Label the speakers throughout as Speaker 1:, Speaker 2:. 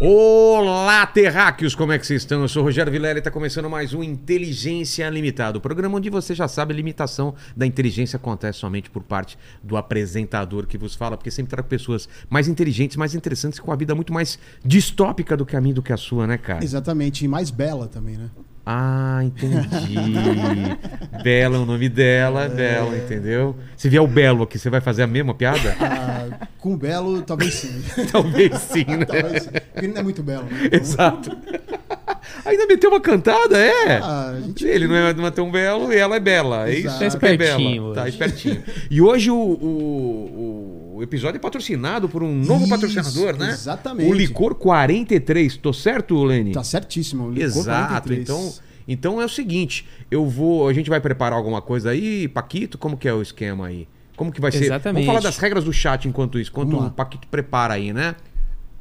Speaker 1: Olá, terráqueos, como é que vocês estão? Eu sou o Rogério Vilela e está começando mais um Inteligência Limitada, o programa onde você já sabe a limitação da inteligência acontece somente por parte do apresentador que vos fala, porque sempre trago pessoas mais inteligentes, mais interessantes, com a vida muito mais distópica do que a minha, do que a sua, né, cara?
Speaker 2: Exatamente, e mais bela também, né?
Speaker 1: Ah, entendi. Bela é o nome dela, é Bela, entendeu? Se vier o Belo aqui, você vai fazer a mesma piada?
Speaker 2: Ah, com o belo, talvez sim.
Speaker 1: Talvez sim, né?
Speaker 2: talvez sim. Porque ele não é muito belo, né? Então,
Speaker 1: Exato. Ainda meteu uma cantada, é?
Speaker 2: Ah, a gente-
Speaker 1: Ele não é tão belo e ela é bela. É isso?
Speaker 2: Exato. Tá
Speaker 1: espertinho.
Speaker 3: espertinho
Speaker 1: Tá
Speaker 3: hoje.
Speaker 1: espertinho. E hoje o, o- o episódio é patrocinado por um novo
Speaker 2: Isso,
Speaker 1: patrocinador, né?
Speaker 2: exatamente.
Speaker 1: O Licor 43. Tô certo, Leni?
Speaker 2: Tá certíssimo. ligou
Speaker 1: Exato.
Speaker 2: 43.
Speaker 1: Então, então é o seguinte, eu vou, a gente vai preparar alguma coisa aí, Paquito, como que é o esquema aí? Como que vai ser?
Speaker 3: Exatamente.
Speaker 1: Vamos falar das regras do chat enquanto isso, enquanto
Speaker 2: Vamos
Speaker 1: o
Speaker 2: lá.
Speaker 1: Paquito prepara aí, né?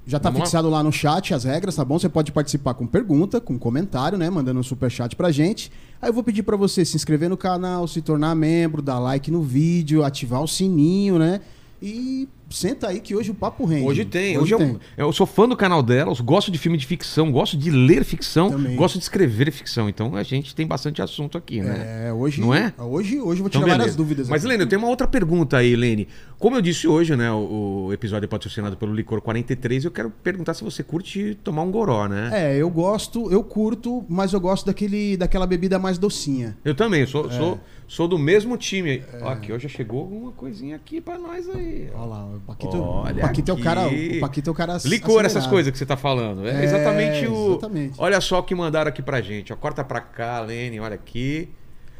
Speaker 2: Já tá
Speaker 1: Vamos lá?
Speaker 2: fixado lá no chat as regras, tá bom? Você pode participar com pergunta, com comentário, né? Mandando um superchat pra gente. Aí eu vou pedir pra você se inscrever no canal, se tornar membro, dar like no vídeo, ativar o sininho, né? E senta aí que hoje o papo rende.
Speaker 1: Hoje tem. Hoje, é um eu, eu sou fã do canal delas, gosto de filme de ficção, gosto de ler ficção,
Speaker 2: Também.
Speaker 1: gosto de escrever ficção. Então a gente tem bastante assunto aqui, né?
Speaker 2: É, hoje,
Speaker 1: Não é?
Speaker 2: Hoje, hoje eu vou
Speaker 1: Então,
Speaker 2: tirar várias
Speaker 1: beleza.
Speaker 2: dúvidas.
Speaker 1: Mas,
Speaker 2: aqui.
Speaker 1: Lene, eu tenho uma outra pergunta aí, Lene. Como eu disse hoje, né? O, o episódio é patrocinado pelo Licor 43. Eu quero perguntar se você curte tomar um goró, né?
Speaker 2: É, eu gosto, eu curto, mas eu gosto daquele, daquela bebida mais docinha.
Speaker 1: Eu também,
Speaker 2: É.
Speaker 1: sou, sou, sou do mesmo time. Ó, aqui, ó, já chegou alguma coisinha aqui pra nós aí. ó.
Speaker 2: Olha lá, o Paquito,
Speaker 1: Olha
Speaker 2: o Paquito é
Speaker 1: aqui.
Speaker 2: o cara, o Paquito é o cara
Speaker 1: Licor,
Speaker 2: acelerado.
Speaker 1: essas coisas que você tá falando. É,
Speaker 2: É,
Speaker 1: exatamente o.
Speaker 2: exatamente.
Speaker 1: Olha só o que mandaram aqui pra gente. Ó, corta pra cá, Lene, olha aqui.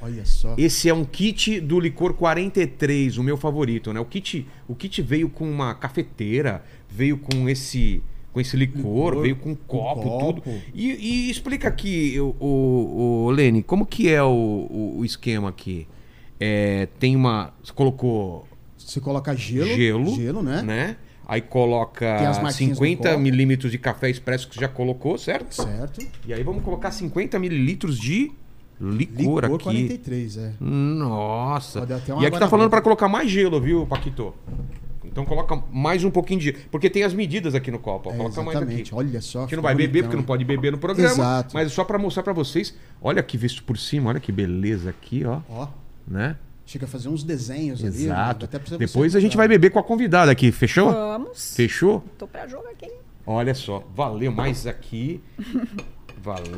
Speaker 2: Olha só.
Speaker 1: Esse é um kit do Licor 43, o meu favorito, né? O kit, o kit veio com uma cafeteira, veio com esse com esse licor,
Speaker 2: Licor,
Speaker 1: veio com um copo,
Speaker 2: copo.
Speaker 1: tudo. E, e explica aqui, o, o, o Lene, como que é o, o, o esquema aqui? É, tem uma. Você colocou
Speaker 2: Você coloca gelo,
Speaker 1: gelo,
Speaker 2: né?
Speaker 1: Aí
Speaker 2: Tem as
Speaker 1: coloca
Speaker 2: marquinhas no
Speaker 1: 50
Speaker 2: copo.
Speaker 1: milímetros de café expresso que já colocou, certo?
Speaker 2: Certo.
Speaker 1: E aí vamos colocar 50 mililitros de licor, aqui.
Speaker 2: 43, é.
Speaker 1: Nossa.
Speaker 2: Pode até uma
Speaker 1: E aqui
Speaker 2: água
Speaker 1: tá
Speaker 2: na
Speaker 1: falando
Speaker 2: boca.
Speaker 1: pra colocar mais gelo, viu, Paquito? Então coloca mais um pouquinho de gelo. Porque tem as medidas aqui no copo. Ó.
Speaker 2: É,
Speaker 1: Coloca mais aqui.
Speaker 2: exatamente. Olha só.
Speaker 1: Que
Speaker 2: ficou
Speaker 1: não vai beber,
Speaker 2: bonitão.
Speaker 1: porque não pode beber no programa.
Speaker 2: Exato.
Speaker 1: Mas é só pra mostrar pra vocês. Olha que visto por cima, olha que beleza aqui, ó.
Speaker 2: Ó,
Speaker 1: Né?
Speaker 2: chega a fazer uns desenhos ali.
Speaker 1: Exato.
Speaker 2: até pra você-
Speaker 1: Depois
Speaker 2: você-
Speaker 1: a gente vai beber com a convidada aqui, fechou?
Speaker 4: Vamos.
Speaker 1: Fechou?
Speaker 4: Tô pra jogo aqui.
Speaker 1: Olha só, valeu mais aqui. Valeu.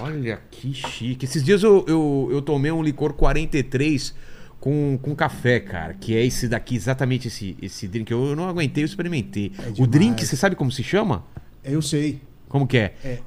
Speaker 1: Olha que chique. Esses dias eu, eu, eu tomei um licor 43 com, com café, cara. Que é esse daqui, exatamente esse, esse drink. Eu, não aguentei, eu experimentei. o
Speaker 2: É demais.
Speaker 1: drink, você sabe como se chama?
Speaker 2: Eu sei.
Speaker 1: Como que é?
Speaker 2: É.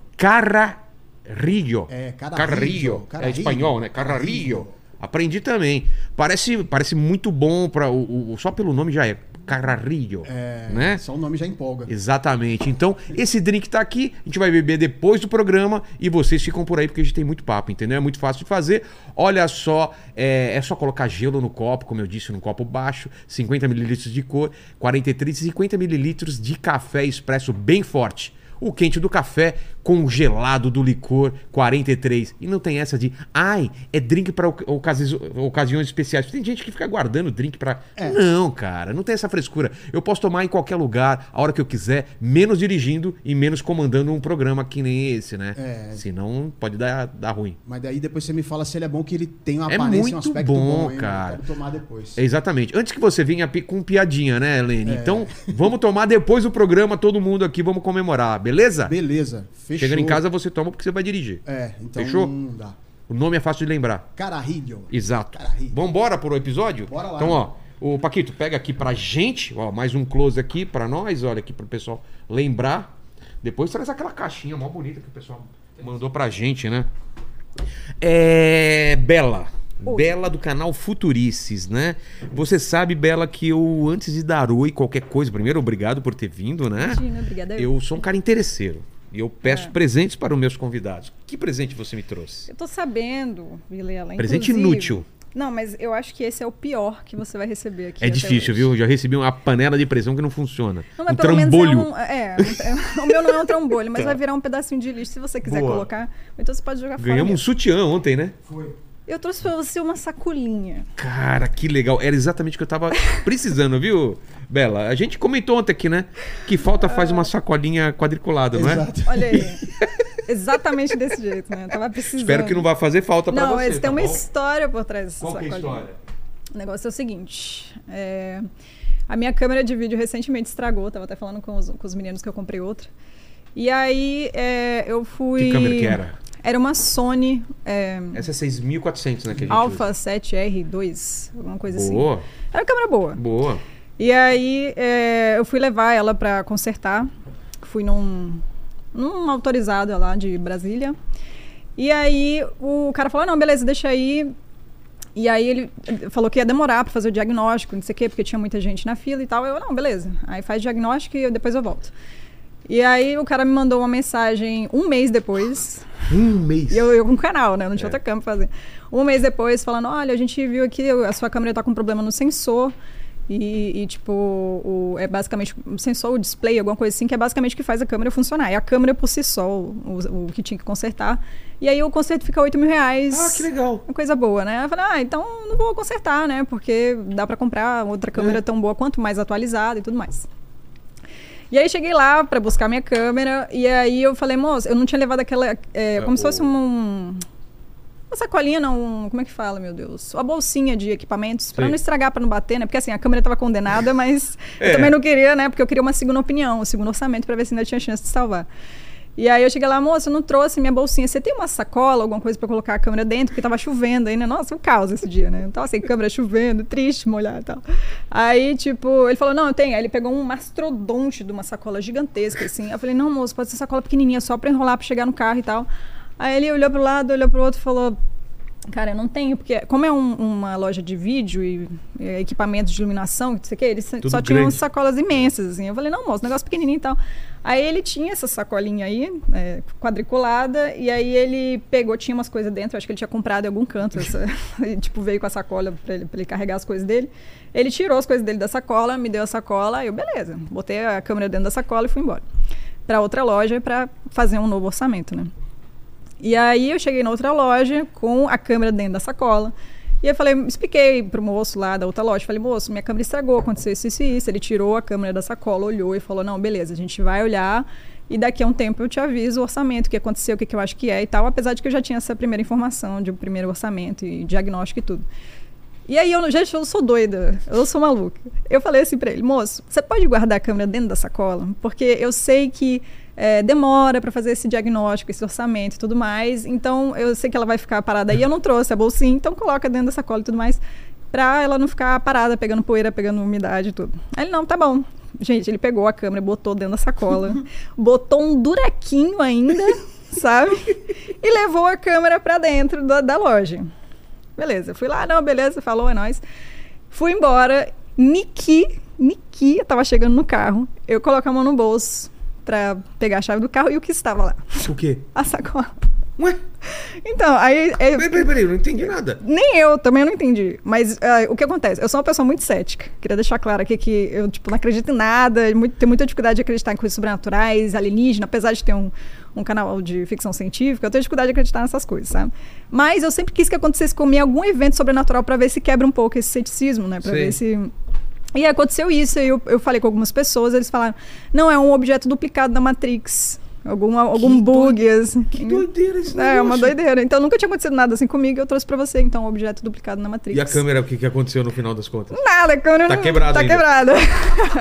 Speaker 1: Carrarillo.
Speaker 2: É, carrarillo.
Speaker 1: Carrarillo. É
Speaker 2: Carrarillo.
Speaker 1: espanhol, né? Carrarillo.
Speaker 2: Carrarillo.
Speaker 1: Aprendi também. Parece, parece muito bom para o, o- só pelo nome já é carrarillo,
Speaker 2: É,
Speaker 1: né?
Speaker 2: Só o nome já empolga.
Speaker 1: Exatamente. Então, esse drink tá aqui, a gente vai beber depois do programa e vocês ficam por aí porque a gente tem muito papo, entendeu? É muito fácil de fazer. Olha só, é, é só colocar gelo no copo, como eu disse, num copo baixo, 50 mililitros de cor, 43 e 50 mililitros de café expresso bem forte. O quente do café com o gelado do licor 43. E não tem essa de, ai, é drink para ocasiões especiais. Tem gente que fica guardando drink pra.
Speaker 2: É.
Speaker 1: Não, cara, não tem essa frescura. Eu posso tomar em qualquer lugar, a hora que eu quiser, menos dirigindo e menos comandando um programa que nem esse, né?
Speaker 2: É.
Speaker 1: Senão pode dar, dar ruim.
Speaker 2: Mas daí depois você me fala se ele é bom, que ele tem uma
Speaker 1: É
Speaker 2: aparência,
Speaker 1: muito
Speaker 2: um aspecto
Speaker 1: bom,
Speaker 2: bom, hein?
Speaker 1: cara.
Speaker 2: Eu quero tomar depois.
Speaker 1: É, Exatamente. Antes que você venha pi- com piadinha, né,
Speaker 2: É.
Speaker 1: Lene? Então, vamos tomar depois do programa, todo mundo aqui, vamos comemorar, beleza?
Speaker 2: Beleza, fechou.
Speaker 1: Chegando em casa, você toma porque você vai dirigir.
Speaker 2: É, então
Speaker 1: Fechou?
Speaker 2: não dá.
Speaker 1: O nome é fácil de lembrar.
Speaker 2: Cararrilho.
Speaker 1: Exato.
Speaker 2: Caralho.
Speaker 1: Vambora pro episódio?
Speaker 2: Bora lá.
Speaker 1: Então, ó, o Paquito, pega aqui pra gente, ó, mais um close aqui pra nós, olha aqui pro pessoal lembrar. Depois traz aquela caixinha mó bonita que o pessoal mandou pra gente, né? É. Bela.
Speaker 4: Oi.
Speaker 1: Bela do canal Futurices, né? Você sabe, Bela, que eu, antes de dar oi qualquer coisa, primeiro, obrigado por ter vindo, né?
Speaker 4: Imagina, É. obrigada. Eu...
Speaker 1: Eu sou um cara interesseiro. E eu peço presentes para os meus convidados. Que presente você me trouxe?
Speaker 4: eu tô sabendo, Vilela.
Speaker 1: Presente
Speaker 4: inclusive-
Speaker 1: inútil.
Speaker 4: Não, mas eu acho que esse é o pior que você vai receber aqui.
Speaker 1: É
Speaker 4: até
Speaker 1: difícil,
Speaker 4: hoje.
Speaker 1: viu? Já recebi uma panela de pressão que não funciona.
Speaker 4: Não, mas
Speaker 1: um
Speaker 4: pelo
Speaker 1: trambolho. Tá.
Speaker 4: menos é um. É, um- o meu não é um trambolho, mas vai virar um pedacinho de lixo se você quiser
Speaker 1: Boa.
Speaker 4: colocar. Então você pode jogar fora.
Speaker 1: Ganhamos um
Speaker 4: mesmo.
Speaker 1: sutiã ontem, né?
Speaker 2: Foi.
Speaker 4: Eu trouxe pra você uma sacolinha.
Speaker 1: Cara, que legal. Era exatamente o que eu tava precisando, viu, Bela? A gente comentou ontem aqui, né? Que falta
Speaker 4: Ah.
Speaker 1: faz uma sacolinha quadriculada, não é?
Speaker 2: Exato.
Speaker 4: Olha aí. Exatamente desse jeito, né? Eu tava precisando.
Speaker 1: Espero que não vá fazer falta pra
Speaker 4: Não,
Speaker 1: você.
Speaker 4: eles têm
Speaker 1: tá
Speaker 4: uma
Speaker 1: bom?
Speaker 4: história por trás dessa
Speaker 1: Qual que é a
Speaker 4: sacolinha.
Speaker 1: história?
Speaker 4: O negócio é o seguinte. é, A minha câmera de vídeo recentemente estragou. Tava até falando com os, com os meninos que eu comprei outra. E aí é, eu fui...
Speaker 1: Que câmera que era?
Speaker 4: Era uma Sony é,
Speaker 1: Essa é 6.400, né? Que a gente
Speaker 4: Alpha 7R2, alguma coisa
Speaker 1: usa.
Speaker 4: assim.
Speaker 1: Boa,
Speaker 4: Era uma câmera boa.
Speaker 1: boa.
Speaker 4: E aí é, eu fui levar ela pra consertar. Fui num, num autorizado lá de Brasília. E aí o cara falou: "Ah, não, beleza, deixa aí. E aí ele falou que ia demorar pra fazer o diagnóstico, não sei o quê, porque tinha muita gente na fila e tal. Eu, não, beleza. Aí faz diagnóstico e eu- depois eu volto. E aí o cara me mandou uma mensagem um mês depois.
Speaker 1: Um mês. É.
Speaker 4: E eu, eu com o canal, né? Não tinha outra câmera pra fazer. Um mês depois, falando: olha, a gente viu aqui, a sua câmera tá com problema no sensor. E, e, tipo, o- é basicamente o sensor, o display, alguma coisa assim, que é basicamente o que faz a câmera funcionar. É a câmera por si só, o, o- o que tinha que consertar. E aí o conserto fica 8 mil reais.
Speaker 1: Ah, que legal.
Speaker 4: Uma coisa boa, né? Eu falei, ah, então não vou consertar, né? Porque dá pra comprar
Speaker 1: É.
Speaker 4: outra câmera tão boa quanto mais atualizada e tudo mais. E aí cheguei lá pra buscar minha câmera e aí eu falei, moça, eu não tinha levado aquela. é,
Speaker 1: É,
Speaker 4: como se
Speaker 1: o-
Speaker 4: fosse um. Uma sacolinha, não. um- Como é que fala, meu Deus? Uma bolsinha de equipamentos pra
Speaker 1: Sim.
Speaker 4: não estragar, pra não bater, né? Porque assim, a câmera tava condenada, mas
Speaker 1: É.
Speaker 4: eu também não queria, né? Porque eu queria uma segunda opinião, um segundo orçamento pra ver se ainda tinha chance de salvar. E aí eu cheguei lá, moça, eu não trouxe minha bolsinha. Você tem uma sacola, alguma coisa pra colocar a câmera dentro? Porque tava chovendo aí, né? Nossa, um caos esse dia, né? Eu Tava sem câmera, chovendo, triste, molhado e tal. Aí, tipo, ele falou, não, eu tenho. Aí ele pegou um mastrodonte de uma sacola gigantesca, assim. Eu falei, não, moço, pode ser sacola pequenininha, só pra enrolar, pra chegar no carro e tal. Aí ele olhou pro lado, olhou pro outro e falou... Cara, eu não tenho, porque como é um- uma loja de vídeo e é, equipamentos de iluminação, não sei o que, eles
Speaker 1: Tudo
Speaker 4: só tinham
Speaker 1: grande.
Speaker 4: sacolas imensas, assim. Eu falei, não, moço, negócio pequenininho e tal. Aí ele tinha essa sacolinha aí, é, quadriculada, e aí ele pegou, tinha umas coisas dentro, acho que ele tinha comprado em algum canto, essa, e, tipo, veio com a sacola pra ele, pra ele carregar as coisas dele. Ele tirou as coisas dele da sacola, me deu a sacola, aí eu, beleza, botei a câmera dentro da sacola e fui embora. Pra outra loja pra fazer um novo orçamento, né? E aí eu cheguei na outra loja com a câmera dentro da sacola. E eu falei, expliquei pro moço lá da outra loja, falei, moço, minha câmera estragou, aconteceu isso, isso e isso. Ele tirou a câmera da sacola, olhou e falou, não, beleza, a gente vai olhar e daqui a um tempo eu te aviso o orçamento, o que aconteceu, o que, que eu acho que é e tal, apesar de que eu já tinha essa primeira informação de um primeiro orçamento e diagnóstico e tudo. E aí eu, não- gente, eu sou doida, eu sou maluca. Eu falei assim pra ele, moço, você pode guardar a câmera dentro da sacola? Porque eu sei que eh, demora pra fazer esse diagnóstico, esse orçamento e tudo mais. Então eu sei que ela vai ficar parada aí. Eu não trouxe a bolsinha, então coloca dentro da sacola e tudo mais, pra ela não ficar parada pegando poeira, pegando umidade e tudo. Aí ele, não, tá bom. Gente, ele pegou a câmera, botou dentro da sacola, botou um duraquinho ainda, sabe? E levou a câmera pra dentro da- da loja. Beleza, fui lá, não, beleza, falou, é nóis. Fui embora, Niki, Niki, eu tava chegando no carro, eu coloco a mão no bolso pra pegar a chave do carro e o que estava lá?
Speaker 1: O quê?
Speaker 4: A sacola.
Speaker 1: Ué?
Speaker 4: Então, aí. aí-
Speaker 1: Peraí, peraí, peraí, eu não entendi nada.
Speaker 4: nem eu também não entendi. Mas ah, o que acontece? Eu sou uma pessoa muito cética. Queria deixar claro aqui que eu tipo, não acredito em nada, e muito- tenho muita dificuldade de acreditar em coisas sobrenaturais, alienígena, apesar de ter um, um canal de ficção científica, eu tenho dificuldade de acreditar nessas coisas, sabe? Mas eu sempre quis que acontecesse comigo algum evento sobrenatural pra ver se quebra um pouco esse ceticismo, né? Pra
Speaker 1: Sei.
Speaker 4: ver se. E aconteceu isso, e eu, eu falei com algumas pessoas, eles falaram: não, é um objeto duplicado da Matrix. Algum, algum bug. assim.
Speaker 1: Que doideira esse negócio.
Speaker 4: É, uma doideira. Então nunca tinha acontecido nada assim comigo. Eu trouxe pra você, então, o objeto duplicado na Matrix.
Speaker 1: E a câmera, o que, que aconteceu no final das contas?
Speaker 4: Nada, a câmera
Speaker 1: Tá
Speaker 4: não-
Speaker 1: quebrada
Speaker 4: Tá
Speaker 1: ainda.
Speaker 4: quebrada.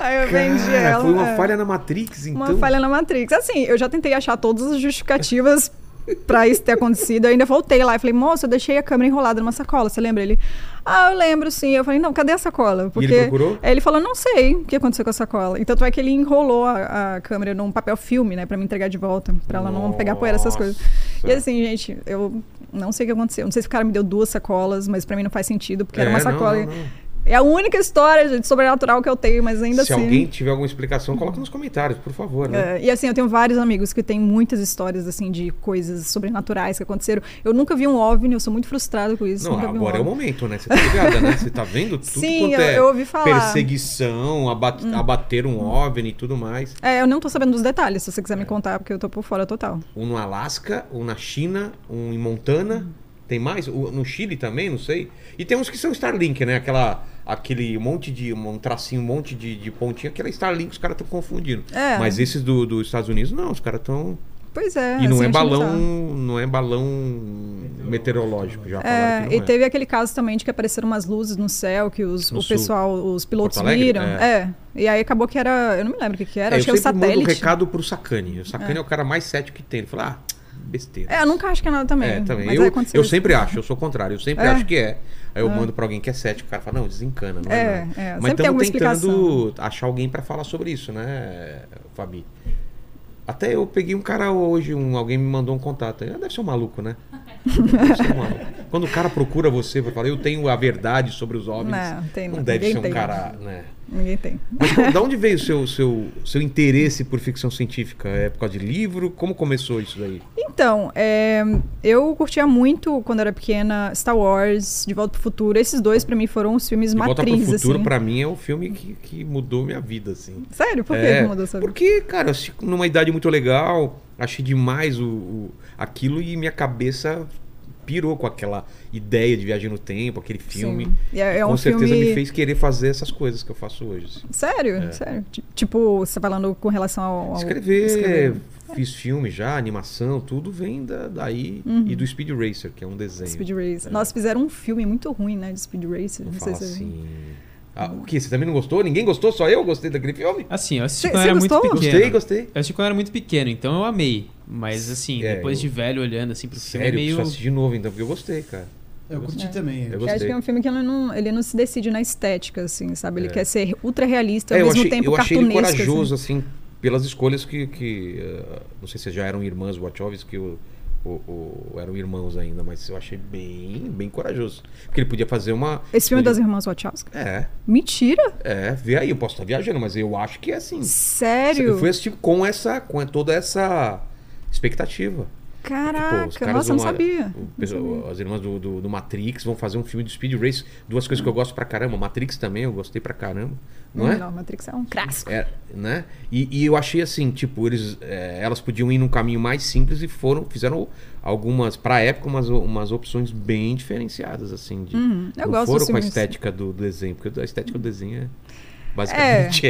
Speaker 4: Aí eu vendi
Speaker 1: Cara,
Speaker 4: ela.
Speaker 1: foi uma
Speaker 4: é.
Speaker 1: falha na Matrix, então.
Speaker 4: Uma falha na Matrix. Assim, eu já tentei achar todas as justificativas pra isso ter acontecido. Eu ainda voltei lá e falei, moça, eu deixei a câmera enrolada numa sacola. Você lembra? Ele, ah, eu lembro sim. Eu falei, não, cadê a sacola?
Speaker 1: procurou?
Speaker 4: Aí ele falou, não sei o que aconteceu com a sacola. E tanto é que ele enrolou a, a câmera num papel filme, né, pra me entregar de volta, pra ela não pegar poeira, essas coisas.
Speaker 1: Nossa.
Speaker 4: E assim, gente, eu não sei o que aconteceu. Não sei se o cara me deu duas sacolas, mas pra mim não faz sentido, porque era
Speaker 1: É,
Speaker 4: uma
Speaker 1: não,
Speaker 4: sacola.
Speaker 1: não, não.
Speaker 4: É a única história, gente, sobrenatural que eu tenho, mas ainda
Speaker 1: Se
Speaker 4: assim.
Speaker 1: alguém tiver alguma explicação, coloca nos comentários, por favor, né?
Speaker 4: É, e assim, eu tenho vários amigos que têm muitas histórias assim de coisas sobrenaturais que aconteceram. Eu nunca vi um OVNI, eu sou muito frustrada com isso.
Speaker 1: Não,
Speaker 4: nunca vi um
Speaker 1: agora é o
Speaker 4: OVNI.
Speaker 1: momento, né? Você tá ligada, né? Você tá vendo tudo
Speaker 4: Sim,
Speaker 1: quanto
Speaker 4: eu-
Speaker 1: é
Speaker 4: eu ouvi falar. Hum.
Speaker 1: perseguição, abat- abater um OVNI e tudo mais.
Speaker 4: É, eu não tô sabendo dos detalhes,
Speaker 1: É.
Speaker 4: se você quiser me contar, porque eu tô por fora total. Hum.
Speaker 1: Um no Alasca, um na China, um em Montana. Tem mais? O- No Chile também, não sei. E tem uns que são Starlink, né? Aquela, aquele monte de. Um tracinho, um monte de, de pontinha. Aquela Starlink, os caras estão confundindo.
Speaker 4: É.
Speaker 1: Mas esses do- dos Estados Unidos, não, os caras estão.
Speaker 4: Pois é.
Speaker 1: e não
Speaker 4: assim,
Speaker 1: é
Speaker 4: a gente
Speaker 1: balão.
Speaker 4: sabe.
Speaker 1: Não é balão meteorológico, já falaram
Speaker 4: É,
Speaker 1: que
Speaker 4: e
Speaker 1: não é.
Speaker 4: teve aquele caso também de que apareceram umas luzes no céu que os,
Speaker 1: No
Speaker 4: o
Speaker 1: sul.
Speaker 4: pessoal, os pilotos
Speaker 1: Porto Alegre?
Speaker 4: viram.
Speaker 1: É.
Speaker 4: É. E aí acabou que era. Eu não me lembro o que, que era,
Speaker 1: É,
Speaker 4: acho que
Speaker 1: eu
Speaker 4: era o
Speaker 1: sempre mando um
Speaker 4: satélite.
Speaker 1: recado pro Sacani. O Sacani é. o cara mais cético que tem. Ele fala, ah, besteira.
Speaker 4: É, eu nunca acho que é nada também.
Speaker 1: É, também.
Speaker 4: Mas
Speaker 1: Eu,
Speaker 4: aí aconteceu
Speaker 1: eu
Speaker 4: isso.
Speaker 1: sempre acho, eu sou o contrário, eu sempre
Speaker 4: É.
Speaker 1: acho que é. Aí eu mando pra alguém que é cético, o cara fala, não, desencana, não é,
Speaker 4: É,
Speaker 1: nada.
Speaker 4: é,
Speaker 1: Mas
Speaker 4: sempre tem
Speaker 1: estamos
Speaker 4: alguma
Speaker 1: tentando achar alguém pra falar sobre isso, né, Fabi? Até eu peguei um cara hoje, um, alguém me mandou um contato. Ah, Deve ser um maluco, né? Deve ser um maluco. Quando o cara procura você pra falar, eu tenho a verdade sobre os OVNIs,
Speaker 4: Não, tem,
Speaker 1: não
Speaker 4: não.
Speaker 1: deve
Speaker 4: Ninguém
Speaker 1: ser um
Speaker 4: tem.
Speaker 1: cara, né?
Speaker 4: Ninguém tem.
Speaker 1: Mas pô, da onde veio o seu, seu, seu interesse por ficção científica? É por causa de livro? Como começou isso daí?
Speaker 4: Então, é, eu curtia muito, quando era pequena, Star Wars, De Volta pro Futuro. Esses dois, pra mim, foram os filmes
Speaker 1: De Volta pro
Speaker 4: matriz,
Speaker 1: Futuro,
Speaker 4: assim.
Speaker 1: pra mim, é o filme que, que mudou minha vida, assim.
Speaker 4: Sério? Por que
Speaker 1: É,
Speaker 4: que mudou sua vida?
Speaker 1: Porque, cara, eu assisti numa idade muito legal, achei demais o, o- aquilo e minha cabeça pirou com aquela ideia de viagem no tempo, aquele filme.
Speaker 4: Sim. E é, é
Speaker 1: com
Speaker 4: um
Speaker 1: certeza
Speaker 4: filme...
Speaker 1: me fez querer fazer essas coisas que eu faço hoje. assim.
Speaker 4: Sério, sério. Ti- Tipo, você falando com relação ao... ao-
Speaker 1: Escrever, fiz filme já, animação, tudo vem da- daí e do Speed Racer, que é um desenho.
Speaker 4: Uhum. Speed Racer. Nossa, fizeram um filme muito ruim, né, de Speed Racer. Não,
Speaker 1: Não
Speaker 4: sei
Speaker 1: fala
Speaker 4: se você viu.
Speaker 1: assim. Ah, o que? Você também não gostou? Ninguém gostou? Só eu gostei daquele filme?
Speaker 3: Assim, eu assisti
Speaker 4: Cê-
Speaker 3: quando
Speaker 4: cê
Speaker 3: eu era
Speaker 4: gostou?
Speaker 3: muito pequeno.
Speaker 1: Gostei, gostei.
Speaker 3: Eu assisti quando eu era muito pequeno, então eu amei. Mas assim,
Speaker 1: É,
Speaker 3: depois
Speaker 1: eu-
Speaker 3: de velho olhando assim pro filme, é
Speaker 1: Sério,
Speaker 3: meio.
Speaker 1: preciso assistir de novo então, porque eu gostei, cara.
Speaker 2: Eu curti
Speaker 1: Eu
Speaker 2: também.
Speaker 4: Eu
Speaker 1: gostei.
Speaker 4: Acho que é um filme que ele não, ele não se decide na estética, assim, sabe? Ele
Speaker 1: É.
Speaker 4: quer ser ultra realista,
Speaker 1: É,
Speaker 4: Então, ao
Speaker 1: eu
Speaker 4: mesmo
Speaker 1: achei,
Speaker 4: tempo
Speaker 1: eu achei ele
Speaker 4: cartunesco. assim.
Speaker 1: corajoso, assim. pelas escolhas que. que, eh, não sei se já eram irmãs Wachowski, que o, o, o- eram irmãos ainda, mas eu achei bem, bem corajoso. Porque ele podia fazer uma.
Speaker 4: Esse filme das
Speaker 1: podia-
Speaker 4: Irmãs Wachowski?
Speaker 1: É,
Speaker 4: Mentira?
Speaker 1: é, vê aí, eu posso estar viajando, mas eu acho que é assim. Eu
Speaker 4: Sério?
Speaker 1: fui assistir com essa. com toda essa expectativa.
Speaker 4: Caraca,
Speaker 1: os caras
Speaker 4: nossa, eu não
Speaker 1: vão-
Speaker 4: sabia.
Speaker 1: o pessoal- As irmãs do, do- do Matrix vão fazer um filme de Speed Race. Duas coisas que eu gosto pra caramba. Matrix também, eu gostei pra caramba. Não é?
Speaker 4: Não, Matrix é um clássico.
Speaker 1: É, né? E, e eu achei assim, tipo, eles, é, elas podiam ir num caminho mais simples e foram, fizeram algumas, pra época, umas, umas opções bem diferenciadas, assim. De,
Speaker 4: Uhum, eu
Speaker 1: não
Speaker 4: gosto
Speaker 1: foram
Speaker 4: dos
Speaker 1: com a
Speaker 4: filmes. Hum.
Speaker 1: estética do desenho, porque a estética do desenho é basicamente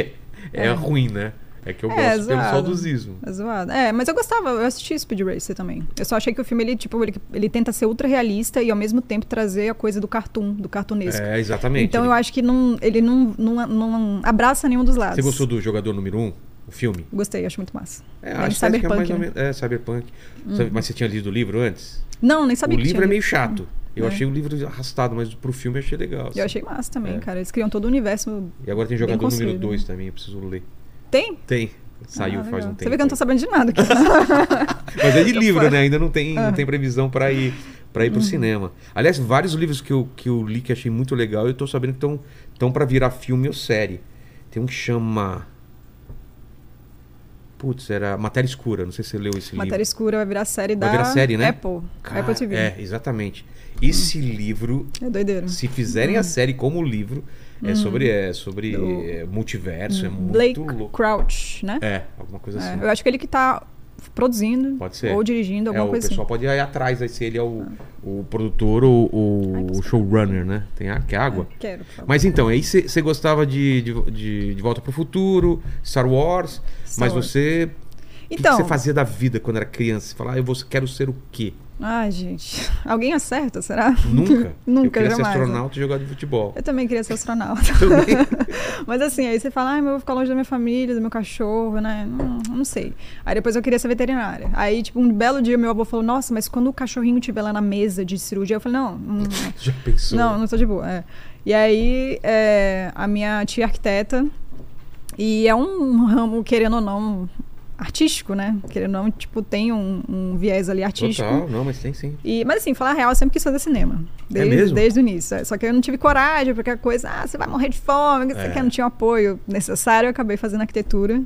Speaker 1: é, é ruim, né? É que eu
Speaker 4: É,
Speaker 1: gosto pelo
Speaker 4: zoado.
Speaker 1: saudosismo.
Speaker 4: É zoado. É, mas eu gostava, eu assisti Speed Racer também. Eu só achei que o filme, ele, tipo, ele, ele tenta ser ultra realista e ao mesmo tempo trazer a coisa do cartoon, do cartunesco.
Speaker 1: É, exatamente.
Speaker 4: então
Speaker 1: Ele-
Speaker 4: eu acho que não, ele não, não, não abraça nenhum dos lados.
Speaker 1: Você gostou do jogador número um, o filme?
Speaker 4: Gostei, acho muito massa.
Speaker 1: É,
Speaker 4: Bem
Speaker 1: a estética é mais
Speaker 4: cyberpunk,
Speaker 1: ou
Speaker 4: né?
Speaker 1: menos. É, cyberpunk. Sabe- Mas você tinha lido o livro antes?
Speaker 4: Não, nem sabia
Speaker 1: o
Speaker 4: que
Speaker 1: livro
Speaker 4: tinha
Speaker 1: é meio chato. Eu
Speaker 4: É.
Speaker 1: achei o livro arrastado, mas pro filme eu achei legal. assim.
Speaker 4: Eu achei massa também,
Speaker 1: É.
Speaker 4: cara. Eles criam todo o universo.
Speaker 1: E agora tem
Speaker 4: bem
Speaker 1: jogador número
Speaker 4: construído.
Speaker 1: 2 também, eu preciso ler.
Speaker 4: Tem?
Speaker 1: Tem. Saiu
Speaker 4: Ah,
Speaker 1: faz
Speaker 4: legal.
Speaker 1: um tempo.
Speaker 4: Você vê que eu não tô sabendo de nada aqui.
Speaker 1: Mas é de livro, né? Ainda não tem,
Speaker 4: Ah.
Speaker 1: não tem previsão pra ir para ir
Speaker 4: Uhum.
Speaker 1: pro cinema. Aliás, vários livros que eu, que eu li que achei muito legal, eu tô sabendo que estão para virar filme ou série. Tem um que chama Putz, era Matéria Escura, não sei se você leu esse livro.
Speaker 4: Matéria Escura vai virar série da
Speaker 1: Vai virar série, né?
Speaker 4: Apple.
Speaker 1: Cara,
Speaker 4: Apple TV. É,
Speaker 1: É, exatamente. Esse
Speaker 4: Hum.
Speaker 1: livro
Speaker 4: doideira.
Speaker 1: se fizerem a série como o livro, é sobre, é sobre
Speaker 4: Hum. Do-
Speaker 1: é, multiverso, é muito
Speaker 4: Blake
Speaker 1: louco.
Speaker 4: Crouch, né?
Speaker 1: É, alguma coisa
Speaker 4: É,
Speaker 1: assim.
Speaker 4: eu acho que ele que tá produzindo
Speaker 1: Pode ser.
Speaker 4: ou
Speaker 1: É,
Speaker 4: dirigindo, alguma
Speaker 1: o
Speaker 4: coisa
Speaker 1: pessoal
Speaker 4: assim. Ah.
Speaker 1: pode ir aí atrás, aí se ele é o, o produtor ou ou o showrunner, né? Tem a, que água.
Speaker 4: assim. É, Quero, por favor.
Speaker 1: Mas então, aí você gostava de, de, de, de Volta pro Futuro, Star Wars,
Speaker 4: Star
Speaker 1: mas
Speaker 4: Wars.
Speaker 1: você.
Speaker 4: Então,
Speaker 1: O que você fazia da vida quando era criança? Você falava, ah, eu vou, quero ser o quê?
Speaker 4: ai, gente. Alguém acerta, será?
Speaker 1: Nunca? Eu
Speaker 4: Nunca,
Speaker 1: queria ser
Speaker 4: jamais, né?
Speaker 1: astronauta e jogar de futebol.
Speaker 4: Eu também queria ser astronauta. Mas assim, aí você fala, ah, mas eu vou ficar longe da minha família, do meu cachorro, né? Hum, não sei. Aí depois eu queria ser veterinária. Aí, tipo, um belo dia meu avô falou, nossa, mas quando o cachorrinho estiver lá na mesa de cirurgia, eu falei, não, hum,
Speaker 1: Já pensou?
Speaker 4: não, não tô de boa. é. E aí, é, a minha tia é arquiteta, e é um ramo, querendo ou não, artístico, né? Querendo ou não, tipo, tem um, um viés ali artístico.
Speaker 1: Total, não, mas tem sim.
Speaker 4: E- mas assim, falar a real, eu sempre quis fazer cinema. Desde,
Speaker 1: mesmo?
Speaker 4: desde o início. é. Só que eu não tive coragem, porque a coisa, ah, você vai morrer de fome, que você
Speaker 1: É.
Speaker 4: quer, não tinha o apoio necessário, eu acabei fazendo arquitetura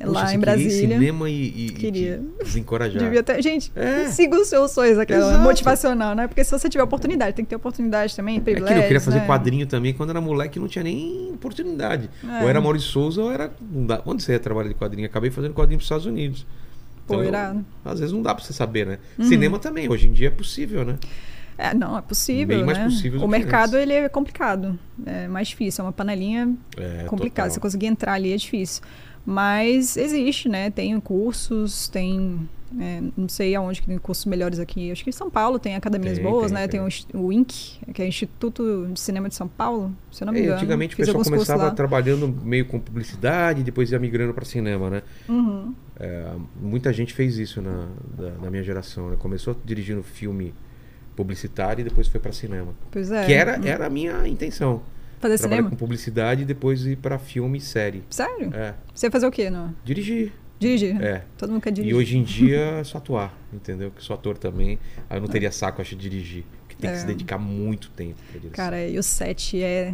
Speaker 4: é,
Speaker 1: Poxa, você
Speaker 4: lá
Speaker 1: queria
Speaker 4: em
Speaker 1: ir
Speaker 4: Brasília.
Speaker 1: cinema e, e- e te
Speaker 4: Queria.
Speaker 1: desencorajar.
Speaker 4: Devia ter... Gente,
Speaker 1: É.
Speaker 4: siga os seus sonhos, aquela
Speaker 1: Exato.
Speaker 4: motivacional, né? Porque se você tiver oportunidade, tem que ter oportunidade também,
Speaker 1: É aquilo,
Speaker 4: privilégio.
Speaker 1: eu queria fazer
Speaker 4: né?
Speaker 1: quadrinho também. Quando era moleque, não tinha nem oportunidade.
Speaker 4: É.
Speaker 1: Ou era Maurício Souza, ou era. Não dá, onde você ia trabalhar de quadrinho? Acabei fazendo quadrinho para os Estados Unidos.
Speaker 4: Pô, irado.
Speaker 1: então,
Speaker 4: Uhum.
Speaker 1: às vezes não dá para você saber, né? Cinema também, hoje em dia é possível, né?
Speaker 4: É, não, é possível.
Speaker 1: Bem mais
Speaker 4: né?
Speaker 1: possível do
Speaker 4: o
Speaker 1: que
Speaker 4: mercado ele é complicado. É mais difícil. É uma panelinha
Speaker 1: É,
Speaker 4: complicada.
Speaker 1: total.
Speaker 4: Você conseguir entrar ali é difícil. Mas existe, né? Tem cursos, tem. é, não sei aonde que tem cursos melhores aqui. Acho que em São Paulo tem academias
Speaker 1: Tem,
Speaker 4: boas,
Speaker 1: tem,
Speaker 4: né?
Speaker 1: tem.
Speaker 4: Tem, o inst- o, INC, que é o Instituto de Cinema de São Paulo, se eu não me
Speaker 1: É,
Speaker 4: engano.
Speaker 1: antigamente o
Speaker 4: Fiz
Speaker 1: pessoal
Speaker 4: alguns cursos
Speaker 1: começava
Speaker 4: lá.
Speaker 1: trabalhando meio com publicidade, depois ia migrando para cinema, né?
Speaker 4: Uhum.
Speaker 1: É, muita gente fez isso na, da- na minha geração, né? Começou dirigindo filme publicitário e depois foi para cinema.
Speaker 4: Pois é.
Speaker 1: Que era, era a minha intenção.
Speaker 4: Fazer
Speaker 1: Trabalhar
Speaker 4: cinema?
Speaker 1: com publicidade e depois ir para filme e série.
Speaker 4: Sério?
Speaker 1: É,
Speaker 4: Você ia fazer o quê? No...
Speaker 1: dirigir.
Speaker 4: Dirigir?
Speaker 1: É.
Speaker 4: Todo mundo quer dirigir.
Speaker 1: E hoje em dia é só atuar, entendeu? Que sou ator também. Aí eu não teria saco, acho, de dirigir. Porque tem que se dedicar muito tempo pra direção.
Speaker 4: É. Cara, e o set é.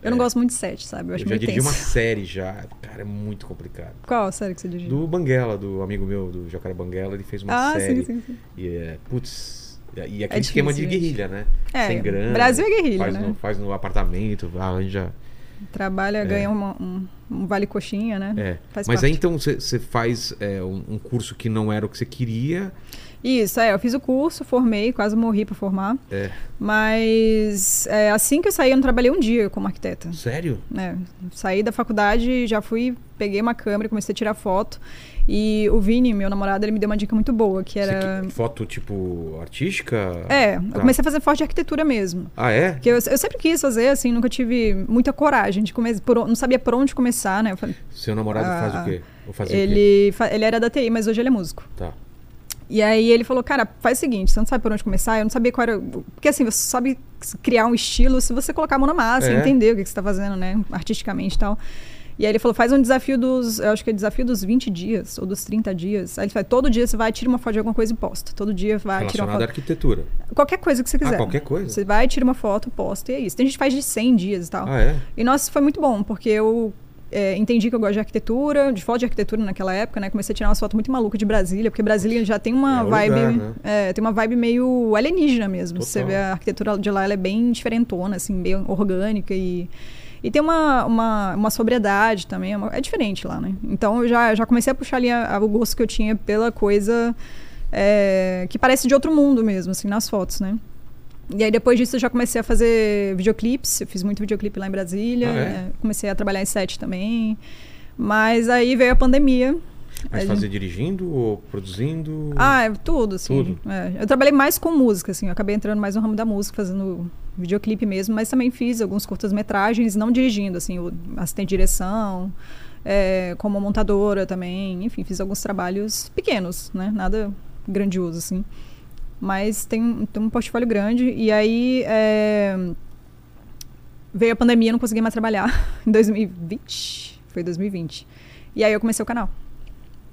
Speaker 4: Eu não gosto muito de set, sabe? Eu acho
Speaker 1: eu já
Speaker 4: muito
Speaker 1: dirigi
Speaker 4: tenso.
Speaker 1: uma série já. Cara, é muito complicado.
Speaker 4: Qual série que você dirigiu?
Speaker 1: Do Banguela, do amigo meu, do Jacaré Banguela, ele fez uma
Speaker 4: ah,
Speaker 1: série.
Speaker 4: sim, sim, sim.
Speaker 1: E é, putz, e é aquele
Speaker 4: difícil,
Speaker 1: esquema de
Speaker 4: gente.
Speaker 1: guerrilha, né?
Speaker 4: É,
Speaker 1: Sem grana.
Speaker 4: Brasil é guerrilha,
Speaker 1: faz
Speaker 4: né?
Speaker 1: No, faz no apartamento, arranja.
Speaker 4: Trabalha, ganha uma- um, um vale coxinha, né?
Speaker 1: É.
Speaker 4: Faz
Speaker 1: Mas aí
Speaker 4: parte.
Speaker 1: então você- você faz é, um, um curso que não era o que você queria.
Speaker 4: Isso, é. Eu fiz o curso, formei, quase morri pra formar.
Speaker 1: É.
Speaker 4: Mas é, assim que eu saí, eu não trabalhei um dia como arquiteta.
Speaker 1: Sério?
Speaker 4: né? Saí da faculdade, já fui, peguei uma câmera, e comecei a tirar foto. E o Vini, meu namorado, ele me deu uma dica muito boa, que
Speaker 1: Você
Speaker 4: era.
Speaker 1: que- foto tipo artística?
Speaker 4: É, eu
Speaker 1: Tá.
Speaker 4: comecei a fazer foto de arquitetura mesmo.
Speaker 1: Ah, é?
Speaker 4: Porque eu, eu sempre quis fazer, assim, nunca tive muita coragem de começar, por on- não sabia por onde começar, né? Eu falei-
Speaker 1: Seu namorado
Speaker 4: Ah,
Speaker 1: faz o quê? Ou fazia o quê?
Speaker 4: ele, fa- ele era da TI, mas hoje ele é músico.
Speaker 1: Tá.
Speaker 4: E aí ele falou, cara, faz o seguinte, você não sabe por onde começar, eu não sabia qual era... o- Porque assim, você sabe criar um estilo se você colocar a mão na massa,
Speaker 1: É.
Speaker 4: entender o que que você está fazendo, né? Artisticamente e tal. E aí ele falou, faz um desafio dos... Eu acho que é desafio dos 20 dias, ou dos 30 dias. Aí ele falou, todo dia você vai, tira uma foto de alguma coisa e posta. Todo dia vai, tira uma
Speaker 1: Relacionado
Speaker 4: foto.
Speaker 1: à arquitetura.
Speaker 4: Qualquer coisa que você quiser.
Speaker 1: Ah, qualquer coisa.
Speaker 4: Você vai, tira uma foto, posta e é isso. Tem gente que faz de 100 dias e tal.
Speaker 1: Ah, é?
Speaker 4: E nossa, foi muito bom, porque eu é, entendi que eu gosto de arquitetura, de foto de arquitetura naquela época, né? Comecei a tirar umas fotos muito malucas de Brasília, porque Brasília já tem uma
Speaker 1: É o
Speaker 4: vibe.
Speaker 1: lugar, né?
Speaker 4: é, tem uma vibe meio alienígena mesmo.
Speaker 1: Total.
Speaker 4: Você vê a arquitetura de lá, ela é bem diferentona, assim, bem orgânica e. E tem uma, uma, uma sobriedade também, é uma- é diferente lá, né? Então eu já, já comecei a puxar ali a- a- o gosto que eu tinha pela coisa é, que parece de outro mundo mesmo, assim, nas fotos, né? E aí depois disso eu já comecei a fazer videoclipes, eu fiz muito videoclipe lá em Brasília,
Speaker 1: Ah, é?
Speaker 4: é, comecei a trabalhar em set também. Mas aí veio a pandemia.
Speaker 1: Mas
Speaker 4: A
Speaker 1: fazer dirigindo ou produzindo?
Speaker 4: um- Ah, é tudo, assim.
Speaker 1: Tudo.
Speaker 4: É, Eu trabalhei mais com música, assim. Eu acabei entrando mais no ramo da música, fazendo videoclipe mesmo, mas também fiz alguns curtas-metragens, não dirigindo, assim, o assistente de direção, é, como montadora também. Enfim, fiz alguns trabalhos pequenos, né? Nada grandioso, assim. Mas tem, um- tem um portfólio grande. E aí. é, Veio a pandemia, eu não consegui mais trabalhar. Em 2020. Foi 2020. E aí eu comecei o canal.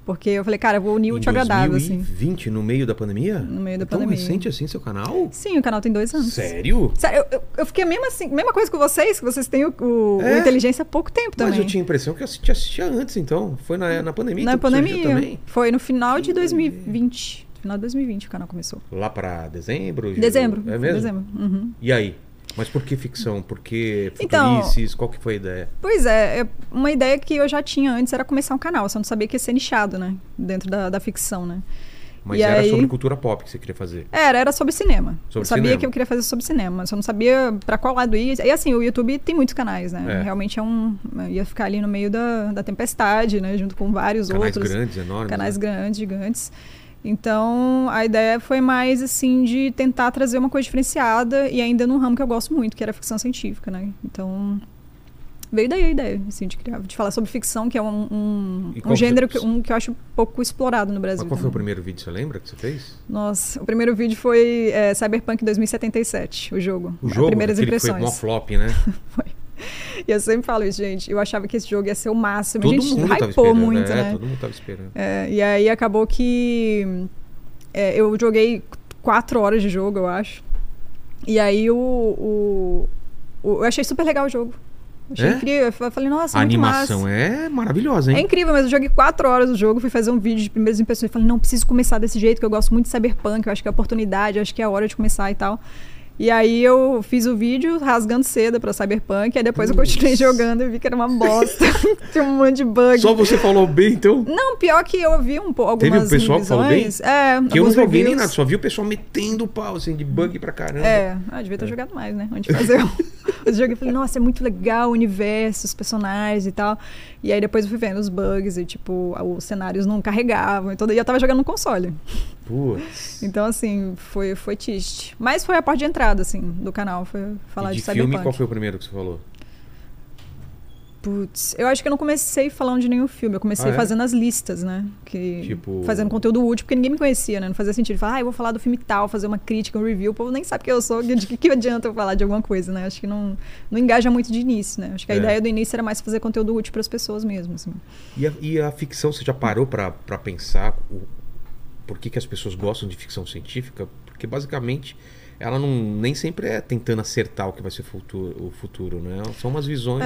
Speaker 4: Porque eu falei, cara, eu vou unir o útil ao agradável, assim.
Speaker 1: 2020, no meio da pandemia?
Speaker 4: No meio da
Speaker 1: Tão
Speaker 4: pandemia.
Speaker 1: recente assim seu canal?
Speaker 4: Sim, o canal tem dois anos.
Speaker 1: Sério?
Speaker 4: Sério, eu, eu- eu fiquei mesmo assim, mesma coisa com vocês, que vocês têm o, o- o
Speaker 1: É?
Speaker 4: Inteligência há pouco tempo também.
Speaker 1: Mas eu tinha a impressão que eu assisti- assistia antes, então. Foi na, na pandemia
Speaker 4: Na
Speaker 1: então, que surgiu
Speaker 4: pandemia.
Speaker 1: também.
Speaker 4: Foi no final de 2020. Final de 2020 o canal começou.
Speaker 1: Lá pra dezembro? ju-
Speaker 4: Dezembro.
Speaker 1: É
Speaker 4: foi
Speaker 1: mesmo?
Speaker 4: Dezembro. Uhum.
Speaker 1: E aí? Mas por que ficção? Por que
Speaker 4: Então-
Speaker 1: futurices? Qual que foi a ideia?
Speaker 4: Pois é, é, uma ideia que eu já tinha antes era começar um canal, só não sabia que ia ser nichado, né? Dentro da, da ficção, né?
Speaker 1: Mas
Speaker 4: E
Speaker 1: era
Speaker 4: aí-
Speaker 1: sobre cultura pop que você queria fazer.
Speaker 4: Era, era sobre cinema.
Speaker 1: Sobre
Speaker 4: eu sabia
Speaker 1: cinema.
Speaker 4: que eu queria fazer sobre cinema, só não sabia pra qual lado ia. E assim, o YouTube tem muitos canais, né?
Speaker 1: É.
Speaker 4: Realmente é um. ia ficar ali no meio da, da tempestade, né? Junto com vários
Speaker 1: Canais
Speaker 4: outros.
Speaker 1: grandes, enormes.
Speaker 4: canais
Speaker 1: né?
Speaker 4: grandes, gigantes. Então, a ideia foi mais assim de tentar trazer uma coisa diferenciada e ainda num ramo que eu gosto muito, que era ficção científica, né? Então, veio daí a ideia, assim, de criar, de falar sobre ficção, que é um, um,
Speaker 1: E
Speaker 4: um
Speaker 1: qual que
Speaker 4: gênero
Speaker 1: você-
Speaker 4: que, um, que eu acho pouco explorado no Brasil.
Speaker 1: Mas qual foi o
Speaker 4: também.
Speaker 1: primeiro vídeo, você lembra que você fez?
Speaker 4: Nossa, o primeiro vídeo foi é, Cyberpunk 2077, o jogo.
Speaker 1: O jogo,
Speaker 4: primeiras
Speaker 1: aquele que foi mó
Speaker 4: impressões.
Speaker 1: flop, né?
Speaker 4: E eu sempre falo isso, gente. Eu achava que esse jogo ia ser o máximo.
Speaker 1: todo
Speaker 4: a gente
Speaker 1: mundo tava
Speaker 4: hypou
Speaker 1: esperando.
Speaker 4: muito,
Speaker 1: é,
Speaker 4: né?
Speaker 1: todo mundo tava esperando.
Speaker 4: É, e aí acabou que é, eu joguei quatro horas de jogo, eu acho. E aí o, o- o- eu achei super legal o jogo. Achei
Speaker 1: É?
Speaker 4: incrível. Eu fa- falei, nossa, é
Speaker 1: a
Speaker 4: muito
Speaker 1: animação
Speaker 4: massa.
Speaker 1: é maravilhosa,
Speaker 4: É
Speaker 1: hein?
Speaker 4: incrível, mas eu joguei quatro horas do jogo, fui fazer um vídeo de primeiras impressões. Falei, não, preciso começar desse jeito, que eu gosto muito de cyberpunk, eu acho que é a oportunidade, eu acho que é a hora de começar e tal. E aí eu fiz o vídeo rasgando seda pra Cyberpunk, aí depois eu continuei jogando e vi que era uma bosta. Tinha um monte de bug.
Speaker 1: Só você falou bem, então?
Speaker 4: Não, pior que eu vi um pouco
Speaker 1: Teve
Speaker 4: algumas
Speaker 1: um pessoal que falou
Speaker 4: revisões. É,
Speaker 1: Que eu não
Speaker 4: alguns
Speaker 1: joguei nem
Speaker 4: reviews.
Speaker 1: nada, só vi o pessoal metendo o pau, assim, de bug pra caramba.
Speaker 4: É, ah, devia ter jogado mais, né? Antes de fazer o, o jogo. Eu falei, nossa, é muito legal o universo, os personagens e tal. E aí depois eu fui vendo os bugs e, tipo, os cenários não carregavam e tudo. E eu tava jogando no console.
Speaker 1: Putz.
Speaker 4: Então, assim, foi, foi triste. Mas foi a porta de entrada, assim, do canal. Foi falar
Speaker 1: E
Speaker 4: de,
Speaker 1: de filme,
Speaker 4: Cyberpunk.
Speaker 1: qual foi o primeiro que você falou?
Speaker 4: Putz, eu acho que eu não comecei falando de nenhum filme. Eu comecei
Speaker 1: Ah, é?
Speaker 4: fazendo as listas, né? Que,
Speaker 1: Tipo-
Speaker 4: Fazendo conteúdo útil, porque ninguém me conhecia, né? Não fazia sentido falar, ah, eu vou falar do filme tal, fazer uma crítica, um review. O povo nem sabe quem eu sou, de que, que adianta eu falar de alguma coisa, né? Acho que não, não engaja muito de início, né? Acho que a
Speaker 1: É.
Speaker 4: ideia do início era mais fazer conteúdo útil para as pessoas mesmo, assim.
Speaker 1: E a, e a ficção, você já parou pra, pra pensar o, por que, que as pessoas gostam de ficção científica? Porque basicamente ela não nem sempre é tentando acertar o que vai ser futuro, o futuro, né? São umas visões.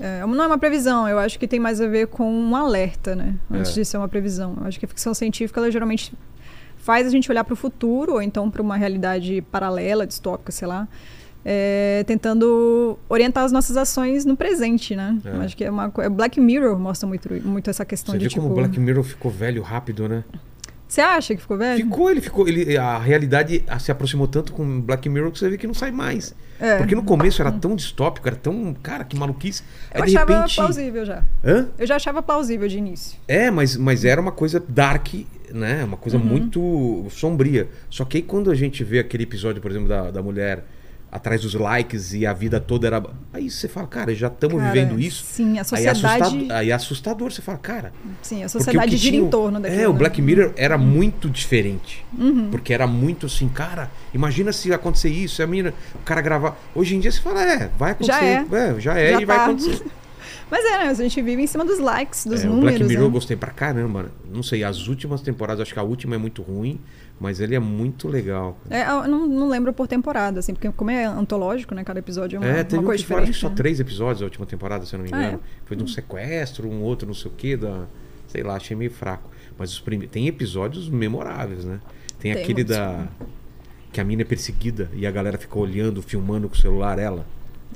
Speaker 4: É, não é uma previsão, eu acho que tem mais a ver com um alerta, né? Antes
Speaker 1: É.
Speaker 4: de ser uma previsão. Eu acho que a ficção científica, ela geralmente faz a gente olhar para o futuro, ou então para uma realidade paralela, distópica, sei lá, é, tentando orientar as nossas ações no presente, né?
Speaker 1: É.
Speaker 4: Eu Acho que é uma coisa. Black Mirror mostra muito, muito essa questão
Speaker 1: Você
Speaker 4: de
Speaker 1: viu
Speaker 4: tipo.
Speaker 1: como o Black Mirror ficou velho rápido, né?
Speaker 4: Você acha que ficou velho?
Speaker 1: Ficou, ele ficou. Ele, a realidade a- se aproximou tanto com Black Mirror que você vê que não sai mais.
Speaker 4: É.
Speaker 1: Porque no começo era tão distópico, era tão. Cara, que maluquice. Aí
Speaker 4: Eu
Speaker 1: de
Speaker 4: achava
Speaker 1: repente.
Speaker 4: plausível já.
Speaker 1: Hã?
Speaker 4: Eu já achava plausível de início.
Speaker 1: É, mas, mas era uma coisa dark, né? Uma
Speaker 4: Uhum.
Speaker 1: coisa muito sombria. Só que aí quando a gente vê aquele episódio, por exemplo, da, da mulher atrás dos likes e a vida toda era. Aí você fala, cara, já estamos
Speaker 4: Cara,
Speaker 1: vivendo isso.
Speaker 4: Sim, a
Speaker 1: Aí é,
Speaker 4: sociedade.
Speaker 1: assustado, aí é assustador, você fala, cara.
Speaker 4: Sim,
Speaker 1: porque
Speaker 4: a
Speaker 1: o
Speaker 4: sociedade
Speaker 1: que
Speaker 4: gira
Speaker 1: tinha
Speaker 4: em torno daquilo.
Speaker 1: É, o
Speaker 4: né? Uhum.
Speaker 1: Black Mirror era muito diferente. Porque era muito assim, cara, imagina se acontecer isso, se a menina, o cara gravar. Hoje em dia você fala, é, vai acontecer.
Speaker 4: Já é.
Speaker 1: já é
Speaker 4: Já
Speaker 1: e vai
Speaker 4: tá.
Speaker 1: acontecer.
Speaker 4: Mas é, né? A gente vive em cima dos likes, dos
Speaker 1: É, o
Speaker 4: números.
Speaker 1: Black Mirror eu
Speaker 4: né?
Speaker 1: gostei pra caramba. né? Não sei, as últimas temporadas, acho que a última é muito ruim, mas ele é muito legal. cara.
Speaker 4: É, eu não, não lembro por temporada, assim, porque como é antológico, né? Cada episódio é uma,
Speaker 1: É,
Speaker 4: uma
Speaker 1: teve uma
Speaker 4: coisa
Speaker 1: temporada
Speaker 4: diferente.
Speaker 1: de só
Speaker 4: né?
Speaker 1: três episódios a última temporada, se eu não me
Speaker 4: Ah, é?
Speaker 1: engano. Foi de um sequestro, um outro, não sei o quê, da. Sei lá, achei meio fraco. Mas os prime... tem episódios memoráveis, né? Tem,
Speaker 4: Tem
Speaker 1: aquele
Speaker 4: muitos.
Speaker 1: da. Que a mina é perseguida e a galera fica olhando, filmando com o celular ela.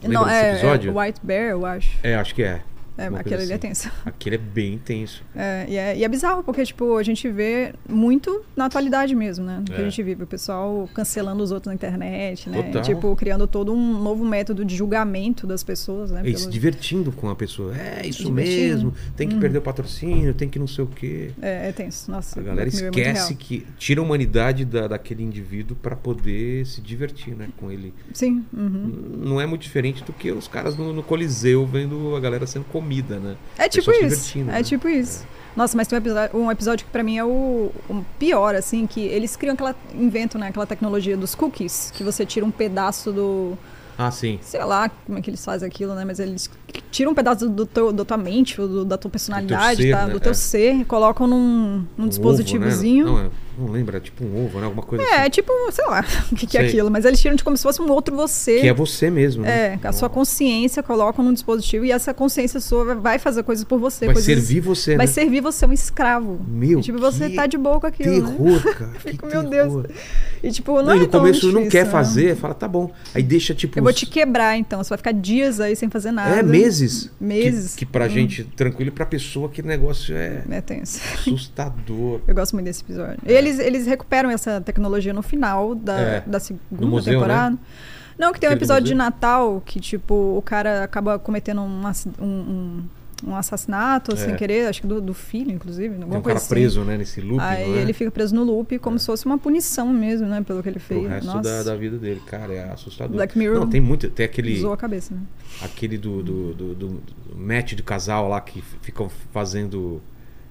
Speaker 1: Lembra
Speaker 4: Não,
Speaker 1: desse
Speaker 4: é,
Speaker 1: episódio?
Speaker 4: é White Bear, eu acho.
Speaker 1: É, acho que é.
Speaker 4: É,
Speaker 1: Uma coisa
Speaker 4: aquele ali é
Speaker 1: assim.
Speaker 4: tenso.
Speaker 1: Aquele é bem intenso.
Speaker 4: É, e, é, e é bizarro, porque, tipo, a gente vê muito na atualidade mesmo, né? Que
Speaker 1: É.
Speaker 4: a gente vive. O pessoal cancelando os outros na internet, né?
Speaker 1: Total.
Speaker 4: E, tipo, criando todo um novo método de julgamento das pessoas, né?
Speaker 1: É, e se
Speaker 4: Pelos-
Speaker 1: divertindo com a pessoa. É isso
Speaker 4: divertindo. Hum.
Speaker 1: mesmo. Tem que perder o patrocínio, tem que não sei o quê.
Speaker 4: É, é tenso. Nossa,
Speaker 1: A galera
Speaker 4: Black Mirror é muito
Speaker 1: esquece
Speaker 4: real.
Speaker 1: que tira a humanidade da, daquele indivíduo pra poder se divertir, né, com ele.
Speaker 4: Sim. uhum.
Speaker 1: Não é muito diferente do que os caras no, no coliseu vendo a galera sendo comida, né?
Speaker 4: É tipo
Speaker 1: Pessoas se
Speaker 4: isso.
Speaker 1: divertindo,
Speaker 4: É
Speaker 1: né?
Speaker 4: tipo isso. Nossa, mas tem um episódio, um episódio que pra mim é o, o pior, assim, que eles criam aquela. inventam, né, aquela tecnologia dos cookies, que você tira um pedaço do.
Speaker 1: Ah, sim.
Speaker 4: sei lá como é que eles fazem aquilo, né? Mas eles tiram um pedaço do teu, da tua mente, ou do- da tua personalidade,
Speaker 1: ser,
Speaker 4: tá?
Speaker 1: né?
Speaker 4: do teu
Speaker 1: É.
Speaker 4: ser, e colocam num, num
Speaker 1: Um
Speaker 4: dispositivozinho.
Speaker 1: Ovo, né? Não, é- não lembra, é tipo um ovo, né? Alguma coisa
Speaker 4: É,
Speaker 1: assim.
Speaker 4: é tipo, sei lá o que, que é
Speaker 1: Sei.
Speaker 4: aquilo, mas eles tiram de como se fosse um outro você.
Speaker 1: Que é você mesmo, né?
Speaker 4: É, a sua consciência colocam num dispositivo e essa consciência sua vai fazer coisas por você.
Speaker 1: Vai
Speaker 4: coisas-
Speaker 1: servir você,
Speaker 4: vai
Speaker 1: né?
Speaker 4: servir você um escravo.
Speaker 1: Meu,
Speaker 4: E, tipo, você
Speaker 1: que
Speaker 4: tá de boa com aquilo, né?
Speaker 1: Terror, cara. que
Speaker 4: Fico, meu
Speaker 1: terror.
Speaker 4: Deus. E tipo, não,
Speaker 1: Não,
Speaker 4: é
Speaker 1: e no
Speaker 4: tão
Speaker 1: começo
Speaker 4: difícil,
Speaker 1: não quer
Speaker 4: né?
Speaker 1: fazer, fala, tá bom. Aí deixa tipo.
Speaker 4: Eu vou
Speaker 1: os-
Speaker 4: te quebrar então, você vai ficar dias aí sem fazer nada.
Speaker 1: É, meses.
Speaker 4: Meses.
Speaker 1: Que, que pra gente, tranquilo, e pra pessoa, aquele negócio é
Speaker 4: É tenso.
Speaker 1: assustador.
Speaker 4: Eu gosto muito desse episódio. Eles, eles recuperam essa tecnologia no final da,
Speaker 1: É.
Speaker 4: da segunda
Speaker 1: No museu,
Speaker 4: temporada. Não, que tem um
Speaker 1: Aquele do
Speaker 4: episódio de
Speaker 1: museu?
Speaker 4: Natal que, tipo, o cara acaba cometendo um, assi- um, um, um assassinato sem
Speaker 1: É.
Speaker 4: querer, acho que do, do filho, inclusive. Alguma
Speaker 1: Tem um
Speaker 4: coisa
Speaker 1: cara
Speaker 4: assim.
Speaker 1: preso, né, nesse loop,
Speaker 4: Aí
Speaker 1: não é?
Speaker 4: ele fica preso no loop como se fosse uma punição mesmo, né? Pelo que ele
Speaker 1: Pro
Speaker 4: fez.
Speaker 1: resto
Speaker 4: Nossa,
Speaker 1: da, da vida dele, cara, é assustador.
Speaker 4: Black Mirror
Speaker 1: Não, tem muito, tem aquele,
Speaker 4: usou a cabeça, né?
Speaker 1: aquele do, do, do, do, do match do casal lá que f- ficam fazendo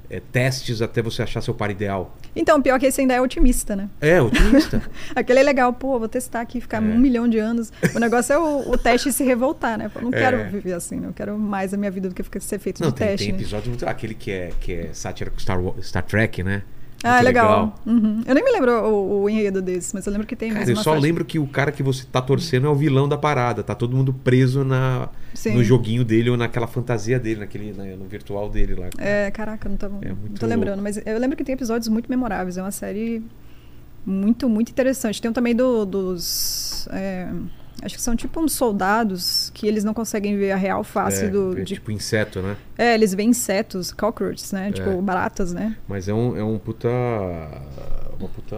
Speaker 1: é, testes até você achar seu par ideal.
Speaker 4: Então, pior que esse ainda é otimista, né?
Speaker 1: É, otimista.
Speaker 4: Aquele é legal, pô, vou testar aqui, ficar
Speaker 1: É.
Speaker 4: um milhão de anos. O negócio é o, o teste se revoltar, né? Pô, Eu não
Speaker 1: É.
Speaker 4: quero viver assim, né? Eu quero mais a minha vida do que ficar- ser feito
Speaker 1: Não,
Speaker 4: de
Speaker 1: tem,
Speaker 4: teste.
Speaker 1: tem
Speaker 4: né?
Speaker 1: episódio muito. Aquele que é, que é sátira com Star, Wa- Star Trek, né?
Speaker 4: Ah,
Speaker 1: Muito
Speaker 4: é legal. Uhum. Eu nem me lembro o, o enredo desse, mas eu lembro que tem
Speaker 1: Cara,
Speaker 4: mesmo
Speaker 1: eu
Speaker 4: uma
Speaker 1: só
Speaker 4: frase-
Speaker 1: lembro que o cara que você tá torcendo é o vilão da parada. Tá todo mundo preso na,
Speaker 4: Sim.
Speaker 1: no joguinho dele ou naquela fantasia dele, naquele, na- no virtual dele lá.
Speaker 4: É, caraca, eu não tô, não
Speaker 1: muito
Speaker 4: tô lembrando, mas eu lembro que tem episódios muito memoráveis. É uma série muito, muito interessante. Tem um também do- dos é, acho que são tipo uns soldados que eles não conseguem ver a real face
Speaker 1: É,
Speaker 4: do.
Speaker 1: é
Speaker 4: de-
Speaker 1: Tipo É. inseto, né?
Speaker 4: é, eles veem insetos, cockroaches, né? Tipo, baratas, né?
Speaker 1: Mas é um, é um puta. Uma puta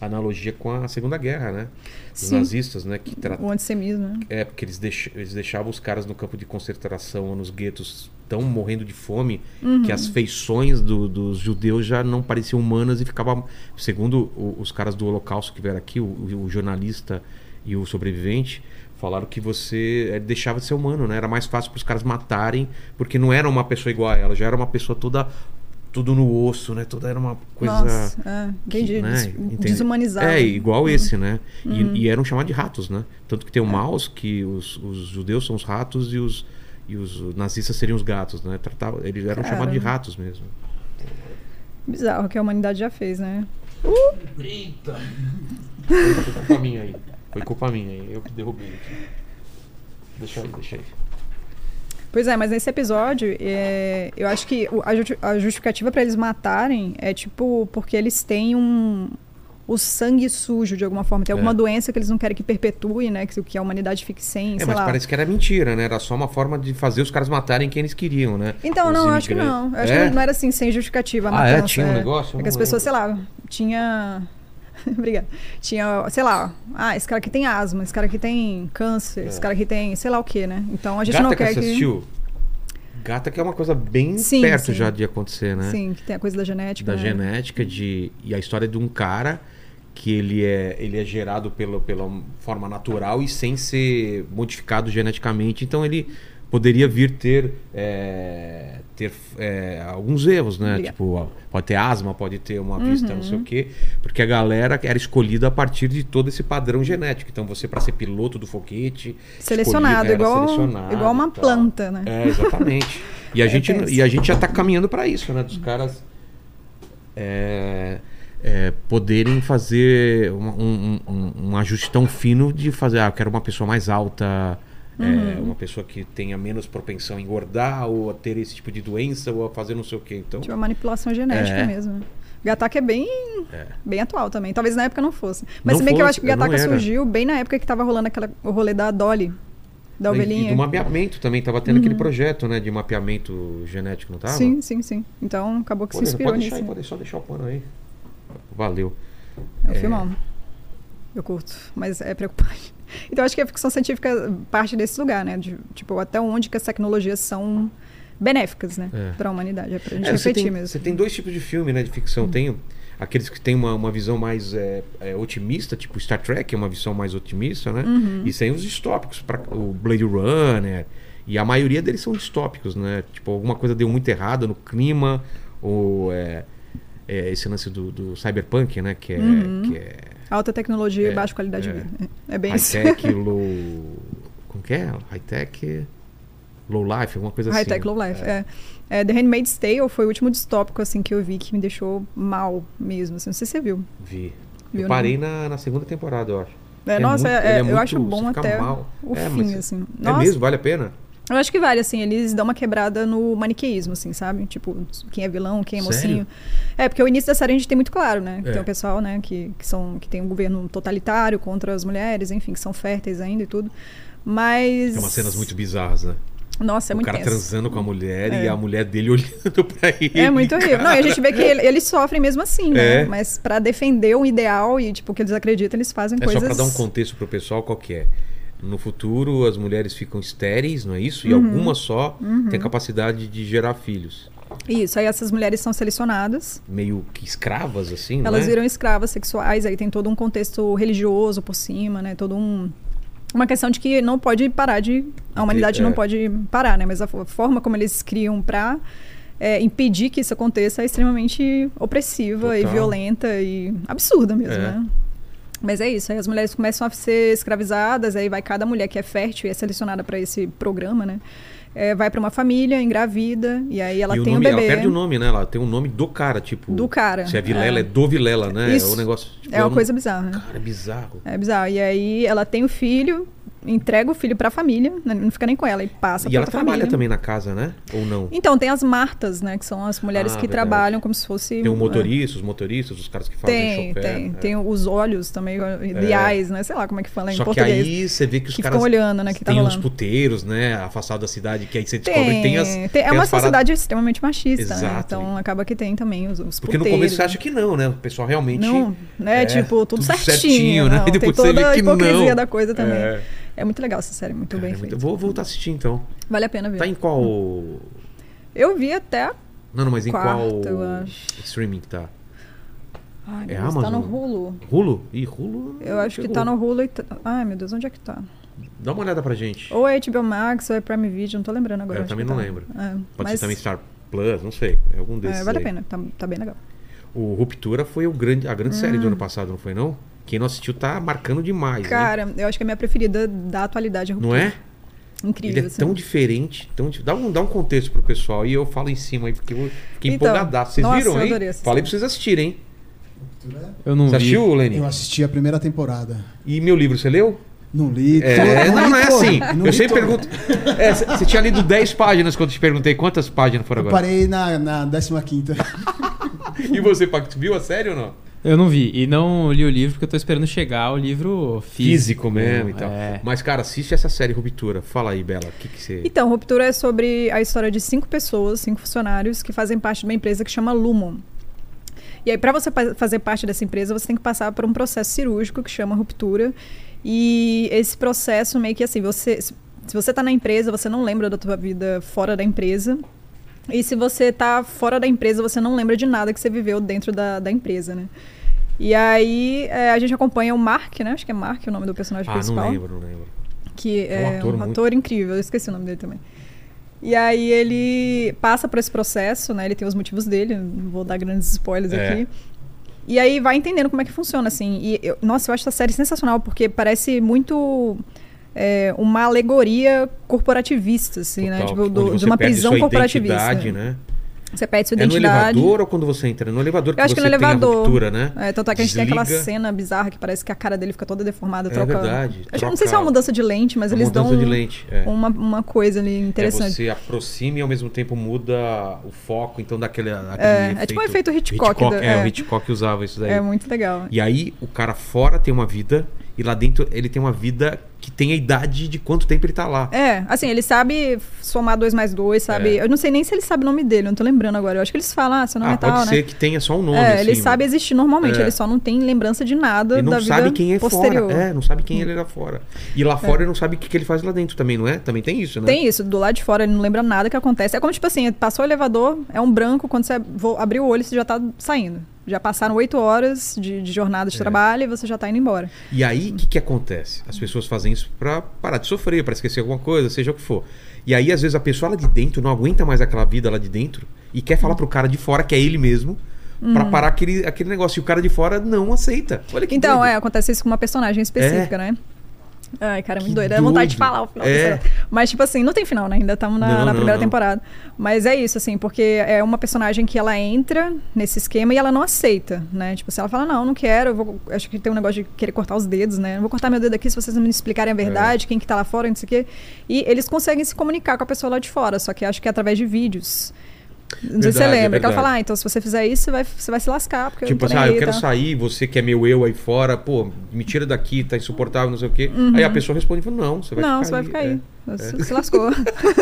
Speaker 1: analogia com a Segunda Guerra, né? Os
Speaker 4: Sim.
Speaker 1: nazistas, né? Que tra...
Speaker 4: O antissemitismo, né?
Speaker 1: É, porque eles, deix- eles deixavam os caras no campo de concentração ou nos guetos tão morrendo de fome que as feições do- dos judeus já não pareciam humanas e ficava. Segundo o- os caras do Holocausto que vieram aqui, o, o jornalista e o sobrevivente. Falaram que você eh, deixava de ser humano, né? Era mais fácil para os caras matarem, porque não era uma pessoa igual a ela, já era uma pessoa toda tudo no osso, né? Toda era uma coisa
Speaker 4: Nossa, é, bem de-
Speaker 1: né,
Speaker 4: des-
Speaker 1: entende?
Speaker 4: desumanizado.
Speaker 1: É, igual
Speaker 4: Uhum.
Speaker 1: esse, né? E, e eram chamados de ratos, né? Tanto que tem o
Speaker 4: É.
Speaker 1: Maus, que os, os judeus são os ratos e os, e os nazistas seriam os gatos, né? Tratava, eles eram
Speaker 4: Cara.
Speaker 1: chamados de ratos mesmo.
Speaker 4: Bizarro que a humanidade já fez, né?
Speaker 1: Eita! Foi culpa minha aí. Foi culpa minha aí. Eu que derrubei aqui. Deixa aí, deixa aí.
Speaker 4: Pois é, mas nesse episódio, é, eu acho que o- a justi- a justificativa pra eles matarem é tipo porque eles têm um o sangue sujo de alguma forma, tem alguma
Speaker 1: É.
Speaker 4: doença que eles não querem que perpetue, né, que, que a humanidade fique sem,
Speaker 1: É,
Speaker 4: sei
Speaker 1: mas
Speaker 4: lá.
Speaker 1: parece que era mentira, né? Era só uma forma de fazer os caras matarem quem eles queriam, né?
Speaker 4: Então,
Speaker 1: Os
Speaker 4: não, eu acho que
Speaker 1: imigrantes.
Speaker 4: não. Eu acho
Speaker 1: É?
Speaker 4: que não era assim, sem justificativa. a
Speaker 1: Ah, é?
Speaker 4: matança,
Speaker 1: Tinha um negócio? Eu
Speaker 4: É que as
Speaker 1: não
Speaker 4: pessoas, sei lá, tinha. Obrigada. Tinha, sei lá, ah, esse cara aqui tem asma, esse cara aqui tem câncer, esse cara aqui tem sei lá o quê, né? Então a gente
Speaker 1: É. Gata
Speaker 4: não
Speaker 1: que
Speaker 4: quer
Speaker 1: você assistiu? Gata que é uma coisa bem
Speaker 4: Sim,
Speaker 1: perto
Speaker 4: sim.
Speaker 1: já de acontecer, né?
Speaker 4: Sim, que tem a coisa da genética.
Speaker 1: da
Speaker 4: né?
Speaker 1: genética de e a história de um cara que ele é ele é gerado pelo, pela forma natural e sem ser modificado geneticamente então ele poderia vir ter é, ter é, alguns erros né
Speaker 4: Obrigada.
Speaker 1: tipo ó, pode ter asma pode ter uma vista não sei
Speaker 4: Uhum.
Speaker 1: o quê porque a galera era escolhida a partir de todo esse padrão genético então você para ser piloto do foguete
Speaker 4: Selecionado,
Speaker 1: escolhi- era
Speaker 4: igual,
Speaker 1: selecionado
Speaker 4: igual uma
Speaker 1: e tal.
Speaker 4: planta, né?
Speaker 1: É, exatamente. É E a, gente,
Speaker 4: tenso.
Speaker 1: e a gente já tá caminhando para isso, né? Dos caras é, é, poderem fazer uma- um, um- um- um ajuste tão fino de fazer, ah, eu quero uma pessoa mais alta, é, uma pessoa que tenha menos propensão a engordar, ou a ter esse tipo de doença, ou a fazer não sei o quê. Então,
Speaker 4: Tipo, uma manipulação genética
Speaker 1: É.
Speaker 4: mesmo. né? Gataca é bem, bem atual também. Talvez na época não fosse. Mas
Speaker 1: Não
Speaker 4: se bem que
Speaker 1: fosse,
Speaker 4: eu
Speaker 1: é,
Speaker 4: acho que
Speaker 1: não
Speaker 4: Gataca
Speaker 1: era.
Speaker 4: surgiu bem na época que tava rolando aquela, o rolê da Dolly, da
Speaker 1: e, e
Speaker 4: ovelhinha.
Speaker 1: do mapeamento também, tava tendo aquele projeto, né? De mapeamento genético, não tava?
Speaker 4: Sim, sim, sim. Então acabou que
Speaker 1: Pode,
Speaker 4: se
Speaker 1: pode
Speaker 4: inspirou
Speaker 1: deixar aí,
Speaker 4: nisso. né?
Speaker 1: pode só deixar o pano aí. Valeu.
Speaker 4: É um filmão. Eu curto, mas é preocupante. Então acho que a ficção científica parte desse lugar, né? De, tipo, até onde que as tecnologias são benéficas, né?
Speaker 1: É.
Speaker 4: Pra humanidade. É pra gente
Speaker 1: É, você,
Speaker 4: refletir
Speaker 1: tem,
Speaker 4: mesmo. Hum.
Speaker 1: você tem dois tipos de filme, né, de ficção. Tem aqueles que têm uma, uma visão mais é, é, otimista, tipo Star Trek é uma visão mais otimista, né?
Speaker 4: Uhum.
Speaker 1: E tem os distópicos, pra, o Blade Runner. E a maioria deles são distópicos, né? Tipo, alguma coisa deu muito errada no clima, ou é, é, esse lance do, do cyberpunk, né? Que é, que é
Speaker 4: Alta tecnologia e baixa qualidade
Speaker 1: é.
Speaker 4: de vida. É Uhum. bem isso.
Speaker 1: high-tech, low... Como que é? High-tech... Low life, alguma coisa
Speaker 4: High
Speaker 1: assim.
Speaker 4: Tech Low Life. É. É, The Handmaid's Tale foi o último distópico assim, que eu vi que me deixou mal mesmo. assim. Não sei se você viu.
Speaker 1: Vi. Eu
Speaker 4: Viu, né?
Speaker 1: parei na, na segunda temporada, eu acho.
Speaker 4: É, nossa,
Speaker 1: muito-
Speaker 4: é-
Speaker 1: ele
Speaker 4: eu
Speaker 1: muito-
Speaker 4: acho bom
Speaker 1: você fica
Speaker 4: até
Speaker 1: mal.
Speaker 4: o
Speaker 1: É, mas-
Speaker 4: fim, assim.
Speaker 1: É
Speaker 4: Nossa,
Speaker 1: mesmo? Vale a pena?
Speaker 4: Eu acho que vale, assim, eles dão uma quebrada no maniqueísmo, assim, sabe? Tipo, quem é vilão, quem é
Speaker 1: Sério?
Speaker 4: mocinho. É, porque o início da série a gente tem muito claro, né?
Speaker 1: É.
Speaker 4: Tem o pessoal, né, que, que, são, que tem um governo totalitário contra as mulheres, enfim, que são férteis ainda e tudo. Mas.
Speaker 1: Tem É umas cenas muito bizarras, né?
Speaker 4: Nossa, é
Speaker 1: o
Speaker 4: muito
Speaker 1: cara
Speaker 4: tenso.
Speaker 1: transando com a mulher
Speaker 4: É.
Speaker 1: e a mulher dele olhando pra ele.
Speaker 4: É muito horrível. Não, e a gente vê que ele- eles sofrem mesmo assim, né?
Speaker 1: É.
Speaker 4: Mas pra defender um ideal e, tipo, o que eles acreditam, eles fazem
Speaker 1: É
Speaker 4: coisas...
Speaker 1: só pra dar um contexto pro pessoal qual que é. No futuro, as mulheres ficam estéreis, não é isso?
Speaker 4: Uhum.
Speaker 1: E algumas só têm capacidade de gerar filhos.
Speaker 4: Isso, aí essas mulheres são selecionadas.
Speaker 1: Meio que escravas, assim,
Speaker 4: Elas
Speaker 1: não é?
Speaker 4: viram escravas sexuais, aí tem todo um contexto religioso por cima, né? Todo um... Uma questão de que não pode parar de... A humanidade
Speaker 1: é.
Speaker 4: não pode parar, né? Mas a fo- forma como eles criam pra... é, impedir que isso aconteça é extremamente opressiva e
Speaker 1: Total.
Speaker 4: violenta e absurda mesmo,
Speaker 1: É.
Speaker 4: né? Mas é isso, aí as mulheres começam a ser escravizadas, aí vai cada mulher que é fértil e é selecionada para esse programa, né? É, vai para uma família, engravida, e aí ela
Speaker 1: e o
Speaker 4: tem
Speaker 1: nome,
Speaker 4: um bebê
Speaker 1: ela perde o nome, né? Ela tem o nome do cara, tipo.
Speaker 4: do cara.
Speaker 1: Se é Vilela, é, do Vilela, né?
Speaker 4: Isso.
Speaker 1: É o negócio. tipo,
Speaker 4: É uma
Speaker 1: um-
Speaker 4: coisa bizarra, né?
Speaker 1: Cara, é bizarro.
Speaker 4: É bizarro. E aí ela tem o filho, entrega o filho pra família, né, não fica nem com ela, e passa
Speaker 1: E
Speaker 4: pra
Speaker 1: ela
Speaker 4: outra
Speaker 1: trabalha
Speaker 4: família.
Speaker 1: também na casa, né? Ou não?
Speaker 4: Então, tem as martas, né? Que são as mulheres
Speaker 1: Ah,
Speaker 4: que
Speaker 1: verdade.
Speaker 4: trabalham como se fosse.
Speaker 1: Tem o
Speaker 4: motorista.
Speaker 1: motorista, os motoristas, os caras que fazem
Speaker 4: É. Tem,
Speaker 1: chofer.
Speaker 4: tem.
Speaker 1: é.
Speaker 4: Tem os olhos também, the eyes, né? Sei lá como é que fala em
Speaker 1: Só que
Speaker 4: português.
Speaker 1: aí você vê que os
Speaker 4: que
Speaker 1: caras.
Speaker 4: ficam olhando, né? Que tá
Speaker 1: tem uns
Speaker 4: rolando.
Speaker 1: puteiros, né? Afastado da cidade, que aí você descobre que tem as.
Speaker 4: tem- é
Speaker 1: tem
Speaker 4: uma
Speaker 1: as paradas-
Speaker 4: sociedade extremamente machista, né?
Speaker 1: Exato.
Speaker 4: Então acaba que tem também os, os
Speaker 1: Porque no
Speaker 4: puteiros,
Speaker 1: começo você
Speaker 4: né?
Speaker 1: acha que não, né? O pessoal realmente.
Speaker 4: Não, né?
Speaker 1: É,
Speaker 4: tipo, tudo,
Speaker 1: tudo
Speaker 4: certinho.
Speaker 1: certinho, né?
Speaker 4: não,
Speaker 1: E depois
Speaker 4: tem
Speaker 1: você
Speaker 4: toda
Speaker 1: vê
Speaker 4: a
Speaker 1: que não.
Speaker 4: hipocrisia da coisa também. É.
Speaker 1: É.
Speaker 4: muito legal essa série, muito
Speaker 1: Cara,
Speaker 4: bem
Speaker 1: é muito-
Speaker 4: feita.
Speaker 1: Vou voltar a assistir então.
Speaker 4: Vale a pena ver.
Speaker 1: Tá em qual.
Speaker 4: Eu vi até.
Speaker 1: Não, não, mas em
Speaker 4: Quarto, eu
Speaker 1: qual
Speaker 4: acho.
Speaker 1: streaming que tá?
Speaker 4: Ai,
Speaker 1: É
Speaker 4: meu Deus, tá no
Speaker 1: Amazon?
Speaker 4: Hulu.
Speaker 1: Rulo? Ih, Rulo.
Speaker 4: Eu acho que tá no Hulu e. tá- Ai, meu Deus, onde é que tá?
Speaker 1: Dá uma olhada pra gente.
Speaker 4: Ou é HBO Max ou é Prime Video, não tô lembrando agora.
Speaker 1: Eu
Speaker 4: onde
Speaker 1: também
Speaker 4: que
Speaker 1: não
Speaker 4: tá.
Speaker 1: lembro.
Speaker 4: É,
Speaker 1: Pode
Speaker 4: mas
Speaker 1: ser também Star Plus, não sei. É algum desses.
Speaker 4: é, vale a
Speaker 1: aí.
Speaker 4: pena, tá, tá bem legal.
Speaker 1: O Ruptura foi o grande, a grande
Speaker 4: Hum.
Speaker 1: série do ano passado, não foi não? Quem não assistiu tá marcando demais, né?
Speaker 4: Cara, eu acho que é a minha preferida da atualidade.
Speaker 1: Não é?
Speaker 4: Incrível.
Speaker 1: Ele é
Speaker 4: assim.
Speaker 1: tão diferente, tão di- dá um dá um contexto pro pessoal e eu falo em cima aí porque eu fiquei
Speaker 4: Então,
Speaker 1: empolgadaço. Vocês
Speaker 4: nossa,
Speaker 1: viram,
Speaker 4: eu
Speaker 1: hein?
Speaker 4: adorei assistir.
Speaker 1: Falei pra vocês assistirem, hein?
Speaker 3: Eu não
Speaker 1: Você
Speaker 3: vi.
Speaker 1: assistiu, Lenny?
Speaker 2: né? Eu assisti a primeira temporada.
Speaker 1: E meu livro, você leu?
Speaker 2: Não li.
Speaker 1: É,
Speaker 2: todo-
Speaker 1: não, não
Speaker 2: li
Speaker 1: é
Speaker 2: todo,
Speaker 1: assim.
Speaker 3: né?
Speaker 2: não
Speaker 1: Eu
Speaker 2: li
Speaker 1: sempre
Speaker 2: todo.
Speaker 1: pergunto. É, c- Você tinha lido 10 páginas quando eu te perguntei quantas páginas foram
Speaker 2: Eu
Speaker 1: agora.
Speaker 2: parei na, na 15.
Speaker 1: E você, Pacto, viu a série ou não?
Speaker 3: Eu não vi. E não li o livro, porque eu tô esperando chegar o livro físico.
Speaker 1: Físico mesmo então. e tal.
Speaker 3: É.
Speaker 1: Mas, cara, assiste essa série Ruptura. Fala aí, Bela, o que, que você.
Speaker 4: Então, Ruptura é sobre a história de cinco pessoas, cinco funcionários, que fazem parte de uma empresa que chama Lumon. E aí, para você pa- fazer parte dessa empresa, você tem que passar por um processo cirúrgico que chama ruptura. E esse processo meio que assim, você, se se você está na empresa, você não lembra da sua vida fora da empresa. E se você está fora da empresa, você não lembra de nada que você viveu dentro da, da empresa, né? E aí, eh, a gente acompanha o Mark, né? Acho que é Mark o nome do personagem
Speaker 1: Ah,
Speaker 4: principal
Speaker 1: não lembro, não lembro.
Speaker 4: que
Speaker 1: É um
Speaker 4: é,
Speaker 1: ator
Speaker 4: um
Speaker 1: muito-
Speaker 4: ator incrível, eu esqueci o nome dele também. E aí ele passa por esse processo, né? Ele tem os motivos dele, não vou dar grandes spoilers
Speaker 1: É.
Speaker 4: aqui. E aí vai entendendo como é que funciona, assim. E eu- nossa, eu acho essa série sensacional, porque parece muito é, uma alegoria corporativista, assim, né?
Speaker 1: Total,
Speaker 4: Tipo,
Speaker 1: onde
Speaker 4: do-
Speaker 1: você
Speaker 4: de uma
Speaker 1: perde
Speaker 4: prisão
Speaker 1: sua
Speaker 4: corporativista.
Speaker 1: identidade, né?
Speaker 4: Você perde sua
Speaker 1: É no
Speaker 4: identidade.
Speaker 1: elevador ou quando você entra? É No elevador que
Speaker 4: eu acho que
Speaker 1: você
Speaker 4: no
Speaker 1: tem a
Speaker 4: elevador.
Speaker 1: ruptura, né?
Speaker 4: É, tanto é que a gente tem aquela
Speaker 1: Desliga.
Speaker 4: cena bizarra que parece que a cara dele fica toda deformada,
Speaker 1: É
Speaker 4: troca.
Speaker 1: verdade,
Speaker 4: Acho que não sei se é uma
Speaker 1: troca-
Speaker 4: mudança de lente, mas
Speaker 1: Uma
Speaker 4: eles
Speaker 1: mudança
Speaker 4: dão um
Speaker 1: de lente. É.
Speaker 4: uma, uma coisa ali
Speaker 1: É,
Speaker 4: interessante.
Speaker 1: você aproxima e ao mesmo tempo muda o foco, então dá aquele, aquele
Speaker 4: É, é tipo um efeito Hitchcock da-
Speaker 1: é,
Speaker 4: é.
Speaker 1: o Hitchcock usava isso daí.
Speaker 4: É muito legal.
Speaker 1: E aí o cara fora tem uma vida e lá dentro ele tem uma vida que tem a idade de quanto tempo ele tá lá.
Speaker 4: É, assim, ele sabe somar dois mais dois, sabe? Eu não sei nem se ele sabe o nome dele, eu não tô lembrando agora. Eu acho que eles falam, ah, seu nome
Speaker 1: É. ah,
Speaker 4: é tal,
Speaker 1: pode
Speaker 4: né?
Speaker 1: ser que tenha só um nome.
Speaker 4: é,
Speaker 1: assim,
Speaker 4: ele sabe existir normalmente,
Speaker 1: É.
Speaker 4: ele só não tem lembrança de nada
Speaker 1: Ele não
Speaker 4: da vida
Speaker 1: sabe quem é
Speaker 4: posterior. É.
Speaker 1: fora. É, não sabe quem ele é lá fora. E lá fora ele não sabe o que, que ele faz lá dentro também, não é? Também tem isso, né?
Speaker 4: Tem isso, do lado de fora ele não lembra nada que acontece. É como tipo assim, passou o elevador, é um branco, quando você vo- abrir o olho, você já tá saindo. Já passaram oito horas de, de
Speaker 1: É.
Speaker 4: jornada de trabalho e você já tá indo embora.
Speaker 1: E aí, o que, que acontece? As pessoas fazem isso pra parar de sofrer, pra esquecer alguma coisa, seja o que for. E aí, às vezes, a pessoa lá de dentro não aguenta mais aquela vida lá de dentro e quer falar pro cara de fora, que é ele mesmo, pra
Speaker 4: Uhum.
Speaker 1: parar aquele, aquele negócio. E o cara de fora não aceita. Olha que
Speaker 4: Então,
Speaker 1: doido.
Speaker 4: é, acontece isso com uma personagem específica,
Speaker 1: É.
Speaker 4: né? Ai, cara, é muito
Speaker 1: Que
Speaker 4: doido. Dá vontade de
Speaker 1: doido.
Speaker 4: falar o final.
Speaker 1: É.
Speaker 4: dessa- Mas, tipo assim, não tem final, né? Ainda estamos na,
Speaker 1: Não,
Speaker 4: na
Speaker 1: não,
Speaker 4: primeira
Speaker 1: não.
Speaker 4: temporada. Mas é isso, assim, porque é uma personagem que ela entra nesse esquema e ela não aceita, né? Tipo, se ela fala, não, não quero, eu vou... Acho que tem um negócio de querer cortar os dedos, né? Eu vou cortar meu dedo aqui se vocês não me
Speaker 1: É.
Speaker 4: explicarem a verdade, quem que tá lá fora, não sei o quê. E eles conseguem se comunicar com a pessoa lá de fora, só que acho que é através de vídeos. Não sei se você
Speaker 1: Verdade, é
Speaker 4: lembra. que ela
Speaker 1: verdade.
Speaker 4: fala, ah, então se você fizer isso, você vai, você vai se lascar, porque
Speaker 1: Tipo
Speaker 4: eu tá?" não
Speaker 1: assim, ah, eu
Speaker 4: tô nem aí", e
Speaker 1: quero
Speaker 4: tal.
Speaker 1: sair, você que é meu eu aí fora, pô, me tira daqui, tá insuportável, não sei o quê. Aí a pessoa responde, fala, não, você vai
Speaker 4: Uhum. não, você
Speaker 1: ficar
Speaker 4: vai
Speaker 1: aí.
Speaker 4: ficar
Speaker 1: É.
Speaker 4: aí. Você Se lascou.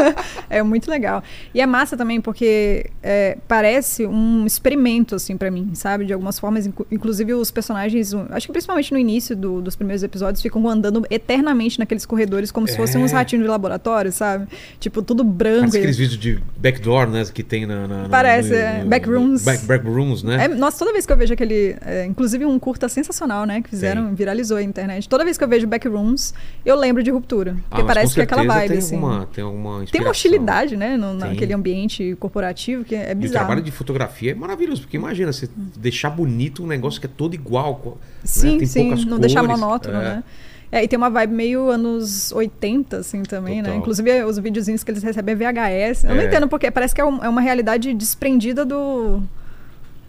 Speaker 4: é muito legal. E é massa também, porque é, parece um experimento, assim, pra mim, sabe? De algumas formas. inclu- inclusive, os personagens, um, acho que principalmente no início do- dos primeiros episódios, ficam andando eternamente naqueles corredores, como se fossem
Speaker 1: É.
Speaker 4: uns ratinhos de laboratório, sabe? Tipo, tudo branco.
Speaker 1: Parece
Speaker 4: e-
Speaker 1: aqueles vídeos de backdoor, né? Que tem na. na- no-
Speaker 4: Parece, é, backrooms.
Speaker 1: Back, backrooms, né?
Speaker 4: É, nossa, toda vez que eu vejo aquele. é, inclusive um curta sensacional, né? Que fizeram, viralizou a internet. Toda vez que eu vejo Backrooms, eu lembro de ruptura. Porque
Speaker 1: Ah, mas
Speaker 4: parece
Speaker 1: com
Speaker 4: que é aquela
Speaker 1: certeza
Speaker 4: vibe,
Speaker 1: tem
Speaker 4: assim.
Speaker 1: Alguma, tem alguma
Speaker 4: Tem uma
Speaker 1: inspiração.
Speaker 4: hostilidade, né? No,
Speaker 1: Tem.
Speaker 4: naquele ambiente corporativo que é
Speaker 1: E o
Speaker 4: bizarro.
Speaker 1: trabalho de fotografia é maravilhoso, porque imagina, você
Speaker 4: Hum.
Speaker 1: deixar bonito um negócio que é todo igual. co- né?
Speaker 4: Sim,
Speaker 1: Tem
Speaker 4: sim,
Speaker 1: poucas
Speaker 4: não deixar
Speaker 1: cores,
Speaker 4: monótono,
Speaker 1: é.
Speaker 4: né? É, e tem uma vibe meio anos 80, assim, também, né?
Speaker 1: Total.
Speaker 4: Inclusive, os videozinhos que eles recebem é VHS. Eu não
Speaker 1: É.
Speaker 4: entendo porque parece que é, um- é uma realidade desprendida do...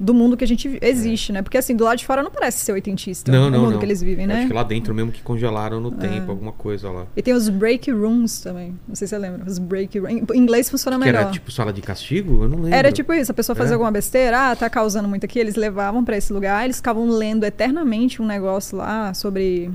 Speaker 4: do mundo que a gente vi- existe, né? Porque assim, do lado de fora não parece ser oitentista
Speaker 1: Não,
Speaker 4: o
Speaker 1: não,
Speaker 4: mundo
Speaker 1: não.
Speaker 4: que eles vivem,
Speaker 1: Eu
Speaker 4: né? É.
Speaker 1: Acho que lá dentro mesmo que congelaram no tempo, alguma coisa lá.
Speaker 4: E tem os break rooms também. Não sei se você lembra. Os break rooms. Em inglês funciona
Speaker 1: Que
Speaker 4: melhor.
Speaker 1: era tipo sala de castigo? Eu não lembro.
Speaker 4: Era tipo isso, a pessoa
Speaker 1: É.
Speaker 4: fazia alguma besteira, ah, tá causando muito aqui, eles levavam pra esse lugar, eles ficavam lendo eternamente um negócio lá sobre.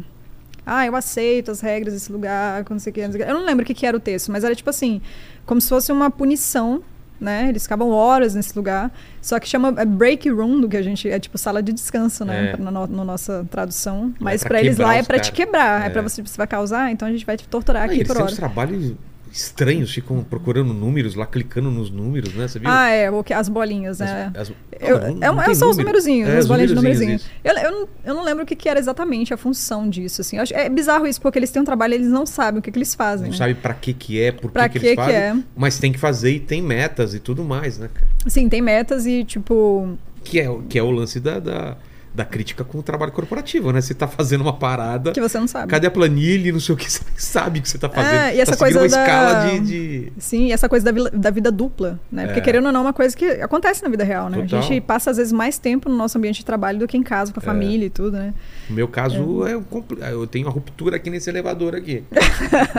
Speaker 4: Ah, eu aceito as regras desse lugar, não sei o que, não sei o que. Eu não lembro o que, que era o texto, mas era tipo assim, como se fosse uma punição, né? Eles ficavam horas nesse lugar. Só que chama é break room, do que a gente. É tipo sala de descanso, né?
Speaker 1: É.
Speaker 4: Na no- na nossa tradução.
Speaker 1: é
Speaker 4: Mas
Speaker 1: pra
Speaker 4: pra eles lá
Speaker 1: quebrar
Speaker 4: é
Speaker 1: os
Speaker 4: pra te
Speaker 1: caras.
Speaker 4: quebrar. É,
Speaker 1: É.
Speaker 4: pra você, você vai causar, então a gente vai te torturar
Speaker 1: Ah,
Speaker 4: aqui
Speaker 1: eles
Speaker 4: por
Speaker 1: têm
Speaker 4: hora.
Speaker 1: uns trabalhos estranhos, ficam procurando números lá, clicando nos números, né? Você viu?
Speaker 4: Ah, é, o que, as bolinhas,
Speaker 1: As-
Speaker 4: né?
Speaker 1: as-
Speaker 4: Eu,
Speaker 1: não, não
Speaker 4: é, um- é
Speaker 1: tem
Speaker 4: só os
Speaker 1: número.
Speaker 4: numerozinhos,
Speaker 1: É,
Speaker 4: os
Speaker 1: os
Speaker 4: bolinhas de
Speaker 1: numerozinhos,
Speaker 4: numerozinho. Eu, eu, não- eu não lembro o que, que era exatamente a função disso, assim. Eu acho- é bizarro isso, porque eles têm um trabalho e eles não sabem o que, que eles fazem.
Speaker 1: Não
Speaker 4: né?
Speaker 1: sabe pra que que é, por
Speaker 4: Pra
Speaker 1: que, que
Speaker 4: que
Speaker 1: eles
Speaker 4: que
Speaker 1: fazem,
Speaker 4: é.
Speaker 1: mas tem que fazer e tem metas e tudo mais, né, cara?
Speaker 4: Sim, tem metas e, tipo...
Speaker 1: Que é, o- que é o lance da, da, da crítica com o trabalho corporativo, né? Você tá fazendo uma parada,
Speaker 4: Que você não sabe.
Speaker 1: cadê a planilha e não sei o que, você nem sabe o que você tá fazendo.
Speaker 4: É, e essa
Speaker 1: tá seguindo
Speaker 4: coisa
Speaker 1: uma
Speaker 4: da-
Speaker 1: escala de... de-
Speaker 4: Sim, e essa coisa da, vila- da vida dupla, né? Porque
Speaker 1: É.
Speaker 4: querendo ou não, é uma coisa que acontece na vida real, né?
Speaker 1: Total. É.
Speaker 4: A gente passa, às vezes, mais tempo no nosso ambiente de trabalho do que em casa, com a família e tudo, né?
Speaker 1: No meu caso, é. um compli- eu tenho uma ruptura aqui nesse elevador aqui.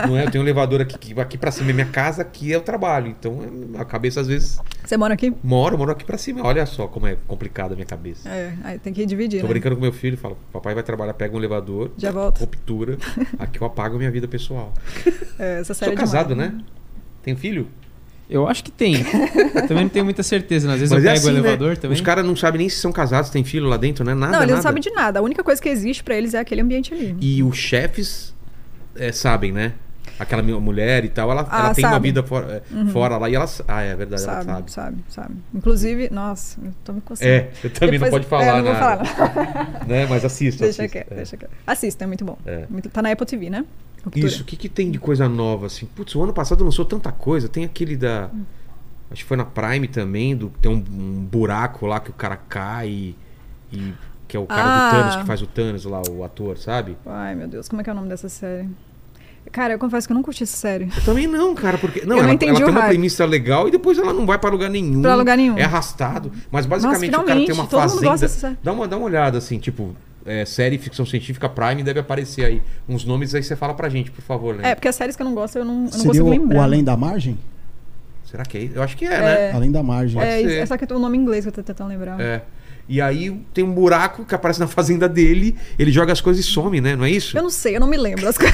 Speaker 1: não é? Eu tenho um elevador aqui, que- aqui pra cima é minha casa, aqui é o trabalho. Então, é- a cabeça às vezes...
Speaker 4: Você mora aqui?
Speaker 1: Moro, moro aqui pra cima. Olha só como é complicada a minha cabeça.
Speaker 4: É, aí tem que dividir,
Speaker 1: Tô
Speaker 4: né?
Speaker 1: brincando com meu filho, falo, papai vai trabalhar, pega um elevador,
Speaker 4: Já volto.
Speaker 1: ruptura, aqui eu apago minha vida pessoal.
Speaker 4: É, essa série
Speaker 1: Sou
Speaker 4: é
Speaker 1: casado,
Speaker 4: demais.
Speaker 1: né? Tenho filho?
Speaker 3: Eu acho que tem. Eu também não tenho muita certeza. né? Às vezes eu
Speaker 1: é
Speaker 3: pego
Speaker 1: assim,
Speaker 3: o
Speaker 1: né?
Speaker 3: elevador também.
Speaker 1: Os caras não sabem nem se são casados, tem filho lá dentro, né? Nada,
Speaker 4: não, eles
Speaker 1: nada.
Speaker 4: não sabem de nada. A única coisa que existe pra eles é aquele ambiente ali.
Speaker 1: E os chefes é, sabem, né? Aquela minha mulher e tal, ela,
Speaker 4: Ah, Uhum.
Speaker 1: ela tem uma
Speaker 4: sabe.
Speaker 1: vida fora, é, fora lá e ela... sa- Ah, é verdade,
Speaker 4: sabe,
Speaker 1: ela sabe.
Speaker 4: sabe, sabe, Inclusive, nossa, eu tô me coçando.
Speaker 1: É, eu também não pode
Speaker 4: Depois-
Speaker 1: falar
Speaker 4: é, não vou
Speaker 1: nada.
Speaker 4: falar.
Speaker 1: Né? Mas assista,
Speaker 4: deixa
Speaker 1: assista.
Speaker 4: quieto,
Speaker 1: é.
Speaker 4: deixa quieto. Assista, é muito bom.
Speaker 1: É.
Speaker 4: Muito- Tá na Apple TV, né? Ruptura.
Speaker 1: Isso, o que, que tem de coisa nova, assim? Putz, o ano passado lançou tanta coisa. Tem aquele da.
Speaker 4: Hum.
Speaker 1: Acho que foi na Prime também, do, tem um, um buraco lá que o cara cai e. e- que é o cara
Speaker 4: Ah.
Speaker 1: do Thanos que faz o Thanos lá, o ator, sabe?
Speaker 4: Ai, meu Deus, como é que é o nome dessa série? Cara, eu confesso que eu não curti essa série.
Speaker 1: Eu também não, cara, porque. Não,
Speaker 4: Eu não
Speaker 1: ela,
Speaker 4: entendi
Speaker 1: ela
Speaker 4: o
Speaker 1: tem uma
Speaker 4: hype.
Speaker 1: premissa legal e depois ela não vai pra lugar nenhum.
Speaker 4: Pra lugar nenhum.
Speaker 1: É arrastado. Mas basicamente
Speaker 4: Nossa,
Speaker 1: o cara tem uma
Speaker 4: finalmente, todo mundo
Speaker 1: fazenda.
Speaker 4: gosta dessa-
Speaker 1: Dá, uma, dá uma olhada, assim, tipo, é, série ficção científica Prime deve aparecer aí. Uns nomes aí você fala pra gente, por favor, né?
Speaker 4: É, porque as séries que eu não gosto, eu não, eu não
Speaker 2: Seria
Speaker 4: consigo
Speaker 2: o,
Speaker 4: lembrar. né?
Speaker 2: o Além da Margem?
Speaker 1: Será que é isso? Eu acho que é, né?
Speaker 2: Além da Margem.
Speaker 1: Pode
Speaker 4: É,
Speaker 1: ser.
Speaker 4: é só que tem o nome em inglês que eu tô tentando lembrar.
Speaker 1: É. E aí tem um buraco que aparece na fazenda dele, ele joga as coisas e some, né? Não é isso?
Speaker 4: Eu não sei, eu não me lembro. As, co-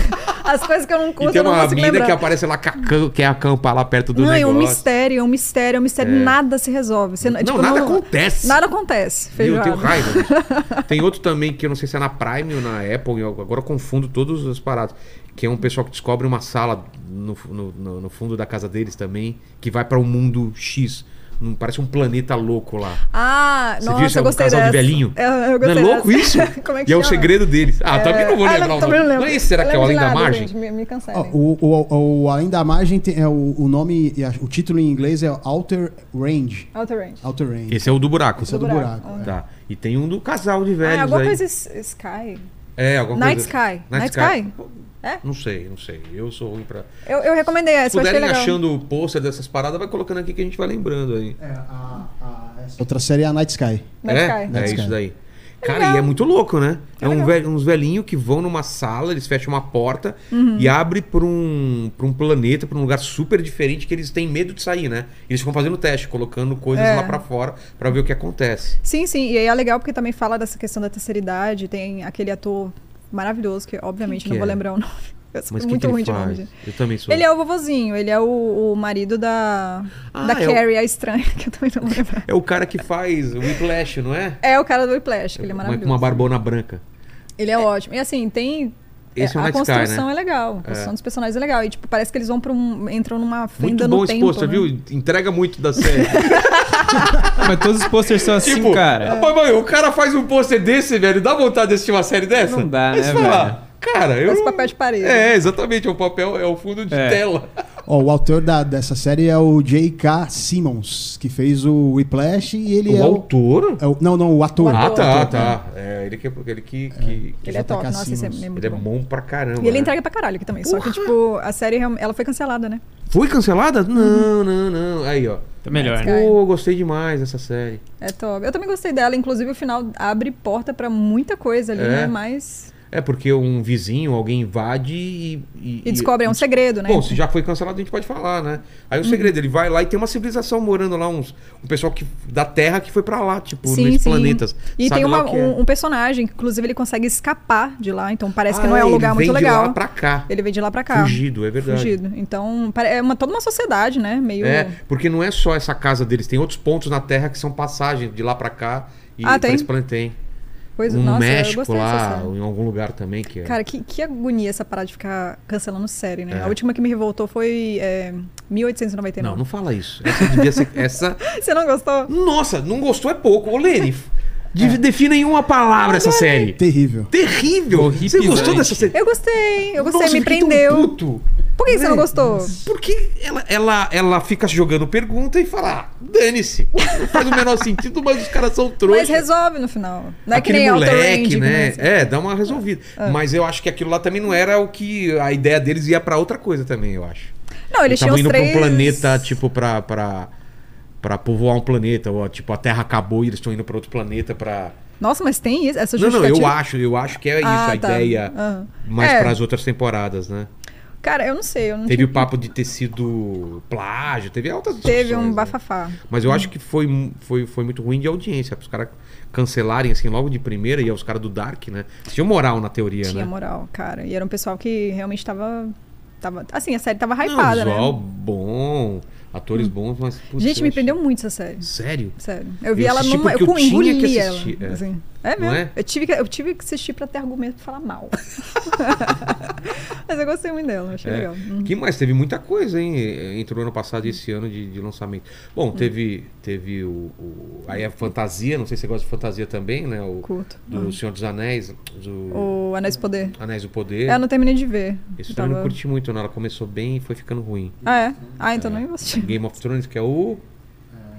Speaker 4: as coisas que eu não curto,
Speaker 1: e tem
Speaker 4: eu não
Speaker 1: uma
Speaker 4: consigo
Speaker 1: mina
Speaker 4: lembrar.
Speaker 1: que aparece lá, que acam- quer acampar lá perto do
Speaker 4: não, é
Speaker 1: negócio.
Speaker 4: um mistério, é um mistério, é um mistério. Nada se resolve. Você,
Speaker 1: Não,
Speaker 4: tipo,
Speaker 1: nada acontece.
Speaker 4: Nada acontece.
Speaker 1: Meu, eu
Speaker 4: Feijoada.
Speaker 1: tenho raiva. disso. tem outro também que eu não sei se é na Prime ou na Apple, eu agora confundo todas as paradas. Que é um pessoal que descobre uma sala no, fu- no- no- no fundo da casa deles também, que vai pra um mundo X. Não parece um planeta louco lá.
Speaker 4: Ah,
Speaker 1: Você
Speaker 4: nossa,
Speaker 1: viu esse
Speaker 4: eu gostei
Speaker 1: casal
Speaker 4: dessa.
Speaker 1: de velhinho?
Speaker 4: Eu, eu
Speaker 1: Não é
Speaker 4: gostei
Speaker 1: louco isso?
Speaker 4: dessa. Como é que
Speaker 1: e é o
Speaker 4: chama?
Speaker 1: segreiro deles. Ah, também não vou
Speaker 4: Ah,
Speaker 1: lembrar o nome.
Speaker 4: também não
Speaker 1: Não
Speaker 4: lembro.
Speaker 1: é esse, será
Speaker 4: Eu
Speaker 1: que é o
Speaker 4: lembro
Speaker 1: Além
Speaker 4: de
Speaker 1: da
Speaker 4: nada,
Speaker 1: Margem?
Speaker 4: gente, me, me
Speaker 2: Ó,
Speaker 4: cancelem.
Speaker 2: o, o- o Além da Margem tem- é o, o nome, e a- o título em inglês é Outer Range.
Speaker 4: Outer Range.
Speaker 2: Outer Range.
Speaker 1: Esse é o do buraco.
Speaker 2: Esse é do
Speaker 4: Do
Speaker 2: buraco.
Speaker 4: buraco,
Speaker 2: é.
Speaker 1: Tá. E tem um do casal de
Speaker 4: Ah,
Speaker 1: velhos
Speaker 4: alguma
Speaker 1: aí.
Speaker 4: coisa es- Sky.
Speaker 1: É, alguma
Speaker 4: Night
Speaker 1: coisa.
Speaker 4: Sky. Night Sky? É?
Speaker 1: Não sei, não sei. Eu sou ruim pra.
Speaker 4: Eu, eu recomendei
Speaker 1: Se
Speaker 4: essa, eu achei
Speaker 1: puderem
Speaker 4: legal.
Speaker 1: achando o pôster dessas paradas, vai colocando aqui que a gente vai lembrando aí.
Speaker 2: É, a- a- essa Outra série é a Night Sky.
Speaker 4: Night
Speaker 1: é,
Speaker 4: Sky.
Speaker 1: é
Speaker 2: Night
Speaker 1: isso
Speaker 2: Sky.
Speaker 1: daí. Cara, e é muito louco, né? É, um velho- uns velhinhos que vão numa sala, eles fecham uma porta
Speaker 4: Uhum.
Speaker 1: e abre pra um, pra um planeta, pra um lugar super diferente que eles têm medo de sair, né? Eles ficam fazendo teste, colocando coisas
Speaker 4: É.
Speaker 1: lá pra fora pra ver o que acontece.
Speaker 4: Sim, sim, e aí é legal porque também fala dessa questão da terceira idade, tem aquele ator maravilhoso que obviamente
Speaker 1: Quem
Speaker 4: não
Speaker 1: que
Speaker 4: vou
Speaker 1: é?
Speaker 4: lembrar o nome. Eu sou
Speaker 1: Mas o que,
Speaker 4: muito
Speaker 1: que ele
Speaker 4: ruim de nome.
Speaker 1: faz?
Speaker 4: gente.
Speaker 1: Eu também sou.
Speaker 4: Ele é o vovozinho, ele é o, o marido da,
Speaker 1: Ah,
Speaker 4: da
Speaker 1: é o-
Speaker 4: Carrie, a estranha, que eu também não vou lembrar.
Speaker 1: É o cara que faz o Whiplash, não é?
Speaker 4: É o cara do Whiplash, que ele é
Speaker 1: Uma-
Speaker 4: maravilhoso.
Speaker 1: Com uma barbona branca.
Speaker 4: Ele é ótimo. E assim, tem.
Speaker 1: Esse é o
Speaker 4: a
Speaker 1: Night Sky,
Speaker 4: construção
Speaker 1: né?
Speaker 4: é legal. A construção dos personagens é legal. E, tipo, parece que eles vão pra um. entram numa
Speaker 1: Muito
Speaker 4: fenda
Speaker 1: bom
Speaker 4: no
Speaker 1: esse
Speaker 4: tempo.
Speaker 1: pôster,
Speaker 4: né?
Speaker 1: viu? Entrega muito da série.
Speaker 3: Ah, Mas todos os posters são assim,
Speaker 1: tipo,
Speaker 3: cara.
Speaker 1: rapaz, mãe, o cara faz um pôster desse, velho. Dá vontade de assistir uma série dessa?
Speaker 3: Não dá,
Speaker 1: Aí
Speaker 3: né,
Speaker 1: você fala, Cara, eu.
Speaker 4: Parece
Speaker 1: não-
Speaker 4: papel de parede.
Speaker 1: É, exatamente. É o um papel, é o fundo de
Speaker 3: É.
Speaker 1: tela.
Speaker 2: Ó, Ó, o autor da, dessa série é o J.K. Simmons, que fez o Whiplash e ele
Speaker 1: o
Speaker 2: é, o,
Speaker 1: autor?
Speaker 2: é o- Não, não, o ator.
Speaker 4: O
Speaker 1: Ah,
Speaker 4: ator.
Speaker 1: tá, tá. É, ele que, ele que, que-
Speaker 4: Ele um
Speaker 2: JK
Speaker 4: é top. Nossa, esse é,
Speaker 2: Simmons.
Speaker 4: é muito
Speaker 1: ele é
Speaker 4: bom.
Speaker 1: bom pra caramba.
Speaker 4: E ele
Speaker 1: né?
Speaker 4: entrega pra caralho aqui também. Só que, tipo, a série real- ela foi cancelada, né?
Speaker 1: Foi cancelada?
Speaker 4: Uhum.
Speaker 1: Não, não, não. Aí, ó.
Speaker 3: Tá melhor, né?
Speaker 4: Cara.
Speaker 1: Pô, gostei demais dessa série.
Speaker 4: É top. Eu também gostei dela. Inclusive, o final abre porta pra muita coisa ali,
Speaker 1: É.
Speaker 4: né? Mas.
Speaker 1: É porque um vizinho, alguém invade e.
Speaker 4: E descobre, é um segredo, né? Uhum.
Speaker 1: Bom, se já foi cancelado, a gente pode falar, né? Aí o segredo, ele vai lá e tem uma civilização morando lá, uns, um pessoal que, da Terra que foi pra lá, tipo, nos planetas.
Speaker 4: E
Speaker 1: Sabe
Speaker 4: tem
Speaker 1: lá
Speaker 4: uma-
Speaker 1: o que é.
Speaker 4: um, um personagem, que, inclusive, ele consegue escapar de lá, então parece que
Speaker 1: Ah,
Speaker 4: não é um lugar muito
Speaker 1: Ele vem
Speaker 4: legal.
Speaker 1: de lá pra cá.
Speaker 4: Ele veio de lá pra cá.
Speaker 1: Fugido, é verdade.
Speaker 4: Fugido. Então, pare- é uma, toda uma sociedade, né? Meio.
Speaker 1: É, porque não é só essa casa deles, tem outros pontos na Terra que são passagem de lá pra cá e pra
Speaker 4: Ah, tem?
Speaker 1: esse planeta tem.
Speaker 4: Coisa...
Speaker 1: no
Speaker 4: Nossa, eu
Speaker 1: Um México
Speaker 4: gostei dessa
Speaker 1: lá,
Speaker 4: série.
Speaker 1: ou em algum lugar também que é.
Speaker 4: Cara, que, que agonia essa parada de ficar cancelando série, né?
Speaker 1: É.
Speaker 4: A última que me revoltou foi é,
Speaker 1: não,
Speaker 4: 1899.
Speaker 1: não fala isso. Essa devia ser essa
Speaker 4: Você não gostou?
Speaker 1: Nossa, não gostou é pouco. Ô, Lene,
Speaker 4: É.
Speaker 1: de- defina em uma palavra essa série.
Speaker 2: Terrível.
Speaker 1: Terrível. Você
Speaker 3: Horripilante.
Speaker 1: gostou dessa série?
Speaker 4: Eu gostei, eu gostei,
Speaker 1: Nossa,
Speaker 4: me
Speaker 1: eu fiquei tão
Speaker 4: prendeu.
Speaker 1: puto.
Speaker 4: Por que, que você não
Speaker 1: Né?
Speaker 4: gostou?
Speaker 1: Porque ela, ela, ela fica jogando pergunta e fala, ah, dane-se. Não faz o menor sentido, mas os caras são
Speaker 4: Mas
Speaker 1: trouxas.
Speaker 4: resolve no final. Não é
Speaker 1: Aquele
Speaker 4: que nem
Speaker 1: moleque,
Speaker 4: Autoranding,
Speaker 1: né? É, dá uma resolvida.
Speaker 4: Ah.
Speaker 1: Mas eu acho que aquilo lá também não era o que... A ideia deles ia pra outra coisa também, eu acho.
Speaker 4: Não, eles tinham
Speaker 1: Estavam
Speaker 4: os
Speaker 1: indo pra
Speaker 4: três...
Speaker 1: um planeta, tipo, pra... pra... Pra povoar um planeta, ou tipo, a Terra acabou e eles estão indo pra outro planeta pra.
Speaker 4: Nossa, mas tem isso, essa
Speaker 1: Não, não,
Speaker 4: justificativa?
Speaker 1: eu acho, eu acho que é isso,
Speaker 4: Ah,
Speaker 1: a
Speaker 4: tá.
Speaker 1: ideia.
Speaker 4: Aham.
Speaker 1: Mais
Speaker 4: É.
Speaker 1: pras outras temporadas, né?
Speaker 4: Cara, eu não sei, eu não
Speaker 1: Teve o papo de ter sido plágio, teve altas
Speaker 4: teve
Speaker 1: discussões,
Speaker 4: um
Speaker 1: né?
Speaker 4: bafafá.
Speaker 1: Mas eu acho que foi, mu- foi, foi muito ruim de audiência. Os caras cancelarem assim logo de primeira e é os caras do Dark, né? Tinha moral na teoria, né?
Speaker 4: Tinha moral, cara. E era um pessoal que realmente tava... tava assim, a série tava
Speaker 1: Não,
Speaker 4: hypada,
Speaker 1: visual
Speaker 4: né? Hum.
Speaker 1: bom, atores bons, mas. putz,
Speaker 4: Gente,
Speaker 1: eu
Speaker 4: me
Speaker 1: achei-
Speaker 4: prendeu muito essa série.
Speaker 1: Sério?
Speaker 4: Sério. Eu vi
Speaker 1: Eu
Speaker 4: ela
Speaker 1: assisti
Speaker 4: numa.
Speaker 1: porque
Speaker 4: Eu,
Speaker 1: eu tinha que
Speaker 4: engoli ela.
Speaker 1: assistir, é.
Speaker 4: assim. É
Speaker 1: Não
Speaker 4: mesmo.
Speaker 1: é?
Speaker 4: Eu, tive que, eu tive que assistir pra ter argumento pra falar mal. Mas eu gostei muito dela, achei
Speaker 1: É.
Speaker 4: legal. Uhum.
Speaker 1: Que mais? Teve muita coisa, hein? eh, Entre o ano passado e esse ano de, de lançamento.
Speaker 4: Hum.
Speaker 1: Bom, teve, teve o, o- Aí a fantasia, não sei se você gosta de fantasia também, né? O,
Speaker 4: Curto.
Speaker 1: do Senhor dos Anéis, do
Speaker 4: O Anéis do Poder.
Speaker 1: Anéis do Poder.
Speaker 4: Eu não terminei de ver.
Speaker 1: Esse
Speaker 4: Eu
Speaker 1: filme eu não
Speaker 4: tava-
Speaker 1: curti muito, não. Ela começou bem e foi ficando ruim.
Speaker 4: Ah, é? Ah, então nem vou assistir.
Speaker 1: Game of Thrones, que é o.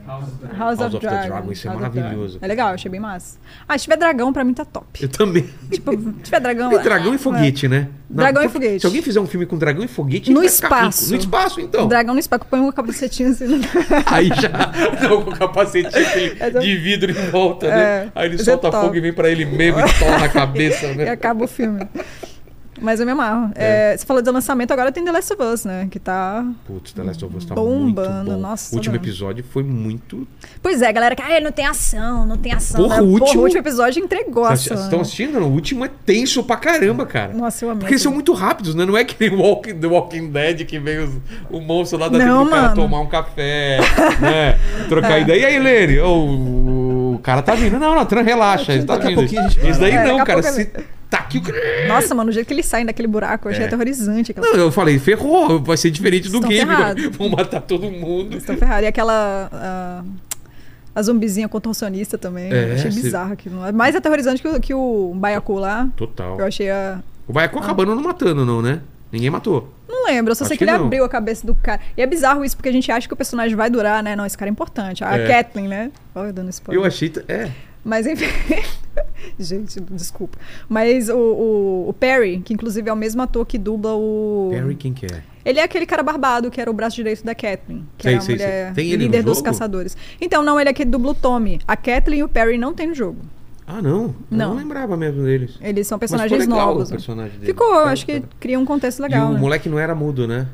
Speaker 4: House,
Speaker 1: House
Speaker 4: of,
Speaker 1: of the
Speaker 4: Dragon.
Speaker 1: Dragon, isso é
Speaker 4: House of Dragon.
Speaker 1: maravilhoso.
Speaker 4: É legal, achei bem massa. Ah, se tiver dragão, pra mim tá top.
Speaker 1: Eu também.
Speaker 4: tipo, se tiver dragão.
Speaker 1: Tem dragão
Speaker 4: é,
Speaker 1: e foguete, né?
Speaker 4: Dragão e
Speaker 1: se-
Speaker 4: foguete.
Speaker 1: Se alguém fizer um filme com dragão e foguete,
Speaker 4: No
Speaker 1: ele vai ficar
Speaker 4: espaço.
Speaker 1: rico. No espaço, então.
Speaker 4: é. Dragão no espaço, põe uma capacetinha assim.
Speaker 1: Aí já. Não, com o capacetinho aquele
Speaker 4: Essa-
Speaker 1: de vidro em volta, né?
Speaker 4: É,
Speaker 1: Aí ele
Speaker 4: esse é
Speaker 1: solta
Speaker 4: top.
Speaker 1: fogo e vem pra ele mesmo e torna na cabeça,
Speaker 4: e
Speaker 1: né?
Speaker 4: acaba o filme. Mas eu me amarro. É, você falou de lançamento, agora tem The Last of Us, né? Que tá.
Speaker 1: Putz, The Last of Us tá
Speaker 4: Bombando,
Speaker 1: muito bom.
Speaker 4: nossa,
Speaker 1: o último
Speaker 4: adorando.
Speaker 1: episódio foi muito...
Speaker 4: Pois é, galera, que ah, não tem ação, não tem ação.
Speaker 1: Porra,
Speaker 4: né?
Speaker 1: o último-
Speaker 4: o último episódio entregou a ação.
Speaker 1: Vocês estão assistindo? Não, o último é tenso pra caramba, cara.
Speaker 4: Nossa, eu amei.
Speaker 1: Porque eles são
Speaker 4: aquilo.
Speaker 1: muito rápidos, né? Não é que nem Walking, The Walking Dead que veio os- o monstro lá da
Speaker 4: Não,
Speaker 1: do cara
Speaker 4: mano. É.
Speaker 1: tomar um café, né? Trocar ideia. E aí, Lene? Ô, o cara tá vindo. Não, não, tran- relaxa. Ele tá
Speaker 2: Daqui a
Speaker 1: vindo.
Speaker 2: pouquinho a gente para.
Speaker 1: Isso daí
Speaker 4: É, daqui
Speaker 1: não,
Speaker 4: a
Speaker 1: cara.
Speaker 4: pouco
Speaker 1: Se
Speaker 4: é-
Speaker 1: tá aqui o.
Speaker 4: Nossa, mano, o jeito que eles saem daquele buraco, eu achei
Speaker 1: É.
Speaker 4: aterrorizante. Aquela...
Speaker 1: Não, eu falei, ferrou, vai ser diferente do
Speaker 4: Estão
Speaker 1: game.
Speaker 4: ferrados.
Speaker 1: Vão matar todo mundo.
Speaker 4: Eles estão ferrados. E aquela. ah, a zumbizinha contorcionista também.
Speaker 1: É,
Speaker 4: eu achei
Speaker 1: se-
Speaker 4: bizarro aquilo. É mais aterrorizante que o, que o Baiacu lá.
Speaker 1: Total.
Speaker 4: Eu Ah. achei a.
Speaker 1: O Baiacu acabando não matando, não, né? Ninguém matou.
Speaker 4: Não lembro, eu só
Speaker 1: Acho
Speaker 4: sei que,
Speaker 1: que
Speaker 4: ele
Speaker 1: não.
Speaker 4: abriu a cabeça do cara. E é bizarro isso, porque a gente acha que o personagem vai durar, né? Não, esse cara é importante. A
Speaker 1: É.
Speaker 4: Kathleen, né? Olha, dando spoiler.
Speaker 1: Eu achei. t- É.
Speaker 4: Mas enfim. Gente, desculpa. Mas o, o- o Perry, que inclusive é o mesmo ator que dubla o.
Speaker 1: Perry, quem que é?
Speaker 4: Ele é aquele cara barbado que era o braço direito da Kathleen, que
Speaker 1: Sei,
Speaker 4: era a
Speaker 1: sei, sei.
Speaker 4: mulher
Speaker 1: Tem ele no
Speaker 4: líder dos
Speaker 1: jogo?
Speaker 4: caçadores. Então, não, ele é que dubla o Tommy. A Kathleen e o Perry não tem no jogo.
Speaker 1: Ah, não. Eu não
Speaker 4: Não.
Speaker 1: lembrava mesmo deles.
Speaker 4: Eles são
Speaker 1: Mas ficou
Speaker 4: personagens
Speaker 1: legal o
Speaker 4: novos. né?
Speaker 1: personagem dele.
Speaker 4: Ficou, eu
Speaker 1: É,
Speaker 4: acho que
Speaker 1: ficou
Speaker 4: cria um contexto legal.
Speaker 1: E o
Speaker 4: né?
Speaker 1: moleque não era mudo, né?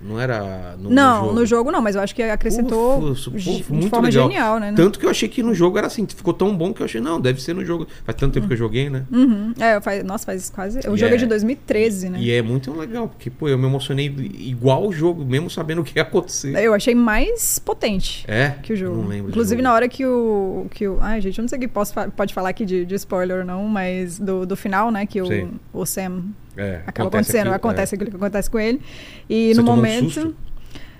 Speaker 1: Não era no,
Speaker 4: não, no jogo não, mas eu acho que acrescentou
Speaker 1: Pô, isso, pô,
Speaker 4: ge- de
Speaker 1: muito
Speaker 4: forma
Speaker 1: legal.
Speaker 4: genial, né?
Speaker 1: Tanto que eu achei que no jogo era assim, ficou tão bom que eu achei, não, deve ser no jogo. Faz tanto tempo que eu joguei, né?
Speaker 4: Uhum. É, faz, nossa, faz quase. O
Speaker 1: E
Speaker 4: jogo
Speaker 1: é-
Speaker 4: é de 2013, né?
Speaker 1: E é muito legal, porque, pô, eu me emocionei igual o jogo, mesmo sabendo o que ia acontecer.
Speaker 4: Eu achei mais potente.
Speaker 1: É?
Speaker 4: que o jogo.
Speaker 1: Não lembro.
Speaker 4: Inclusive, na hora que o, que o. Ai, gente, eu não sei o que posso, fa- pode falar aqui de, de spoiler, ou não, mas do, do final, né? Que o,
Speaker 1: Sim.
Speaker 4: o Sam
Speaker 1: É,
Speaker 4: acaba acontecendo, acontece aquilo que acontece com ele. E
Speaker 1: Você
Speaker 4: no
Speaker 1: tomou um
Speaker 4: momento.
Speaker 1: susto?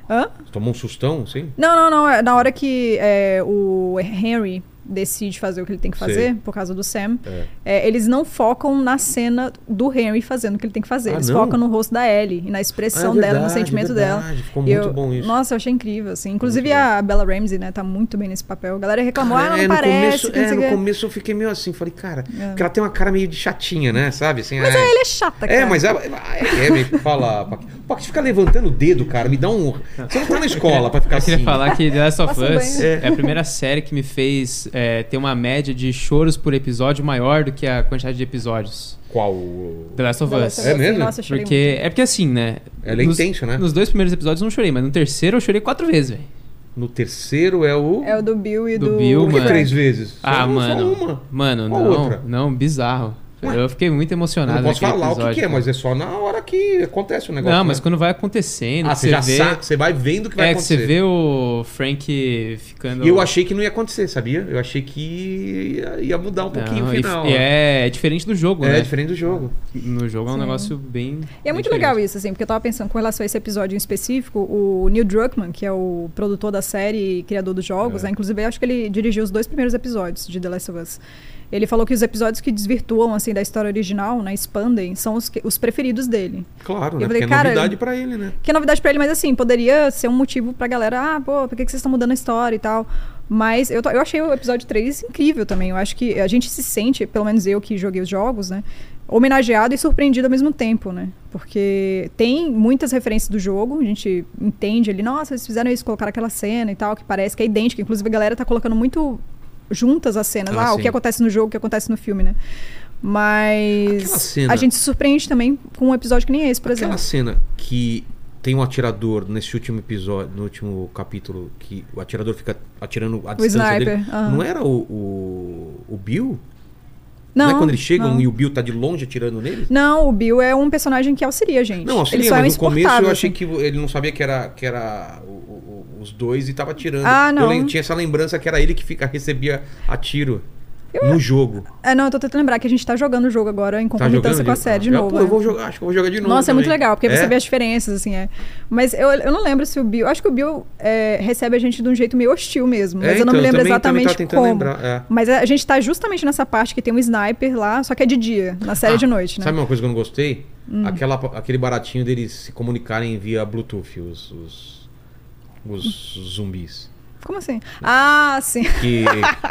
Speaker 4: Hã?
Speaker 1: é. Tomou um sustão, sim?
Speaker 4: Não, não, não. é Na hora que é, o Henry decide fazer o que ele tem que
Speaker 1: Sei.
Speaker 4: fazer, por causa do Sam, é, eles não focam na cena do Henry fazendo o que ele tem que fazer.
Speaker 1: Ah,
Speaker 4: eles
Speaker 1: não?
Speaker 4: focam no rosto da Ellie e na expressão
Speaker 1: Ah, é
Speaker 4: dela, no
Speaker 1: verdade,
Speaker 4: sentimento
Speaker 1: é
Speaker 4: dela.
Speaker 1: verdade. Ficou
Speaker 4: E
Speaker 1: muito bom isso.
Speaker 4: Nossa, eu achei incrível, assim. Inclusive a Bella Ramsey, né, tá muito bem nesse papel. A galera reclamou, ah, ela não
Speaker 1: é, no
Speaker 4: parece,
Speaker 1: começo,
Speaker 4: que não
Speaker 1: é,
Speaker 4: sei o
Speaker 1: no
Speaker 4: quê." É.
Speaker 1: começo eu fiquei meio assim, falei, cara, porque ela tem uma cara meio de chatinha, né? Sabe? Assim,
Speaker 4: Mas é, ele é chata, cara.
Speaker 1: É, mas ela. É, é, me fala. Pac- Pac, fica levantando o dedo, cara, me dá um. Você não tá na escola pra ficar
Speaker 3: Eu
Speaker 1: assim.
Speaker 3: queria falar que The Last of
Speaker 4: Passa um
Speaker 3: Us é. a primeira série que me fez é, ter uma média de choros por episódio maior do que a quantidade de episódios.
Speaker 1: Qual? o-
Speaker 3: The Last of
Speaker 4: Nossa,
Speaker 3: Us.
Speaker 4: eu-
Speaker 1: É mesmo?
Speaker 4: Nossa, eu chorei
Speaker 3: Porque, é porque assim, né?
Speaker 1: Ela é
Speaker 3: nos,
Speaker 1: intensa, né?
Speaker 3: Nos dois primeiros episódios eu não chorei, mas no terceiro eu chorei quatro vezes, velho.
Speaker 1: No terceiro é o.
Speaker 4: muito. É o do Bill e
Speaker 3: Do
Speaker 4: do...
Speaker 3: Bill,
Speaker 1: Por que
Speaker 3: mano.
Speaker 1: três vezes? Só-
Speaker 3: Ah,
Speaker 1: só
Speaker 3: mano.
Speaker 1: uma.
Speaker 3: Mano,
Speaker 1: Qual
Speaker 3: não.
Speaker 1: outra?
Speaker 3: Não, bizarro.
Speaker 1: Ué?
Speaker 3: Eu fiquei muito
Speaker 1: Eu
Speaker 3: emocionado
Speaker 1: não posso
Speaker 3: naquele
Speaker 1: falar o que que,
Speaker 3: episódio,
Speaker 1: é,
Speaker 3: cara.
Speaker 1: mas é só na hora que acontece o negócio.
Speaker 3: Não, mas
Speaker 1: né?
Speaker 3: quando vai acontecendo,
Speaker 1: Ah,
Speaker 3: que
Speaker 1: você
Speaker 3: você
Speaker 1: já
Speaker 3: vê...
Speaker 1: sabe, você vai vendo o que vai
Speaker 3: é, que
Speaker 1: acontecer.
Speaker 3: você vê o Frank ficando...
Speaker 1: E eu achei que não ia acontecer, sabia? Eu achei que ia, ia mudar um
Speaker 3: Não,
Speaker 1: pouquinho o
Speaker 3: e-
Speaker 1: final.
Speaker 3: e é, é diferente do jogo,
Speaker 1: É,
Speaker 3: né?
Speaker 1: diferente do jogo.
Speaker 3: No jogo é um negócio bem.
Speaker 4: E é muito legal isso, assim, porque eu tava pensando com relação a esse episódio em específico, o Neil Druckmann, que é o produtor da série e criador dos jogos, né? Inclusive, eu acho que ele dirigiu os dois primeiros episódios de The Last of Us. Ele falou que os episódios que desvirtuam, assim, da história original, né, expandem, são os, que- os preferidos dele.
Speaker 1: Claro,
Speaker 4: Eu
Speaker 1: né?
Speaker 4: falei,
Speaker 1: Porque é
Speaker 4: cara,
Speaker 1: novidade pra ele, né?
Speaker 4: Que é novidade pra ele, mas assim, poderia ser um motivo pra galera, ah, pô, por que, que vocês estão mudando a história e tal. Mas eu, to- eu achei o episódio 3 incrível também. Eu acho que a gente se sente, pelo menos eu que joguei os jogos, né? Homenageado e surpreendido ao mesmo tempo, né? Porque tem muitas referências do jogo, a gente entende ali, nossa, eles fizeram isso, colocaram aquela cena e tal, que parece que é idêntica. Inclusive a galera tá colocando muito juntas as cenas,
Speaker 1: Ah,
Speaker 4: ah, o
Speaker 1: sim.
Speaker 4: que acontece no jogo, o que acontece no filme, né?
Speaker 1: Aquela
Speaker 4: Mas
Speaker 1: cena.
Speaker 4: a gente se surpreende também com um episódio que nem esse, por
Speaker 1: Aquela
Speaker 4: exemplo.
Speaker 1: cena que tem um atirador nesse último episódio, no último capítulo, que o atirador fica atirando a distância
Speaker 4: sniper,
Speaker 1: dele.
Speaker 4: aham.
Speaker 1: Não era o, o, o Bill?
Speaker 4: Não,
Speaker 1: é quando eles chegam
Speaker 4: não.
Speaker 1: e o Bill tá de longe atirando neles?
Speaker 4: Não, o Bill é um personagem que auxilia a gente.
Speaker 1: Não, assim,
Speaker 4: ele só é um
Speaker 1: mas no começo
Speaker 4: insuportável,
Speaker 1: eu achei
Speaker 4: assim.
Speaker 1: que ele não sabia que era, que era o- o- o- os dois e tava atirando.
Speaker 4: Ah, não.
Speaker 1: Eu lem- tinha essa lembrança que era ele que fica, recebia a tiro no jogo.
Speaker 4: É, não, eu tô tentando lembrar que a gente tá jogando o jogo agora em
Speaker 1: Tá jogando
Speaker 4: concomitância com a
Speaker 1: ele?
Speaker 4: série de
Speaker 1: Eu-
Speaker 4: novo.
Speaker 1: pô,
Speaker 4: né?
Speaker 1: eu vou jogar, acho que eu vou jogar de novo.
Speaker 4: Nossa, é muito
Speaker 1: também.
Speaker 4: legal, porque
Speaker 1: É?
Speaker 4: você vê as diferenças, assim, é. Mas eu, eu não lembro se o Bill. Acho que o Bill é, recebe a gente de um jeito meio hostil mesmo. Mas
Speaker 1: É,
Speaker 4: eu não
Speaker 1: então,
Speaker 4: me lembro
Speaker 1: também- também
Speaker 4: exatamente
Speaker 1: tava tentando
Speaker 4: como.
Speaker 1: lembrar, é.
Speaker 4: Mas a gente tá justamente nessa parte que tem um sniper lá, só que é de dia, na série de noite, né?
Speaker 1: Ah,
Speaker 4: Hum.
Speaker 1: Sabe uma coisa que eu não gostei? Aquela, aquele baratinho deles se comunicarem via Bluetooth, os, os, os zumbis.
Speaker 4: Como assim? Ah, sim.
Speaker 1: Que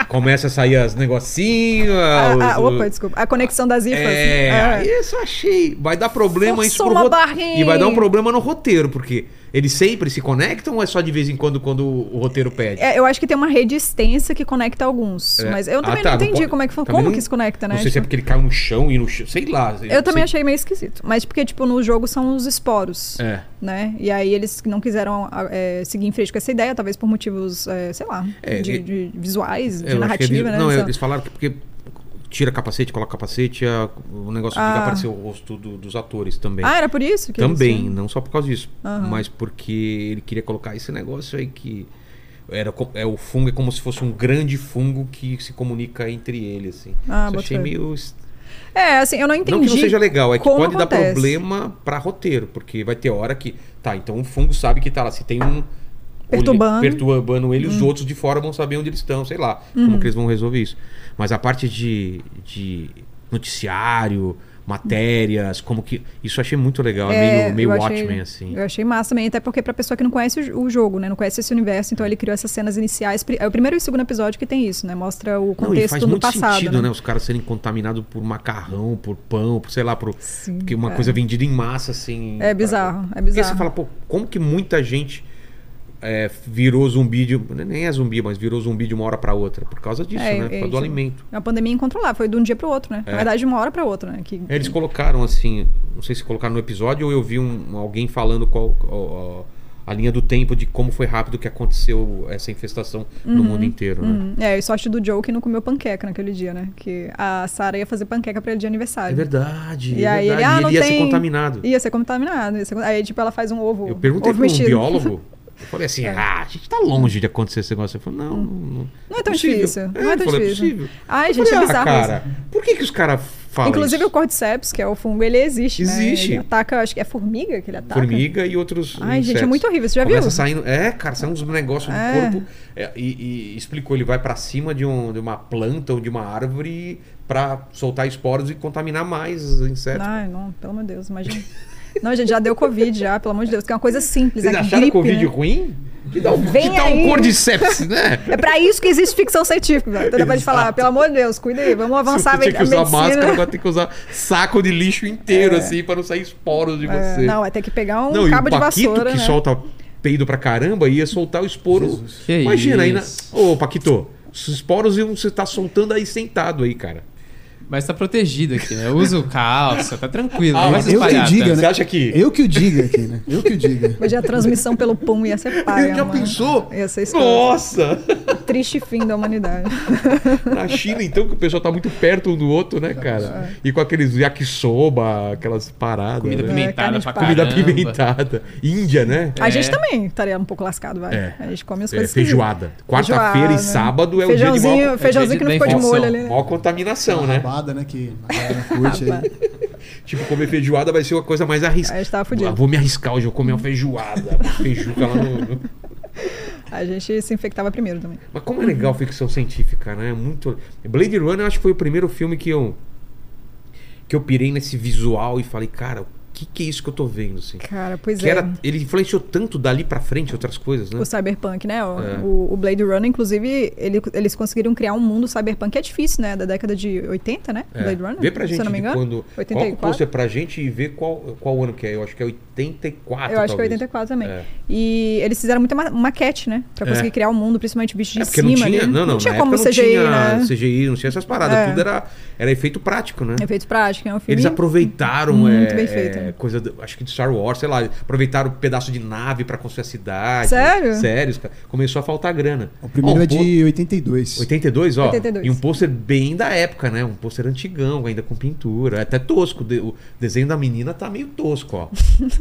Speaker 1: começa a sair as negocinhos.
Speaker 4: Ah,
Speaker 1: os-
Speaker 4: ah, opa,
Speaker 1: os-
Speaker 4: desculpa. A conexão das ifas.
Speaker 1: É,
Speaker 4: É.
Speaker 1: aí eu só achei. Vai dar problema
Speaker 4: Forçou
Speaker 1: isso pro
Speaker 4: uma
Speaker 1: rote-
Speaker 4: barrinha.
Speaker 1: E vai dar um problema no roteiro, porque eles sempre se conectam ou é só de vez em quando quando o roteiro pede?
Speaker 4: É, eu acho que tem uma rede extensa que conecta alguns.
Speaker 1: É.
Speaker 4: Mas eu
Speaker 1: Ah,
Speaker 4: também
Speaker 1: tá,
Speaker 4: não entendi
Speaker 1: pode-
Speaker 4: como é que, fun-
Speaker 1: também
Speaker 4: como
Speaker 1: não-
Speaker 4: que se conecta, né?
Speaker 1: Não sei se é
Speaker 4: Tipo,
Speaker 1: porque ele caiu no chão e no chão. Sei lá.
Speaker 4: eu também
Speaker 1: sei-
Speaker 4: achei meio esquisito. Mas porque, tipo, no jogo são os esporos.
Speaker 1: É.
Speaker 4: Né? E aí eles não quiseram a- é, seguir em frente com essa ideia, talvez por motivos, é, sei lá,
Speaker 1: É,
Speaker 4: de,
Speaker 1: e-
Speaker 4: de visuais,
Speaker 1: É, eu
Speaker 4: de
Speaker 1: acho que
Speaker 4: narrativa,
Speaker 1: eles-
Speaker 4: né?
Speaker 1: Não,
Speaker 4: Sei lá.
Speaker 1: eles falaram que porque tira capacete, coloca capacete, a- o negócio fica
Speaker 4: Ah.
Speaker 1: aparecer o rosto do- dos atores também.
Speaker 4: Ah, era por isso? que eles-
Speaker 1: também, não só por causa disso, mas porque ele queria colocar esse negócio aí que era co- é o fungo é como se fosse um grande fungo que se comunica entre ele assim.
Speaker 4: Ah,
Speaker 1: Isso eu
Speaker 4: bota
Speaker 1: achei
Speaker 4: fé.
Speaker 1: meio est-
Speaker 4: É, assim, eu não entendi.
Speaker 1: não que não seja legal, é que
Speaker 4: como
Speaker 1: pode dar
Speaker 4: acontece.
Speaker 1: problema pra roteiro, porque vai ter hora que tá, então o fungo sabe que tá lá, se tem um
Speaker 4: Perturbando. Hum.
Speaker 1: ele, perturbando ele, os outros de fora vão saber onde eles estão, sei lá,
Speaker 4: Uhum.
Speaker 1: como que eles vão resolver isso. Mas a parte de, de noticiário, matérias, como que isso eu achei muito legal, é,
Speaker 4: É,
Speaker 1: meio, meio
Speaker 4: eu achei-
Speaker 1: Watchmen assim.
Speaker 4: Eu achei massa também, até porque pra pessoa que não conhece o jo- o jogo, né? Não conhece esse universo, então ele criou essas cenas iniciais. Pri- É o primeiro e o segundo episódio que tem isso, né? Mostra o
Speaker 1: Não, e
Speaker 4: contexto
Speaker 1: faz
Speaker 4: do
Speaker 1: muito
Speaker 4: passado.
Speaker 1: sentido,
Speaker 4: né?
Speaker 1: né? Os caras serem contaminados por macarrão, por pão, por sei lá, por
Speaker 4: Sim,
Speaker 1: porque uma coisa vendida em massa, assim.
Speaker 4: É bizarro,
Speaker 1: Porque
Speaker 4: é bizarro.
Speaker 1: você fala, pô, como que muita gente é, virou zumbi de. Nem é zumbi, mas virou zumbi de uma hora pra outra. Por causa disso,
Speaker 4: É,
Speaker 1: né? Por
Speaker 4: é
Speaker 1: causa do
Speaker 4: isso.
Speaker 1: alimento.
Speaker 4: É uma pandemia incontrolável, foi de um dia pro outro, né? Na verdade, de uma hora pra outra, né? Que...
Speaker 1: É. Eles colocaram assim, não sei se colocaram no episódio ou eu vi um- alguém falando qual. ó, ó, a linha do tempo de como foi rápido que aconteceu essa infestação
Speaker 4: Uhum,
Speaker 1: no mundo inteiro, né?
Speaker 4: Hum, É, e sorte do Joe que não comeu panqueca naquele dia, né? Que a Sarah ia fazer panqueca pra ele
Speaker 1: É
Speaker 4: de aniversário.
Speaker 1: verdade.
Speaker 4: E
Speaker 1: é
Speaker 4: aí
Speaker 1: verdade.
Speaker 4: ele, ah,
Speaker 1: e
Speaker 4: não
Speaker 1: ele ia
Speaker 4: tem...
Speaker 1: ser contaminado.
Speaker 4: Ia ser contaminado. ia ser con- Aí, tipo, ela faz um ovo.
Speaker 1: Eu perguntei
Speaker 4: ovo
Speaker 1: pra um
Speaker 4: mexido.
Speaker 1: biólogo Eu falei assim, ah, a gente tá longe de acontecer esse negócio. Eu falei, não, não,
Speaker 4: É. Não é tão
Speaker 1: possível.
Speaker 4: difícil, não é
Speaker 1: eu
Speaker 4: tão
Speaker 1: falei,
Speaker 4: difícil.
Speaker 1: possível.
Speaker 4: Ai,
Speaker 1: Eu
Speaker 4: gente,
Speaker 1: falei,
Speaker 4: é bizarro
Speaker 1: ah, cara, por que que os caras falam
Speaker 4: Inclusive
Speaker 1: isso?
Speaker 4: o cordyceps, que é o fungo, ele existe, né?
Speaker 1: Existe.
Speaker 4: Ele ataca, acho que é formiga que ele ataca.
Speaker 1: Formiga e outros
Speaker 4: Ai, gente, é
Speaker 1: insetos.
Speaker 4: muito horrível, você já
Speaker 1: Começa
Speaker 4: viu?
Speaker 1: saindo, é, cara, saiu uns negócios
Speaker 4: É.
Speaker 1: do corpo. é, e, e explicou, ele vai pra cima de, um- de uma planta ou de uma árvore pra soltar esporos e contaminar mais os insetos.
Speaker 4: Ai, não, pelo amor de Deus, imagina. Não, gente, já deu Covid, já, pelo amor de Deus, que é uma coisa simples.
Speaker 1: Vocês
Speaker 4: é
Speaker 1: acharam
Speaker 4: gripe,
Speaker 1: Covid
Speaker 4: né?
Speaker 1: ruim? Que dá um,
Speaker 4: Vem
Speaker 1: que dá um
Speaker 4: aí.
Speaker 1: cordyceps, né?
Speaker 4: É pra isso que existe ficção científica. velho. Então dá pra gente falar, pelo amor de Deus, cuida aí, vamos avançar a
Speaker 1: você tinha que usar máscara,
Speaker 4: medicina.
Speaker 1: agora tem que usar saco de lixo inteiro, assim, pra não sair esporos de
Speaker 4: É,
Speaker 1: você.
Speaker 4: não, vai ter que pegar um
Speaker 1: Não, e
Speaker 4: cabo
Speaker 1: o
Speaker 4: de
Speaker 1: Paquito,
Speaker 4: vassoura,
Speaker 1: que
Speaker 4: né?
Speaker 1: solta peido pra caramba, ia soltar o esporo.
Speaker 3: Que
Speaker 1: Imagina aí, na...
Speaker 3: É isso.
Speaker 1: Ô, Paquito, os esporos iam você tá soltando aí sentado aí, cara.
Speaker 3: Mas tá protegido aqui, né? Eu uso calça, tá tranquilo.
Speaker 1: Ah,
Speaker 3: não vai
Speaker 1: mas
Speaker 3: se
Speaker 2: eu que
Speaker 3: espalhar, tá?
Speaker 2: diga, né?
Speaker 1: Você acha que...
Speaker 2: Eu que o diga aqui, né? Eu que o diga.
Speaker 4: Hoje a transmissão pelo pum ia ser paga,
Speaker 1: já
Speaker 4: mano.
Speaker 1: pensou?
Speaker 4: Ia ser escroto.
Speaker 1: Nossa!
Speaker 4: Triste fim da humanidade.
Speaker 1: Na China, então, que o pessoal tá muito perto um do outro, né, cara? E com aqueles yakisoba, aquelas paradas.
Speaker 3: Comida
Speaker 1: né?
Speaker 3: pimentada
Speaker 4: É, carne de
Speaker 3: pra
Speaker 4: pau.
Speaker 3: caramba.
Speaker 1: Comida pimentada. Índia, né?
Speaker 4: A
Speaker 3: É.
Speaker 4: gente também estaria um pouco lascado, vai.
Speaker 1: É.
Speaker 4: A gente come as
Speaker 1: É,
Speaker 4: coisas. esquisitas.
Speaker 1: feijoada. Quarta-feira e
Speaker 4: Feijoada. né?
Speaker 1: sábado é o dia de
Speaker 4: feijãozinho,
Speaker 1: maior,
Speaker 4: Feijãozinho que não
Speaker 3: É o dia
Speaker 4: ficou
Speaker 3: da
Speaker 4: de molho
Speaker 3: inflação.
Speaker 4: ali, né?
Speaker 1: maior contaminação, né?
Speaker 2: Rabada, né? Que a galera curte aí.
Speaker 1: Tipo, comer feijoada vai ser uma coisa mais
Speaker 4: A
Speaker 1: arriscada.
Speaker 4: gente tava
Speaker 1: Ah,
Speaker 4: fudido.
Speaker 1: vou me arriscar hoje, eu vou comer uma feijoada. Uma feijuca lá no. no-
Speaker 4: A gente se infectava primeiro também.
Speaker 1: Mas como é legal
Speaker 4: Uhum.
Speaker 1: ficção científica, né? Muito. Blade Runner, eu acho que foi o primeiro filme que eu. que eu pirei nesse visual e falei, cara, o que, que é isso que eu tô vendo, assim?
Speaker 4: Cara, pois
Speaker 1: Que
Speaker 4: é.
Speaker 1: era, ele influenciou tanto dali pra frente outras coisas, né?
Speaker 4: O Cyberpunk, né? O,
Speaker 1: É.
Speaker 4: o- o Blade Runner, inclusive, ele- eles conseguiram criar um mundo Cyberpunk que é difícil, né? Da década de 80, né?
Speaker 1: É.
Speaker 4: Blade Runner,
Speaker 1: Vê pra gente
Speaker 4: se eu não me
Speaker 1: de
Speaker 4: engano.
Speaker 1: quando. Coloca o
Speaker 4: 84?
Speaker 1: pôster pra gente e vê qual, qual ano que é. Eu acho que é 84.
Speaker 4: Eu acho que é
Speaker 1: talvez.
Speaker 4: 84 também.
Speaker 1: É.
Speaker 4: E eles fizeram muita ma- maquete, né? Pra
Speaker 1: É.
Speaker 4: conseguir criar um mundo, principalmente bicho de
Speaker 1: É porque
Speaker 4: cima.
Speaker 1: não tinha,
Speaker 4: ali.
Speaker 1: não, não, na
Speaker 4: tinha
Speaker 1: época
Speaker 4: como
Speaker 1: não
Speaker 4: CGI,
Speaker 1: tinha
Speaker 4: né?
Speaker 1: CGI, não tinha essas paradas,
Speaker 4: É.
Speaker 1: tudo era, era efeito prático, né?
Speaker 4: Efeito prático, é um filme.
Speaker 1: Eles aproveitaram
Speaker 4: Hum, Muito
Speaker 1: é,
Speaker 4: bem feito.
Speaker 1: é, coisa, do- acho que de Star Wars, sei lá, aproveitaram um pedaço de nave pra construir a cidade.
Speaker 4: Sério?
Speaker 1: Sério, os ca- começou a faltar grana.
Speaker 2: O primeiro
Speaker 1: Ó, um
Speaker 2: é de 82.
Speaker 1: pô- 82, ó.
Speaker 4: 82.
Speaker 1: E um pôster bem da época, né? Um pôster antigão, ainda com pintura. É Até tosco. de- o desenho da menina tá meio tosco, ó.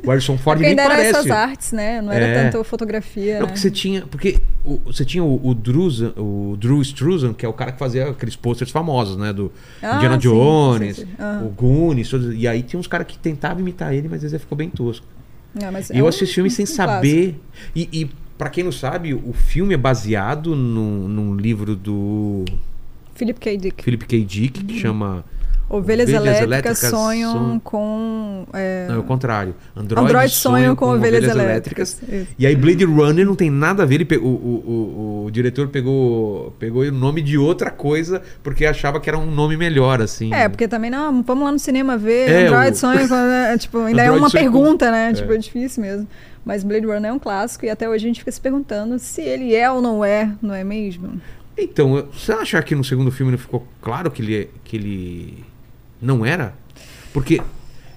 Speaker 1: O Harrison Ford
Speaker 4: Porque
Speaker 1: nem
Speaker 4: ainda eram
Speaker 1: parece.
Speaker 4: essas artes, né? Não era
Speaker 1: É.
Speaker 4: tanto fotografia,
Speaker 1: Não,
Speaker 4: né?
Speaker 1: porque você tinha. Porque o- você tinha o, o Druzan, o Drew Struzan, que é o cara que fazia aqueles posters famosos, né? Do
Speaker 4: Ah,
Speaker 1: Indiana
Speaker 4: sim,
Speaker 1: Jones,
Speaker 4: sim, sim. Ah.
Speaker 1: o Goonies, todos- e aí tinha uns caras que tentavam imitar ele, mas às vezes ficou bem tosco.
Speaker 4: Não, mas
Speaker 1: E
Speaker 4: é
Speaker 1: eu
Speaker 4: um-
Speaker 1: assisti o filme sem
Speaker 4: um
Speaker 1: saber. E, e para quem não sabe, o filme é baseado num, num livro do
Speaker 4: clássico. Philip K. Dick.
Speaker 1: Philip K. Dick, que chama.
Speaker 4: Ovelhas,
Speaker 1: Ovelhas
Speaker 4: elétricas,
Speaker 1: elétricas
Speaker 4: sonham
Speaker 1: son-
Speaker 4: com. É...
Speaker 1: Não, é o contrário. Android,
Speaker 4: Android sonham com ovelhas, elétricas. Isso.
Speaker 1: E aí Blade Runner não tem nada a ver, ele pe- o, o, o, o diretor pegou, pegou o nome de outra coisa porque achava que era um nome melhor, assim.
Speaker 4: É, porque também, não, vamos lá no cinema ver.
Speaker 1: É,
Speaker 4: Android
Speaker 1: o-
Speaker 4: sonha com. né, tipo, ainda é
Speaker 1: Android
Speaker 4: uma
Speaker 1: sonha com-
Speaker 4: pergunta, né? Tipo, é difícil mesmo. Mas Blade Runner é um clássico e até hoje a gente fica se perguntando se ele é ou não é, não é mesmo?
Speaker 1: Então, eu- você acha que no segundo filme não ficou claro que ele, é, que ele não era? Porque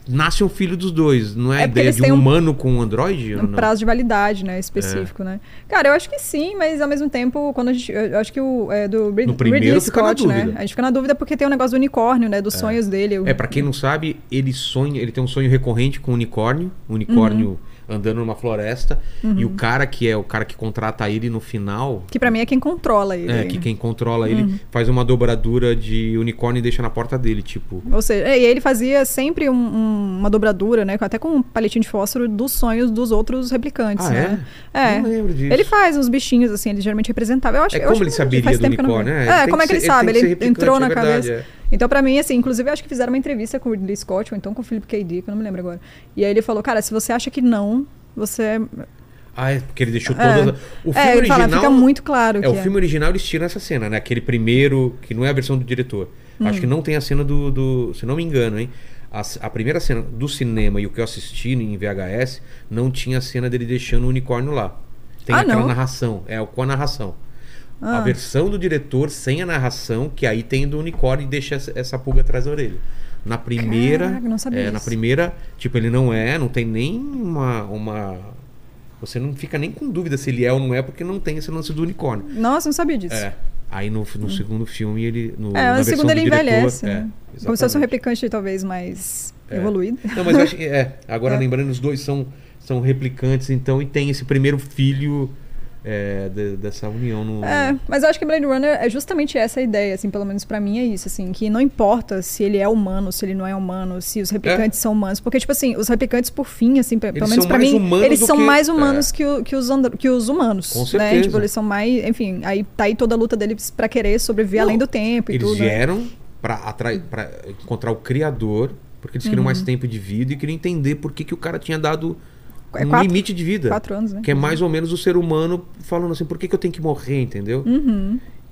Speaker 1: nasce um filho dos dois, não é,
Speaker 4: É
Speaker 1: a
Speaker 4: porque
Speaker 1: ideia
Speaker 4: eles
Speaker 1: de
Speaker 4: têm
Speaker 1: um
Speaker 4: um-
Speaker 1: humano com um androide? ou
Speaker 4: Um
Speaker 1: não? É.
Speaker 4: prazo de validade, né? Específico, né? Cara, eu acho que sim, mas ao mesmo tempo, quando a gente. Eu acho que o é, do Brid-
Speaker 1: No primeiro
Speaker 4: Ridley
Speaker 1: fica na
Speaker 4: Scott, né?
Speaker 1: dúvida.
Speaker 4: A gente fica na dúvida porque tem o negócio do unicórnio, né? Dos sonhos dele. o-
Speaker 1: É, pra quem não sabe, ele sonha, ele tem um sonho recorrente com um unicórnio, um unicórnio
Speaker 4: Uhum.
Speaker 1: andando numa floresta, e o cara que é o cara que contrata ele no final,
Speaker 4: Que pra mim é quem controla ele. Uhum.
Speaker 1: É, que quem controla ele faz uma dobradura de unicórnio e deixa na porta dele, tipo.
Speaker 4: Ou seja, é, e ele fazia sempre um- um- uma dobradura, né? Até com um palitinho de fósforo dos sonhos dos outros replicantes,
Speaker 1: Ah,
Speaker 4: né?
Speaker 1: é? Não lembro disso.
Speaker 4: Ele faz uns bichinhos, assim, ele geralmente representava. Eu acho,
Speaker 1: É
Speaker 4: eu
Speaker 1: como
Speaker 4: acho
Speaker 1: ele
Speaker 4: que
Speaker 1: saberia
Speaker 4: faz
Speaker 1: do
Speaker 4: tempo que eu não
Speaker 1: unicórnio,
Speaker 4: vejo.
Speaker 1: né? Ele
Speaker 4: É,
Speaker 1: tem
Speaker 4: como é
Speaker 1: que
Speaker 4: que ele
Speaker 1: ser- ele
Speaker 4: sabe?
Speaker 1: tem que
Speaker 4: Ele,
Speaker 1: ser replicante,
Speaker 4: entrou
Speaker 1: é
Speaker 4: na
Speaker 1: verdade,
Speaker 4: cabeça. Então, pra mim, assim, inclusive, eu acho que fizeram uma entrevista com o Ridley Scott, ou então com o Philip K. Dick, eu não me lembro agora. E aí ele falou, cara, se você acha que não, você...
Speaker 1: Ah, é porque ele deixou
Speaker 4: É.
Speaker 1: todas. O filme
Speaker 4: é, ele
Speaker 1: original.
Speaker 4: fala, fica muito claro
Speaker 1: é,
Speaker 4: que
Speaker 1: o filme original eles tiram essa cena, né? Aquele primeiro, que não é a versão do diretor.
Speaker 4: Hum.
Speaker 1: Acho que não tem a cena do. do- se não me engano, hein? A, c- a primeira cena do cinema e o que eu assisti em VHS não tinha a cena dele deixando o unicórnio lá. Tem
Speaker 4: Ah,
Speaker 1: aquela
Speaker 4: não?
Speaker 1: narração. É, com a narração. A
Speaker 4: Ah.
Speaker 1: versão do diretor sem a narração, que aí tem do unicórnio e deixa essa, essa pulga atrás da orelha. Na primeira.
Speaker 4: Caraca, não sabia
Speaker 1: é, na
Speaker 4: disso.
Speaker 1: primeira, tipo, ele não é, não tem nem uma. uma... Você não fica nem com dúvida se ele é ou não é, porque não tem esse lance do unicórnio.
Speaker 4: Nossa, não sabia disso.
Speaker 1: É. Aí no, no segundo filme ele. No,
Speaker 4: Hum. É,
Speaker 1: na
Speaker 4: no
Speaker 1: versão
Speaker 4: segundo
Speaker 1: do
Speaker 4: ele
Speaker 1: diretor,
Speaker 4: envelhece,
Speaker 1: é,
Speaker 4: né? Como se fosse um
Speaker 1: exatamente.
Speaker 4: replicante talvez mais
Speaker 1: É.
Speaker 4: evoluído.
Speaker 1: Não, mas eu acho que. É, agora
Speaker 4: É.
Speaker 1: lembrando, os dois são, são replicantes, então, e tem esse primeiro filho é, de- dessa união no.
Speaker 4: É, mas eu acho que Blade Runner é justamente essa a ideia, assim, pelo menos pra mim é isso, assim, que não importa se ele é humano, se ele não é humano, se os replicantes são humanos, porque, tipo assim, os replicantes, por fim, assim, pe-
Speaker 1: É. Eles
Speaker 4: pelo menos
Speaker 1: são
Speaker 4: pra
Speaker 1: mais
Speaker 4: mim,
Speaker 1: humanos
Speaker 4: eles
Speaker 1: do
Speaker 4: são
Speaker 1: que- É.
Speaker 4: mais humanos que, o- que os andro- que os humanos,
Speaker 1: Com
Speaker 4: né?
Speaker 1: certeza.
Speaker 4: Tipo, eles são mais, enfim, aí tá aí toda a luta deles pra querer sobreviver
Speaker 1: Não,
Speaker 4: além do tempo e
Speaker 1: Eles
Speaker 4: tudo. né?
Speaker 1: vieram pra, atrair, pra encontrar o criador, porque eles
Speaker 4: Uhum.
Speaker 1: queriam mais tempo de vida e queriam entender por que, que o cara tinha dado
Speaker 4: É
Speaker 1: um
Speaker 4: quatro-
Speaker 1: limite de vida.
Speaker 4: Quatro anos, né?
Speaker 1: Que é mais ou menos o ser humano falando assim, por que, que eu tenho que morrer, entendeu?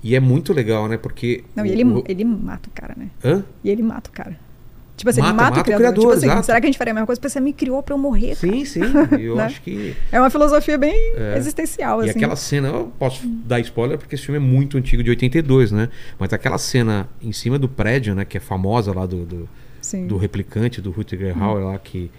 Speaker 1: E é muito legal, né? Porque.
Speaker 4: Uhum. Não,
Speaker 1: o-
Speaker 4: e ele,
Speaker 1: o-
Speaker 4: ele mata o cara, né?
Speaker 1: Hã?
Speaker 4: E ele mata o cara. Tipo assim, ele
Speaker 1: Mata-
Speaker 4: mata,
Speaker 1: mata o
Speaker 4: o criador.
Speaker 1: criador,
Speaker 4: tipo assim,
Speaker 1: exato.
Speaker 4: será que a gente faria a mesma coisa? Porque Você me criou pra eu morrer. cara.
Speaker 1: Sim, sim. Eu
Speaker 4: Né?
Speaker 1: acho que.
Speaker 4: É uma filosofia bem
Speaker 1: É.
Speaker 4: existencial,
Speaker 1: E
Speaker 4: assim.
Speaker 1: aquela cena, eu posso dar spoiler porque esse filme é muito antigo, de 82, né? Mas aquela cena em cima do prédio, né? Que é famosa lá do, do,
Speaker 4: Sim. Uhum.
Speaker 1: do replicante, do Rutger Hauer lá, que,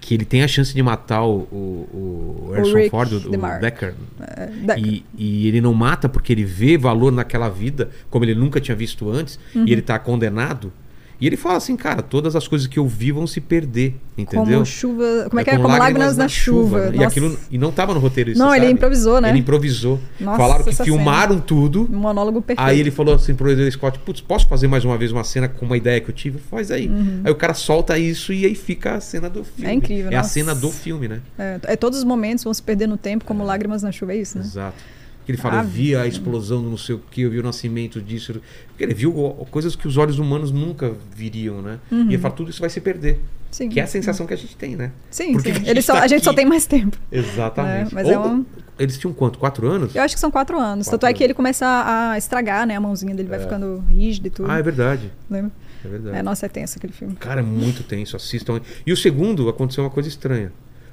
Speaker 1: que ele tem a chance de matar o, o, o Harrison
Speaker 4: Rick
Speaker 1: Ford, o, o
Speaker 4: DeMar.
Speaker 1: Decker.
Speaker 4: É, da-
Speaker 1: E, e ele não mata porque ele vê valor naquela vida, como ele nunca tinha visto antes,
Speaker 4: Uhum.
Speaker 1: e ele tá condenado. E ele fala assim, cara, todas as coisas que eu vi vão se perder, entendeu?
Speaker 4: Como chuva. Como é, que é? Como lágrimas, na, chuva.
Speaker 1: né? E
Speaker 4: Nossa.
Speaker 1: aquilo e não tava no roteiro isso,
Speaker 4: Não, ele
Speaker 1: sabe?
Speaker 4: improvisou, né?
Speaker 1: Ele improvisou.
Speaker 4: Nossa,
Speaker 1: Falaram que
Speaker 4: essa
Speaker 1: filmaram tudo.
Speaker 4: Um monólogo perfeito.
Speaker 1: Aí ele falou assim pro Ridley Scott, putz, posso fazer mais uma vez uma cena com uma ideia que eu tive? Faz aí. Aí o cara solta isso e aí fica a cena do filme.
Speaker 4: Uhum. É incrível,
Speaker 1: É a
Speaker 4: nossa.
Speaker 1: cena do filme, né?
Speaker 4: É, é, todos os momentos vão se perder no tempo, como lágrimas na chuva, é isso, né?
Speaker 1: Exato. Que ele fala,
Speaker 4: Ah,
Speaker 1: eu vi a explosão do não sei o que, eu vi o nascimento disso. Porque ele viu o- coisas que os olhos humanos nunca viriam, né? E ele fala, tudo isso vai se perder.
Speaker 4: Sim.
Speaker 1: Que é a sensação que a gente tem, né?
Speaker 4: Sim,
Speaker 1: Por que
Speaker 4: sim.
Speaker 1: que a gente
Speaker 4: Ele só-
Speaker 1: tá
Speaker 4: a gente só
Speaker 1: aqui?
Speaker 4: tem mais tempo.
Speaker 1: Exatamente.
Speaker 4: É, mas é um-
Speaker 1: Eles tinham quanto? Quatro anos?
Speaker 4: Eu acho que são quatro anos.
Speaker 1: Quatro
Speaker 4: Tanto é que
Speaker 1: anos.
Speaker 4: ele começa a a estragar, né? A mãozinha dele vai ficando rígida e tudo.
Speaker 1: Ah, é verdade.
Speaker 4: Lembra?
Speaker 1: É verdade.
Speaker 4: É, nossa, é tenso aquele filme.
Speaker 1: Cara, é muito tenso. Assistam. E o segundo, aconteceu uma coisa estranha.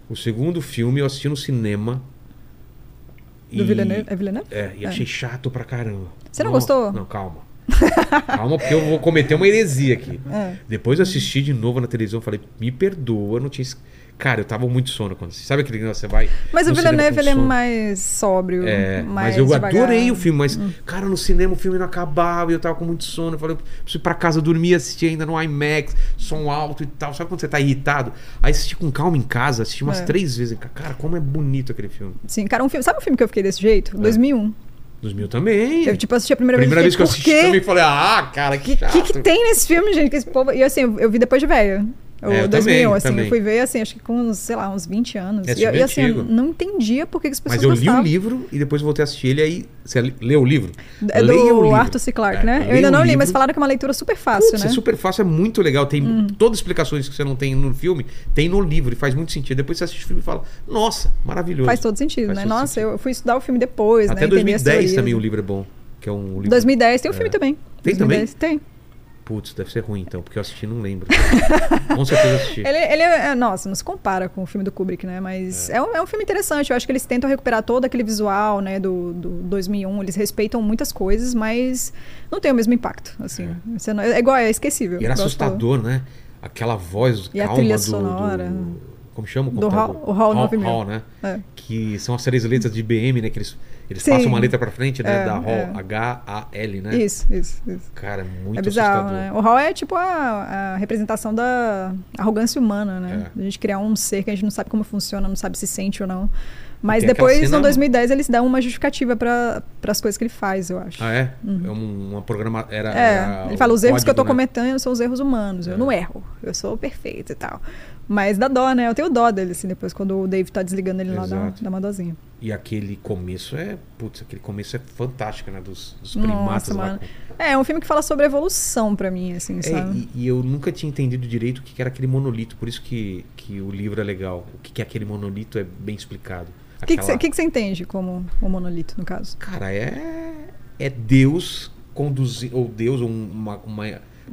Speaker 1: O segundo filme eu assisti no cinema.
Speaker 4: Do Villeneuve. É Villeneuve?
Speaker 1: É, e
Speaker 4: É.
Speaker 1: achei chato pra caramba.
Speaker 4: Você não
Speaker 1: Nossa-
Speaker 4: gostou?
Speaker 1: Não, calma. calma, porque eu vou cometer uma heresia aqui.
Speaker 4: É.
Speaker 1: Depois eu assisti de novo na televisão falei, me perdoa, eu não tinha. es- Cara, eu tava muito sono quando assisti. Sabe aquele negócio que você vai.
Speaker 4: Mas o
Speaker 1: no cinema
Speaker 4: Villeneuve,
Speaker 1: com
Speaker 4: ele é
Speaker 1: sono?
Speaker 4: mais sóbrio.
Speaker 1: É,
Speaker 4: mais
Speaker 1: mas eu
Speaker 4: devagar. Hum.
Speaker 1: adorei o filme, mas, cara, no cinema o filme não acabava e eu tava com muito sono. Eu falei, eu preciso ir pra casa dormir, assistir ainda no IMAX, som alto e tal. Sabe quando você tá irritado? Aí assisti com calma em casa, assisti umas
Speaker 4: É.
Speaker 1: três vezes. Cara, como é bonito aquele filme.
Speaker 4: Sim, cara, um filme. Sabe um filme que eu fiquei desse jeito? 2001.
Speaker 1: 2000 também.
Speaker 4: Eu, tipo, assisti a primeira,
Speaker 1: É. Primeira vez
Speaker 4: vez
Speaker 1: que eu
Speaker 4: e
Speaker 1: assisti
Speaker 4: fiquei,
Speaker 1: eu
Speaker 4: por quê?
Speaker 1: também falei, ah, cara, que
Speaker 4: O
Speaker 1: chato.
Speaker 4: que, que tem nesse filme, gente? Que esse povo... E assim, eu vi depois de velha. O
Speaker 1: É, eu
Speaker 4: 2001,
Speaker 1: também,
Speaker 4: assim,
Speaker 1: também.
Speaker 4: eu fui ver, assim, acho que com, uns, sei lá, uns 20 anos.
Speaker 1: É
Speaker 4: e, eu-
Speaker 1: filme
Speaker 4: e, assim, eu
Speaker 1: antigo.
Speaker 4: não entendia por que que as pessoas
Speaker 1: Mas eu li
Speaker 4: gostavam.
Speaker 1: o livro e depois voltei a assistir ele aí. Você leu o livro?
Speaker 4: É
Speaker 1: Leia o
Speaker 4: do
Speaker 1: livro.
Speaker 4: Arthur C. Clarke,
Speaker 1: É,
Speaker 4: né? Eu
Speaker 1: leia
Speaker 4: ainda
Speaker 1: o
Speaker 4: não li,
Speaker 1: livro.
Speaker 4: mas falaram que é uma leitura super fácil,
Speaker 1: Putz,
Speaker 4: né? Hum.
Speaker 1: É super fácil, é muito legal. Tem todas as explicações que você não tem no filme, tem no livro e faz muito sentido. Depois você assiste o filme e fala, nossa, maravilhoso.
Speaker 4: Faz todo sentido,
Speaker 1: Faz
Speaker 4: né?
Speaker 1: todo
Speaker 4: Nossa,
Speaker 1: sentido.
Speaker 4: eu fui estudar o filme depois,
Speaker 1: Até
Speaker 4: né? Entendi as
Speaker 1: 2010
Speaker 4: teorias.
Speaker 1: também o livro é bom. Que é um livro.
Speaker 4: 2010 tem o filme
Speaker 1: É.
Speaker 4: também.
Speaker 1: Tem
Speaker 4: 2010, Tem.
Speaker 1: Putz, deve ser ruim então, porque eu assisti e não lembro. Com certeza eu assisti.
Speaker 4: Ele, ele é, é- nossa, não se compara com o filme do Kubrick, né? Mas é. um, é um filme interessante. Eu acho que eles tentam recuperar todo aquele visual, né, do, do 2001. Eles respeitam muitas coisas, mas não tem o mesmo impacto, assim. Você não- É, igual, é esquecível.
Speaker 1: E era
Speaker 4: igual você falou.
Speaker 1: assustador, né? Aquela voz
Speaker 4: E a
Speaker 1: calma
Speaker 4: trilha
Speaker 1: do,
Speaker 4: sonora.
Speaker 1: do- Como chama o
Speaker 4: Do
Speaker 1: computador?
Speaker 4: Hall- o Hall 9000.
Speaker 1: né?
Speaker 4: É.
Speaker 1: Que são as três letras de IBM, né? Que eles, eles
Speaker 4: Sim.
Speaker 1: passam uma letra pra frente, né?
Speaker 4: É,
Speaker 1: da Hall,
Speaker 4: é.
Speaker 1: H-A-L, né?
Speaker 4: Isso, isso, isso.
Speaker 1: Cara, muito
Speaker 4: é bizarro,
Speaker 1: assustador.
Speaker 4: né? O Hall é tipo a, a representação da arrogância humana, né?
Speaker 1: É.
Speaker 4: A gente criar um ser que a gente não sabe como funciona, não sabe se sente ou não. Mas
Speaker 1: tem aquela
Speaker 4: depois,
Speaker 1: cena- né?
Speaker 4: no 2010, eles dão uma justificativa para as coisas que ele faz, eu acho.
Speaker 1: Ah, é? É um, uma programa... Era,
Speaker 4: Uhum. É,
Speaker 1: era
Speaker 4: ele fala,
Speaker 1: o
Speaker 4: os erros que eu tô
Speaker 1: código, né? É.
Speaker 4: cometendo são os erros humanos, eu não erro, eu sou perfeito e tal. Mas dá dó, né? Eu tenho dó dele, assim, depois quando o Dave tá desligando ele lá, dá,
Speaker 1: Exato.
Speaker 4: dá uma dozinha.
Speaker 1: né? E aquele começo é... Putz, aquele começo é fantástico, né? Dos, dos primatas
Speaker 4: Nossa,
Speaker 1: lá.
Speaker 4: mano.
Speaker 1: com-
Speaker 4: É, é um filme que fala sobre evolução pra mim, assim,
Speaker 1: É,
Speaker 4: sabe?
Speaker 1: e, e eu nunca tinha entendido direito o que que era aquele monolito. Por isso que, que o livro é legal. O que que é aquele monolito é bem explicado.
Speaker 4: O que que
Speaker 1: Aquela-
Speaker 4: você entende como o monolito, no caso?
Speaker 1: Cara, é... É Deus conduzindo... Ou Deus, ou uma... uma...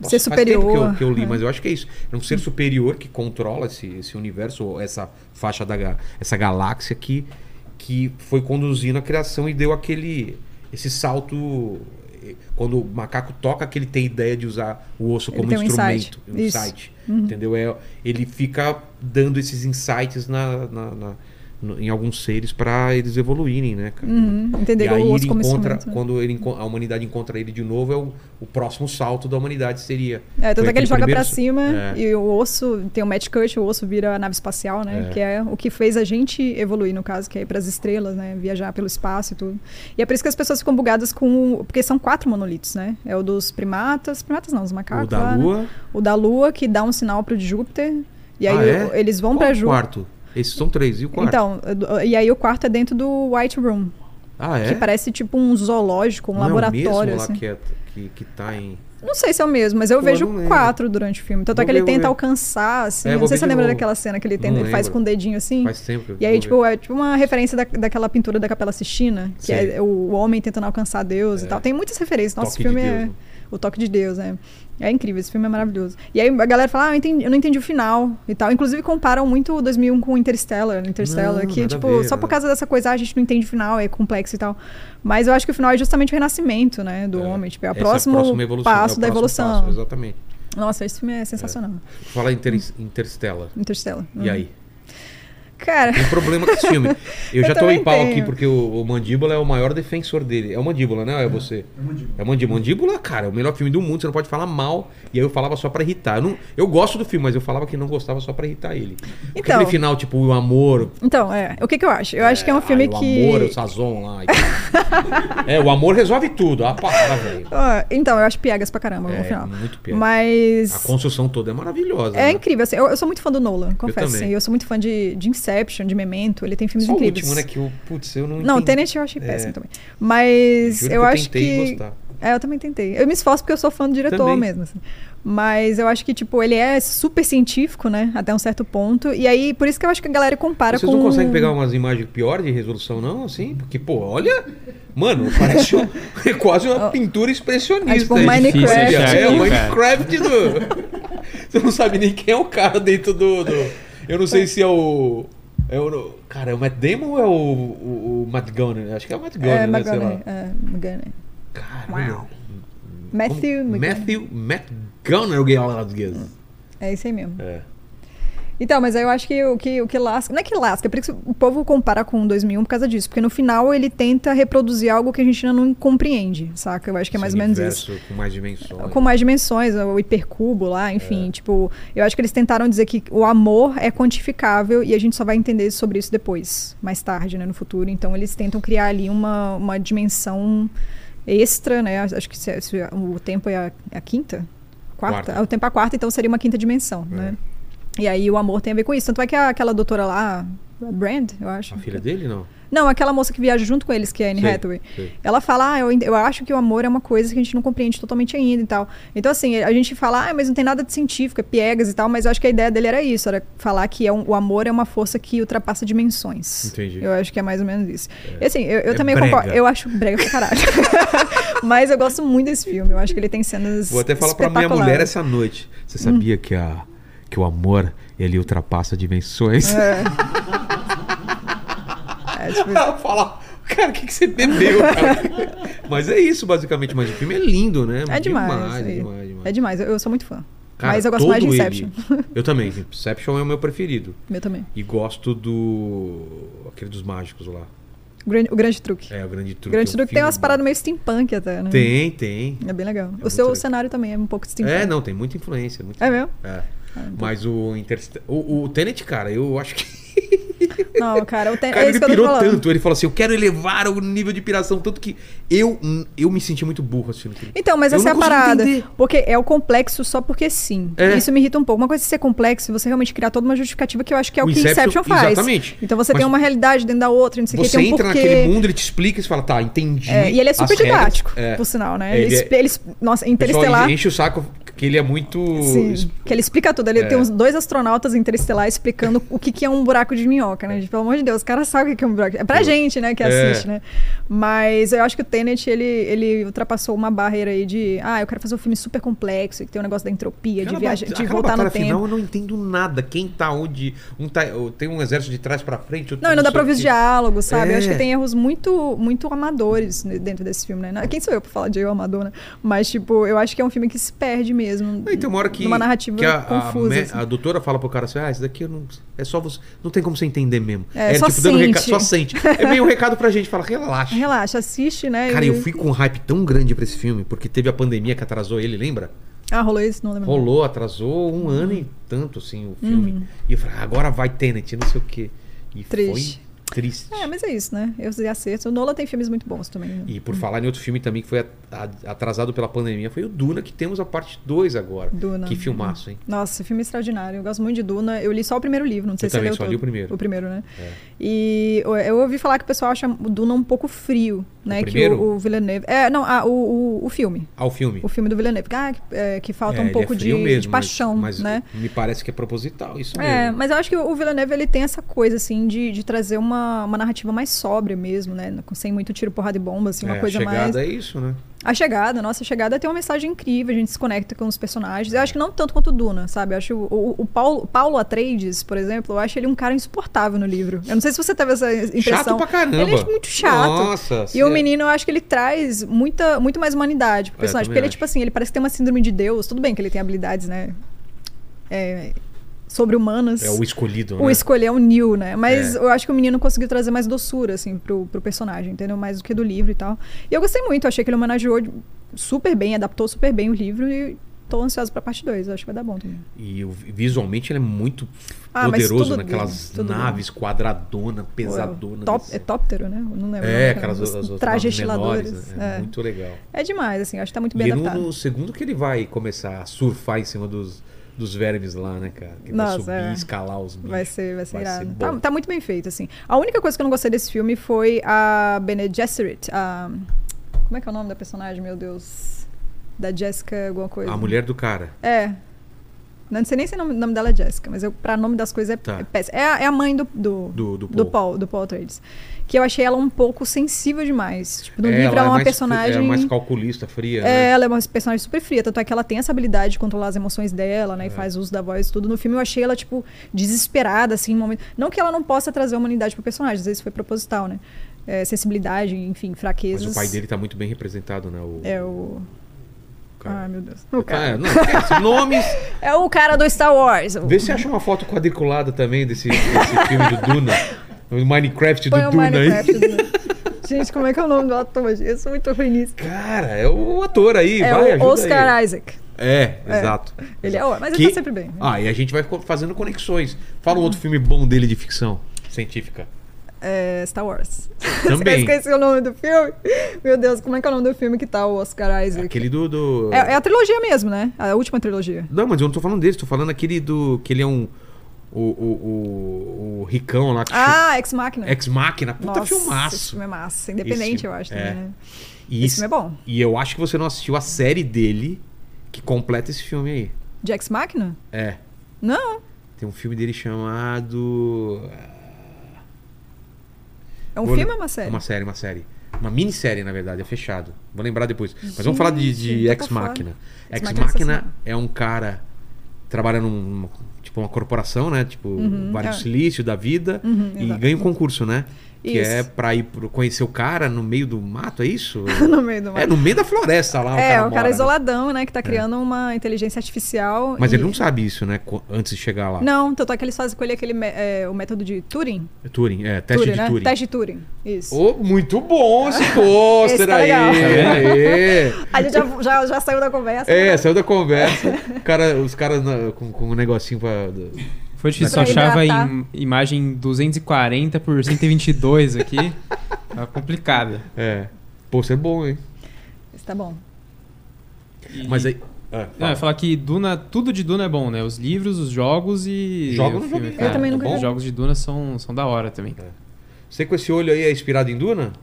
Speaker 4: Ser
Speaker 1: faz tempo que eu,
Speaker 4: superior,
Speaker 1: que eu li,
Speaker 4: né?
Speaker 1: mas eu acho que é isso. É um ser superior que controla esse, esse universo, ou essa faixa da... ga- Essa galáxia que, que foi conduzindo a criação e deu aquele... Esse salto... eh, Quando o macaco toca, que ele tem ideia de usar o osso
Speaker 4: Ele
Speaker 1: como
Speaker 4: tem um
Speaker 1: instrumento.
Speaker 4: insight.
Speaker 1: Um
Speaker 4: Isso. Uhum.
Speaker 1: insight. Entendeu? É, ele fica dando esses insights na, na, na- no- em alguns seres pra eles evoluírem, né, cara?
Speaker 4: Uhum, entender
Speaker 1: E aí
Speaker 4: o osso
Speaker 1: ele
Speaker 4: como
Speaker 1: encontra,
Speaker 4: instrumento. né?
Speaker 1: quando ele, enco- a humanidade encontra ele de novo, é o, o próximo salto da humanidade seria.
Speaker 4: É,
Speaker 1: Foi
Speaker 4: tanto é que ele
Speaker 1: aquele
Speaker 4: joga
Speaker 1: primeiro
Speaker 4: pra
Speaker 1: sa-
Speaker 4: cima
Speaker 1: É.
Speaker 4: e o osso, tem o Matt Cut, o osso vira a nave espacial, né?
Speaker 1: É.
Speaker 4: Que é o que fez a gente evoluir, no caso, que é ir pras estrelas, né? Viajar pelo espaço e tudo. E é por isso que as pessoas ficam bugadas com. o- Porque são quatro monolitos, né? É o dos primatas, primatas não, os
Speaker 1: O
Speaker 4: macacos.
Speaker 1: da
Speaker 4: lá, né?
Speaker 1: Lua.
Speaker 4: O da Lua, que dá um sinal pro de Júpiter. E aí
Speaker 1: Ah, é?
Speaker 4: o- eles vão
Speaker 1: Qual
Speaker 4: pra
Speaker 1: o
Speaker 4: Júpiter.
Speaker 1: quarto? Esses são três. E o quarto?
Speaker 4: um Então, do- e aí o quarto é dentro do White Room,
Speaker 1: ah, é?
Speaker 4: que parece tipo um zoológico, um
Speaker 1: Não
Speaker 4: laboratório.
Speaker 1: É o mesmo
Speaker 4: assim.
Speaker 1: lá que, é, que, que tá em.
Speaker 4: Não sei se é o mesmo, mas eu
Speaker 1: Pô,
Speaker 4: vejo
Speaker 1: eu não lembro.
Speaker 4: quatro durante o filme. Tanto é
Speaker 1: Vou
Speaker 4: que ele
Speaker 1: ver, vou
Speaker 4: tenta
Speaker 1: ver.
Speaker 4: alcançar, assim.
Speaker 1: É,
Speaker 4: eu não
Speaker 1: vou
Speaker 4: sei
Speaker 1: ver
Speaker 4: se você
Speaker 1: de
Speaker 4: lembra
Speaker 1: novo.
Speaker 4: daquela cena que ele, tenta,
Speaker 1: Não
Speaker 4: ele faz
Speaker 1: lembro.
Speaker 4: com o dedinho assim.
Speaker 1: Faz tempo.
Speaker 4: E aí, tipo, é tipo uma referência da, daquela pintura da Capela Sistina, que é
Speaker 1: Sei.
Speaker 4: o homem tentando alcançar Deus e
Speaker 1: É.
Speaker 4: tal. Tem muitas referências. Nossa,
Speaker 1: Toque
Speaker 4: o filme
Speaker 1: de Deus,
Speaker 4: é.
Speaker 1: né?
Speaker 4: O toque de Deus, né? É incrível, esse filme é maravilhoso. E aí a galera fala, ah, eu, entendi- eu não entendi o final e tal. Inclusive comparam muito o 2001 com o Interstellar, Interstellar,
Speaker 1: Não,
Speaker 4: que
Speaker 1: nada a
Speaker 4: tipo,
Speaker 1: ver, é.
Speaker 4: só por
Speaker 1: nada.
Speaker 4: causa dessa coisa, ah, a gente não entende o final, é complexo e tal. Mas eu acho que o final é justamente o renascimento, né, do
Speaker 1: É.
Speaker 4: homem, tipo, é o
Speaker 1: Essa
Speaker 4: próximo
Speaker 1: próxima evolução, é o
Speaker 4: passo da
Speaker 1: próximo
Speaker 4: evolução.
Speaker 1: passo, exatamente.
Speaker 4: Nossa, esse filme é sensacional.
Speaker 1: Fala Inter Interstellar.
Speaker 4: Interstellar.
Speaker 1: E
Speaker 4: Uhum.
Speaker 1: aí?
Speaker 4: Cara,
Speaker 1: Tem Um problema com esse filme. Eu,
Speaker 4: Eu
Speaker 1: já tô
Speaker 4: também
Speaker 1: em pau
Speaker 4: tenho.
Speaker 1: aqui porque o, o Mandíbula é o maior defensor dele. É o Mandíbula, né? Ou é você? É o Mandíbula. É o Mandíbula. Mandíbula, cara, é o melhor filme do mundo. Você não pode falar mal. E aí eu falava só pra irritar. Eu, não- eu gosto do filme, mas eu falava que não gostava só pra irritar ele. Porque
Speaker 4: Então.
Speaker 1: Aquele final, tipo, o amor.
Speaker 4: então, é, o que que eu acho? Eu acho que é um
Speaker 1: ah,
Speaker 4: filme
Speaker 1: e o
Speaker 4: que
Speaker 1: amor, o Sazon lá. e tal. é, o amor resolve tudo. Ah, para, velho.
Speaker 4: Ah, então, eu acho piegas pra caramba
Speaker 1: É,
Speaker 4: no final.
Speaker 1: muito piegas. A
Speaker 4: Mas
Speaker 1: construção toda é maravilhosa.
Speaker 4: é
Speaker 1: né?
Speaker 4: incrível, assim, eu, eu sou muito fã do Nolan, confesso,
Speaker 1: também.
Speaker 4: assim, eu sou muito fã de, de Inception, de Memento, ele tem filmes
Speaker 1: Só o
Speaker 4: incríveis.
Speaker 1: último, né? Que eu, putz, eu não
Speaker 4: Não,
Speaker 1: entendi.
Speaker 4: Tenet eu achei
Speaker 1: É.
Speaker 4: péssimo também. Mas
Speaker 1: Juro
Speaker 4: eu,
Speaker 1: que eu
Speaker 4: acho
Speaker 1: tentei
Speaker 4: que.
Speaker 1: gostar.
Speaker 4: É, eu também tentei. Eu me esforço porque eu sou fã do diretor
Speaker 1: Também.
Speaker 4: mesmo. assim. Mas eu acho que, tipo, ele é super científico, né? Até um certo ponto. E aí, por isso que eu acho que a galera compara
Speaker 1: Vocês
Speaker 4: com.
Speaker 1: não conseguem pegar umas imagens pior de resolução, não? Assim? Porque, pô, olha. Mano, parece um- é quase uma pintura expressionista.
Speaker 4: É tipo um
Speaker 1: isso. Olha,
Speaker 4: Minecraft,
Speaker 1: É, o
Speaker 3: né,
Speaker 1: Minecraft do. Você não sabe nem quem é o cara dentro do. do- Eu não sei se é o. É o... Cara, é o Matt Damon ou é o, o, o Matt Gunner? Acho que é o Matt Gunner,
Speaker 4: É,
Speaker 1: né? Sei
Speaker 4: McGonagall.
Speaker 1: lá.
Speaker 4: É, McGonagall.
Speaker 1: Caramba.
Speaker 4: Matthew
Speaker 1: Como-
Speaker 4: McGonagall.
Speaker 1: Matthew. Matt Gunner.
Speaker 4: É isso aí mesmo.
Speaker 1: É.
Speaker 4: Então, mas aí eu acho que o que, o que lasca. Não é que lasca, é por isso que o povo compara com o 2001 por causa disso. Porque no final ele tenta reproduzir algo que a gente ainda não compreende, saca? Eu acho que é mais ou menos isso.
Speaker 1: Com mais dimensões.
Speaker 4: Com mais dimensões, o hipercubo lá,
Speaker 1: É.
Speaker 4: enfim. Tipo, eu acho que eles tentaram dizer que o amor é quantificável e a gente só vai entender sobre isso depois, mais tarde, né, no futuro. Então, eles tentam criar ali uma, uma dimensão extra, né? Acho que se- se o tempo é a, é a quinta? Quarta?
Speaker 1: Quarta. É.
Speaker 4: Ah, O tempo é a quarta, então seria uma quinta dimensão, né? E aí o amor tem a ver com isso. Tanto é que a- aquela doutora lá, a Brand, eu acho.
Speaker 1: A filha dele, não?
Speaker 4: Não, aquela moça que viaja junto com eles, que é a Anne
Speaker 1: Sei,
Speaker 4: Hathaway.
Speaker 1: sei.
Speaker 4: Ela fala, ah, eu, en- eu acho que o amor é uma coisa que a gente não compreende totalmente ainda e tal. Então, assim, a gente fala, ah, mas não tem nada de científico, é piegas e tal, mas eu acho que a ideia dele era isso, era falar que é um- o amor é uma força que ultrapassa dimensões.
Speaker 1: Entendi.
Speaker 4: Eu acho que é mais ou menos isso. E assim, eu, eu
Speaker 1: É
Speaker 4: também
Speaker 1: brega.
Speaker 4: concordo, eu acho brega pra caralho. mas eu gosto muito desse filme, eu acho que ele tem cenas
Speaker 1: Vou até falar pra minha
Speaker 4: espetaculares.
Speaker 1: mulher essa noite. Você sabia que, a, que o amor, ele ultrapassa dimensões?
Speaker 4: É, tipo,
Speaker 1: Ela fala, cara, o que, que você bebeu, cara? Mas é isso, basicamente. Mas o filme é lindo, né?
Speaker 4: é demais.
Speaker 1: demais,
Speaker 4: é-
Speaker 1: demais, demais.
Speaker 4: É demais, eu, eu sou muito fã.
Speaker 1: Cara,
Speaker 4: mas eu gosto mais de
Speaker 1: todo
Speaker 4: Inception.
Speaker 1: ele- Eu também. Inception é o meu preferido.
Speaker 4: Meu também.
Speaker 1: E gosto do... Aquele dos mágicos lá.
Speaker 4: Grande- o grande truque.
Speaker 1: É, o Grande Truque.
Speaker 4: O Grande
Speaker 1: é um
Speaker 4: Truque tem
Speaker 1: filme
Speaker 4: umas paradas meio steampunk até, né?
Speaker 1: bom. Tem, tem.
Speaker 4: É bem legal. o
Speaker 1: muito
Speaker 4: seu
Speaker 1: legal.
Speaker 4: cenário também é um pouco steampunk.
Speaker 1: É, não, tem muita influência. Muita
Speaker 4: É mesmo?
Speaker 1: É. Mas o Interstellar... O, o Tenet, cara, eu acho que...
Speaker 4: Não, cara, o te...
Speaker 1: Cara,
Speaker 4: é
Speaker 1: ele
Speaker 4: isso que eu tô te
Speaker 1: pirou
Speaker 4: falando.
Speaker 1: tanto. Ele falou assim: eu quero elevar o nível de piração. Tanto que eu, eu me senti muito burro assistindo aquilo.
Speaker 4: Então, mas
Speaker 1: Eu
Speaker 4: essa é a
Speaker 1: não consigo
Speaker 4: parada.
Speaker 1: entender.
Speaker 4: Porque é o complexo só porque sim.
Speaker 1: É.
Speaker 4: Isso me irrita um pouco. Uma coisa é ser complexo, você realmente criar toda uma justificativa que eu acho que é o,
Speaker 1: O
Speaker 4: que
Speaker 1: Inception-
Speaker 4: Inception faz.
Speaker 1: exatamente.
Speaker 4: Então você
Speaker 1: Mas-
Speaker 4: tem uma realidade dentro da outra, não sei o que,
Speaker 1: Você
Speaker 4: tem um
Speaker 1: entra
Speaker 4: porquê.
Speaker 1: naquele mundo, ele te explica, você fala, tá, entendi.
Speaker 4: É, e ele é super
Speaker 1: as regras.
Speaker 4: didático,
Speaker 1: É.
Speaker 4: por sinal, né?
Speaker 1: Ele
Speaker 4: Ele,
Speaker 1: é-
Speaker 4: expli- ele expl- Nossa,
Speaker 1: O pessoal
Speaker 4: Interestelar.
Speaker 1: enche o saco, que ele é muito.
Speaker 4: Sim, que ele explica tudo.
Speaker 1: É.
Speaker 4: Ele tem uns dois astronautas interestelar explicando o que, que é um buraco de minhoca, né? gente? Pelo amor de Deus, os caras sabem o que que é um buraco. É pra gente, né, que
Speaker 1: É.
Speaker 4: assiste, né? Mas eu acho que o Tenet, ele, ele ultrapassou uma barreira aí de... Ah, eu quero fazer um filme super complexo, que tem um negócio da entropia,
Speaker 1: Aquela
Speaker 4: de viagem,
Speaker 1: bata-
Speaker 4: de
Speaker 1: aquela
Speaker 4: voltar no
Speaker 1: batalha
Speaker 4: tempo.
Speaker 1: final eu não entendo nada. Quem tá onde. Um tá- tem um exército de trás pra frente. outro
Speaker 4: Não, e não dá
Speaker 1: sei
Speaker 4: pra
Speaker 1: o
Speaker 4: ouvir os
Speaker 1: quê.
Speaker 4: diálogos, sabe? Eu acho que
Speaker 1: É.
Speaker 4: tem erros muito, muito amadores ne- dentro desse filme, né? Não- Quem sou eu pra falar de eu amador, né? Mas, tipo, eu acho que é um filme que se perde mesmo.
Speaker 1: Aí tem Ah, então, uma hora que,
Speaker 4: Numa narrativa
Speaker 1: que a, a
Speaker 4: confusa.
Speaker 1: me-
Speaker 4: assim.
Speaker 1: a doutora fala pro cara assim: ah, isso daqui eu não, é só você. Não tem como você entender mesmo.
Speaker 4: É,
Speaker 1: Ele, tipo, um
Speaker 4: só sente.
Speaker 1: reca- só sente. É meio um recado pra gente: fala, relaxa.
Speaker 4: Relaxa, assiste, né?
Speaker 1: Cara,
Speaker 4: e-
Speaker 1: eu fui com um hype tão grande pra esse filme, porque teve a pandemia que atrasou ele, lembra?
Speaker 4: Ah, rolou isso? Não lembro.
Speaker 1: Rolou, atrasou
Speaker 4: Uhum.
Speaker 1: um ano e tanto, assim, o filme. E eu falei, ah, agora vai Tenet, não sei o quê. E
Speaker 4: Triste.
Speaker 1: foi triste.
Speaker 4: É, mas é isso, né? Eu sei acerto. O Nola tem filmes muito bons também. né?
Speaker 1: E por falar em outro filme também que foi a- a- atrasado pela pandemia, foi o Duna, que temos a parte 2 agora.
Speaker 4: Duna.
Speaker 1: Que filmaço, hein?
Speaker 4: Nossa, filme extraordinário. Eu gosto muito de Duna. Eu li só o primeiro livro, não sei
Speaker 1: Eu
Speaker 4: se você
Speaker 1: também
Speaker 4: leu
Speaker 1: só
Speaker 4: todo.
Speaker 1: li o primeiro. É.
Speaker 4: O primeiro, né? E eu- eu ouvi falar que o pessoal acha o Duna um pouco frio, né? que
Speaker 1: primeiro?
Speaker 4: o, o Villeneuve... É, não, ah, o, o, o filme.
Speaker 1: Ao filme.
Speaker 4: O filme do Villeneuve. Ah, que, é, que falta
Speaker 1: É,
Speaker 4: um
Speaker 1: ele
Speaker 4: pouco
Speaker 1: é
Speaker 4: de,
Speaker 1: frio mesmo,
Speaker 4: de
Speaker 1: mas-
Speaker 4: paixão,
Speaker 1: mas,
Speaker 4: né?
Speaker 1: me parece que é proposital, isso
Speaker 4: É,
Speaker 1: mesmo.
Speaker 4: mas eu acho que o Villeneuve ele tem essa coisa, assim, de, de trazer uma, uma narrativa mais sóbria mesmo, né? Sem muito tiro, porrada e bomba, assim, uma
Speaker 1: É,
Speaker 4: coisa
Speaker 1: a chegada
Speaker 4: mais...
Speaker 1: é isso, né?
Speaker 4: A chegada, nossa, a chegada tem uma mensagem incrível, a gente se conecta com os personagens. Eu acho que não tanto quanto o Duna, sabe? Eu acho o, o- o Paulo, Paulo Atreides, por exemplo, eu acho ele um cara insuportável no livro. Eu não sei se você teve essa impressão.
Speaker 1: Chato pra caramba.
Speaker 4: Ele é muito chato.
Speaker 1: Nossa.
Speaker 4: E o
Speaker 1: cê-
Speaker 4: menino, eu acho que ele traz muita, muito mais humanidade
Speaker 1: É,
Speaker 4: pro personagem.
Speaker 1: também
Speaker 4: porque ele, é
Speaker 1: acho.
Speaker 4: tipo assim, ele parece que tem uma síndrome de Deus. Tudo bem que ele tem habilidades, né? É, sobre-humanas.
Speaker 1: É o escolhido,
Speaker 4: O
Speaker 1: né?
Speaker 4: escolher é o Neil, né? Mas
Speaker 1: É.
Speaker 4: eu acho que o menino conseguiu trazer mais doçura, assim, pro, pro personagem, entendeu? Mais do que do livro e tal. E eu gostei muito, achei que ele homenageou de- super bem, adaptou super bem o livro e tô ansiosa pra parte 2. Acho que vai dar bom também.
Speaker 1: E o- visualmente ele é muito
Speaker 4: Ah, mas
Speaker 1: poderoso
Speaker 4: tudo
Speaker 1: naquelas
Speaker 4: dele, tudo
Speaker 1: naves quadradona, pesadona.
Speaker 4: Pô, é top,
Speaker 1: desse-
Speaker 4: é tóptero, né? Eu não lembro.
Speaker 1: É,
Speaker 4: né?
Speaker 1: aquelas
Speaker 4: Os
Speaker 1: as outras
Speaker 4: Trajes
Speaker 1: naves menores,
Speaker 4: estiladores.
Speaker 1: né? É
Speaker 4: É.
Speaker 1: muito legal.
Speaker 4: É demais, assim, eu acho que tá muito bem
Speaker 1: E no,
Speaker 4: adaptado.
Speaker 1: no segundo que ele vai começar a surfar em cima dos, dos vermes lá, né, cara? Que ele vai
Speaker 4: Nossa,
Speaker 1: subir,
Speaker 4: é.
Speaker 1: escalar os bichos.
Speaker 4: Vai ser, vai ser
Speaker 1: Vai ser
Speaker 4: irado.
Speaker 1: bom.
Speaker 4: tá, tá muito bem feito, assim. A única coisa que eu não gostei desse filme foi a Bene Gesserit. A... Como é que é o nome da personagem, meu Deus? Da Jessica alguma coisa.
Speaker 1: A mulher do cara.
Speaker 4: É. Não sei nem se o nome, o nome dela é Jessica, mas eu, pra nome das coisas é,
Speaker 1: Tá.
Speaker 4: é péssimo. É, a- é a mãe do, do,
Speaker 1: Do, do,
Speaker 4: do Paul, do Paul Trades. Que eu achei ela um pouco sensível demais. Tipo, no livro ela é uma
Speaker 1: mais,
Speaker 4: personagem.
Speaker 1: Ela é mais calculista, fria,
Speaker 4: É,
Speaker 1: né?
Speaker 4: ela é uma personagem super fria, tanto é que ela tem essa habilidade de controlar as emoções dela,
Speaker 1: É.
Speaker 4: né? E faz uso da voz e tudo. No filme eu achei ela, tipo, desesperada, assim, em momento. Não que ela não possa trazer humanidade pro personagem, às vezes foi proposital, né? É, sensibilidade, enfim, fraquezas.
Speaker 1: Mas o pai dele tá muito bem representado, né? O,
Speaker 4: É o. Ai,
Speaker 1: cara.
Speaker 4: meu Deus. O
Speaker 1: Ah,
Speaker 4: cara.
Speaker 1: não, esquece. nomes.
Speaker 4: É o cara do Star Wars. o-
Speaker 1: Vê se acha uma foto quadriculada também desse, desse filme do Duna. O Minecraft do
Speaker 4: Põe o
Speaker 1: Duna aí.
Speaker 4: Minecraft. né? Gente, como é que é o nome do ator? Eu sou muito ruim nisso.
Speaker 1: Cara, é o ator aí,
Speaker 4: É
Speaker 1: vai,
Speaker 4: o
Speaker 1: ajuda
Speaker 4: Oscar
Speaker 1: aí.
Speaker 4: Isaac.
Speaker 1: É, exato.
Speaker 4: Ele é
Speaker 1: Exato.
Speaker 4: ótimo, mas ele tá sempre bem.
Speaker 1: Ah, e a gente vai co- fazendo conexões. Fala um outro filme bom dele de ficção científica.
Speaker 4: É, Star Wars. Eu
Speaker 1: Também.
Speaker 4: esqueci o nome do filme. Meu Deus, como é que é o nome do filme que tá o Oscar Isaac?
Speaker 1: Aquele do... do-
Speaker 4: É, é a trilogia mesmo, né? A última trilogia.
Speaker 1: Não, mas eu não tô falando dele, tô falando aquele do... Que ele é um... O, o, o, o ricão lá. Que
Speaker 4: Ah, Ex Machina.
Speaker 1: chu- Ex Machina. É Puta
Speaker 4: Nossa, Esse
Speaker 1: filmaço.
Speaker 4: filme é massa. Independente,
Speaker 1: Esse-
Speaker 4: eu acho.
Speaker 1: é.
Speaker 4: Também, né?
Speaker 1: E
Speaker 4: Esse
Speaker 1: isso-
Speaker 4: filme é bom.
Speaker 1: E eu acho que você não assistiu a série dele que completa esse filme aí.
Speaker 4: De Ex Machina?
Speaker 1: É.
Speaker 4: Não.
Speaker 1: Tem um filme dele chamado...
Speaker 4: É um
Speaker 1: Vou-
Speaker 4: filme ou uma série?
Speaker 1: Uma série, uma série. Uma minissérie, na verdade, é fechado. Vou lembrar depois. Mas vamos falar de, de
Speaker 4: Gente, tô
Speaker 1: Ex
Speaker 4: por fora.
Speaker 1: Machina.
Speaker 4: Ex
Speaker 1: Ex
Speaker 4: Machina é
Speaker 1: Machina
Speaker 4: sensacional.
Speaker 1: é um cara que trabalha numa tipo uma corporação, né? Tipo, vários
Speaker 4: é. Uhum,
Speaker 1: silício da vida e
Speaker 4: exato.
Speaker 1: ganha um concurso, né? Que
Speaker 4: Isso.
Speaker 1: é pra ir pro- conhecer o cara no meio do mato, é isso?
Speaker 4: Tá no meio do mar.
Speaker 1: é, no meio da floresta lá.
Speaker 4: É, o
Speaker 1: mora,
Speaker 4: cara
Speaker 1: né?
Speaker 4: isoladão, né? Que tá criando uma inteligência artificial.
Speaker 1: Mas
Speaker 4: e-
Speaker 1: ele não sabe isso, né? co- Antes de chegar lá.
Speaker 4: Não, tanto é que eles fazem com ele aquele mé- é, o método de Turing.
Speaker 1: Turing, é, teste
Speaker 4: Turing,
Speaker 1: de
Speaker 4: né?
Speaker 1: Turing.
Speaker 4: Teste de Turing. Isso.
Speaker 1: Oh, muito bom esse pôster
Speaker 4: tá
Speaker 1: aí.
Speaker 4: legal.
Speaker 1: Aê.
Speaker 4: A gente Ah, já, já, já saiu da conversa.
Speaker 1: É,
Speaker 4: né?
Speaker 1: saiu da conversa. O cara, os caras na- com, com um negocinho pra. do-
Speaker 3: Foi difícil, só
Speaker 4: Pra
Speaker 3: achava
Speaker 4: hidratar.
Speaker 3: em imagem 240 por 122 aqui. Tava complicada.
Speaker 1: É. Pô, você é bom, hein?
Speaker 4: Isso tá bom.
Speaker 3: E-
Speaker 1: Mas aí. É,
Speaker 3: Não, eu
Speaker 1: fala.
Speaker 3: ia falar que Duna, tudo de Duna é bom, né? Os livros, os jogos e.
Speaker 1: Jogo É.
Speaker 3: o
Speaker 1: não
Speaker 3: filme,
Speaker 1: joguei.
Speaker 3: cara.
Speaker 4: Eu também nunca
Speaker 3: Os
Speaker 4: joguei.
Speaker 3: jogos de Duna são, são da hora também.
Speaker 1: Você com esse olho aí é inspirado em Duna?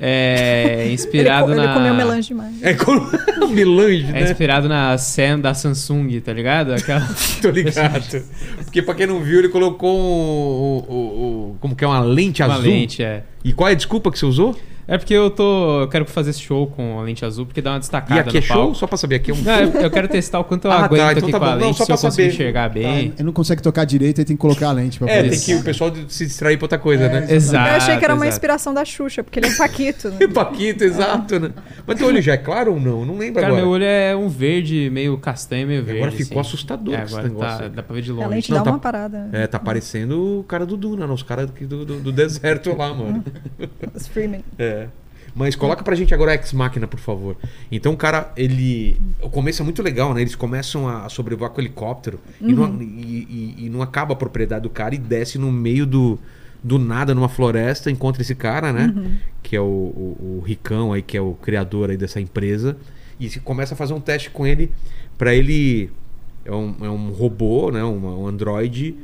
Speaker 3: É inspirado
Speaker 4: ele, co-
Speaker 3: na.
Speaker 4: ele comeu melange demais.
Speaker 1: É como. Melange,
Speaker 3: É
Speaker 1: né?
Speaker 3: inspirado na Sam da Samsung, tá ligado? Aquela.
Speaker 1: Tô ligado. Porque pra quem não viu, ele um, colocou o. o- o- como que é? Uma lente
Speaker 3: uma
Speaker 1: azul.
Speaker 3: lente, é.
Speaker 1: E qual é a desculpa que você usou?
Speaker 3: É porque eu tô. Eu quero fazer esse show com a lente azul, porque dá uma
Speaker 1: E
Speaker 3: destacada
Speaker 1: aqui é
Speaker 3: no
Speaker 1: show?
Speaker 3: palco.
Speaker 1: Só pra saber, aqui é um.
Speaker 3: Não, eu, eu quero testar o quanto eu
Speaker 1: Ah, tá,
Speaker 3: aguento
Speaker 1: então
Speaker 3: aqui
Speaker 1: tá
Speaker 3: com a
Speaker 1: bom. Não,
Speaker 3: lente,
Speaker 1: só
Speaker 3: se eu
Speaker 1: pra
Speaker 3: consigo
Speaker 1: saber. Tá,
Speaker 3: enxergar bem.
Speaker 2: Ele não consegue tocar direito, ele tem que colocar a lente pra
Speaker 1: É,
Speaker 2: poder.
Speaker 1: tem que o pessoal de- se distrair pra outra coisa, né?
Speaker 3: Exato.
Speaker 4: eu achei que era uma
Speaker 3: Ah, exato.
Speaker 4: inspiração da Xuxa, porque ele é um Paquito. né?
Speaker 1: Paquito, exato, né? Mas teu olho já é claro ou não? Não lembro
Speaker 3: Cara,
Speaker 1: agora.
Speaker 3: meu olho é um verde, meio castanho, meio verde.
Speaker 1: Agora ficou
Speaker 3: assim.
Speaker 1: assustador
Speaker 3: É,
Speaker 1: esse
Speaker 3: agora
Speaker 1: negócio
Speaker 3: tá,
Speaker 1: aí.
Speaker 3: dá pra ver de
Speaker 4: A
Speaker 3: longe.
Speaker 4: lente
Speaker 1: Não,
Speaker 4: dá
Speaker 1: tá-
Speaker 4: uma parada. né?
Speaker 1: É, tá parecendo o cara do Duna, né? os caras aqui do, do, do deserto lá, mano.
Speaker 4: Os Freeman.
Speaker 1: É. Mas coloca pra gente agora a Ex Máquina, por favor. Então o cara, ele. O começo é muito legal, né? Eles começam a sobrevoar com o helicóptero e, não, e- e- e não acaba a propriedade do cara e desce no meio do, do nada, numa floresta, encontra esse cara, né? Que é o, o- o Ricão aí, que é o criador aí dessa empresa. E se começa a fazer um teste com ele pra ele. É um, é um robô, né? Uma- um androide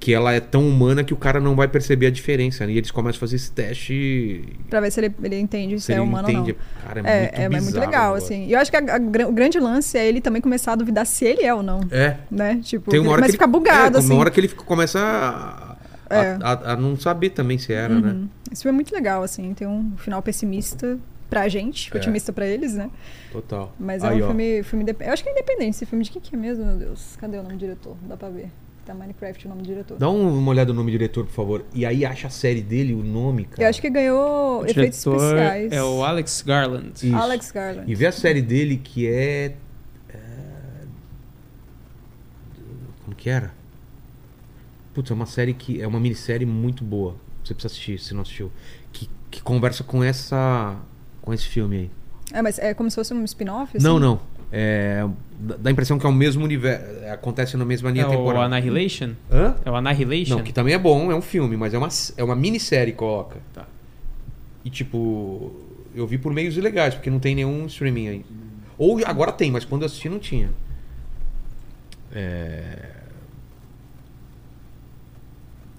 Speaker 1: que ela é tão humana que o cara não vai perceber a diferença. Né? E eles começam a fazer esse teste
Speaker 4: Pra ver se ele, ele entende se
Speaker 1: ele
Speaker 4: é humano ou não.
Speaker 1: Cara, é,
Speaker 4: É,
Speaker 1: muito
Speaker 4: é, mas muito
Speaker 1: bizarro
Speaker 4: legal,
Speaker 1: agora.
Speaker 4: assim. E eu acho que a- a gran- o grande lance é ele também começar a duvidar se ele é ou não.
Speaker 1: É.
Speaker 4: Né? Tipo,
Speaker 1: Tem uma hora
Speaker 4: mas
Speaker 1: que
Speaker 4: fica
Speaker 1: ele,
Speaker 4: bugado,
Speaker 1: é,
Speaker 4: assim.
Speaker 1: Uma hora que ele fica- começa a, a-
Speaker 4: É.
Speaker 1: a- a não saber também se era, né?
Speaker 4: Isso é muito legal, assim. Tem um final pessimista pra gente,
Speaker 1: É.
Speaker 4: otimista pra eles, né?
Speaker 1: Total.
Speaker 4: Mas
Speaker 1: Aí,
Speaker 4: é um
Speaker 1: ó.
Speaker 4: filme, filme independente. Eu acho que é independente esse filme. De quem que é mesmo, meu Deus? Cadê o nome do diretor? Dá pra ver. Tá Minecraft o nome do diretor.
Speaker 1: Dá um- uma olhada no nome do diretor, por favor. E aí acha a série dele, o nome, cara.
Speaker 4: Eu acho que ganhou
Speaker 3: O
Speaker 4: efeitos
Speaker 3: diretor
Speaker 4: especiais.
Speaker 3: é o Alex Garland.
Speaker 1: Isso.
Speaker 4: Alex Garland.
Speaker 1: E vê a série dele que é... é, Como que era? Putz, é uma série que... É uma minissérie muito boa. Você precisa assistir, se não assistiu. Que, que conversa com essa... Com esse filme aí.
Speaker 4: É, mas é como se fosse um spin-off?
Speaker 1: Não,
Speaker 4: assim?
Speaker 1: não. É, dá dá a impressão que é o mesmo universo. Acontece na mesma linha
Speaker 3: É o
Speaker 1: temporal.
Speaker 3: Annihilation?
Speaker 1: Hã?
Speaker 3: É o Annihilation?
Speaker 1: Não, que também é bom, é um filme, mas é uma, s- é uma minissérie, coloca.
Speaker 3: Tá.
Speaker 1: E tipo, eu vi por meios ilegais, porque não tem nenhum streaming aí. Ou agora tem, mas quando eu assisti não tinha. É...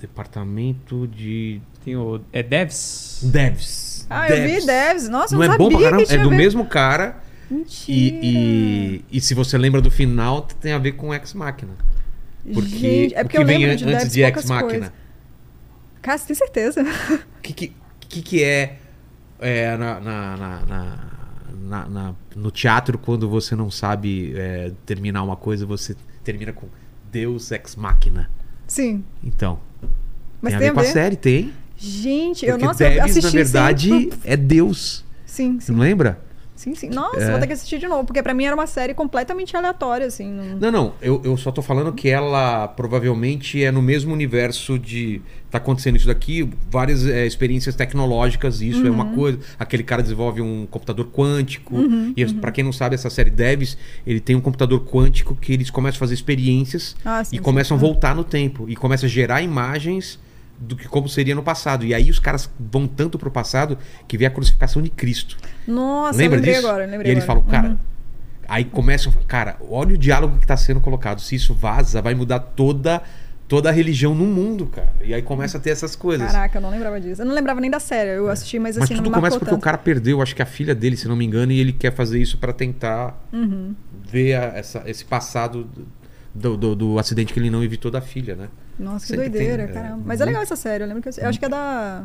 Speaker 1: Departamento de.
Speaker 3: Tem o. É Devs?
Speaker 1: Devs.
Speaker 4: Ah, eu vi Devs. Nossa, eu
Speaker 1: Não
Speaker 4: não,
Speaker 1: é bom
Speaker 4: sabia
Speaker 1: pra caramba?
Speaker 4: que tinha
Speaker 1: É do
Speaker 4: a ver-
Speaker 1: mesmo cara.
Speaker 4: Mentira.
Speaker 1: E, e, e se você lembra do final, tem a ver com Ex Machina. Porque
Speaker 4: Gente, é
Speaker 1: o
Speaker 4: porque
Speaker 1: que
Speaker 4: eu
Speaker 1: vem
Speaker 4: lembro
Speaker 1: an-
Speaker 4: de
Speaker 1: antes
Speaker 4: Devs
Speaker 1: de Ex
Speaker 4: poucas
Speaker 1: Machina?
Speaker 4: coisas. Cara, você tem certeza?
Speaker 1: O que, que, que que é, é, na, na- na- na- na- na- no teatro quando você não sabe é, terminar uma coisa, você termina com Deus Ex Machina.
Speaker 4: Sim.
Speaker 1: Então,
Speaker 4: Mas
Speaker 1: tem a ver com a série, tem.
Speaker 4: Gente, eu
Speaker 1: Porque
Speaker 4: nossa, eu
Speaker 1: Debs,
Speaker 4: assisti
Speaker 1: na
Speaker 4: sim.
Speaker 1: verdade, é Deus.
Speaker 4: Sim,
Speaker 1: Você
Speaker 4: sim,
Speaker 1: não lembra?
Speaker 4: sim, sim. Nossa,
Speaker 1: É.
Speaker 4: vou ter que assistir de novo, porque pra mim era uma série completamente aleatória, assim. não-
Speaker 1: Não, não, eu, eu só tô falando que ela provavelmente é no mesmo universo de. Tá acontecendo isso daqui, várias é, experiências tecnológicas, isso é
Speaker 4: Uhum.
Speaker 1: uma coisa. Aquele cara desenvolve um computador quântico. e
Speaker 4: uhum.
Speaker 1: para quem não sabe, essa série Devs, ele tem um computador quântico que eles começam a fazer experiências
Speaker 4: Ah, sim,
Speaker 1: e
Speaker 4: sim.
Speaker 1: começam
Speaker 4: Ah.
Speaker 1: a voltar no tempo. E começam a gerar imagens do que como seria no passado. E aí os caras vão tanto pro passado que vê a crucificação de Cristo.
Speaker 4: Nossa,
Speaker 1: Lembra
Speaker 4: eu lembrei
Speaker 1: disso?
Speaker 4: agora, eu
Speaker 1: e
Speaker 4: lembrei
Speaker 1: eles
Speaker 4: agora. Uhum.
Speaker 1: falam, cara. Aí começam. Cara, olha o diálogo que tá sendo colocado. Se isso vaza, vai mudar toda, toda a religião no mundo, cara. E aí começa a ter essas coisas.
Speaker 4: Caraca, eu não lembrava disso. Eu não lembrava nem da série, eu assisti, mas
Speaker 1: É. Mas
Speaker 4: assim,
Speaker 1: tudo
Speaker 4: não me
Speaker 1: começa
Speaker 4: marcou
Speaker 1: porque
Speaker 4: tanto.
Speaker 1: o cara perdeu, acho que a filha dele, se não me engano, e ele quer fazer isso pra tentar
Speaker 4: Uhum.
Speaker 1: ver a- essa- esse passado do, do- do acidente que ele não evitou da filha, né?
Speaker 4: Nossa, que
Speaker 1: Sempre tem,
Speaker 4: doideira,
Speaker 1: é,
Speaker 4: caramba. Mas
Speaker 1: muito- Uhum.
Speaker 4: é legal essa série, eu lembro que eu, eu acho que é da...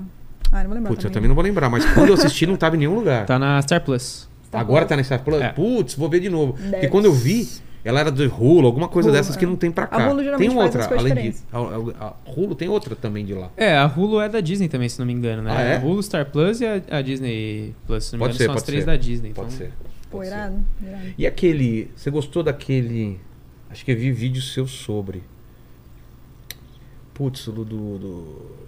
Speaker 4: Ah, não vou lembrar
Speaker 1: Putz, eu também não vou lembrar, mas quando eu assisti não tava em nenhum lugar.
Speaker 3: Tá na Star Plus.
Speaker 4: Star
Speaker 1: Agora
Speaker 4: Plus.
Speaker 1: tá nessa. Plus.
Speaker 3: É.
Speaker 1: Putz, vou ver de novo. Porque
Speaker 4: Deve.
Speaker 1: quando eu vi, ela era do Rulo, alguma coisa
Speaker 4: Rulo,
Speaker 1: dessas
Speaker 4: é.
Speaker 1: que não tem pra
Speaker 4: A
Speaker 1: cá.
Speaker 4: Rulo geralmente
Speaker 1: tem
Speaker 4: faz
Speaker 1: outra,
Speaker 4: umas coisas
Speaker 1: além disso. A, a- a Rulo tem outra também de lá.
Speaker 3: É, a Hulu é da Disney também, se não me engano, né?
Speaker 1: Ah, é?
Speaker 3: A Hulu, Star Plus e a, a Disney Plus, se não me
Speaker 1: Pode
Speaker 3: engano,
Speaker 1: ser,
Speaker 3: são as
Speaker 1: pode
Speaker 3: três
Speaker 1: ser.
Speaker 3: da Disney.
Speaker 1: Pode
Speaker 3: então-
Speaker 1: ser.
Speaker 4: Pô,
Speaker 1: pode ser.
Speaker 4: irado, irado.
Speaker 1: E aquele. Você gostou daquele. Acho que eu vi vídeo seu sobre. Putz, do. do- do-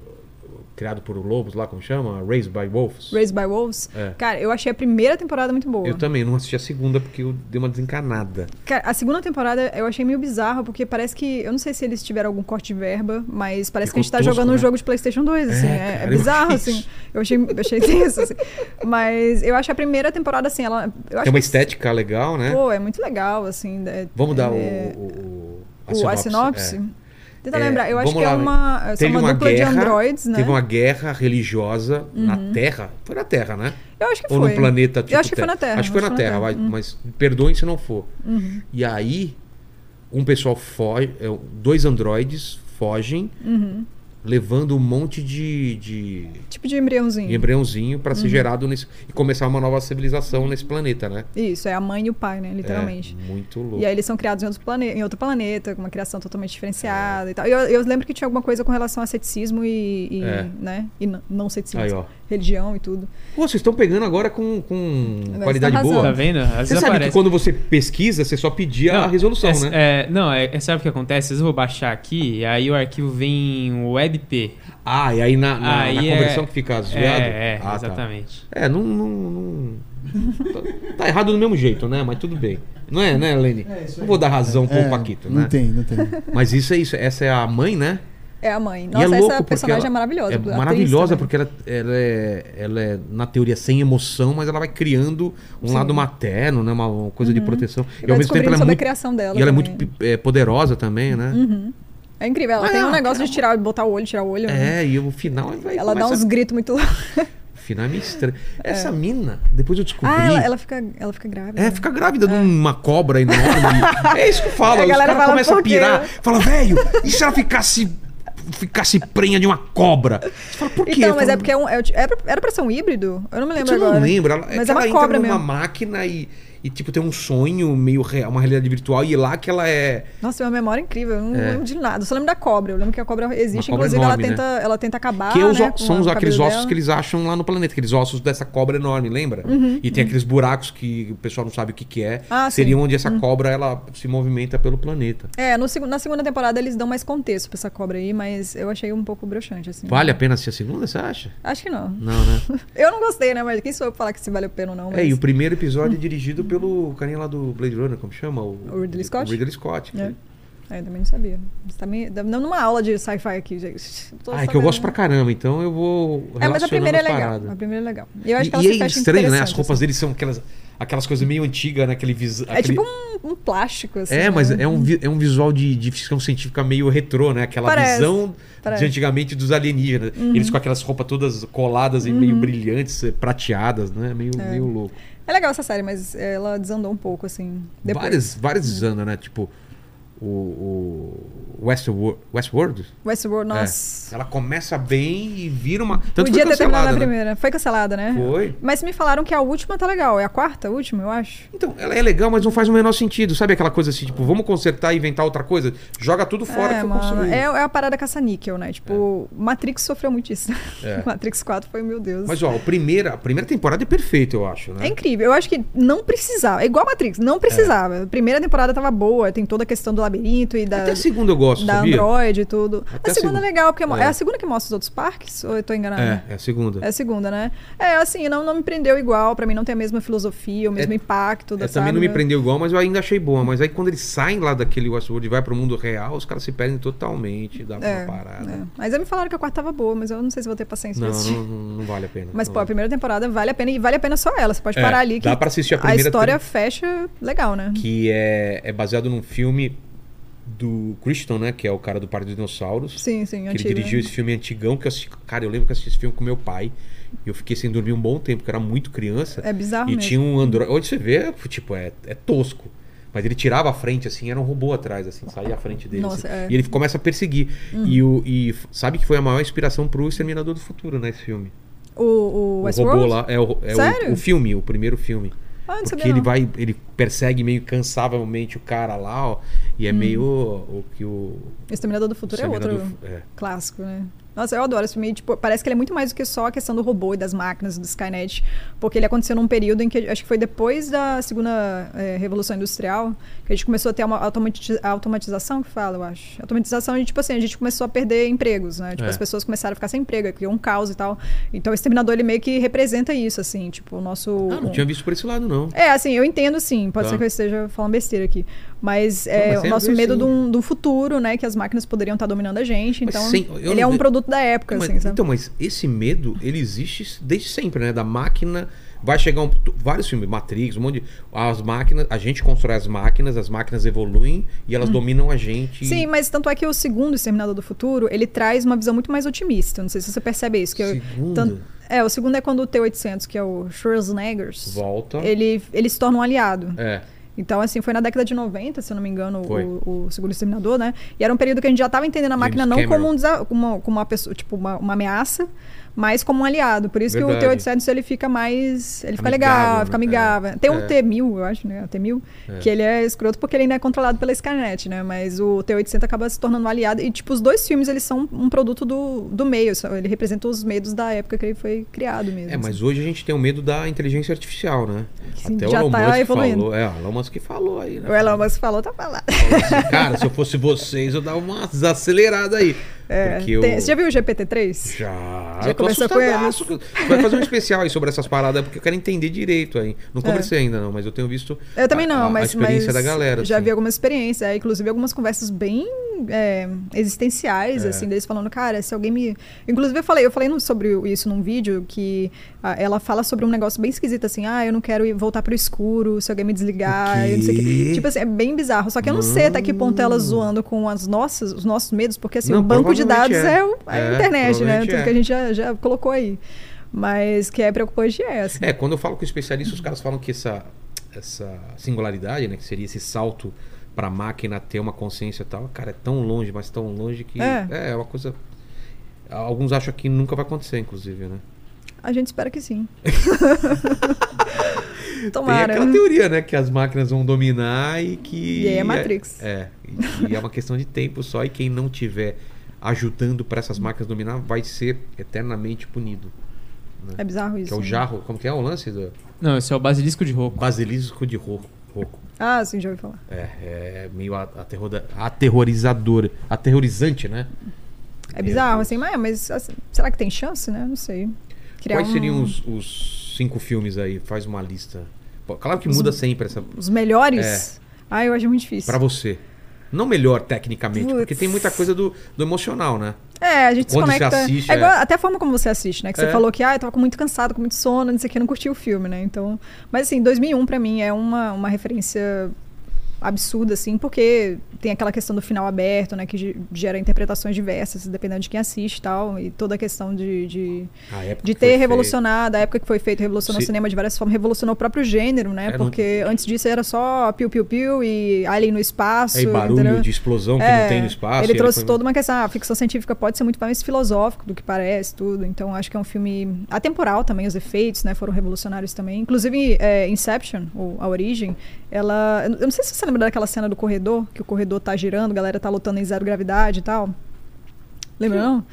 Speaker 1: criado por lobos lá, como chama? Raised by Wolves.
Speaker 4: Raised by Wolves.
Speaker 1: É.
Speaker 4: Cara, eu achei a primeira temporada muito boa.
Speaker 1: Eu também, não assisti a segunda porque eu dei uma desencanada.
Speaker 4: Cara, a segunda temporada eu achei meio bizarro, porque parece que. Eu não sei se eles tiveram algum corte de verba, mas parece
Speaker 1: Ficou
Speaker 4: que a gente tá
Speaker 1: tosco,
Speaker 4: jogando
Speaker 1: né?
Speaker 4: um jogo de PlayStation 2, assim.
Speaker 1: É,
Speaker 4: É, é
Speaker 1: cara, eu
Speaker 4: bizarro,
Speaker 1: vi
Speaker 4: assim.
Speaker 1: isso.
Speaker 4: Eu achei, eu achei tenso, assim. Mas eu acho a primeira temporada, assim, ela. Eu acho
Speaker 1: Tem uma
Speaker 4: que-
Speaker 1: estética legal, né?
Speaker 4: Pô, é muito legal, assim. é-
Speaker 1: Vamos dar o-
Speaker 4: é-
Speaker 1: o, o,
Speaker 4: o- a sinopse.
Speaker 1: É.
Speaker 4: Tenta
Speaker 1: É,
Speaker 4: lembrar, eu acho
Speaker 1: vamos
Speaker 4: que
Speaker 1: lá,
Speaker 4: é uma, é só
Speaker 1: Teve
Speaker 4: uma,
Speaker 1: uma
Speaker 4: dupla
Speaker 1: guerra,
Speaker 4: de androides, né?
Speaker 1: Teve uma guerra religiosa na Terra. Foi na Terra, né?
Speaker 4: Eu acho que
Speaker 1: Ou
Speaker 4: foi.
Speaker 1: no planeta tipo
Speaker 4: eu acho que foi na Terra. Uhum.
Speaker 1: Acho que foi na Terra, vai, mas perdoem se não for. E aí, um pessoal foge. é, Dois androides fogem. levando um monte de, de
Speaker 4: uhum. Tipo de embriãozinho.
Speaker 1: embriãozinho para
Speaker 4: Uhum.
Speaker 1: ser gerado nesse, e começar uma nova civilização nesse planeta, né?
Speaker 4: Isso, é a mãe e o pai, né? Literalmente.
Speaker 1: É, muito louco.
Speaker 4: E aí eles são criados em outro, plane... em outro planeta, com uma criação totalmente diferenciada e tal. E eu, eu lembro que tinha alguma coisa com relação a ceticismo e, e,
Speaker 1: É.
Speaker 4: né? E n- não ceticismo.
Speaker 1: Aí, ó.
Speaker 4: Religião e tudo.
Speaker 1: Pô, vocês estão pegando agora com, com
Speaker 4: Agora
Speaker 1: qualidade
Speaker 4: você tá
Speaker 1: boa.
Speaker 4: arrasando.
Speaker 3: Tá vendo? Às vezes
Speaker 1: Você sabe que
Speaker 3: aparece.
Speaker 1: quando você pesquisa, você só pedia a resolução,
Speaker 3: é-
Speaker 1: né?
Speaker 3: é- não, é, é- sabe o que acontece? Às vezes eu vou baixar aqui e aí o arquivo vem um em WebP.
Speaker 1: Ah, e aí na, na- na
Speaker 3: Aí é-
Speaker 1: conversão que fica zoado?
Speaker 3: É, é
Speaker 1: Ah, tá.
Speaker 3: exatamente.
Speaker 1: É, não. não, não- tá, tá errado do mesmo jeito, né? Mas tudo bem. Não é, né, Lene? não vou dar razão pro
Speaker 2: É,
Speaker 1: Paquito, né?
Speaker 2: não tem, não tem.
Speaker 1: Mas isso é isso. Essa é a mãe, né?
Speaker 4: É a
Speaker 1: e
Speaker 4: mãe.
Speaker 1: é
Speaker 4: Nossa,
Speaker 1: louco
Speaker 4: essa
Speaker 1: porque
Speaker 4: personagem
Speaker 1: ela-
Speaker 4: é maravilhosa.
Speaker 1: É
Speaker 4: atriz
Speaker 1: maravilhosa
Speaker 4: também.
Speaker 1: porque ela, ela é, ela é, na teoria, sem emoção, mas ela vai criando um lado materno, né? Uma, uma coisa de proteção.
Speaker 4: Uhum. E vai descobrindo sobre a criação dela.
Speaker 1: E ela é
Speaker 4: também.
Speaker 1: muito pi- é, poderosa também, né?
Speaker 4: É incrível. Ela
Speaker 1: Mas
Speaker 4: tem
Speaker 1: não,
Speaker 4: um negócio de tirar, botar o olho, tirar o olho. né?
Speaker 1: É, e o final ele vai
Speaker 4: Ela dá
Speaker 1: começa-
Speaker 4: uns gritos muito loucos.
Speaker 1: O final é meio estranho. Essa mina, depois eu descobri.
Speaker 4: Ah, ela, ela fica, ela fica grávida.
Speaker 1: É,
Speaker 4: né?
Speaker 1: fica grávida de uma cobra enorme. é isso que eu falo.
Speaker 4: A
Speaker 1: Os
Speaker 4: galera
Speaker 1: caras
Speaker 4: fala,
Speaker 1: começam a
Speaker 4: "Por quê?"
Speaker 1: pirar. Fala, velho, e se ela ficasse. Ficasse prenha de uma cobra? Você fala, por quê?
Speaker 4: Então, mas
Speaker 1: Fala,
Speaker 4: é porque é um, é o ti- era pra- era pra ser um híbrido? Eu não me lembro
Speaker 1: Você
Speaker 4: agora.
Speaker 1: não lembra. Ela,
Speaker 4: Mas
Speaker 1: que
Speaker 4: é uma
Speaker 1: ela
Speaker 4: cobra
Speaker 1: entra numa
Speaker 4: mesmo.
Speaker 1: máquina e, e, tipo, tem um sonho meio real, uma realidade virtual, e lá que ela é.
Speaker 4: Nossa, é uma memória incrível. Eu não lembro de nada. Eu só lembro da cobra. Eu lembro que a cobra existe.
Speaker 1: Uma cobra
Speaker 4: inclusive,
Speaker 1: enorme, né?
Speaker 4: ela, tenta, ela tenta acabar.
Speaker 1: que é os
Speaker 4: né,
Speaker 1: o-
Speaker 4: com
Speaker 1: são
Speaker 4: a-
Speaker 1: os-
Speaker 4: com o
Speaker 1: aqueles
Speaker 4: cabelo
Speaker 1: ossos
Speaker 4: dela. Uhum.
Speaker 1: que eles acham lá no planeta, aqueles ossos dessa cobra enorme, lembra? e tem aqueles buracos que o pessoal não sabe o que, que é.
Speaker 4: Ah,
Speaker 1: Seria
Speaker 4: sim.
Speaker 1: onde essa cobra ela se movimenta pelo planeta.
Speaker 4: É, no, segu- na segunda temporada eles dão mais contexto pra essa cobra aí, mas eu achei um pouco broxante, assim.
Speaker 1: Vale a pena ser a segunda, você acha?
Speaker 4: Acho que não.
Speaker 1: Não, né?
Speaker 4: Eu não gostei, né? Mas quem sou eu pra falar que se vale a pena ou não?
Speaker 1: É, e o
Speaker 4: mas-
Speaker 1: primeiro episódio é dirigido pelo carinha lá do Blade Runner, como chama?
Speaker 4: O Ridley Scott?
Speaker 1: Ridley Scott.
Speaker 4: É.
Speaker 1: que-
Speaker 4: Ah, eu também não sabia. Você tá me dando numa aula de sci-fi aqui, gente. Tô
Speaker 1: Ah, é que eu
Speaker 4: sabendo.
Speaker 1: gosto pra caramba, então eu vou
Speaker 4: É, mas a
Speaker 1: relacionando
Speaker 4: primeira é
Speaker 1: as
Speaker 4: legal.
Speaker 1: paradas.
Speaker 4: A primeira é legal. E eu acho que ela
Speaker 1: E,
Speaker 4: se
Speaker 1: e é
Speaker 4: fecha
Speaker 1: estranho, né? As
Speaker 4: interessante,
Speaker 1: roupas deles são aquelas, aquelas coisas meio antigas, né? Aquele vis...
Speaker 4: assim. É tipo um, um plástico, assim.
Speaker 1: É,
Speaker 4: né?
Speaker 1: mas é um, vi- é um visual de, de ficção científica meio retrô, né? Aquela
Speaker 4: Parece,
Speaker 1: visão
Speaker 4: parece. Uhum.
Speaker 1: de antigamente dos alienígenas. Eles com aquelas roupas todas coladas e meio brilhantes, eh, prateadas, né? Meio, meio louco.
Speaker 4: É legal essa série, mas ela desandou um pouco, assim. Depois. Uhum.
Speaker 1: Várias, várias desandas, né? Tipo, o, o Westworld, Westworld?
Speaker 4: Westworld,
Speaker 1: É.
Speaker 4: nossa.
Speaker 1: Ela começa bem e vira uma... Tanto
Speaker 4: Podia
Speaker 1: foi
Speaker 4: ter
Speaker 1: cancelada,
Speaker 4: terminado Um na
Speaker 1: né?
Speaker 4: primeira. Foi cancelada, né?
Speaker 1: Foi.
Speaker 4: Mas me falaram que a última tá legal. É a quarta, a última, eu acho.
Speaker 1: Então, ela é legal, mas não faz o menor sentido. Sabe aquela coisa assim, tipo, vamos consertar e inventar outra coisa? Joga tudo fora
Speaker 4: é,
Speaker 1: que foi
Speaker 4: mano.
Speaker 1: construído.
Speaker 4: É, é a parada caça-níquel, né? Tipo, Matrix sofreu muito isso.
Speaker 1: É.
Speaker 4: Matrix 4 foi, meu Deus.
Speaker 1: Mas, ó, o primeira, a primeira temporada é perfeita, eu acho, né?
Speaker 4: É incrível. Eu acho que não precisava. É igual a Matrix, não precisava. A primeira temporada tava boa, tem toda a questão do labirinto e da,
Speaker 1: É. Até a segunda eu gosto,
Speaker 4: da
Speaker 1: sabia?
Speaker 4: Android e tudo.
Speaker 1: Até a
Speaker 4: a segunda
Speaker 1: segunda.
Speaker 4: é legal, porque mo-
Speaker 1: É.
Speaker 4: é. a segunda que mostra os outros parques? Ou eu tô enganada?
Speaker 1: É, é a segunda.
Speaker 4: É a segunda, né? É, assim, não, não me prendeu igual. Pra mim não tem a mesma filosofia, o mesmo
Speaker 1: É-
Speaker 4: impacto. Da,
Speaker 1: É, também
Speaker 4: sabe?
Speaker 1: não me prendeu igual, mas eu ainda achei boa. Mas aí quando eles saem lá daquele Westworld e vai pro mundo real, os caras se perdem totalmente, dá
Speaker 4: É,
Speaker 1: uma parada.
Speaker 4: é. Mas aí me falaram que a quarta tava boa, mas eu não sei se vou ter paciência
Speaker 1: Não,
Speaker 4: pra assistir.
Speaker 1: não, não- não vale a pena.
Speaker 4: Mas,
Speaker 1: não
Speaker 4: pô, a
Speaker 1: vale.
Speaker 4: primeira temporada vale a pena e vale a pena só ela. Você pode
Speaker 1: É,
Speaker 4: parar ali que
Speaker 1: dá pra assistir a primeira
Speaker 4: história
Speaker 1: tri-
Speaker 4: fecha legal, né?
Speaker 1: Que é, é baseado num filme do Christian, né? Que é o cara do Parque dos Dinossauros.
Speaker 4: Sim, sim,
Speaker 1: Que
Speaker 4: antiga. né?
Speaker 1: ele dirigiu esse filme antigão que eu assisti. Cara, eu lembro que eu assisti esse filme com meu pai. E eu fiquei sem dormir um bom tempo, porque eu era muito criança.
Speaker 4: É bizarro
Speaker 1: E
Speaker 4: mesmo.
Speaker 1: tinha um Android. Hoje você vê, tipo, é, é tosco. Mas ele tirava a frente, assim, era um robô atrás, assim, saía a frente dele.
Speaker 4: Nossa,
Speaker 1: assim.
Speaker 4: é. Hum.
Speaker 1: E ele começa a perseguir. E, o, e f- sabe que foi a maior inspiração pro Exterminador do Futuro, né? Esse filme.
Speaker 4: O, o
Speaker 1: O
Speaker 4: Westworld?
Speaker 1: robô lá. É, o, é o,
Speaker 4: Sério?
Speaker 1: o filme, o primeiro filme.
Speaker 4: Ah, não
Speaker 1: Porque
Speaker 4: sabia
Speaker 1: ele
Speaker 4: não.
Speaker 1: vai, ele persegue meio incansavelmente o cara lá, ó. E é meio o que o.
Speaker 4: Exterminador do Hum. Futuro é
Speaker 1: Exterminador do
Speaker 4: outro
Speaker 1: Fu- é.
Speaker 4: clássico, né? Nossa, eu adoro esse filme. e, Tipo, parece que ele é muito mais do que só a questão do robô e das máquinas do Skynet. Porque ele aconteceu num período em que, acho que foi depois da Segunda eh, Revolução Industrial, que a gente começou a ter uma automati- automatização, que fala, eu acho. Automatização, e, tipo assim, a gente começou a perder empregos, né? Tipo,
Speaker 1: É.
Speaker 4: as pessoas começaram a ficar sem emprego, aí criou um caos e tal. Então, o Exterminador, ele meio que representa isso, assim. Tipo, o nosso...
Speaker 1: Ah, não tinha visto por esse lado, não.
Speaker 4: É, assim, eu entendo sim. Pode
Speaker 1: Tá.
Speaker 4: ser que eu esteja falando besteira aqui. Mas é
Speaker 1: mas tem
Speaker 4: o
Speaker 1: a
Speaker 4: nosso
Speaker 1: ver,
Speaker 4: medo
Speaker 1: sim.
Speaker 4: de um, de um futuro, né? Que as máquinas poderiam estar dominando a gente.
Speaker 1: Mas
Speaker 4: Então,
Speaker 1: sem- eu
Speaker 4: ele é
Speaker 1: não-
Speaker 4: um produto da época,
Speaker 1: Mas-
Speaker 4: assim, sabe?
Speaker 1: Então, mas esse medo, ele existe desde sempre, né? Da máquina. Vai chegar um, t- vários filmes, Matrix, um monte de. As máquinas. A gente constrói as máquinas, as máquinas evoluem e elas dominam a gente.
Speaker 4: Hum. Sim, mas tanto é que o segundo Exterminador do Futuro, ele traz uma visão muito mais otimista. Não sei se você percebe isso. Que eu-
Speaker 1: Segundo?
Speaker 4: tan- é, o segundo é quando o T-800, que é o Schwarzenegger,
Speaker 1: Volta.
Speaker 4: ele, ele se torna um aliado.
Speaker 1: É.
Speaker 4: Então, assim, foi na década de 90, se eu não me engano,
Speaker 1: Foi.
Speaker 4: o, o Seguro Exterminador, né? E era um período que a gente já estava entendendo a máquina não
Speaker 1: Cameron.
Speaker 4: como, um desa- como, uma- como uma pessoa, tipo, uma, uma ameaça, mas como um aliado. Por isso que o
Speaker 1: Verdade.
Speaker 4: T-800 ele fica mais... Ele fica
Speaker 1: Amigável,
Speaker 4: legal,
Speaker 1: né?
Speaker 4: fica amigável. Tem um
Speaker 1: É.
Speaker 4: T-1000, eu acho, né? O T-1000,
Speaker 1: É.
Speaker 4: que ele é escroto porque ele ainda é controlado pela Skynet, né? Mas o T-800 acaba se tornando um aliado. E, tipo, os dois filmes, eles são um produto do, do meio. só- Ele representa os medos da época que ele foi criado mesmo.
Speaker 1: É,
Speaker 4: assim.
Speaker 1: mas hoje a gente tem o medo da inteligência artificial, né?
Speaker 4: Sim,
Speaker 1: Até o
Speaker 4: já
Speaker 1: Elon
Speaker 4: tá
Speaker 1: Musk
Speaker 4: evoluindo.
Speaker 1: falou. É, o Elon Musk falou aí, né?
Speaker 4: O Elon Musk falou, tá falado.
Speaker 1: Falou assim, Cara, se eu fosse vocês, eu dava uma desacelerada aí.
Speaker 4: É,
Speaker 1: Porque eu...
Speaker 4: tem- Você já viu o GPT-3?
Speaker 1: Já.
Speaker 4: Já
Speaker 1: eu tô
Speaker 4: começou com
Speaker 1: assustadaço. Vai fazer um especial aí sobre essas paradas, porque eu quero entender direito aí. Não comecei ainda, não, mas eu tenho visto
Speaker 4: É. Eu também
Speaker 1: a-
Speaker 4: não,
Speaker 1: a,
Speaker 4: mas.
Speaker 1: a experiência
Speaker 4: mas
Speaker 1: da galera.
Speaker 4: Já
Speaker 1: assim.
Speaker 4: vi algumas experiências, é, inclusive algumas conversas bem é,
Speaker 1: É.
Speaker 4: existenciais, assim, deles falando, cara, se alguém me. Inclusive, eu falei, eu falei no- sobre isso num vídeo que ah, ela fala sobre um negócio bem esquisito, assim, ah, eu não quero ir voltar pro escuro, se alguém me desligar, eu não sei o
Speaker 1: quê?
Speaker 4: quê. Tipo assim, é bem bizarro. Só que eu não sei até que ponto ela zoando com as nossas, os nossos medos, porque assim,
Speaker 1: Hum. Não,
Speaker 4: o banco de
Speaker 1: provavelmente
Speaker 4: dados
Speaker 1: é.
Speaker 4: é, o- a
Speaker 1: É,
Speaker 4: internet, né?
Speaker 1: provavelmente
Speaker 4: Tudo
Speaker 1: é.
Speaker 4: que a gente já, já colocou aí. Mas que é preocupante é, assim.
Speaker 1: É, quando eu falo com especialistas, os caras falam que essa, essa singularidade, né, que seria esse salto pra máquina ter uma consciência e tal, cara, é tão longe, mas tão longe que é,
Speaker 4: É.
Speaker 1: é uma coisa. Alguns acham que nunca vai acontecer, inclusive, né?
Speaker 4: A gente espera que sim.
Speaker 1: Tem
Speaker 4: Tomara.
Speaker 1: aquela teoria, né, que as máquinas vão dominar e que
Speaker 4: E aí é Matrix.
Speaker 1: É, e, e é uma questão de tempo só e quem não tiver ajudando pra essas máquinas dominar vai ser eternamente punido.
Speaker 4: É bizarro isso.
Speaker 1: Que é o
Speaker 4: né?
Speaker 1: jarro, como que é o lance do
Speaker 3: Não, esse é o basilisco de rouco.
Speaker 1: basilisco de ro- roco.
Speaker 4: Ah, sim, já ouvi falar.
Speaker 1: É, é meio a- aterroda- aterrorizador, aterrorizante, né?
Speaker 4: É bizarro, assim, mas, mas, assim, será que tem chance, né? Não sei. Criar
Speaker 1: Quais
Speaker 4: um-
Speaker 1: seriam os, os cinco filmes aí? Faz uma lista. Pô, Claro que muda sempre essa
Speaker 4: os
Speaker 1: É.
Speaker 4: melhores? Ah, eu acho muito difícil.
Speaker 1: para você. Não melhor tecnicamente,
Speaker 4: Putz.
Speaker 1: porque tem muita coisa do, do emocional, né?
Speaker 4: É, a gente
Speaker 1: Quando você
Speaker 4: desconecta.
Speaker 1: assiste,
Speaker 4: é igual-
Speaker 1: é.
Speaker 4: Até a forma como você assiste, né? Que
Speaker 1: É.
Speaker 4: você falou que, ah, eu tava com muito cansado, com muito sono, não sei o que, eu não curti o filme, né? Então. Mas assim, 2001 pra mim é uma, uma referência absurda, assim, porque tem aquela questão do final aberto, né? Que ge- gera interpretações diversas, dependendo de quem assiste e tal. E toda a questão de- de
Speaker 1: A época
Speaker 4: De
Speaker 1: que foi
Speaker 4: ter
Speaker 1: feito.
Speaker 4: revolucionado, a época que foi feito, revolucionou
Speaker 1: Se-
Speaker 4: o cinema de várias formas, revolucionou o próprio gênero, né?
Speaker 1: Era um-
Speaker 4: Porque antes disso era só piu-piu-piu e Alien no espaço.
Speaker 1: É, e barulho
Speaker 4: entendeu?
Speaker 1: de explosão que não
Speaker 4: É,
Speaker 1: tem no espaço.
Speaker 4: Ele trouxe
Speaker 1: foi-
Speaker 4: toda uma questão. ah, A ficção científica pode ser muito mais filosófico do que parece, tudo. Então acho que é um filme atemporal também, os efeitos, né? Foram revolucionários também. Inclusive, é, Inception, ou A Origem, ela. Eu não sei se você lembra daquela cena do corredor, que o corredor tá girando, a galera tá lutando em zero gravidade e tal. Lembra, não?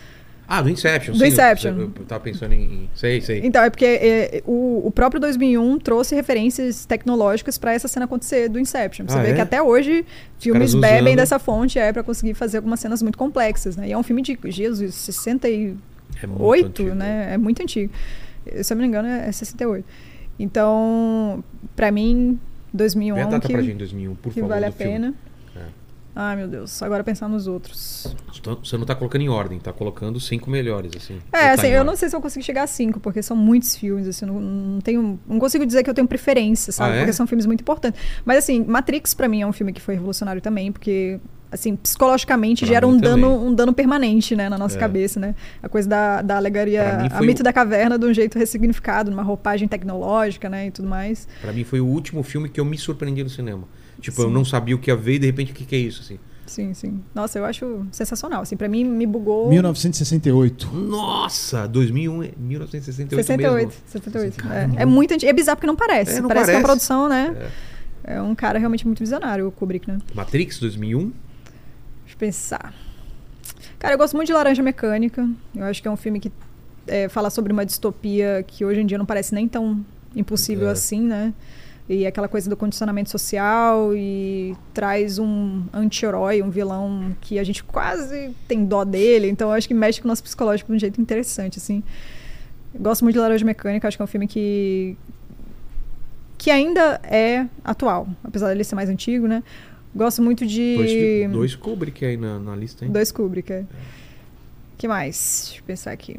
Speaker 1: Ah, do Inception.
Speaker 4: Do
Speaker 1: sim, eu-
Speaker 4: Inception.
Speaker 1: Eu, eu tava pensando em... em- Sei, sei.
Speaker 4: Então, é porque é, o, o próprio 2001 trouxe referências tecnológicas pra essa cena acontecer do Inception. Pra Você
Speaker 1: Ah,
Speaker 4: vê
Speaker 1: é?
Speaker 4: que até hoje filmes
Speaker 1: caras
Speaker 4: bebem
Speaker 1: usando.
Speaker 4: dessa fonte é para conseguir fazer algumas cenas muito complexas, né? E é um filme de Jesus, 68,
Speaker 1: É muito antigo.
Speaker 4: né? É muito antigo. Eh, Se eu não me engano, é é 68. Então, pra mim, 2001
Speaker 1: Vê a
Speaker 4: é um
Speaker 1: data
Speaker 4: que,
Speaker 1: pra gente, 2001, por
Speaker 4: que
Speaker 1: favor.
Speaker 4: vale a
Speaker 1: do filme.
Speaker 4: pena.
Speaker 1: É.
Speaker 4: Ai, meu Deus, agora pensar nos outros.
Speaker 1: Então, Você não tá colocando em ordem, tá colocando os cinco melhores, assim. Ou
Speaker 4: É,
Speaker 1: tá
Speaker 4: assim,
Speaker 1: em
Speaker 4: eu
Speaker 1: ordem?
Speaker 4: não sei se eu consigo chegar a cinco, porque são muitos filmes, assim, eu não, não tenho, não consigo dizer que eu tenho preferência, sabe?
Speaker 1: Ah, é?
Speaker 4: Porque são filmes muito importantes. Mas assim, Matrix pra mim é um filme que foi revolucionário também, porque assim, psicologicamente
Speaker 1: Pra
Speaker 4: gera
Speaker 1: mim
Speaker 4: um dano,
Speaker 1: também.
Speaker 4: um dano permanente, né, na nossa
Speaker 1: É.
Speaker 4: cabeça, né? A coisa da, da
Speaker 1: Pra mim
Speaker 4: alegoria, a
Speaker 1: foi
Speaker 4: mito
Speaker 1: o-
Speaker 4: da caverna de um jeito ressignificado, numa roupagem tecnológica, né, e tudo mais.
Speaker 1: Pra mim foi o último filme que eu me surpreendi no cinema. Tipo, eu não sabia o que ia ver e de repente o que, que é isso, assim.
Speaker 4: Sim, sim. Nossa, eu acho sensacional, assim, para mim me bugou
Speaker 2: 1968.
Speaker 1: Nossa! 2001, é 1968
Speaker 4: 68,
Speaker 1: mesmo.
Speaker 4: 68. É, é muito anti... É bizarro porque não parece.
Speaker 1: É, não
Speaker 4: parece que é uma
Speaker 1: parece.
Speaker 4: produção, né? É. um cara realmente muito visionário, o Kubrick, né?
Speaker 1: Matrix, 2001.
Speaker 4: Deixa eu pensar. Cara, eu gosto muito de Laranja Mecânica. Eu acho que é um filme que é, fala sobre uma distopia que hoje em dia não parece nem tão impossível
Speaker 1: É.
Speaker 4: assim, né? E aquela coisa do condicionamento social e traz um anti-herói, um vilão que a gente quase tem dó dele. Então eu acho que mexe com o nosso psicológico de um jeito interessante, assim. Eu Gosto muito de Laranja Mecânica, acho que é um filme que que ainda é atual, apesar dele ser mais antigo, né? Gosto muito de
Speaker 1: Dois, fi- dois Kubrick aí na, na lista, hein?
Speaker 4: Dois Kubrick. é. que mais? Deixa eu pensar aqui.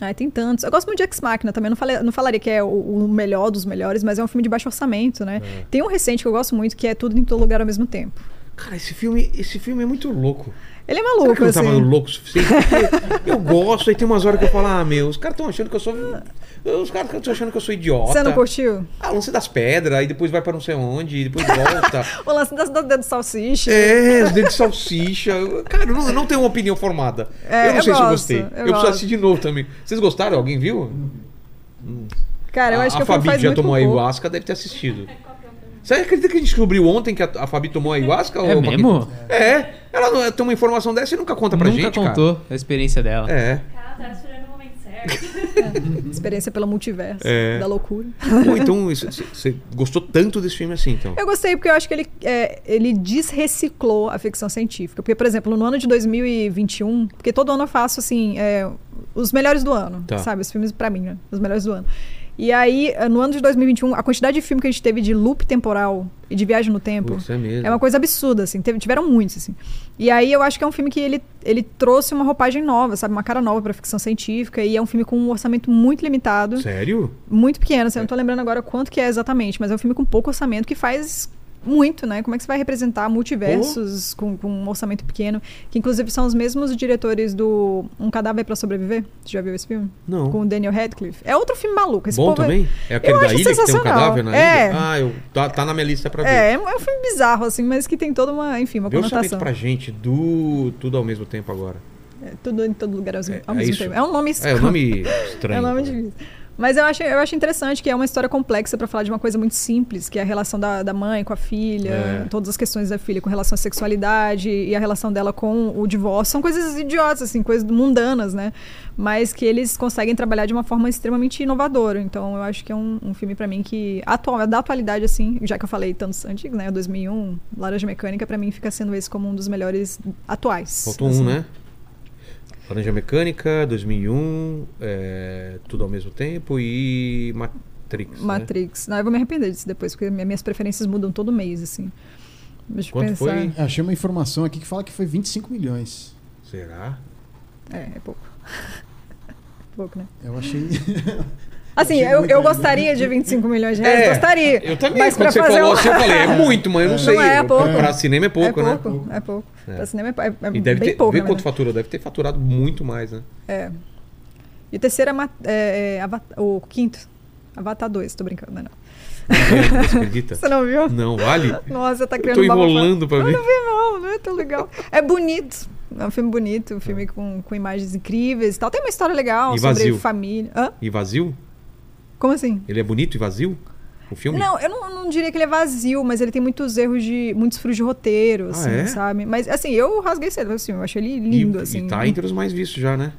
Speaker 4: Ai, tem tantos. Eu gosto muito de Ex Machina também. Não, falei, não falaria que é o, o é melhor dos melhores, mas é um filme de baixo orçamento, né? Tem um recente que eu gosto muito que é Tudo em Todo Lugar ao Mesmo Tempo.
Speaker 1: Cara, esse filme, esse filme é muito louco.
Speaker 4: Ele é
Speaker 1: Será que
Speaker 4: maluco,
Speaker 1: eu não
Speaker 4: assim.
Speaker 1: tava louco o suficiente? Porque eu gosto, aí tem umas horas que eu falo, ah, meu, os caras estão achando que eu sou. Os caras estão achando que eu sou idiota.
Speaker 4: Você não curtiu?
Speaker 1: Ah, lance das pedras, aí depois vai pra não sei onde, e depois volta.
Speaker 4: O lance das das- do salsicha.
Speaker 1: É, os dedos de salsicha. Eu- Cara, eu não, eu não tenho uma opinião formada.
Speaker 4: É,
Speaker 1: eu não
Speaker 4: eu
Speaker 1: sei se eu
Speaker 4: gosto,
Speaker 1: gostei. Eu,
Speaker 4: eu
Speaker 1: preciso
Speaker 4: gosto.
Speaker 1: assistir de novo também. Vocês gostaram? Alguém viu?
Speaker 4: Cara, eu
Speaker 1: a
Speaker 4: acho
Speaker 1: a
Speaker 4: que eu fui
Speaker 1: Fabi
Speaker 4: faz
Speaker 1: já
Speaker 4: muito
Speaker 1: tomou
Speaker 4: pouco.
Speaker 1: ayahuasca, deve ter assistido. Você acredita que a gente descobriu ontem que a, a Fabi tomou ayahuasca?
Speaker 3: É
Speaker 1: ô, Paquito?
Speaker 3: mesmo?
Speaker 1: É. Ela não- tem uma informação dessa e nunca conta pra
Speaker 3: Nunca
Speaker 1: gente, cara.
Speaker 3: contou a experiência dela.
Speaker 1: É.
Speaker 5: Ah, tá esperando o momento certo.
Speaker 4: Experiência pelo multiverso,
Speaker 1: É.
Speaker 4: da loucura.
Speaker 1: Pô, então isso- c- você gostou tanto desse filme assim, então?
Speaker 4: Eu gostei porque eu acho que ele, é, ele desreciclou a ficção científica. Porque, por exemplo, no ano de 2021, porque todo ano eu faço, assim, é, os melhores do ano,
Speaker 1: Tá.
Speaker 4: sabe? Os filmes pra mim, né? Os melhores do ano. E aí, eh, no ano de 2021, a quantidade de filme que a gente teve de loop temporal e de viagem no tempo
Speaker 1: Putz, é mesmo.
Speaker 4: é uma coisa absurda, assim. Teve- tiveram muitos, assim. E aí eu acho que é um filme que ele, ele trouxe uma roupagem nova, sabe? Uma cara nova pra ficção científica. E é um filme com um orçamento muito limitado
Speaker 1: Sério?
Speaker 4: muito pequeno, assim, eu não tô lembrando agora quanto que é exatamente, mas é um filme com pouco orçamento que faz muito, né? Como é que você vai representar multiversos com, com um orçamento pequeno? Que inclusive são os mesmos diretores do Um Cadáver pra Sobreviver. Você já viu esse filme?
Speaker 1: Não.
Speaker 4: Com o Daniel Radcliffe. É outro filme maluco. Esse
Speaker 1: Bom
Speaker 4: povo é-
Speaker 1: também? É aquele
Speaker 4: Eu
Speaker 1: da
Speaker 4: acho
Speaker 1: ilha que tem um
Speaker 4: sensacional.
Speaker 1: cadáver na
Speaker 4: É.
Speaker 1: ilha? Ah, eu, tá, tá na minha lista pra ver.
Speaker 4: É, é um é um filme bizarro, assim, mas que tem toda uma, enfim, uma
Speaker 1: Vê o orçamento
Speaker 4: conotação.
Speaker 1: pra gente do Tudo ao mesmo tempo agora.
Speaker 4: É tudo em todo lugar ao, mesmo-
Speaker 1: É-
Speaker 4: ao
Speaker 1: é
Speaker 4: mesmo
Speaker 1: isso.
Speaker 4: tempo. É um nome
Speaker 1: É, o
Speaker 4: escroto.
Speaker 1: nome estranho. Né?
Speaker 4: É um nome difícil. Mas eu acho, eu acho interessante que é uma história complexa pra falar de uma coisa muito simples, que é a relação da, da mãe com a filha,
Speaker 1: É.
Speaker 4: todas as questões da filha com relação à sexualidade e a relação dela com o divórcio. São coisas idiotas, assim, coisas mundanas, né? Mas que eles conseguem trabalhar de uma forma extremamente inovadora. Então eu acho que é um, um filme pra mim que, atual, da atualidade, assim, já que eu falei tantos antigos, né? 2001, Laranja Mecânica, pra mim fica sendo esse como um dos melhores atuais.
Speaker 1: Faltou
Speaker 4: assim.
Speaker 1: um, né? Laranja Mecânica, 2001, é, Tudo ao mesmo tempo e Matrix. né?
Speaker 4: Matrix. Não, eu vou me arrepender disso depois, porque minha- minhas preferências mudam todo mês, assim. Deixa eu
Speaker 1: Quanto
Speaker 4: pensar.
Speaker 1: foi?
Speaker 2: É, achei uma informação aqui que fala que foi 25 milhões.
Speaker 1: Será?
Speaker 4: É, é pouco. pouco, né?
Speaker 2: Eu achei.
Speaker 4: Assim,
Speaker 2: Achei
Speaker 4: eu,
Speaker 2: muito
Speaker 4: eu
Speaker 2: ainda.
Speaker 4: gostaria de 25 milhões de reais, gostaria.
Speaker 1: É, Eu também,
Speaker 4: mas
Speaker 1: quando
Speaker 4: pra
Speaker 1: você
Speaker 4: fazer
Speaker 1: falou
Speaker 4: um-
Speaker 1: assim, eu falei, é muito, mas eu não sei.
Speaker 4: é, é pouco.
Speaker 1: Pra cinema é pouco,
Speaker 4: é
Speaker 1: né?
Speaker 4: pouco, é pouco.
Speaker 1: É.
Speaker 4: Pra cinema é, é, é
Speaker 1: E deve
Speaker 4: bem
Speaker 1: ter.
Speaker 4: pouco,
Speaker 1: vê
Speaker 4: na
Speaker 1: quanto
Speaker 4: verdade.
Speaker 1: faturou, deve ter faturado muito mais, né?
Speaker 4: E o terceiro é, ma- é, é Avatar- o quinto. Avatar 2, tô brincando, né, não, não.
Speaker 1: Tá. Você acredita?
Speaker 4: Você não viu?
Speaker 1: Não, vale?
Speaker 4: Nossa, tá
Speaker 1: Eu
Speaker 4: criando
Speaker 1: tô
Speaker 4: uma babá-
Speaker 1: enrolando pra ver.
Speaker 4: Não, não é tão legal. É bonito. É um filme bonito, um filme com, com imagens incríveis e tal. Tem uma história legal
Speaker 1: Tá. E
Speaker 4: sobre
Speaker 1: vazio.
Speaker 4: família. Hã?
Speaker 1: E vazio?
Speaker 4: Como assim?
Speaker 1: Ele é bonito e vazio? O filme?
Speaker 4: Não, eu não, não diria que ele é vazio, mas ele tem muitos erros de. muitos furos de roteiro, assim,
Speaker 1: é?
Speaker 4: sabe? Mas assim, eu rasguei cedo, assim, eu achei ele
Speaker 1: E-
Speaker 4: lindo,
Speaker 1: e,
Speaker 4: assim.
Speaker 1: tá entre os mais vistos já, né?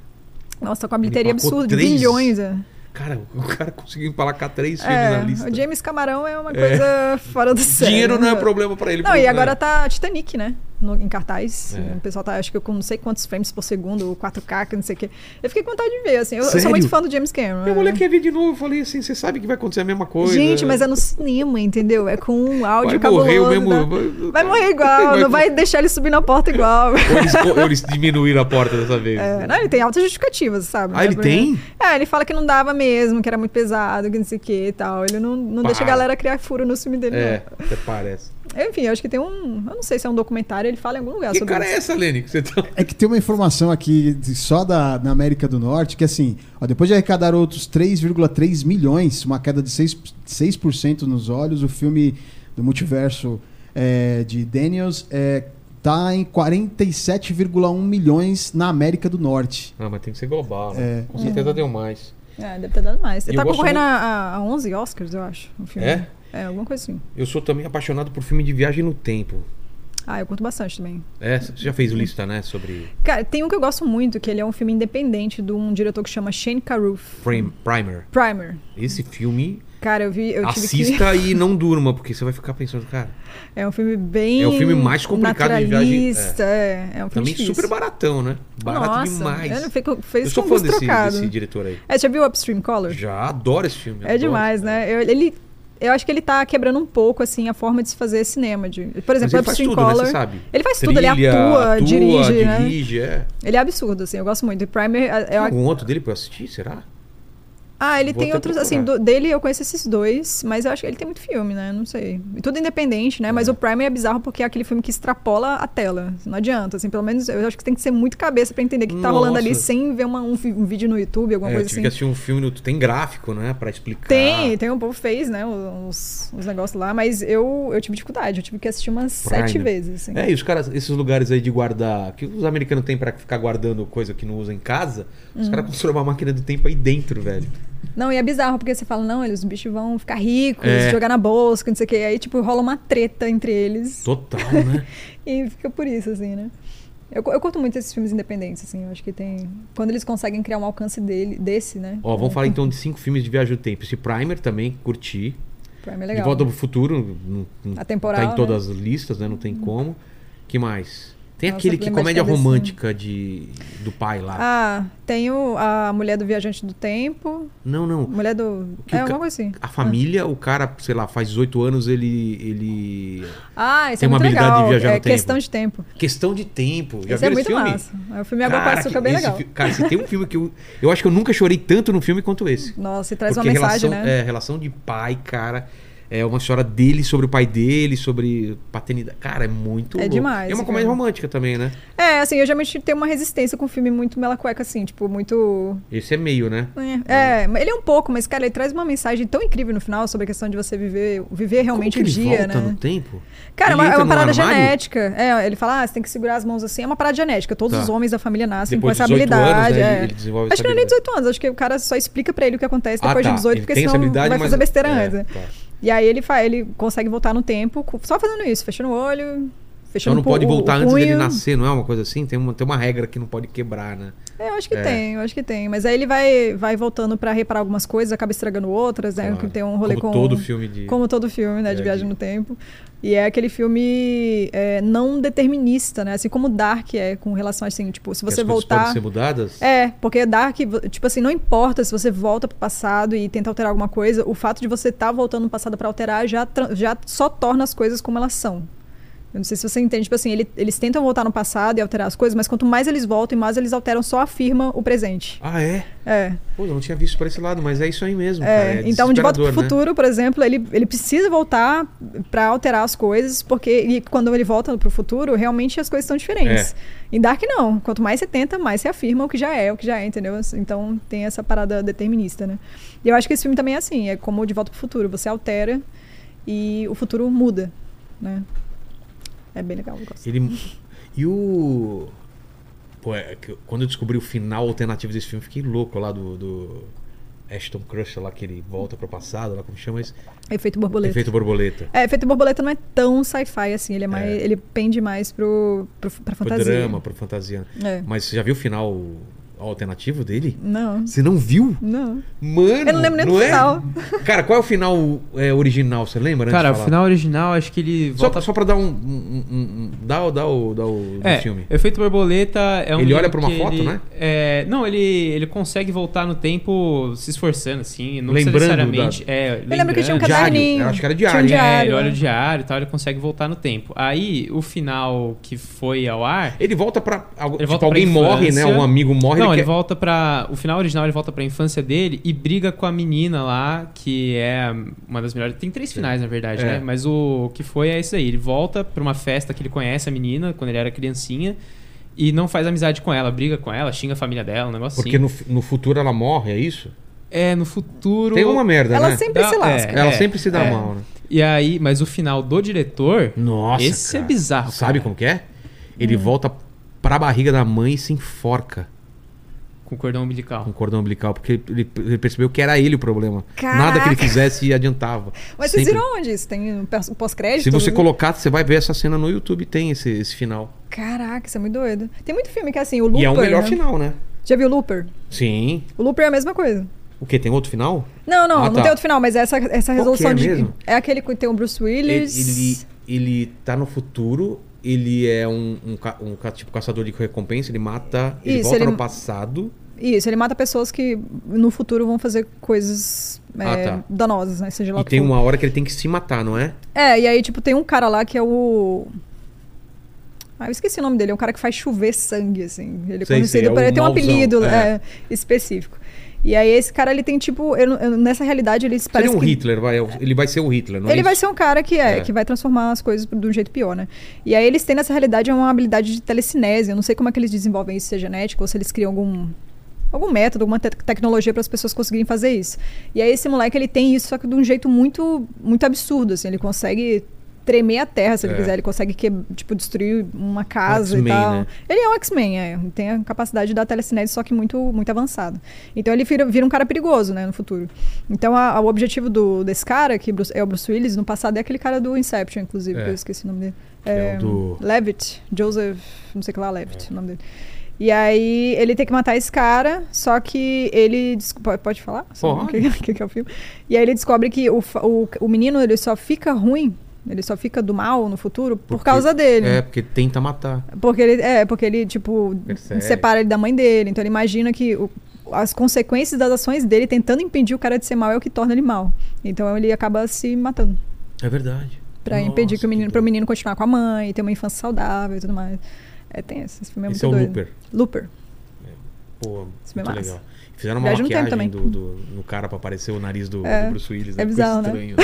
Speaker 4: Nossa, com a bilheteria
Speaker 1: empacou
Speaker 4: absurda,
Speaker 1: três
Speaker 4: bilhões. É.
Speaker 1: Cara, o cara conseguiu empalacar três filmes
Speaker 4: É,
Speaker 1: na lista.
Speaker 4: o James Camarão é uma coisa fora do céu.
Speaker 1: Dinheiro não é problema pra ele.
Speaker 4: Não,
Speaker 1: pô,
Speaker 4: e
Speaker 1: né?
Speaker 4: agora tá Titanic, né? No- em cartaz.
Speaker 1: É.
Speaker 4: O pessoal tá, acho que com não sei quantos frames por segundo, ou 4K, que não sei o quê. Eu fiquei com vontade de ver, assim. Eu, eu
Speaker 1: Sério?
Speaker 4: sou muito fã do James Cameron.
Speaker 1: Meu
Speaker 4: né?
Speaker 1: moleque ia ver de novo, eu falei assim, você sabe que vai acontecer a mesma coisa.
Speaker 4: Gente, mas é no cinema, entendeu? É com um
Speaker 1: Vai
Speaker 4: áudio cabuloso.
Speaker 1: morrer o mesmo...
Speaker 4: tá? Vai morrer igual, não vai deixar ele subir na porta igual.
Speaker 1: Ou eles, ou eles diminuíram a porta dessa vez.
Speaker 4: É, não, ele tem altas justificativas, sabe?
Speaker 1: Ah, ele tem?
Speaker 4: É, ele fala que não dava mesmo, que era muito pesado, que não sei o que e tal. Ele não, não
Speaker 1: Pá.
Speaker 4: deixa a galera criar furo no filme dele,
Speaker 1: Ah. É, até parece.
Speaker 4: não. Enfim, eu acho que tem um. Eu não sei se é um documentário, ele fala em algum lugar
Speaker 1: Que
Speaker 4: Tá sobre
Speaker 1: cara é
Speaker 4: isso.
Speaker 1: essa, Lene? Que você tá...
Speaker 2: É que tem uma informação aqui de- só da na América do Norte que assim, ó, depois de arrecadar outros 3,3 milhões, uma queda de 6%, 6% nos olhos, o filme do multiverso é, de Daniels é, tá em 47,1 milhões na América do Norte.
Speaker 1: Ah, mas tem que ser global, né?
Speaker 2: É.
Speaker 1: Com certeza deu mais.
Speaker 4: É, deve ter dado mais.
Speaker 1: E
Speaker 4: Ele
Speaker 1: eu
Speaker 4: tá
Speaker 1: gosto
Speaker 4: concorrendo
Speaker 1: muito-
Speaker 4: a, a 11 Oscars, eu acho. o filme.
Speaker 1: É?
Speaker 4: É, alguma coisa assim.
Speaker 1: Eu sou também apaixonado por filme de viagem no tempo.
Speaker 4: Ah, eu curto bastante também.
Speaker 1: É, você já fez lista, né? Sobre
Speaker 4: Cara, tem um que eu gosto muito, que ele é um filme independente de um diretor que chama Shane Carruth.
Speaker 1: Prim- Primer.
Speaker 4: Primer.
Speaker 1: Esse filme,
Speaker 4: Cara, eu vi. Eu tive que-
Speaker 1: assista e não durma, porque você vai ficar pensando, cara.
Speaker 4: É um filme bem.
Speaker 1: É o filme mais complicado de viagem-
Speaker 4: naturalista, É. é um filme
Speaker 1: Também
Speaker 4: difícil.
Speaker 1: super baratão, né? Barato
Speaker 4: Nossa,
Speaker 1: demais.
Speaker 4: Eu não fico,
Speaker 1: Eu
Speaker 4: fez
Speaker 1: sou
Speaker 4: com
Speaker 1: fã
Speaker 4: gosto
Speaker 1: desse,
Speaker 4: trocado.
Speaker 1: desse diretor aí.
Speaker 4: É, já viu Upstream Color?
Speaker 1: Já adoro esse filme.
Speaker 4: É
Speaker 1: adoro.
Speaker 4: demais, né? Eu, ele, eu acho que ele tá quebrando um pouco, assim, a forma de se fazer cinema. De, por
Speaker 1: Mas
Speaker 4: exemplo,
Speaker 1: ele faz
Speaker 4: Upstream
Speaker 1: tudo, né?
Speaker 4: Color.
Speaker 1: Você sabe.
Speaker 4: Ele faz tudo, ele atua, dirige, né?
Speaker 1: dirige, é.
Speaker 4: Ele é absurdo, assim, eu gosto muito. E Primer, é- é
Speaker 1: Tem
Speaker 4: a-
Speaker 1: algum outro dele pra eu assistir, será?
Speaker 4: Ah, ele
Speaker 1: Vou
Speaker 4: tem
Speaker 1: até
Speaker 4: outros, assim,
Speaker 1: procurar.
Speaker 4: do- dele eu conheço esses dois, mas eu acho que ele tem muito filme, né? Não sei. E Tudo independente, né? Mas o Primer é bizarro porque é aquele filme que extrapola a tela. Não adianta, assim, pelo menos eu acho que tem que ser muito cabeça pra entender o que tá rolando ali
Speaker 1: Nossa.
Speaker 4: sem ver uma- um, fi- um vídeo no YouTube, alguma
Speaker 1: É, eu
Speaker 4: coisa
Speaker 1: tive
Speaker 4: assim.
Speaker 1: que assistir um filme, no... tem gráfico, né? Pra explicar.
Speaker 4: Tem, tem um povo fez, né? Os, os negócios lá, mas eu, eu tive dificuldade, eu tive que assistir umas
Speaker 1: Primer.
Speaker 4: sete vezes. Assim.
Speaker 1: É, e os caras, esses lugares aí de guardar, que os americanos têm pra ficar guardando coisa que não usa em casa,
Speaker 4: Uhum.
Speaker 1: os caras construíram uma máquina do tempo aí dentro, velho.
Speaker 4: Não, e é bizarro, porque você fala, não, eles, os bichos vão ficar ricos,
Speaker 1: É.
Speaker 4: jogar na bolsa, que não sei o quê. Aí, tipo, rola uma treta entre eles.
Speaker 1: Total, né?
Speaker 4: E fica por isso, assim, né? Eu, cu- eu curto muito esses filmes independentes, assim. Eu acho que tem. Quando eles conseguem criar um alcance dele, desse, né?
Speaker 1: Ó, vamos falar então de cinco filmes de viagem no tempo. Esse Primer também, curti.
Speaker 4: Prime é
Speaker 1: De
Speaker 4: legal.
Speaker 1: Volta pro Futuro, não, não
Speaker 4: Atemporal,
Speaker 1: tá em todas
Speaker 4: né?
Speaker 1: as listas, né? Não tem como. que mais? Tem
Speaker 4: Nossa,
Speaker 1: aquele que
Speaker 4: lembra de
Speaker 1: comédia
Speaker 4: cabeça, né?
Speaker 1: romântica de, do pai lá.
Speaker 4: Ah, tem o, a Mulher do Viajante do Tempo.
Speaker 1: Não, não.
Speaker 4: Mulher do.
Speaker 1: que o
Speaker 4: É,
Speaker 1: ca-
Speaker 4: alguma coisa assim.
Speaker 1: A família, o cara, sei lá, faz 18 anos, ele. ele...
Speaker 4: Ah, esse
Speaker 1: Tem
Speaker 4: é
Speaker 1: uma
Speaker 4: muito
Speaker 1: habilidade
Speaker 4: legal.
Speaker 1: de viajar
Speaker 4: é
Speaker 1: no tempo.
Speaker 4: questão de tempo.
Speaker 1: Questão de tempo. Já
Speaker 4: esse é
Speaker 1: viram
Speaker 4: muito
Speaker 1: filme?
Speaker 4: massa. É, O filme Água com Açúcar é bem
Speaker 1: esse
Speaker 4: legal.
Speaker 1: fi- Cara, se tem um filme que eu. Eu acho que eu nunca chorei tanto num filme quanto esse.
Speaker 4: Nossa, e traz
Speaker 1: Porque
Speaker 4: uma mensagem,
Speaker 1: relação,
Speaker 4: né?
Speaker 1: É, relação de pai, cara. É uma história dele sobre o pai dele, sobre paternidade. Cara, é muito.
Speaker 4: É
Speaker 1: louco.
Speaker 4: demais,
Speaker 1: É uma
Speaker 4: cara.
Speaker 1: comédia romântica também, né?
Speaker 4: É, assim, eu geralmente tenho uma resistência com filme muito mela cueca, assim, tipo, muito
Speaker 1: Esse é meio, né?
Speaker 4: É, é, ele é um pouco, mas, cara, ele traz uma mensagem tão incrível no final sobre a questão de você viver, viver realmente
Speaker 1: Como que
Speaker 4: o
Speaker 1: ele
Speaker 4: dia,
Speaker 1: volta
Speaker 4: né?
Speaker 1: no tempo?
Speaker 4: Cara, é
Speaker 1: Ele
Speaker 4: uma, é
Speaker 1: entra
Speaker 4: uma
Speaker 1: num
Speaker 4: parada
Speaker 1: armário?
Speaker 4: genética. É, ele fala, ah, você tem que segurar as mãos assim. É uma parada genética. Todos
Speaker 1: Tá.
Speaker 4: os homens da família nascem
Speaker 1: Depois
Speaker 4: Assim, com essa
Speaker 1: de 18 anos,
Speaker 4: habilidade.
Speaker 1: né,
Speaker 4: é.
Speaker 1: ele- ele desenvolve
Speaker 4: acho
Speaker 1: essa
Speaker 4: que não é nem
Speaker 1: habilidade.
Speaker 4: 18 anos. Acho que o cara só explica pra ele o que acontece
Speaker 1: Ah,
Speaker 4: depois
Speaker 1: tá.
Speaker 4: de 18,
Speaker 1: Ele
Speaker 4: porque
Speaker 1: tem essa
Speaker 4: senão vai
Speaker 1: habilidade,
Speaker 4: fazer
Speaker 1: mas-
Speaker 4: besteira
Speaker 1: é,
Speaker 4: antes.
Speaker 1: tá.
Speaker 4: E aí ele, fa- ele consegue voltar no tempo co- só fazendo isso, fechando o olho.
Speaker 1: Só Então
Speaker 4: Fechando
Speaker 1: não
Speaker 4: o pu-
Speaker 1: pode
Speaker 4: o-
Speaker 1: voltar
Speaker 4: o
Speaker 1: antes dele
Speaker 4: punho.
Speaker 1: nascer, não é uma coisa assim? Tem uma, tem uma regra que não pode quebrar, né?
Speaker 4: É, eu acho que
Speaker 1: É.
Speaker 4: tem, eu acho que tem. Mas aí ele vai, vai voltando pra reparar algumas coisas, acaba estragando outras, né?
Speaker 1: Claro.
Speaker 4: Que tem um rolê
Speaker 1: Como
Speaker 4: com.
Speaker 1: todo filme de-
Speaker 4: Como todo filme, né? De
Speaker 1: É,
Speaker 4: viagem
Speaker 1: de-
Speaker 4: no tempo. E é aquele filme é, não determinista, né? Assim como Dark é, com relação assim, tipo, se
Speaker 1: Que
Speaker 4: você
Speaker 1: as coisas
Speaker 4: voltar.
Speaker 1: podem ser mudadas?
Speaker 4: É, porque Dark, vo- tipo assim, não importa se você volta pro passado e tenta alterar alguma coisa, o fato de você estar voltando no passado pra alterar já, tra- já só torna as coisas como elas são. Eu não sei se você entende, tipo assim, ele- eles tentam voltar no passado e alterar as coisas, mas quanto mais eles voltam e mais eles alteram, só afirma o presente.
Speaker 1: Ah, é?
Speaker 4: É.
Speaker 1: Pô, eu não tinha visto pra esse lado, mas é isso aí mesmo.
Speaker 4: É,
Speaker 1: cara. É
Speaker 4: então, de volta pro
Speaker 1: desesperador, né?
Speaker 4: futuro, por exemplo, ele, ele precisa voltar pra alterar as coisas, porque e quando ele volta pro futuro, realmente as coisas estão
Speaker 1: É.
Speaker 4: diferentes. Em Dark, não. Quanto mais você tenta, mais você afirma o que já é, o que já é, entendeu? Então tem essa parada determinista, né? E eu acho que esse filme também é assim, é como de volta pro futuro. Você altera e o futuro muda, né? É bem legal, eu gosto.
Speaker 1: Ele. E o. Pô, é que eu- quando eu descobri o final alternativo desse filme, fiquei louco lá do. do Ashton Crusher lá, que ele volta pro passado, lá como chama isso?
Speaker 4: Efeito borboleta.
Speaker 1: Efeito borboleta.
Speaker 4: É, Efeito borboleta não é tão sci-fi assim, ele é mais. ele pende mais pro, pro, pra
Speaker 1: Pro
Speaker 4: fantasia.
Speaker 1: drama, pro fantasia.
Speaker 4: É.
Speaker 1: Mas você já viu o final alternativo dele?
Speaker 4: Não.
Speaker 1: Você não viu?
Speaker 4: Não.
Speaker 1: Mano!
Speaker 4: Eu não lembro nem do
Speaker 1: é?
Speaker 4: final.
Speaker 1: Cara, qual é o final é, original? Você lembra? antes
Speaker 3: Cara,
Speaker 1: de
Speaker 3: o
Speaker 1: falar?
Speaker 3: final original, acho que ele
Speaker 1: Só,
Speaker 3: volta...
Speaker 1: só pra dar um. um, um, um dá, o- dá o. Dá o do
Speaker 3: é,
Speaker 1: filme.
Speaker 3: Efeito Borboleta é um
Speaker 1: Ele
Speaker 3: livro
Speaker 1: olha pra uma
Speaker 3: que
Speaker 1: foto,
Speaker 3: ele-
Speaker 1: né?
Speaker 3: É, não, ele, ele consegue voltar no tempo se esforçando, assim. Não
Speaker 1: Lembrando
Speaker 3: necessariamente... É,
Speaker 4: Eu lembro que tinha
Speaker 3: lembrando.
Speaker 4: um
Speaker 1: caderno
Speaker 4: caderninho.
Speaker 1: eu acho que era
Speaker 4: Tinha um
Speaker 1: diário, né?
Speaker 3: É, ele
Speaker 4: né?
Speaker 3: olha o diário e tal, ele consegue voltar no tempo. Aí, o final que foi ao ar...
Speaker 1: Ele volta pra. algu-
Speaker 3: Ele
Speaker 1: tipo,
Speaker 3: volta pra
Speaker 1: alguém morre, né?
Speaker 3: infância.
Speaker 1: Um amigo morre.
Speaker 3: não, ele,
Speaker 1: quer-
Speaker 3: volta pra. O final original ele volta pra infância dele e briga com a menina lá, que é uma das melhores. Tem três finais, na verdade,
Speaker 1: É.
Speaker 3: né? Mas o que foi é isso aí. Ele volta pra uma festa que ele conhece a menina quando ele era criancinha e não faz amizade com ela, briga com ela, xinga a família dela, um negócio
Speaker 1: Porque
Speaker 3: assim.
Speaker 1: no, fu- no futuro ela morre, é isso?
Speaker 3: É, no futuro.
Speaker 1: Tem uma merda,
Speaker 4: Ela
Speaker 1: né?
Speaker 4: sempre se
Speaker 3: Não,
Speaker 4: lasca.
Speaker 3: é.
Speaker 1: Ela sempre se dá
Speaker 3: é.
Speaker 1: mal, né?
Speaker 3: E aí, mas o final do diretor.
Speaker 1: Nossa.
Speaker 3: Esse é
Speaker 1: cara.
Speaker 3: bizarro,
Speaker 1: Sabe
Speaker 3: cara. Hum.
Speaker 1: como que é? Ele volta pra barriga da mãe e se enforca
Speaker 3: Com cordão umbilical.
Speaker 1: com o cordão umbilical, porque ele, ele percebeu que era ele o problema.
Speaker 4: Caraca.
Speaker 1: Nada que ele fizesse adiantava.
Speaker 4: Mas
Speaker 1: Sempre.
Speaker 4: vocês viram onde isso? Tem um pers- pós-crédito?
Speaker 1: Se você
Speaker 4: né?
Speaker 1: colocar, você vai ver essa cena no YouTube, tem esse, esse final.
Speaker 4: Caraca, isso é muito doido. Tem muito filme que é assim, o Looper.
Speaker 1: e é o melhor
Speaker 4: né?
Speaker 1: final, né?
Speaker 4: Já viu o Looper?
Speaker 1: Sim.
Speaker 4: O Looper é a mesma coisa.
Speaker 1: O quê? Tem outro final?
Speaker 4: Não, não,
Speaker 1: Ah,
Speaker 4: não
Speaker 1: tá.
Speaker 4: tem outro final, mas essa, essa
Speaker 1: que
Speaker 4: resolução
Speaker 1: é
Speaker 4: de.
Speaker 1: mesmo?
Speaker 4: É aquele que tem o Bruce
Speaker 1: Ele,
Speaker 4: Willis.
Speaker 1: ele, ele tá no futuro, ele é um, um, ca- um ca- tipo caçador de recompensa, ele mata. Ele
Speaker 4: Isso,
Speaker 1: volta
Speaker 4: ele-
Speaker 1: no passado.
Speaker 4: Isso, ele mata pessoas que no futuro vão fazer coisas é,
Speaker 1: Ah, tá.
Speaker 4: danosas, né? Seja lá
Speaker 1: E
Speaker 4: o que
Speaker 1: tem
Speaker 4: for.
Speaker 1: uma hora que ele tem que se matar, não é?
Speaker 4: É, e aí, tipo, tem um cara lá que é o. Ah, eu esqueci o nome dele. É um cara que faz chover sangue, assim. Ele
Speaker 1: Sei,
Speaker 4: é
Speaker 1: sei,
Speaker 4: conhecido
Speaker 1: é
Speaker 4: por.
Speaker 1: o
Speaker 4: Ele tem um
Speaker 1: mauzão,
Speaker 4: apelido
Speaker 1: é.
Speaker 4: é, específico. E aí esse cara, ele tem tipo... eu não- eu- nessa realidade, ele se
Speaker 1: Seria
Speaker 4: parece
Speaker 1: um
Speaker 4: que-
Speaker 1: Hitler, vai, ele vai ser o Hitler, não é
Speaker 4: ele vai
Speaker 1: isso?
Speaker 4: ser um cara que é,
Speaker 1: É.
Speaker 4: que vai transformar as coisas do jeito pior, né? E aí eles têm nessa realidade uma habilidade de telecinese. Eu não sei como é que eles desenvolvem isso, se é genético ou se eles criam algum algum método, alguma te- tecnologia para as pessoas conseguirem fazer isso. E aí esse moleque ele tem isso só que de um jeito muito muito absurdo, assim, ele consegue tremer a terra se ele
Speaker 1: É.
Speaker 4: quiser, ele consegue que, tipo destruir uma casa e
Speaker 1: X-Men,
Speaker 4: tal.
Speaker 1: né?
Speaker 4: Ele é um X-Men, é, tem a capacidade da telecinese só que muito muito avançada. Então ele vira, vira um cara perigoso, né, no futuro. Então a- a- o objetivo do, desse cara, que Bruce- é o Bruce Willis, no passado é aquele cara do Inception, inclusive,
Speaker 1: É.
Speaker 4: que eu esqueci o nome dele.
Speaker 1: é
Speaker 4: É,
Speaker 1: o do-
Speaker 4: Levitt, Joseph, não sei o que lá, Levitt, o nome dele. E aí ele tem que matar esse cara, só que ele. Desculpa, pode falar? Sobre O que, o que é o filme? E aí ele descobre que o, fa- o, o menino ele só fica ruim, ele só fica do mal no futuro por
Speaker 1: Porque-
Speaker 4: causa dele.
Speaker 1: É, porque tenta matar.
Speaker 4: Porque ele, é, porque ele, tipo,
Speaker 1: Persegue.
Speaker 4: separa ele da mãe dele. Então ele imagina que o- as consequências das ações dele tentando impedir o cara de ser mal é o que torna ele mal. Então ele acaba se matando.
Speaker 1: É verdade.
Speaker 4: Pra
Speaker 1: Nossa,
Speaker 4: impedir que o menino,
Speaker 1: que
Speaker 4: para o
Speaker 1: doido.
Speaker 4: menino continuar com a mãe, ter uma infância saudável e tudo mais. É, tem esse, esse filme é
Speaker 1: Esse
Speaker 4: muito
Speaker 1: é o
Speaker 4: doido.
Speaker 1: Looper.
Speaker 4: Looper.
Speaker 1: Pô, muito
Speaker 4: Esse filme é massa.
Speaker 1: legal. Fizeram uma
Speaker 4: Viagem no
Speaker 1: maquiagem
Speaker 4: tempo também.
Speaker 1: do, do- no cara pra aparecer o nariz do,
Speaker 4: É.
Speaker 1: do Bruce Willis. Coisa
Speaker 4: É bizarro, né?
Speaker 1: estranha.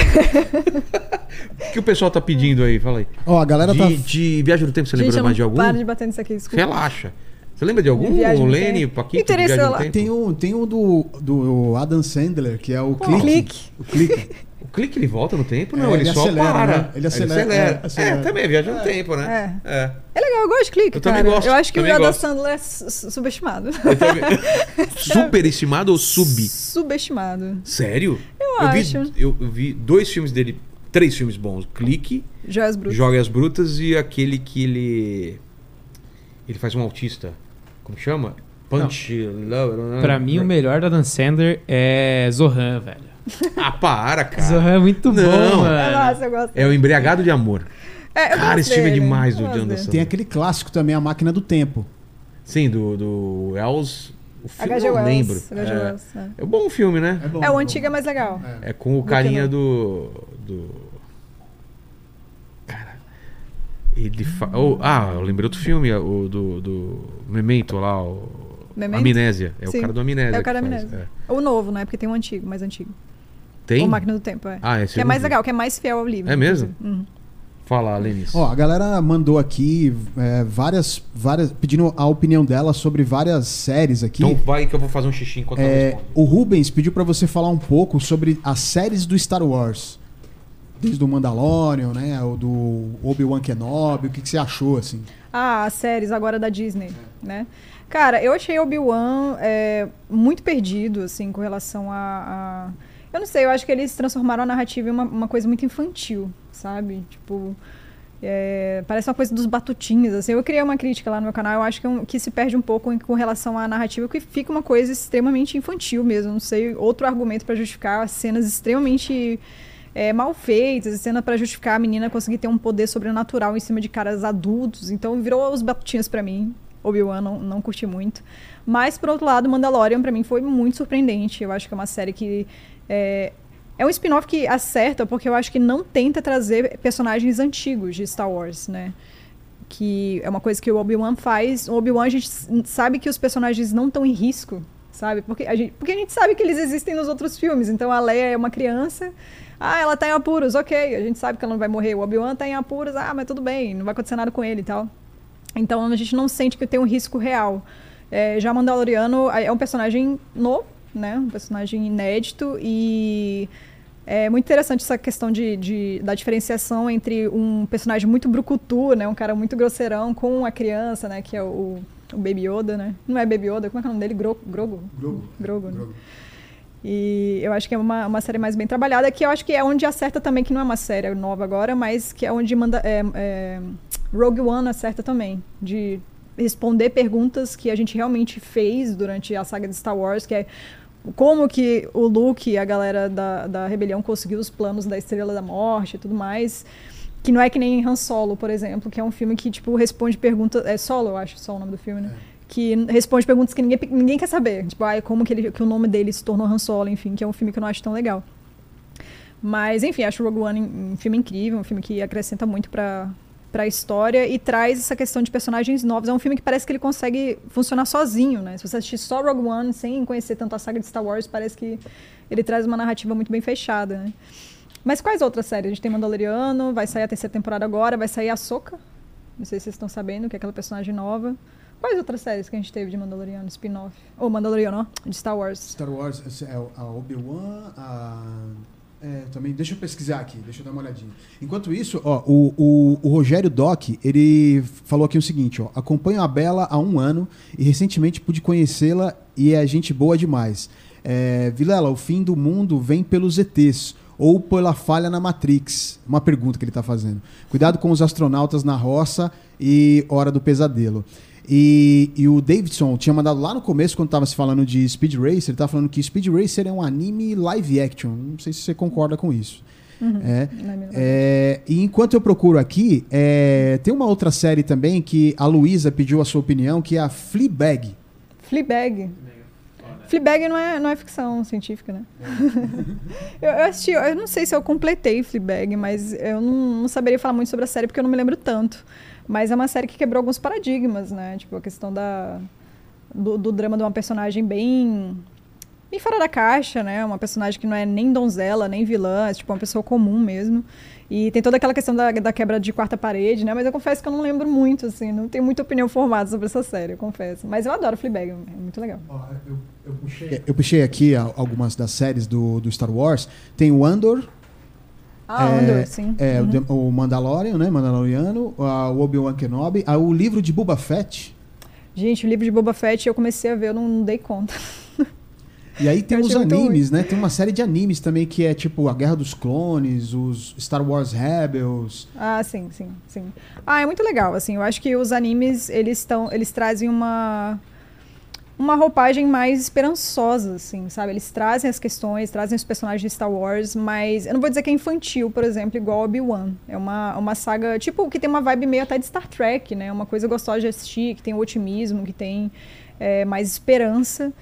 Speaker 1: o que o pessoal tá pedindo aí? Fala aí.
Speaker 2: Ó, a galera
Speaker 1: de,
Speaker 2: tá.
Speaker 1: de Viagem no Tempo, você lembra
Speaker 4: Gente, eu
Speaker 1: mais
Speaker 4: não
Speaker 1: de algum?
Speaker 4: paro de bater nisso aqui, desculpa.
Speaker 1: Relaxa. Você lembra de algum?
Speaker 4: De Viagem
Speaker 1: O
Speaker 4: no
Speaker 1: Lene,
Speaker 4: Tempo.
Speaker 1: Paquito? de
Speaker 4: Interesse,
Speaker 1: Viagem no
Speaker 4: ela-
Speaker 1: Tempo?
Speaker 2: Tem o, tem o do, do Adam Sandler, que é o clique.
Speaker 4: Clique.
Speaker 2: O clique.
Speaker 1: O clique ele volta no tempo?
Speaker 2: É,
Speaker 1: Não, ele,
Speaker 2: ele
Speaker 1: só
Speaker 2: acelera,
Speaker 1: para.
Speaker 2: né? Ele acelera, é, acelera.
Speaker 1: É, também é Viagem no Tempo, né? É.
Speaker 4: É legal, eu gosto de clique,
Speaker 1: Eu
Speaker 4: cara.
Speaker 1: também gosto,
Speaker 4: eu acho que
Speaker 1: também
Speaker 4: o Adam
Speaker 1: gosto. É
Speaker 4: Sandler é su- su- subestimado.
Speaker 1: Eu também- Superestimado ou sub?
Speaker 4: Subestimado.
Speaker 1: Sério?
Speaker 4: Eu
Speaker 1: vi,
Speaker 4: acho.
Speaker 1: Eu, eu vi dois filmes dele, três filmes bons. Clique,
Speaker 4: Joias Brutas.
Speaker 1: Joias Brutas e aquele que ele... Ele faz um autista. Como chama? Punch... Love,
Speaker 3: Pra mim, o melhor da Dan Sander é Zohan, velho.
Speaker 1: Ah, para, cara.
Speaker 3: Zohan é muito
Speaker 1: Não.
Speaker 3: bom,
Speaker 4: É
Speaker 3: mano.
Speaker 4: massa, eu gosto.
Speaker 1: É o Embriagado de Amor.
Speaker 4: É, eu
Speaker 1: Cara,
Speaker 4: gosto
Speaker 1: esse filme é
Speaker 4: dele,
Speaker 1: demais do
Speaker 4: eu gosto
Speaker 1: John
Speaker 4: dele.
Speaker 1: Anderson.
Speaker 2: Tem aquele clássico também, a máquina do tempo.
Speaker 1: Sim, do, do Wells. O filme
Speaker 4: H.G.
Speaker 1: eu não
Speaker 4: Wells.
Speaker 1: lembro.
Speaker 4: H.G.
Speaker 1: É.
Speaker 4: Wells, é.
Speaker 1: É um bom filme, né?
Speaker 2: bom.
Speaker 4: É o antigo é mais legal.
Speaker 1: É com o carinha do. do. Cara. Ele fa... oh, ah, eu lembrei outro filme, o do, do Memento lá, o.
Speaker 4: Memento?
Speaker 1: Amnésia. É o
Speaker 4: Sim.
Speaker 1: cara do Amnésia.
Speaker 4: É o cara
Speaker 1: que
Speaker 4: da
Speaker 1: faz,
Speaker 4: amnésia.
Speaker 1: é.
Speaker 4: O novo, né? Porque tem um antigo, mais antigo.
Speaker 1: Tem?
Speaker 4: O Máquina do Tempo, é.
Speaker 1: Ah, esse
Speaker 4: que
Speaker 1: eu
Speaker 4: é
Speaker 1: não
Speaker 4: mais
Speaker 1: vi.
Speaker 4: legal, que é mais fiel ao livro.
Speaker 1: É mesmo?
Speaker 4: inclusive. Uhum.
Speaker 1: Fala, Lenis.
Speaker 2: Ó, a galera mandou aqui é, várias, várias. pedindo a opinião dela sobre várias séries aqui.
Speaker 1: então vai que eu vou fazer um xixi enquanto eu
Speaker 2: É,
Speaker 1: respondo.
Speaker 2: o Rubens pediu pra você falar um pouco sobre as séries do Star Wars. Desde o Mandalorian, né? O do Obi-Wan Kenobi, o que, que você achou, assim?
Speaker 4: Ah, as séries agora da Disney, né? Cara, eu achei Obi-Wan é, muito perdido, assim, com relação a, a- Eu não sei, eu acho que eles transformaram a narrativa em uma, uma coisa muito infantil, sabe? Tipo... é, parece uma coisa dos batutinhos, assim. Eu criei uma crítica lá no meu canal, eu acho que, é um- que se perde um pouco em- com relação à narrativa, que fica uma coisa extremamente infantil mesmo. Não sei outro argumento pra justificar as cenas extremamente é, mal feitas, cena pra justificar a menina conseguir ter um poder sobrenatural em cima de caras adultos. Então virou os batutinhos pra mim. Obi-Wan não, não curti muito. Mas, por outro lado, Mandalorian pra mim foi muito surpreendente. Eu acho que é uma série que. É, é um spin-off que acerta, porque eu acho que não tenta trazer personagens antigos de Star Wars, né? que é uma coisa que o Obi-Wan faz. O Obi-Wan a gente s- sabe que os personagens não estão em risco, sabe? Porque a, gente, porque a gente sabe que eles existem nos outros filmes. Então a Leia é uma criança. Ah, ela tá em apuros, ok. A gente sabe que ela não vai morrer. O Obi-Wan tá em apuros, ah, mas tudo bem, não vai acontecer nada com ele e tal. Então a gente não sente que tem um risco real. É, já Mandaloriano é um personagem novo, né? Um personagem inédito e é muito interessante essa questão de, de- da diferenciação entre um personagem muito brucutu, né? Um cara muito grosseirão com a criança, né? Que é o, o Baby Yoda, né? Não é Baby Yoda, como é que é o nome dele? Gro- Grogu?
Speaker 2: Grogu.
Speaker 4: Grogu, né? E eu acho que é uma, uma série mais bem trabalhada, que eu acho que é onde acerta também, que não é uma série nova agora, mas que é onde manda, é, é, Rogue One acerta também, de responder perguntas que a gente realmente fez durante a saga de Star Wars, que é como que o Luke e a galera da, da Rebelião conseguiu os planos da Estrela da Morte e tudo mais. Que não é que nem Han Solo, por exemplo, que é um filme que, tipo, responde perguntas... É Solo, eu acho, só o nome do filme, né? que responde perguntas que ninguém, ninguém quer saber. Tipo, ai, como que, ele, que o nome dele se tornou Han Solo, enfim, que é um filme que eu não acho tão legal. um Mas, enfim, acho Rogue One um filme incrível, um filme que acrescenta muito pra para a história e traz essa questão de personagens novos. É um filme que parece que ele consegue funcionar sozinho, né? Se você assistir só Rogue One sem conhecer tanto a saga de Star Wars, parece que ele traz uma narrativa muito bem fechada, né? Mas quais outras séries? A gente tem Mandaloriano, vai sair a terceira temporada agora, vai sair a Soca. Não sei se vocês estão sabendo, que é aquela personagem nova. Quais outras séries que a gente teve de Mandaloriano, spin-off? Ou Mandaloriano, ó, de Star Wars.
Speaker 2: Star Wars, essa é a Obi-Wan, a. É, também, deixa eu pesquisar aqui, deixa eu dar uma olhadinha. Enquanto isso, ó, o, o, o Rogério Doc, ele falou aqui o seguinte, ó, acompanho a Bela há um ano e recentemente pude conhecê-la e é gente boa demais. É, Vilela, o fim do mundo vem pelos ETs ou pela falha na Matrix? Uma pergunta que ele está fazendo. Cuidado com os astronautas na roça e Hora do Pesadelo. E, e o Davidson tinha mandado lá no começo, quando estava se falando de Speed Racer, ele estava falando que Speed Racer é um anime live action. Não sei se você concorda com isso. É.
Speaker 4: Não é mesmo?
Speaker 2: É, e enquanto eu procuro aqui, é, tem uma outra série também que a Luísa pediu a sua opinião, que é a Fleabag.
Speaker 4: Fleabag. Fleabag não é, não é ficção científica, né? eu, eu assisti, eu não sei se eu completei Fleabag, mas eu não, não saberia falar muito sobre a série porque eu não me lembro tanto. Mas é uma série que quebrou alguns paradigmas, né? Tipo, a questão da, do, do drama de uma personagem bem, bem fora da caixa, né? Uma personagem que não é nem donzela, nem vilã, é tipo uma pessoa comum mesmo. E tem toda aquela questão da, da quebra de quarta parede, né? Mas eu confesso que eu não lembro muito, assim, não tenho muita opinião formada sobre essa série, eu confesso. Mas eu adoro Fleabag, é muito legal.
Speaker 2: eu, puxei... aqui a- algumas das séries do, do Star Wars. Tem o Andor,
Speaker 4: Ah,
Speaker 2: é,
Speaker 4: Andor, sim.
Speaker 2: é, o The- o Mandalorian, né? Mandaloriano, a- o Obi-Wan Kenobi, a- o livro de Boba Fett.
Speaker 4: Gente, o livro de Boba Fett eu comecei a ver, eu não, não dei conta.
Speaker 2: E aí tem
Speaker 4: Eu
Speaker 2: os
Speaker 4: achei muito
Speaker 2: animes, né? Tem uma série de animes também que é tipo a Guerra dos Clones, os Star Wars Rebels.
Speaker 4: Ah, sim, sim, sim. Ah, é muito legal, assim. Eu acho que os animes, eles estão, eles trazem uma uma roupagem mais esperançosa, assim, sabe? Eles trazem as questões, trazem os personagens de Star Wars, mas eu não vou dizer que é infantil, por exemplo, igual Obi-Wan. É uma, uma saga, tipo, que tem uma vibe meio até de Star Trek, né? Uma coisa gostosa de assistir, que tem otimismo, que tem é, mais esperança,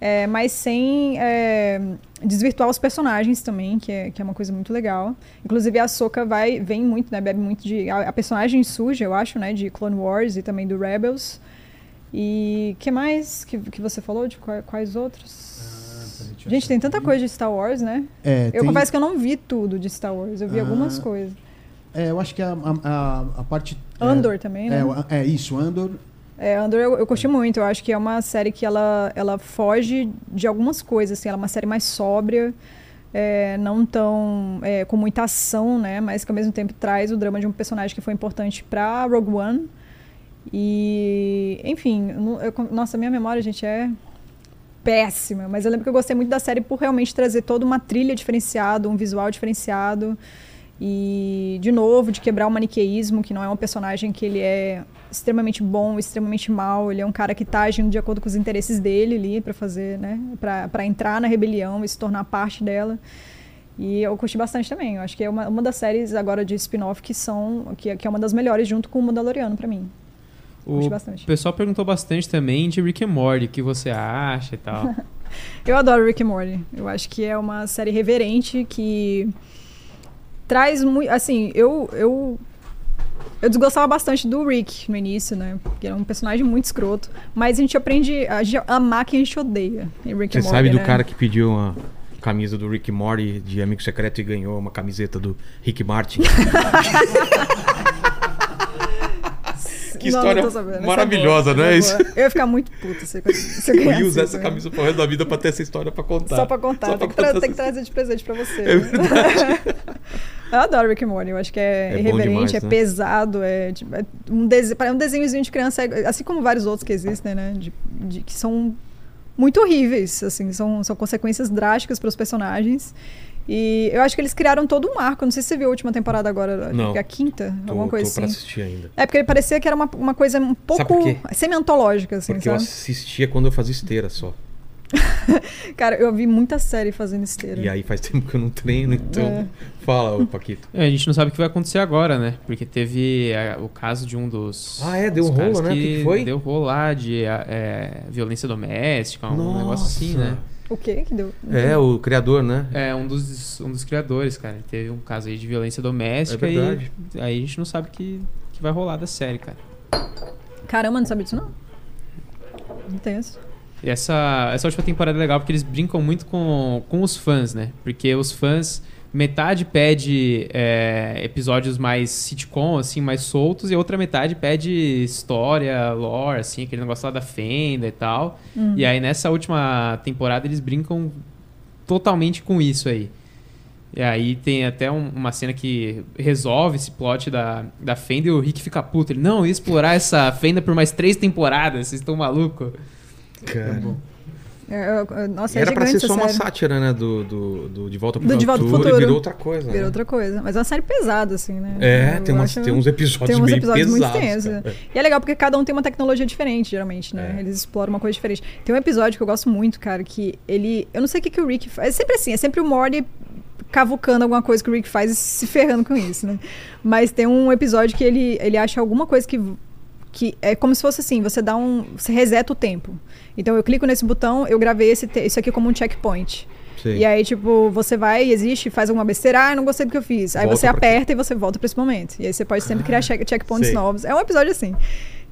Speaker 4: é, mas sem é, desvirtuar os personagens também, que é, que é uma coisa muito legal. Inclusive a Soca vai vem muito, né? Bebe muito de a, a personagem suja, eu acho, né? De Clone Wars e também do Rebels. E que mais que, que você falou? De qua- quais outros?
Speaker 2: peraí, deixa eu
Speaker 4: Gente,
Speaker 2: achar
Speaker 4: tem tanta
Speaker 2: aqui.
Speaker 4: coisa de Star Wars, né?
Speaker 2: É,
Speaker 4: eu
Speaker 2: tem-
Speaker 4: confesso que eu não vi tudo de Star Wars, eu vi
Speaker 2: Ah.
Speaker 4: algumas coisas.
Speaker 2: É, eu acho que a, a- a, a parte. é,
Speaker 4: Andor também, né?
Speaker 2: É, o- é isso, Andor.
Speaker 4: É, Andor eu, eu curti muito. Eu acho que é uma série que ela, ela foge de algumas coisas, assim. Ela é uma série mais sóbria, é, não tão é, com muita ação, né? Mas que ao mesmo tempo traz o drama de um personagem que foi importante pra Rogue One. E, enfim, eu não- eu con- nossa, minha memória, gente, é péssima. Mas eu lembro que eu gostei muito da série por realmente trazer toda uma trilha diferenciada, um visual diferenciado. E, de novo, de quebrar o maniqueísmo, que não é um personagem que ele é extremamente bom, extremamente mal. Ele é um cara que tá agindo de acordo com os interesses dele ali para fazer, né? Pra, pra entrar na rebelião e se tornar parte dela. E eu curti bastante também. Eu acho que é uma, uma das séries agora de spin-off que são. Que, que é uma das melhores, junto com o Mandaloriano, pra mim. Curti
Speaker 3: O
Speaker 4: bastante.
Speaker 3: pessoal perguntou bastante também de Rick and Morty, o que você acha e tal.
Speaker 4: Eu adoro Rick and Morty. Eu acho que é uma série reverente que traz muito, assim, eu eu eu desgostava bastante do Rick no início, né? Porque era um personagem muito escroto, mas a gente aprende a ge- amar quem a gente odeia. Em Rick
Speaker 1: Você
Speaker 4: and Morty,
Speaker 1: sabe do
Speaker 4: né?
Speaker 1: cara que pediu uma camisa do Rick Morty de Amigo Secreto e ganhou uma camiseta do Rick Martin? que
Speaker 4: Não,
Speaker 1: história
Speaker 4: não tô sabendo. Essa é
Speaker 1: maravilhosa,
Speaker 4: boa,
Speaker 1: não é
Speaker 4: essa
Speaker 1: isso?
Speaker 4: boa. Eu ia ficar muito puta se eu, se eu
Speaker 1: Eu
Speaker 4: ganhasse
Speaker 1: ia usar
Speaker 4: isso,
Speaker 1: essa
Speaker 4: né?
Speaker 1: camisa pro resto da vida pra ter essa história pra contar.
Speaker 4: Só pra contar.
Speaker 1: Só
Speaker 4: tem,
Speaker 1: pra
Speaker 4: que tra-
Speaker 1: contar
Speaker 4: tem que
Speaker 1: essa-
Speaker 4: trazer de presente pra você.
Speaker 1: É
Speaker 4: né? eu adoro Rick and Morty. Eu acho que é,
Speaker 1: É bom
Speaker 4: irreverente,
Speaker 1: demais,
Speaker 4: é
Speaker 1: né?
Speaker 4: pesado. É, tipo, é um, dese... pra- um desenhozinho de criança, é- assim como vários outros que existem, né? de- de- que são muito horríveis, assim. São, são consequências drásticas pros personagens. E eu acho que eles criaram todo um arco. Não sei se você viu a última temporada agora. acho
Speaker 1: Não.
Speaker 4: que é A quinta,
Speaker 1: Tô,
Speaker 4: alguma coisa
Speaker 1: tô pra
Speaker 4: assim.
Speaker 1: assistir ainda.
Speaker 4: É porque parecia que era uma, uma coisa um pouco
Speaker 1: por quê?
Speaker 4: semi-antológica, assim,
Speaker 1: Porque eu
Speaker 4: sabe?
Speaker 1: assistia quando eu fazia esteira só.
Speaker 4: Cara, eu vi muita série fazendo esteira. É.
Speaker 1: E aí faz tempo que eu não treino, então. Fala, ô Paquito.
Speaker 3: É, a gente não sabe o que vai acontecer agora, né? Porque teve é, o caso de um dos.
Speaker 1: Ah, é, deu
Speaker 3: dos
Speaker 1: rolo,
Speaker 3: caras
Speaker 1: né? O que que foi?
Speaker 3: Deu rolo lá de a- é, violência doméstica, um negócio assim, né?
Speaker 4: O quê que deu?
Speaker 1: É,
Speaker 4: Uhum.
Speaker 1: o criador, né?
Speaker 3: É, um dos, um dos criadores, cara. Teve um caso aí de violência doméstica
Speaker 1: É verdade.
Speaker 3: e aí a gente não sabe o que que vai rolar da série, cara.
Speaker 4: Caramba, não sabia disso, não?
Speaker 1: É.
Speaker 4: Intenso.
Speaker 3: E essa, essa última temporada é legal porque eles brincam muito com, com os fãs, né? Porque os fãs, metade pede é, episódios mais sitcom, assim, mais soltos, e a outra metade pede história, lore, assim, aquele negócio lá da fenda e tal. E aí nessa última temporada eles brincam totalmente com isso aí. E aí tem até um- uma cena que resolve esse plot da, da Fenda e o Rick fica puto. Ele, não, eu ia explorar essa Fenda por mais três temporadas, vocês estão malucos? tá
Speaker 1: Cara.
Speaker 4: É, eu- eu- nossa, é
Speaker 1: Era pra
Speaker 4: gigante
Speaker 1: ser só
Speaker 4: essa
Speaker 1: uma
Speaker 4: série.
Speaker 1: sátira, né? Do, do, do De Volta pro
Speaker 4: Do De Volta
Speaker 1: Futuro.
Speaker 4: pro Futuro.
Speaker 1: E virou outra coisa.
Speaker 4: Virou
Speaker 1: né?
Speaker 4: outra coisa. Mas é uma série pesada, assim, né?
Speaker 1: É,
Speaker 4: Eu
Speaker 1: tem, umas,
Speaker 4: acho-
Speaker 1: tem uns episódios
Speaker 4: tem uns
Speaker 1: meio
Speaker 4: episódios muito
Speaker 1: pesados.
Speaker 4: tensos,
Speaker 1: cara.
Speaker 4: né? E é legal porque cada um tem uma tecnologia diferente, geralmente, né?
Speaker 1: É.
Speaker 4: Eles exploram uma coisa diferente. Tem um episódio que eu gosto muito, cara, que ele. Eu não sei o que, que o Rick faz. É sempre assim, é sempre o Morty cavucando alguma coisa que o Rick faz e se ferrando com isso, né? Mas tem um episódio que ele, ele acha alguma coisa que. Que é como se fosse assim, você dá um. Você reseta o tempo. Então eu clico nesse botão, eu gravei esse, te- isso aqui como um checkpoint.
Speaker 1: Sei.
Speaker 4: E aí, tipo, você vai, existe, faz alguma besteira, ah, não gostei do que eu fiz. Aí
Speaker 1: Volta
Speaker 4: você
Speaker 1: pra aqui. Ah,
Speaker 4: aperta e você volta pra esse momento. E aí você pode sempre criar check- checkpoints
Speaker 1: sei.
Speaker 4: novos. É um episódio assim.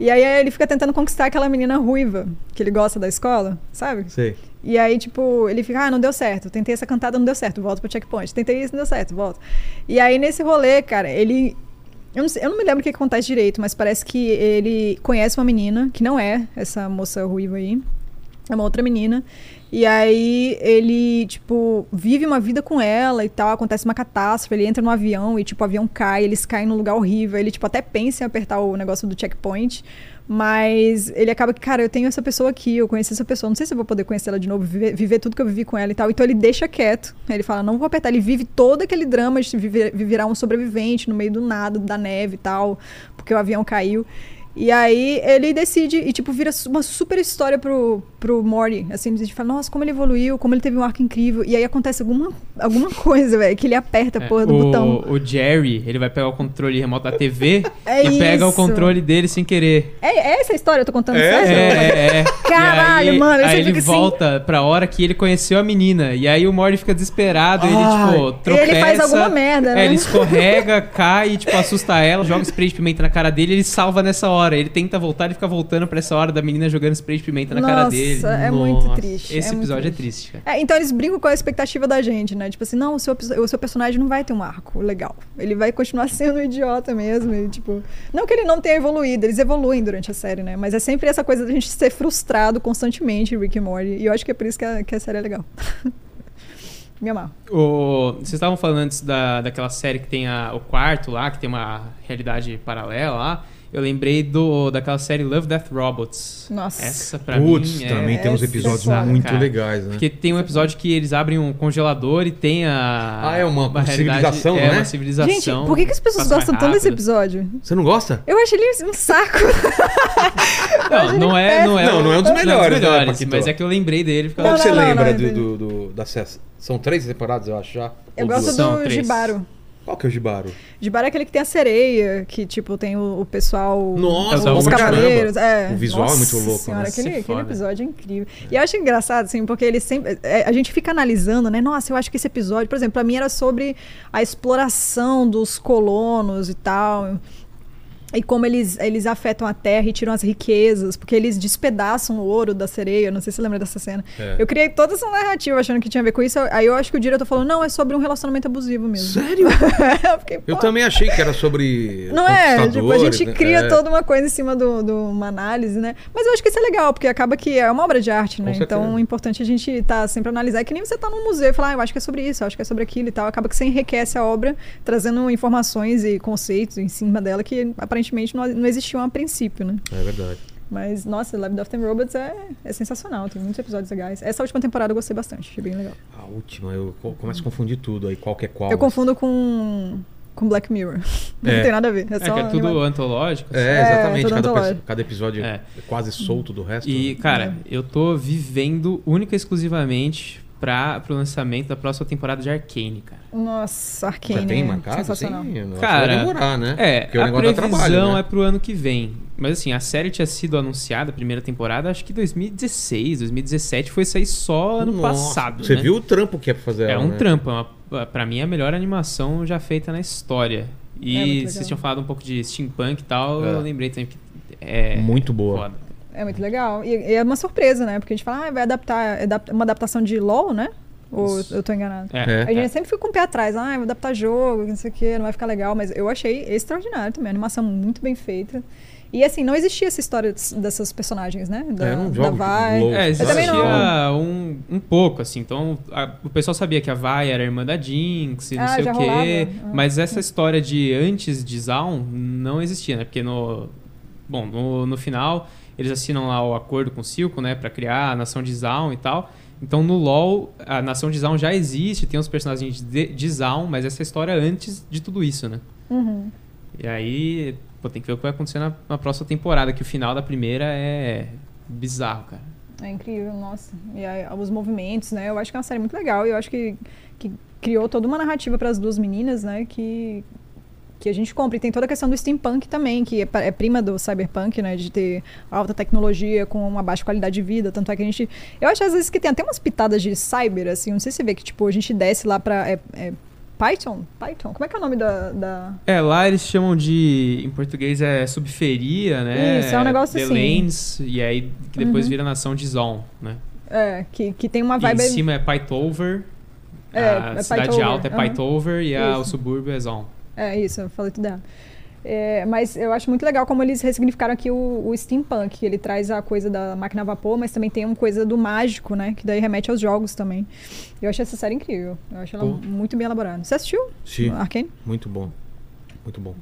Speaker 4: E aí ele fica tentando conquistar aquela menina ruiva que ele gosta da escola, sabe?
Speaker 1: Sei.
Speaker 4: E aí, tipo, ele fica, ah, não deu certo. Tentei essa cantada, não deu certo. Volto pro checkpoint. Tentei isso, não deu certo. Volto. E aí, nesse rolê, cara, ele... Eu não, sei- eu não me lembro o que, que acontece direito, mas parece que ele conhece uma menina, que não é essa moça ruiva aí. É uma outra menina. E aí ele, tipo, vive uma vida com ela e tal. Acontece uma catástrofe, ele entra no avião e, tipo, o avião cai, eles caem num lugar horrível. Ele, tipo, até pensa em apertar o negócio do checkpoint. Mas ele acaba que, cara, eu tenho essa pessoa aqui, eu conheci essa pessoa, não sei se eu vou poder conhecer ela de novo, viver, viver tudo que eu vivi com ela e tal. Então ele deixa quieto. Ele fala, não vou apertar. Ele vive todo aquele drama de se viver, virar um sobrevivente no meio do nada, da neve e tal, porque o avião caiu. E aí ele decide e, tipo, vira su- uma super história pro, pro Morty. Assim, a gente fala, nossa, como ele evoluiu, como ele teve um arco incrível. E aí acontece alguma, alguma coisa, velho, que ele aperta a
Speaker 3: É,
Speaker 4: porra do
Speaker 3: o,
Speaker 4: botão.
Speaker 3: o Jerry, ele vai pegar o controle remoto da TV
Speaker 4: É
Speaker 3: e pega o
Speaker 4: isso.
Speaker 3: controle dele sem querer.
Speaker 4: É, é essa a história, eu tô contando
Speaker 1: É?
Speaker 4: certo?
Speaker 3: É, é, é.
Speaker 4: Caralho,
Speaker 3: E aí,
Speaker 4: mano, eu
Speaker 3: Aí
Speaker 4: sempre
Speaker 3: ele
Speaker 4: fico assim.
Speaker 3: volta pra hora que ele conheceu a menina. E aí o Morty fica desesperado, ele, tipo, tropeça.
Speaker 4: Ah, Ele faz alguma merda, né?
Speaker 3: É, ele escorrega, cai, tipo, assusta ela, joga spray de pimenta na cara dele, ele salva nessa hora. Ele tenta voltar, ele fica voltando pra essa hora da menina jogando spray de pimenta na cara
Speaker 4: Nossa,
Speaker 3: dele.
Speaker 4: é muito triste,
Speaker 3: Esse
Speaker 4: é muito
Speaker 3: episódio
Speaker 4: triste.
Speaker 3: é triste, cara.
Speaker 4: É, então eles brincam com a expectativa da gente, né? Tipo assim, não, o seu, episo- o seu personagem não vai ter um arco legal. Ele vai continuar sendo um idiota mesmo. e, tipo, não que ele não tenha evoluído, eles evoluem durante a série, né? Mas é sempre essa coisa da gente ser frustrado constantemente, Rick e Morty. E eu acho que é por isso que a, que a série é legal. Me amarro.
Speaker 3: O- vocês estavam falando antes da, daquela série que tem a- o quarto lá, que tem uma realidade paralela lá. Eu lembrei do, daquela série Love, Death, Robots.
Speaker 4: Nossa.
Speaker 3: Essa pra
Speaker 1: Putz,
Speaker 3: mim é-
Speaker 1: também tem uns
Speaker 4: é
Speaker 1: episódios
Speaker 4: sensacional,
Speaker 1: muito
Speaker 3: cara.
Speaker 1: legais, né?
Speaker 3: Porque tem um episódio que eles abrem um congelador e tem a...
Speaker 1: Ah, é uma
Speaker 3: realidade-
Speaker 1: civilização,
Speaker 3: é
Speaker 1: né?
Speaker 3: uma civilização.
Speaker 4: Gente, por que, que as pessoas
Speaker 3: passa mais
Speaker 4: gostam tanto desse
Speaker 3: rápido.
Speaker 4: episódio?
Speaker 1: Você não gosta?
Speaker 4: Eu achei ele um saco.
Speaker 3: Não, não é, não é,
Speaker 1: Não, não é um dos melhores, né,
Speaker 3: melhores,
Speaker 1: Paquito?
Speaker 3: mas é que eu lembrei dele. Porque
Speaker 1: Qual
Speaker 4: Não,
Speaker 1: que você
Speaker 4: não, não,
Speaker 1: lembra
Speaker 4: não,
Speaker 1: do- do,
Speaker 4: não.
Speaker 1: do- da série? São três temporadas, eu acho, já?
Speaker 4: Eu
Speaker 1: Ou
Speaker 4: gosto
Speaker 1: duas?
Speaker 3: São
Speaker 4: do
Speaker 3: três.
Speaker 4: Jibaro.
Speaker 1: Qual que é o Jibaro?
Speaker 4: Jibaro é aquele que tem a sereia, que, tipo, tem o, o pessoal.
Speaker 1: Nossa,
Speaker 3: bom
Speaker 4: os
Speaker 3: pra
Speaker 4: cavaleiros.
Speaker 1: caramba.
Speaker 4: É.
Speaker 1: O visual é muito louco, né?
Speaker 4: Senhora, aquele,
Speaker 3: Isso é
Speaker 4: aquele
Speaker 3: foda.
Speaker 4: episódio é incrível. E eu acho engraçado, assim, porque ele sempre. é, a gente fica analisando, né? Nossa, eu acho que esse episódio, por exemplo, pra mim era sobre a exploração dos colonos e tal. E como eles, eles afetam a terra e tiram as riquezas, porque eles despedaçam o ouro da sereia. Não sei se você lembra dessa cena.
Speaker 1: É.
Speaker 4: Eu criei toda essa narrativa achando que tinha a ver com isso. Aí eu acho que o diretor falou: não, é sobre um relacionamento abusivo mesmo.
Speaker 1: Sério?
Speaker 4: eu fiquei,
Speaker 1: Eu
Speaker 4: "Pô,
Speaker 1: também achei que era sobre
Speaker 4: não é, tipo, a
Speaker 1: conquistadores,
Speaker 4: gente
Speaker 1: né?
Speaker 4: cria
Speaker 1: É.
Speaker 4: toda uma coisa em cima de do, do uma análise, né? Mas eu acho que isso é legal, porque acaba que é uma obra de arte, né?
Speaker 1: Com
Speaker 4: Então
Speaker 1: certeza.
Speaker 4: é importante a gente estar sempre analisando. É que nem você tá num museu e falar, ah, eu acho que é sobre isso, eu acho que é sobre aquilo e tal. Acaba que você enriquece a obra, trazendo informações e conceitos em cima dela que aparentemente não, não existiam a princípio, né?
Speaker 1: É verdade.
Speaker 4: Mas, nossa, Love, Death and Robots é, é sensacional, tem muitos episódios legais. Essa última temporada eu gostei bastante, achei bem legal.
Speaker 1: A última, eu co- começo a confundir tudo aí, qual que é qual.
Speaker 4: Eu confundo com, com Black Mirror.
Speaker 1: É.
Speaker 4: Não tem nada a ver. É,
Speaker 3: É,
Speaker 4: só
Speaker 3: que é tudo
Speaker 4: animado.
Speaker 3: antológico. assim.
Speaker 1: É,
Speaker 4: É,
Speaker 1: exatamente.
Speaker 4: tudo
Speaker 1: cada,
Speaker 4: antológico.
Speaker 1: pe- cada episódio é.
Speaker 3: É.
Speaker 1: quase solto do resto.
Speaker 3: E,
Speaker 1: né?
Speaker 3: cara, eu tô vivendo única e exclusivamente pra, pro lançamento da próxima temporada de Arcane, cara.
Speaker 4: Nossa, Arcane.
Speaker 1: Já tem assim?
Speaker 4: é
Speaker 1: marcado, sim?
Speaker 4: Sensacional.
Speaker 3: Cara,
Speaker 1: vai demorar, né?
Speaker 3: É,
Speaker 1: Porque o
Speaker 3: a
Speaker 1: negócio dá
Speaker 3: previsão
Speaker 1: trabalho, né?
Speaker 3: é pro ano que vem. Mas assim, a série tinha sido anunciada, a primeira temporada, acho que 2016, 2017, foi sair só ano
Speaker 1: Nossa,
Speaker 3: passado,
Speaker 1: Você
Speaker 3: né?
Speaker 1: viu o trampo que é pra fazer
Speaker 3: É
Speaker 1: ela,
Speaker 3: um
Speaker 1: né?
Speaker 3: trampo, é uma, pra mim é a melhor animação já feita na história.
Speaker 4: É, muito
Speaker 3: E
Speaker 4: legal.
Speaker 3: vocês tinham falado um pouco de steampunk e tal,
Speaker 1: É.
Speaker 3: eu lembrei também que é
Speaker 1: Muito boa.
Speaker 3: foda.
Speaker 4: É muito legal. E, e é uma surpresa, né? Porque a gente fala, ah, vai adaptar. é adap- uma adaptação de LOL, né? Ou
Speaker 3: Isso.
Speaker 4: eu tô enganado?
Speaker 1: É.
Speaker 3: É,
Speaker 4: A gente
Speaker 3: é.
Speaker 4: sempre fica com o pé atrás, ah, vou adaptar jogo, não sei o que, não vai ficar legal, mas eu achei extraordinário também, a animação muito bem feita. E assim, não existia essa história des- dessas personagens, né? Da,
Speaker 1: É, eu não
Speaker 4: da
Speaker 1: jogo
Speaker 4: Vi.
Speaker 1: LOL.
Speaker 3: É,
Speaker 1: Eu
Speaker 4: também
Speaker 3: existia
Speaker 4: não.
Speaker 3: um, um pouco, assim. Então, a- o pessoal sabia que a Vai era irmã da Jinx e não
Speaker 4: Ah,
Speaker 3: sei
Speaker 4: já
Speaker 3: o
Speaker 4: rolava.
Speaker 3: quê.
Speaker 4: Ah,
Speaker 3: Mas essa história de antes de Zaun não existia, né? Porque no... Bom, no, no final, eles assinam lá o acordo com o Silco, né? Pra criar a nação de Zaun e tal. Então, no LoL, a nação de Zaun já existe. Tem os personagens de, de Zaun, mas essa é história antes de tudo isso, né?
Speaker 4: Uhum.
Speaker 3: E aí, pô, tem que ver o que vai acontecer na, na próxima temporada. Que o final da primeira é bizarro, cara.
Speaker 4: É incrível, nossa. E aí, os movimentos, né? Eu acho que é uma série muito legal e eu acho que, que criou toda uma narrativa para as duas meninas, né? Que, que a gente compra. E tem toda a questão do steampunk também, que é, pa- é prima do cyberpunk, né? De ter alta tecnologia com uma baixa qualidade de vida. Tanto é que a gente. Eu acho às vezes que tem até umas pitadas de cyber, assim. Não sei se você vê que, tipo, a gente desce lá pra. É, é Python? Python? Como é que é o nome da. da-
Speaker 3: É, lá eles chamam de, em português é subferia, né?
Speaker 4: Isso, é um negócio
Speaker 3: The
Speaker 4: assim.
Speaker 3: Lanes, e aí que depois vira nação de Zon, né?
Speaker 4: É, que, que tem uma
Speaker 3: E em
Speaker 4: vibe.
Speaker 3: cima é Pytover,
Speaker 4: É,
Speaker 3: a
Speaker 4: é
Speaker 3: cidade
Speaker 4: Pytover,
Speaker 3: alta é
Speaker 4: aham.
Speaker 3: Pytover e a- o
Speaker 4: Isso.
Speaker 3: subúrbio é Zon.
Speaker 4: É isso, eu falei tudo errado. É, mas eu acho muito legal como eles ressignificaram aqui o, o steampunk, que ele traz a coisa da máquina a vapor, mas também tem uma coisa do mágico, né? Que daí remete aos jogos também. Eu achei essa série incrível. Eu acho ela
Speaker 1: Pô.
Speaker 4: muito bem elaborada. Você assistiu?
Speaker 1: Sim,
Speaker 4: Arkane?
Speaker 1: muito bom. Muito bom.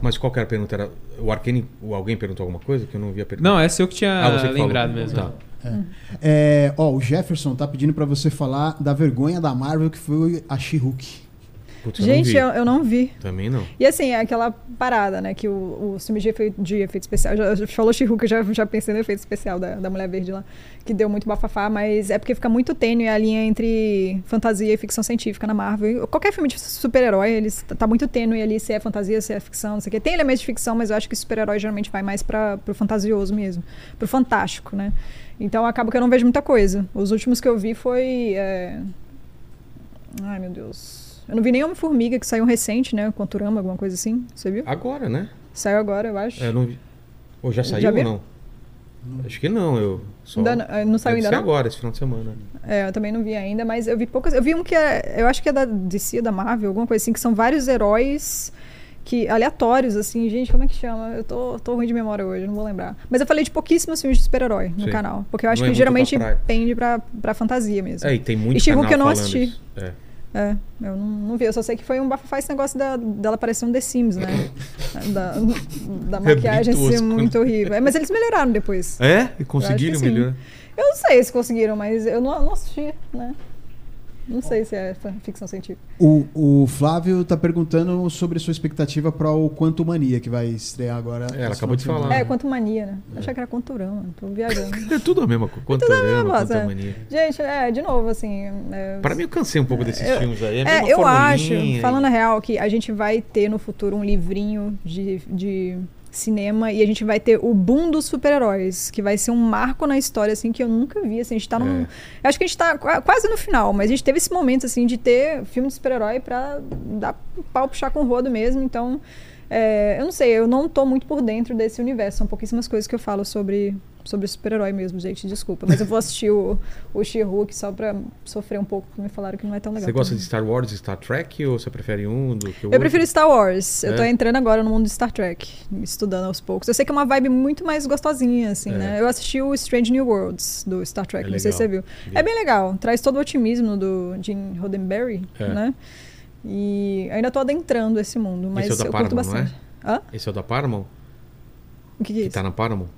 Speaker 1: Mas qual que era a pergunta? Era o Arkane, o- alguém perguntou alguma coisa que eu não vi a pergunta?
Speaker 3: Não, essa eu que tinha
Speaker 1: Ah, você que
Speaker 3: lembrado
Speaker 1: falou.
Speaker 3: mesmo.
Speaker 1: Tá.
Speaker 2: É, ó, o Jefferson tá pedindo pra você falar da vergonha da Marvel que foi a She-Hulk.
Speaker 1: Putz,
Speaker 4: Gente,
Speaker 1: eu...
Speaker 4: eu,
Speaker 1: não vi.
Speaker 4: eu não vi.
Speaker 1: Também não.
Speaker 4: E assim, é aquela parada, né? Que o, o filme de efeito, de efeito especial. Já, já falou She-Hulk, eu já, já pensei no efeito especial da, da Mulher Verde lá. Que deu muito bafafá, mas é porque fica muito tênue a linha entre fantasia e ficção científica na Marvel. Qualquer filme de super-herói, eles tá muito tênue ali se é fantasia, se é ficção, não sei o quê. Tem elementos de ficção, mas eu acho que super-herói geralmente vai mais para pro fantasioso mesmo, pro fantástico, né? Então acaba que eu não vejo muita coisa. Os últimos que eu vi foi. é, Ai, meu Deus. Eu não vi nem Homem-Formiga, que saiu recente, né? Conturama, alguma coisa assim. Você viu?
Speaker 1: Agora, né?
Speaker 4: Saiu agora, eu acho.
Speaker 1: É, eu não vi. Ou já saiu ou
Speaker 4: viu?
Speaker 1: não? Acho que não, eu só...
Speaker 4: Ainda não- eh, não saiu
Speaker 1: Deve
Speaker 4: ainda,
Speaker 1: ser
Speaker 4: não?
Speaker 1: agora, esse final de semana. né?
Speaker 4: É, eu também não vi ainda, mas eu vi poucas. Eu vi um que é. Eu acho que é da DC, da Marvel, alguma coisa assim, que são vários heróis que aleatórios, assim. Gente, como é que chama? Eu tô, tô ruim de memória hoje, não vou lembrar. Mas eu falei de pouquíssimos filmes de super-herói no
Speaker 1: Sim.
Speaker 4: canal. Porque eu acho
Speaker 1: Não é
Speaker 4: que
Speaker 1: muito
Speaker 4: geralmente
Speaker 1: pra praia.
Speaker 4: pende pra, pra fantasia mesmo.
Speaker 1: É, e tem muito
Speaker 4: E She-Hulk
Speaker 1: canal
Speaker 4: eu não
Speaker 1: falando
Speaker 4: assisti.
Speaker 1: isso. É.
Speaker 4: É, eu não, não vi. Eu só sei que foi um bafafá esse negócio da, dela parecer um The Sims, né? da, da
Speaker 1: bem
Speaker 4: maquiagem assim,
Speaker 1: tosco, né?
Speaker 4: muito horrível. É, mas eles melhoraram depois.
Speaker 1: É? E
Speaker 4: Eu
Speaker 1: conseguiram
Speaker 4: acho que sim.
Speaker 1: melhor?
Speaker 4: Eu não sei se conseguiram, mas eu não, não assisti, né? Não sei se é fa- ficção científica.
Speaker 2: O, o Flávio tá perguntando sobre sua expectativa pra o Quanto Mania, que vai estrear agora.
Speaker 1: É, ela
Speaker 2: esse
Speaker 1: acabou
Speaker 2: final
Speaker 1: de falar.
Speaker 2: semana.
Speaker 4: É, quanto mania, né? Eu Achei que era conturão, tô viajando.
Speaker 1: É tudo a mesma coisa. Quanto
Speaker 4: mesma
Speaker 1: drama,
Speaker 4: coisa.
Speaker 1: quanta mania.
Speaker 4: Gente, é, de novo, assim. é,
Speaker 1: Pra mim, eu cansei um pouco desses
Speaker 4: Eu-
Speaker 1: filmes aí. É, a
Speaker 4: É,
Speaker 1: mesma
Speaker 4: eu acho,
Speaker 1: formulinha e-
Speaker 4: falando a real, que a gente vai ter no futuro um livrinho de, de cinema e a gente vai ter o boom dos super-heróis, que vai ser um marco na história, assim, que eu nunca vi, assim, a gente tá num...
Speaker 1: É.
Speaker 4: Eu acho que a gente tá qua- quase no final, mas a gente teve esse momento, assim, de ter filme de super-herói pra dar pau, puxar com o rodo mesmo, então... é, eu não sei, eu não tô muito por dentro desse universo, são pouquíssimas coisas que eu falo sobre... Sobre super-herói mesmo, gente, desculpa. Mas eu vou assistir o, o She-Hulk só pra sofrer um pouco, porque me falaram que não é tão legal.
Speaker 1: Você gosta
Speaker 4: também.
Speaker 1: de Star Wars e Star Trek ou você prefere um do que o outro?
Speaker 4: Eu prefiro Star Wars. Eu tô
Speaker 1: É?
Speaker 4: entrando agora no mundo de Star Trek, estudando aos poucos. Eu sei que é uma vibe muito mais gostosinha, assim,
Speaker 1: É.
Speaker 4: né? Eu assisti o Strange New Worlds do Star Trek,
Speaker 1: É
Speaker 4: não sei se você viu.
Speaker 1: legal.
Speaker 4: É bem legal, traz todo o otimismo do Gene Roddenberry,
Speaker 1: É.
Speaker 4: né? E ainda tô adentrando esse mundo, mas
Speaker 1: Esse é o da
Speaker 4: eu curto
Speaker 1: Paramount, não é?
Speaker 4: bastante. Hã?
Speaker 1: Esse é o da Paramount?
Speaker 4: O que, que é
Speaker 1: Que
Speaker 4: isso?
Speaker 1: tá na Paramount?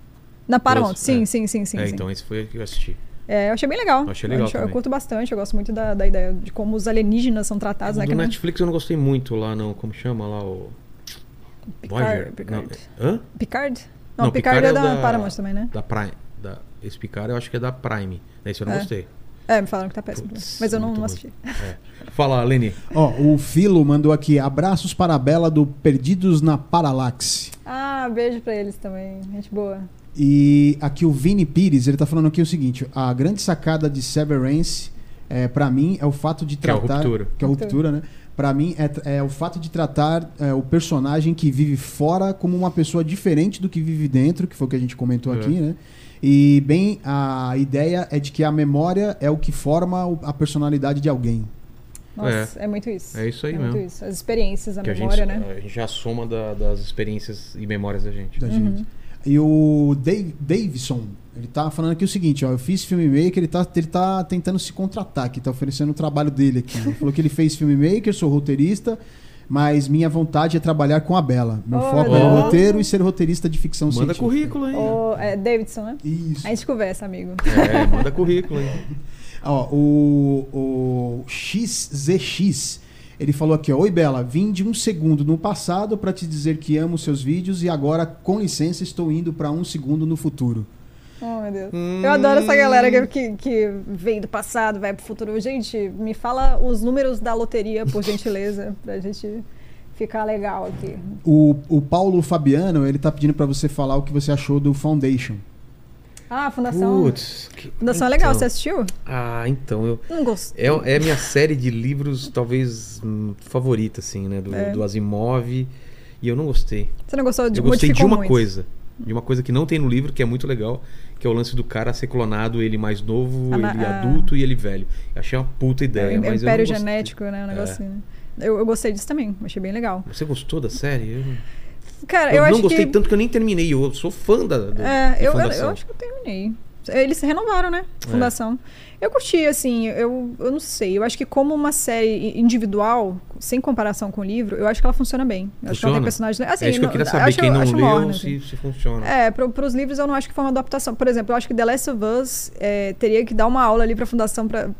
Speaker 4: Na Paramount,
Speaker 1: Plus,
Speaker 4: sim,
Speaker 1: é.
Speaker 4: sim, sim, sim.
Speaker 1: é,
Speaker 4: sim.
Speaker 1: então esse foi o que eu assisti.
Speaker 4: É, eu achei bem legal.
Speaker 1: Eu achei legal
Speaker 4: Eu,
Speaker 1: também.
Speaker 4: curto bastante, eu gosto muito da, da ideia de como os alienígenas são tratados, né?
Speaker 1: É do
Speaker 4: Que não-
Speaker 1: Netflix eu não gostei muito lá, não. Como chama lá o... Voyager?
Speaker 4: Picard. Picard.
Speaker 1: Não, é. hã?
Speaker 4: Picard? Não,
Speaker 1: Não,
Speaker 4: Picard,
Speaker 1: Picard
Speaker 4: é
Speaker 1: é o
Speaker 4: da,
Speaker 1: da-
Speaker 4: Paramount também, né?
Speaker 1: Da Prime. Da... Esse Picard eu acho que é da Prime. Esse eu não
Speaker 4: É.
Speaker 1: gostei.
Speaker 4: É, me falaram que tá péssimo.
Speaker 1: Putz,
Speaker 4: também. mas eu não,
Speaker 1: muito
Speaker 4: não
Speaker 1: ruim.
Speaker 4: assisti.
Speaker 1: É. Fala, Leni.
Speaker 2: Ó, o Filo mandou aqui abraços para a Bela do Perdidos na Paralaxe.
Speaker 4: Ah, beijo pra eles também. Gente boa.
Speaker 2: E aqui o Vini Pires, ele tá falando aqui o seguinte: a grande sacada de Severance é, para mim é o fato de
Speaker 1: Que é a
Speaker 2: tratar.
Speaker 1: ruptura.
Speaker 2: Que é a ruptura, né? Pra mim é, é o fato de tratar é, o personagem que vive fora como uma pessoa diferente do que vive dentro, que foi o que a gente comentou
Speaker 1: É.
Speaker 2: aqui, né? E bem, a ideia é de que a memória é o que forma o- a personalidade de alguém.
Speaker 4: Nossa, é, muito isso.
Speaker 1: É isso aí
Speaker 4: é
Speaker 1: mesmo.
Speaker 4: Muito isso. As experiências, a
Speaker 1: Que a
Speaker 4: memória,
Speaker 1: gente, é,
Speaker 4: né?
Speaker 1: a gente já soma da- das experiências e memórias da gente.
Speaker 2: da
Speaker 4: Uhum.
Speaker 2: gente. E o Dave, Davidson, ele tá falando aqui o seguinte, ó, eu fiz filmmaker, ele tá, ele tá tentando se contratar aqui, tá oferecendo o trabalho dele aqui. Ele falou que ele fez filmmaker, sou roteirista, mas minha vontade é trabalhar com a Bela. Meu
Speaker 4: Olha!
Speaker 2: foco é no roteiro e ser roteirista de ficção
Speaker 1: Manda
Speaker 2: científica.
Speaker 1: currículo, hein?
Speaker 4: O, é, Davidson, né?
Speaker 2: Isso.
Speaker 4: A gente conversa, amigo.
Speaker 1: É, manda currículo, hein?
Speaker 2: Ó, o, o XZX, ele falou aqui, ó, Oi Bela, vim de um segundo no passado pra te dizer que amo seus vídeos e agora, com licença, estou indo pra um segundo no futuro.
Speaker 4: Oh, meu Deus.
Speaker 1: Hum.
Speaker 4: Eu adoro essa galera que, que, que vem do passado, vai pro futuro. Gente, me fala os números da loteria, por gentileza, pra gente ficar legal aqui.
Speaker 2: O, o Paulo Fabiano, ele tá pedindo pra você falar o que você achou do Foundation.
Speaker 4: Ah, a Fundação.
Speaker 1: Putz. que-
Speaker 4: Fundação é legal,
Speaker 1: então.
Speaker 4: você assistiu?
Speaker 1: Ah, então, eu,
Speaker 4: Não gostei.
Speaker 1: É, é a minha série de livros, talvez, hum, favorita, assim, né? Do,
Speaker 4: É.
Speaker 1: do Asimov. E eu não gostei.
Speaker 4: Você não gostou de
Speaker 1: eu gostei de
Speaker 4: modificou
Speaker 1: uma
Speaker 4: muito.
Speaker 1: coisa. De uma coisa que não tem no livro, que é muito legal, que é o lance do cara ser clonado, ele mais novo,
Speaker 4: Ah, na-
Speaker 1: ele
Speaker 4: ah.
Speaker 1: adulto e ele velho. Eu achei uma puta ideia,
Speaker 4: É, o
Speaker 1: mas eu não
Speaker 4: império
Speaker 1: gostei.
Speaker 4: genético, né? Um
Speaker 1: É.
Speaker 4: negócio assim. né? Eu, eu gostei disso também, achei bem legal.
Speaker 1: Você gostou da série? Eu,
Speaker 4: Cara,
Speaker 1: eu
Speaker 4: eu, acho
Speaker 1: não gostei
Speaker 4: que.
Speaker 1: tanto que eu nem terminei. Eu sou fã da, do,
Speaker 4: É,
Speaker 1: da
Speaker 4: eu, eu,
Speaker 1: Fundação. É.
Speaker 4: eu acho que eu terminei. Eles renovaram, né? Fundação. Eu curti, assim, eu, eu não sei. Eu acho que como uma série i- individual, sem comparação com o livro, eu acho que ela funciona bem. Eu acho que ela
Speaker 1: Funciona?
Speaker 4: tem personagens. Assim,
Speaker 1: é isso que eu
Speaker 4: não-
Speaker 1: queria saber.
Speaker 4: acho-
Speaker 1: Quem não
Speaker 4: acho
Speaker 1: leu,
Speaker 4: morna, assim.
Speaker 1: se, se funciona.
Speaker 4: É, pro, pros livros eu não acho que foi uma adaptação. Por exemplo, eu acho que The Last of Us é, teria que dar uma aula ali pra fundação pra,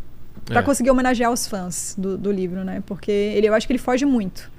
Speaker 4: pra
Speaker 1: É.
Speaker 4: conseguir homenagear os fãs do, do livro, né? Porque ele, eu acho que ele foge muito.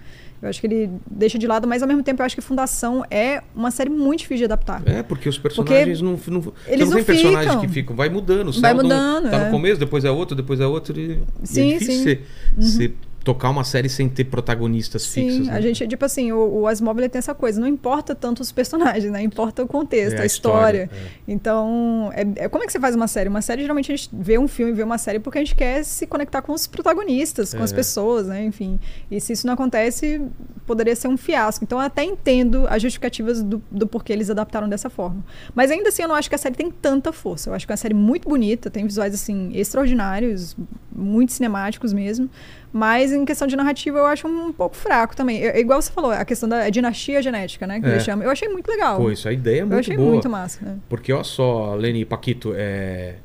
Speaker 4: Eu acho que ele deixa de lado, mas ao mesmo tempo eu acho que Fundação é uma série muito difícil de adaptar.
Speaker 1: É, porque os personagens não, não. você
Speaker 4: eles
Speaker 1: não tem
Speaker 4: não
Speaker 1: personagens
Speaker 4: ficam.
Speaker 1: que ficam, vai mudando. o
Speaker 4: Vai
Speaker 1: Sheldon
Speaker 4: mudando,
Speaker 1: Tá
Speaker 4: é.
Speaker 1: no começo, depois é outro, depois é outro. E, e
Speaker 4: Sim,
Speaker 1: é difícil
Speaker 4: sim. Uhum.
Speaker 1: Você, você tocar uma série sem ter protagonistas fixos.
Speaker 4: Sim, a
Speaker 1: né?
Speaker 4: gente, tipo assim, o, o Asimov ele tem essa coisa, não importa tanto os personagens, né? Importa o contexto,
Speaker 1: É,
Speaker 4: a,
Speaker 1: a história,
Speaker 4: história. Então, é, é- como é que você faz uma série? Uma série, geralmente, a gente vê um filme, vê uma série porque a gente quer se conectar com os protagonistas, com as
Speaker 1: É.
Speaker 4: pessoas, né? Enfim. E se isso não acontece, poderia ser um fiasco. Então, eu até entendo as justificativas do, do porquê eles adaptaram dessa forma. Mas ainda assim, eu não acho que a série tem tanta força. Eu acho que é uma série muito bonita, tem visuais, assim, extraordinários, muito cinemáticos mesmo. Mas em questão de narrativa eu acho um pouco fraco também. Eu- igual você falou, a questão da é dinastia genética, né? Que
Speaker 1: É.
Speaker 4: eles chamam. Eu achei muito legal.
Speaker 1: Pô, isso a ideia é
Speaker 4: eu
Speaker 1: muito
Speaker 4: achei
Speaker 1: boa.
Speaker 4: muito massa. né?
Speaker 1: Porque olha só, Lenny e Paquito, é,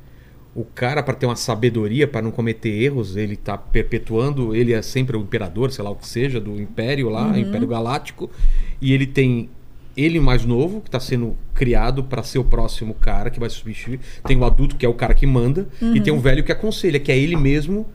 Speaker 1: o cara pra ter uma sabedoria, pra não cometer erros, ele tá perpetuando, ele é sempre o imperador, sei lá o que seja, do império lá,
Speaker 4: Uhum.
Speaker 1: império galáctico, e ele tem ele mais novo, que tá sendo criado pra ser o próximo cara que vai substituir, tem o adulto que é o cara que manda, e
Speaker 4: Uhum.
Speaker 1: tem o velho que aconselha, que é ele mesmo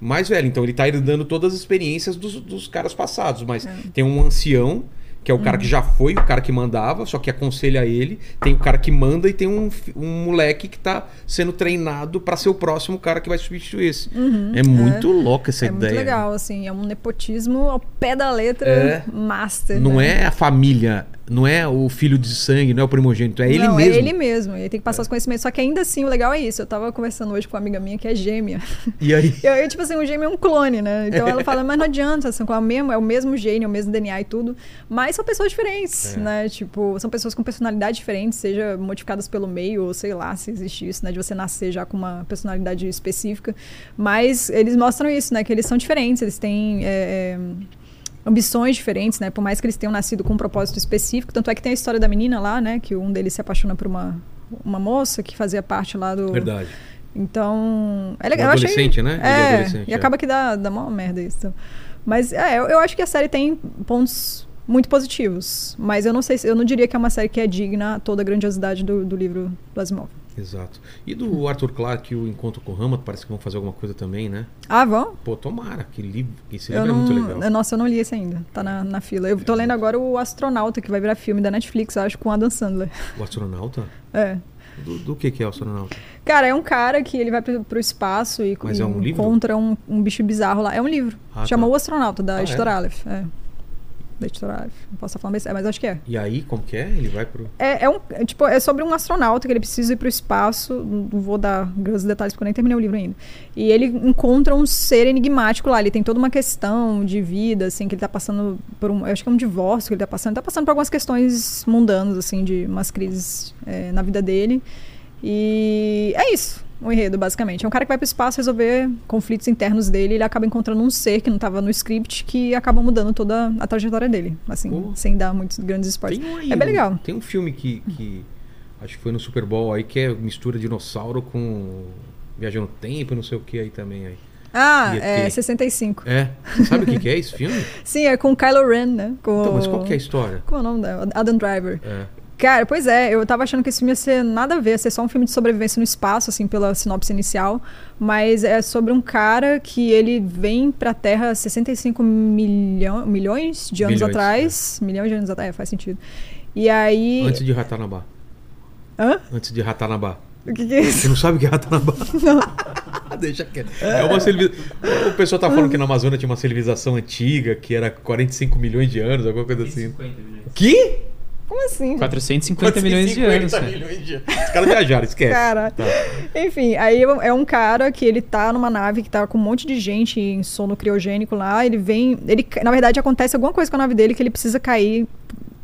Speaker 1: mais velho. Então ele tá herdando todas as experiências dos, dos caras passados, mas
Speaker 4: É.
Speaker 1: tem um ancião que é o
Speaker 4: Uhum.
Speaker 1: cara que já foi o cara que mandava, só que aconselha ele. Tem o cara que manda e tem um, fi- um moleque que tá sendo treinado pra ser o próximo cara que vai substituir esse. é muito louca essa
Speaker 4: Uhum. É
Speaker 1: ideia.
Speaker 4: muito legal, assim. É um nepotismo ao pé da letra
Speaker 1: É.
Speaker 4: master.
Speaker 1: Não
Speaker 4: né?
Speaker 1: é a família, não é o filho de sangue, não é o primogênito, é ele
Speaker 4: não,
Speaker 1: mesmo.
Speaker 4: é ele mesmo. Ele tem que passar os conhecimentos. Só que ainda assim, o legal é isso. Eu tava conversando hoje com uma amiga minha que é gêmea.
Speaker 1: E aí?
Speaker 4: E aí, tipo assim, o gêmeo é um clone, né? Então ela fala, mas não adianta, são com a mesma, é o mesmo gene, é o mesmo DNA e tudo. Mas são pessoas diferentes, né? Tipo, são pessoas com personalidade diferente, seja modificadas pelo meio, ou sei lá, se existe isso, né? De você nascer já com uma personalidade específica. Mas eles mostram isso, né? Que eles são diferentes, eles têm. é, é, ambições diferentes, né? Por mais que eles tenham nascido com um propósito específico, tanto é que tem a história da menina lá, né? Que um deles se apaixona por uma, uma moça que fazia parte lá do
Speaker 1: Verdade.
Speaker 4: então, é
Speaker 1: Um
Speaker 4: legal. eu achei-
Speaker 1: adolescente, né? Ele é
Speaker 4: É,
Speaker 1: adolescente,
Speaker 4: e
Speaker 1: é.
Speaker 4: acaba que dá, dá uma merda isso. então. Mas é, eu, eu acho que a série tem pontos muito positivos. Mas eu não sei se, eu não diria que é uma série que é digna a toda a grandiosidade do, do livro do Asimov.
Speaker 1: Exato. E do Arthur Clarke, o Encontro com o Rama, parece que vão fazer alguma coisa também, né?
Speaker 4: Ah, vão?
Speaker 1: Pô, tomara, que livro, esse
Speaker 4: Eu
Speaker 1: livro é
Speaker 4: não,
Speaker 1: muito legal. É,
Speaker 4: eu- nossa, eu não li esse ainda. Tá na, na fila. Eu tô lendo agora o Astronauta, que vai virar filme da Netflix, eu acho, com Adam Sandler.
Speaker 1: O astronauta?
Speaker 4: É.
Speaker 1: Do, do que, que é o astronauta?
Speaker 4: Cara, é um cara que ele vai pro, pro espaço e,
Speaker 1: Mas
Speaker 4: e
Speaker 1: é um livro?
Speaker 4: encontra um, um bicho bizarro lá. É um livro.
Speaker 1: Ah,
Speaker 4: Chama
Speaker 1: tá.
Speaker 4: O Astronauta, da
Speaker 1: Ah, é?
Speaker 4: Editora Aleph. É. da editora Aleph. Não posso estar falando besteira, mas acho que é.
Speaker 1: E aí, como que é? Ele vai pro.
Speaker 4: É, é um, é, tipo, é sobre um astronauta que ele precisa ir para o espaço. Não vou dar grandes detalhes porque eu nem terminei o livro ainda. E ele encontra um ser enigmático lá. Ele tem toda uma questão de vida, assim, que ele tá passando por um. Eu acho que é um divórcio que ele tá passando. Ele tá passando por algumas questões mundanas, assim, de umas crises é, na vida dele. E é isso. O enredo, basicamente. É um cara que vai para o espaço resolver conflitos internos dele. Ele acaba encontrando um ser que não estava no script que acaba mudando toda a trajetória dele. Assim,
Speaker 1: Pô.
Speaker 4: sem dar muitos grandes spoilers.
Speaker 1: Tem um aí,
Speaker 4: É bem legal.
Speaker 1: Tem um filme que, que acho que foi no Super Bowl aí que é mistura dinossauro com viajando no tempo, e não sei o que aí também aí.
Speaker 4: Ah,
Speaker 1: E
Speaker 4: é
Speaker 1: aqui?
Speaker 4: 65.
Speaker 1: É. Você Sabe o que, que é esse filme?
Speaker 4: Sim, é com o Kylo Ren, né? Com
Speaker 1: Então, mas
Speaker 4: o-
Speaker 1: qual que é a história?
Speaker 4: Qual é o nome dela? Adam Driver.
Speaker 1: É.
Speaker 4: Cara, pois é, eu tava achando que esse filme ia ser nada a ver, ia ser só um filme de sobrevivência no espaço, assim, pela sinopse inicial. Mas é sobre um cara que ele vem pra Terra 65 milhão, milhões de anos
Speaker 1: Milhões,
Speaker 4: atrás. Milhões de anos atrás, é, faz sentido. E aí.
Speaker 1: Antes de Ratanabá.
Speaker 4: Hã?
Speaker 1: Antes de Ratanabá.
Speaker 4: O que, que é isso?
Speaker 1: Você não sabe o que é Ratanabá? Deixa quieto. É uma civilização. O pessoal tá falando que na Amazônia tinha uma civilização antiga que era 45 milhões de anos, alguma coisa assim.
Speaker 3: 450 milhões.
Speaker 1: Que?
Speaker 4: Como assim?
Speaker 3: 450 milhões de anos,
Speaker 1: 50
Speaker 3: cara.
Speaker 1: milhões de anos. Os caras viajaram, esquece.
Speaker 4: Cara.
Speaker 1: Tá.
Speaker 4: Enfim, aí é um- é um cara que ele tá numa nave que tá com um monte de gente em sono criogênico lá. Ele vem. Ele, ca- na verdade, acontece alguma coisa com a nave dele que ele precisa cair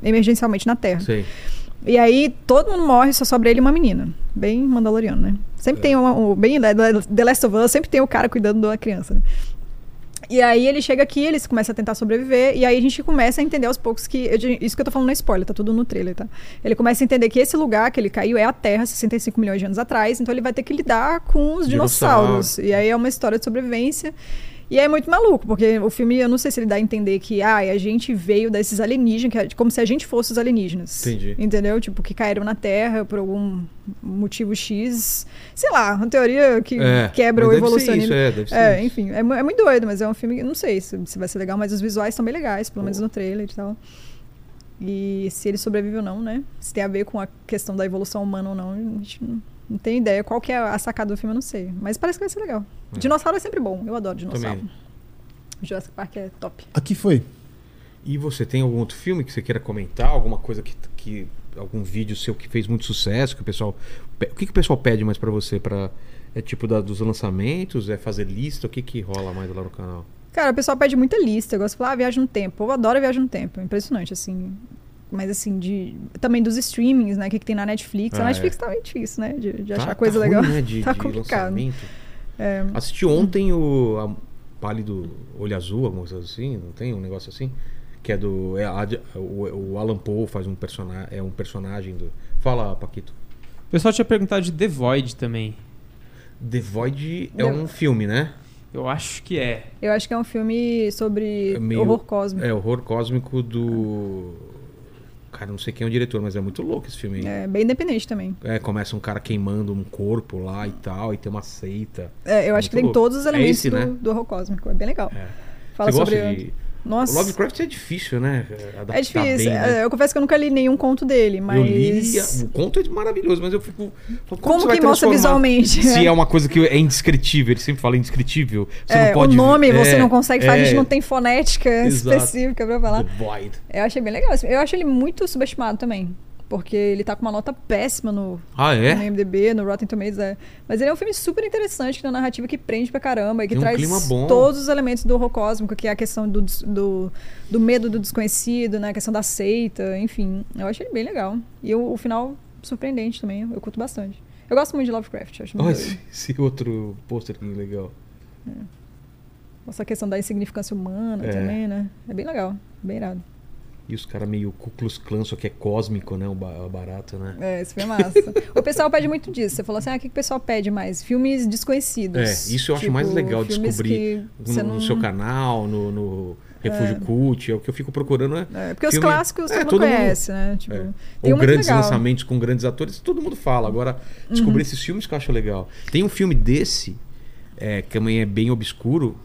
Speaker 4: emergencialmente na Terra.
Speaker 1: Sei.
Speaker 4: E aí todo mundo morre, só sobra ele e uma menina. Bem Mandaloriano, né? Sempre tem uma. o- bem Le- Le- The Last of Us, sempre tem o cara cuidando da criança, né? E aí ele chega aqui, ele começa a tentar sobreviver, e aí a gente começa a entender aos poucos que. eu di- isso que eu tô falando não é spoiler, tá tudo no trailer, tá? Ele começa a entender que esse lugar que ele caiu é a Terra, 65 milhões de anos atrás, então ele vai ter que lidar com os dinossauros. E aí é uma história de sobrevivência. E é muito maluco, porque o filme, eu não sei se ele dá a entender que, ah, a gente veio desses alienígenas, que é como se a gente fosse os alienígenas.
Speaker 1: Entendi.
Speaker 4: Entendeu? Tipo, que caíram na Terra por algum motivo X. Sei lá, uma teoria que
Speaker 1: É,
Speaker 4: quebra
Speaker 1: mas deve
Speaker 4: o
Speaker 1: ser
Speaker 4: evolucionismo.
Speaker 1: isso, é, deve ser
Speaker 4: É,
Speaker 1: isso.
Speaker 4: enfim, é, mu- é muito doido, mas é um filme que não sei se, se vai ser legal, mas os visuais são bem legais, pelo menos no trailer e tal. E se ele sobrevive ou não, né? Se tem a ver com a questão da evolução humana ou não, a gente não, não tem ideia. Qual que é a sacada do filme, eu não sei. Mas parece que vai ser legal.
Speaker 1: É.
Speaker 4: Dinossauro é sempre bom, eu adoro dinossauro.
Speaker 1: Também.
Speaker 4: Jurassic Park é top.
Speaker 2: Aqui foi.
Speaker 1: E você tem algum outro filme que você queira comentar? Alguma coisa que. que algum vídeo seu que fez muito sucesso? Que o pessoal. pe- O que, que o pessoal pede mais pra você? Pra, é tipo da- dos lançamentos? É fazer lista? O que, que rola mais lá no canal?
Speaker 4: Cara, o pessoal pede muita lista. Eu gosto de falar, ah, viagem no tempo. Eu adoro viagem no tempo. É impressionante, assim. Mas assim, de. Também dos streamings, né? O que, que tem na Netflix.
Speaker 1: Ah,
Speaker 4: a Netflix
Speaker 1: é.
Speaker 4: tá meio difícil, né? De, de
Speaker 1: Tá-
Speaker 4: achar
Speaker 1: tá
Speaker 4: coisa
Speaker 1: ruim,
Speaker 4: legal. É,
Speaker 1: né, de-
Speaker 4: tá
Speaker 1: de
Speaker 4: complicado.
Speaker 1: lançamento. Assisti ontem o a Pálido Olho Azul, alguma coisa assim, não tem um negócio assim? Que é do. é a- o, o Alan Poe faz um personagem. É um personagem do. Fala, Paquito.
Speaker 3: O pessoal tinha perguntado de The Void também.
Speaker 1: The Void é
Speaker 4: Não.
Speaker 1: um filme, né?
Speaker 3: Eu acho que é.
Speaker 4: Eu acho que é um filme sobre
Speaker 1: É meio-
Speaker 4: horror cósmico.
Speaker 1: É horror cósmico do. Cara, não sei quem é o diretor, mas é muito louco esse filme aí.
Speaker 4: É, bem independente também.
Speaker 1: É, começa um cara queimando um corpo lá e tal, e tem uma seita.
Speaker 4: É, eu acho
Speaker 1: Muito
Speaker 4: que tem
Speaker 1: louco.
Speaker 4: todos os
Speaker 1: É
Speaker 4: elementos
Speaker 1: esse,
Speaker 4: do,
Speaker 1: né?
Speaker 4: do horror cósmico. É bem legal.
Speaker 1: É.
Speaker 4: Fala
Speaker 1: Você
Speaker 4: sobre.
Speaker 1: gosta de.
Speaker 4: Nossa.
Speaker 1: O Lovecraft é difícil, né? Adaptar
Speaker 4: É difícil.
Speaker 1: bem, né?
Speaker 4: É, Eu confesso que eu nunca li nenhum conto dele, mas.
Speaker 1: Eu li, o conto é maravilhoso, mas eu fico. falo,
Speaker 4: Como,
Speaker 1: você vai
Speaker 4: que mostra
Speaker 1: transformar?
Speaker 4: visualmente?
Speaker 1: Se
Speaker 4: né?
Speaker 1: é uma coisa que é indescritível, ele sempre fala indescritível. Você
Speaker 4: É,
Speaker 1: não pode.
Speaker 4: o nome você
Speaker 1: é,
Speaker 4: não consegue falar, a gente
Speaker 1: é,
Speaker 4: não tem fonética
Speaker 1: Exato.
Speaker 4: específica pra falar.
Speaker 1: The Void.
Speaker 4: Eu achei bem legal. esse- Eu acho ele muito subestimado também. Porque ele tá com uma nota péssima no,
Speaker 1: Ah,
Speaker 4: no
Speaker 1: é?
Speaker 4: IMDB, no Rotten Tomatoes. É. Mas ele é um filme super interessante, que tem uma narrativa que prende pra caramba e que
Speaker 1: Tem um
Speaker 4: traz
Speaker 1: clima bom.
Speaker 4: todos os elementos do horror cósmico, que é a questão do, des- do, do medo do desconhecido, né? A questão da seita, enfim. Eu achei ele bem legal. E o, o final surpreendente também, eu curto bastante. Eu gosto muito de Lovecraft, eu acho muito
Speaker 1: Olha
Speaker 4: doido.
Speaker 1: esse, esse outro pôster aqui legal.
Speaker 4: Essa questão da insignificância humana
Speaker 1: É.
Speaker 4: também, né? É bem legal, bem irado.
Speaker 1: E os caras meio Ku Klux Klan, só que é cósmico, né? O ba- o barato, né?
Speaker 4: É, isso foi massa. o pessoal pede muito disso. Você falou assim, ah, o que que o pessoal pede mais? Filmes desconhecidos. Tipo,
Speaker 1: É, isso eu acho mais legal
Speaker 4: filmes
Speaker 1: descobrir
Speaker 4: que
Speaker 1: No,
Speaker 4: você
Speaker 1: no
Speaker 4: não-
Speaker 1: seu canal, no, no Refúgio Cult. É o que eu fico procurando. É,
Speaker 4: É, porque
Speaker 1: filme-
Speaker 4: os clássicos
Speaker 1: É,
Speaker 4: todo mundo
Speaker 1: todo mundo-
Speaker 4: conhece, né? Tipo,
Speaker 1: É.
Speaker 4: tem
Speaker 1: Ou
Speaker 4: um muito
Speaker 1: grandes
Speaker 4: legal. Uhum.
Speaker 1: lançamentos com grandes atores, todo mundo fala. Agora, descobrir esses filmes que eu acho legal. Tem um filme desse, é, que também é bem obscuro,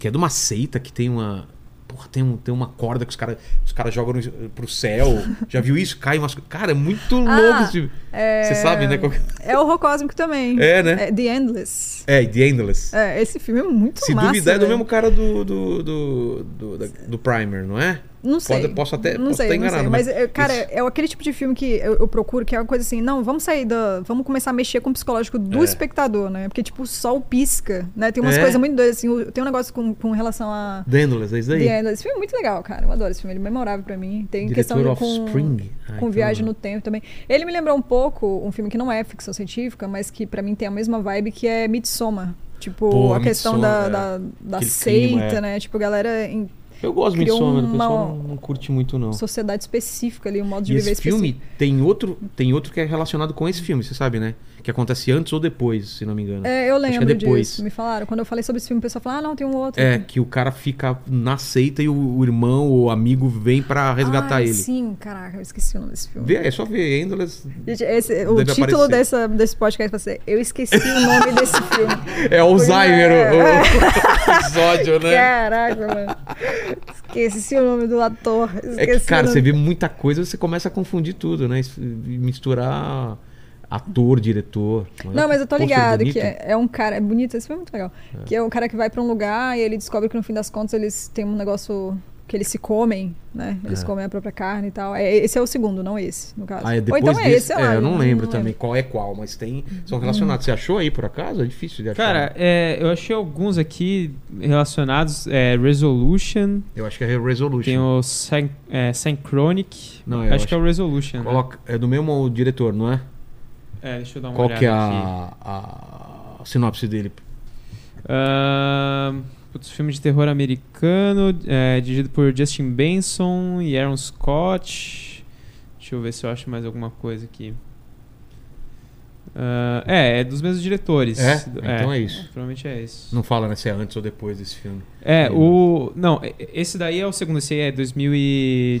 Speaker 1: que é de uma seita que tem uma. Porra, tem, um, tem uma corda que os caras os cara jogam no, pro céu. Já viu isso? Cai umas. co- Cara, é muito louco esse filme.
Speaker 4: Ah, é-
Speaker 1: Você sabe, né? qual que-
Speaker 4: É o horror cósmico também.
Speaker 1: É, né?
Speaker 4: The Endless.
Speaker 1: É, The Endless.
Speaker 4: É, esse filme é muito
Speaker 1: Se
Speaker 4: massa.
Speaker 1: duvidar, é do
Speaker 4: velho.
Speaker 1: mesmo cara do, do, do, do, da- do Primer, não é?
Speaker 4: Não sei.
Speaker 1: Pode- posso até-
Speaker 4: não
Speaker 1: posso
Speaker 4: sei,
Speaker 1: estar
Speaker 4: não sei.
Speaker 1: enganado,
Speaker 4: Mas,
Speaker 1: mas
Speaker 4: eh, cara,
Speaker 1: isso-
Speaker 4: é aquele tipo de filme que eu, eu procuro, que é uma coisa assim, não, vamos sair da. Vamos começar a mexer com o psicológico do
Speaker 1: É.
Speaker 4: espectador, né? Porque, tipo, o sol pisca, né? Tem umas
Speaker 1: É.
Speaker 4: coisas muito doidas, assim. o- Tem um negócio com, com relação a.
Speaker 1: Dendlas, é isso daí?
Speaker 4: The Endless. Esse filme é muito legal, cara. Eu adoro esse filme, ele é memorável pra mim. Tem
Speaker 1: Diretor
Speaker 4: questão de, com,
Speaker 1: Offspring. Ah,
Speaker 4: com
Speaker 1: então-
Speaker 4: viagem no tempo também. Ele me lembrou um pouco um filme que não é ficção científica, mas que pra mim tem a mesma vibe, que é Midsommar. Tipo,
Speaker 1: Pô,
Speaker 4: a questão da,
Speaker 1: Midsommar, é.
Speaker 4: da, da
Speaker 1: Aquele
Speaker 4: seita,
Speaker 1: clima, é.
Speaker 4: né? Tipo, galera em
Speaker 1: Eu gosto de
Speaker 4: Criou
Speaker 1: Midsommar, o pessoal
Speaker 4: uma-
Speaker 1: não, não curte muito, não.
Speaker 4: sociedade específica ali, um modo de
Speaker 1: E
Speaker 4: viver
Speaker 1: esse
Speaker 4: específico.
Speaker 1: filme tem outro, tem outro que é relacionado com esse filme, você sabe, né? Que acontece antes ou depois, se não me engano.
Speaker 4: É, eu
Speaker 1: Acho que é
Speaker 4: lembro
Speaker 1: depois.
Speaker 4: disso. Me falaram. Quando eu falei sobre esse filme, o pessoal falou, ah, não, tem um outro.
Speaker 1: É, que o cara fica na seita e o, o irmão ou amigo vem pra resgatar
Speaker 4: Ah,
Speaker 1: ele.
Speaker 4: Sim, caraca, eu esqueci o nome desse filme.
Speaker 1: Vê, é só ver, Endless.
Speaker 4: Gente, esse- o
Speaker 1: Deve
Speaker 4: título
Speaker 1: aparecer.
Speaker 4: dessa, desse podcast vai ser Eu Esqueci o Nome desse Filme.
Speaker 1: É Alzheimer
Speaker 4: É.
Speaker 1: o, o episódio, né?
Speaker 4: Caraca, mano. Esqueci o nome do ator.
Speaker 1: É
Speaker 4: Esqueci
Speaker 1: que, cara,
Speaker 4: o
Speaker 1: você
Speaker 4: nome.
Speaker 1: vê muita coisa você começa a confundir tudo, né? E Misturar ator, diretor.
Speaker 4: Não, mas eu tô
Speaker 1: Pôster
Speaker 4: ligado
Speaker 1: bonito.
Speaker 4: que é, é um cara. É bonito, esse filme é muito legal. Que é um cara que vai pra um lugar e ele descobre que no fim das contas eles têm um negócio que eles se comem, né? Eles
Speaker 1: É.
Speaker 4: comem a própria carne e tal. É, esse é o segundo, não esse, no caso.
Speaker 1: Ah, é
Speaker 4: Ou
Speaker 1: depois
Speaker 4: então é
Speaker 1: desse-
Speaker 4: esse, sei lá,
Speaker 1: eu não lembro também qual é qual, mas tem.
Speaker 4: Uhum.
Speaker 1: São relacionados. Você achou aí por acaso? É difícil de achar.
Speaker 3: Cara, é, eu achei alguns aqui relacionados. É, Resolution,
Speaker 1: eu acho que é Resolution.
Speaker 3: tem o San, é, Synchronic.
Speaker 1: Não, eu
Speaker 3: acho,
Speaker 1: acho-
Speaker 3: que é o Resolution. né?
Speaker 1: Coloca- É do mesmo diretor, não é?
Speaker 3: É, deixa eu dar uma
Speaker 1: Qual
Speaker 3: olhada
Speaker 1: que é
Speaker 3: aqui.
Speaker 1: a, a sinopse dele?
Speaker 3: Ahn, putz, filme de terror americano, é, dirigido por Justin Benson e Aaron Scott. Deixa eu ver se eu acho mais alguma coisa aqui. Ah, é, é dos mesmos diretores.
Speaker 1: É? Então é isso.
Speaker 3: Provavelmente é isso.
Speaker 1: Não né? fala né, se é antes ou depois desse filme.
Speaker 3: É, o. Não, e- esse daí é o segundo, esse aí é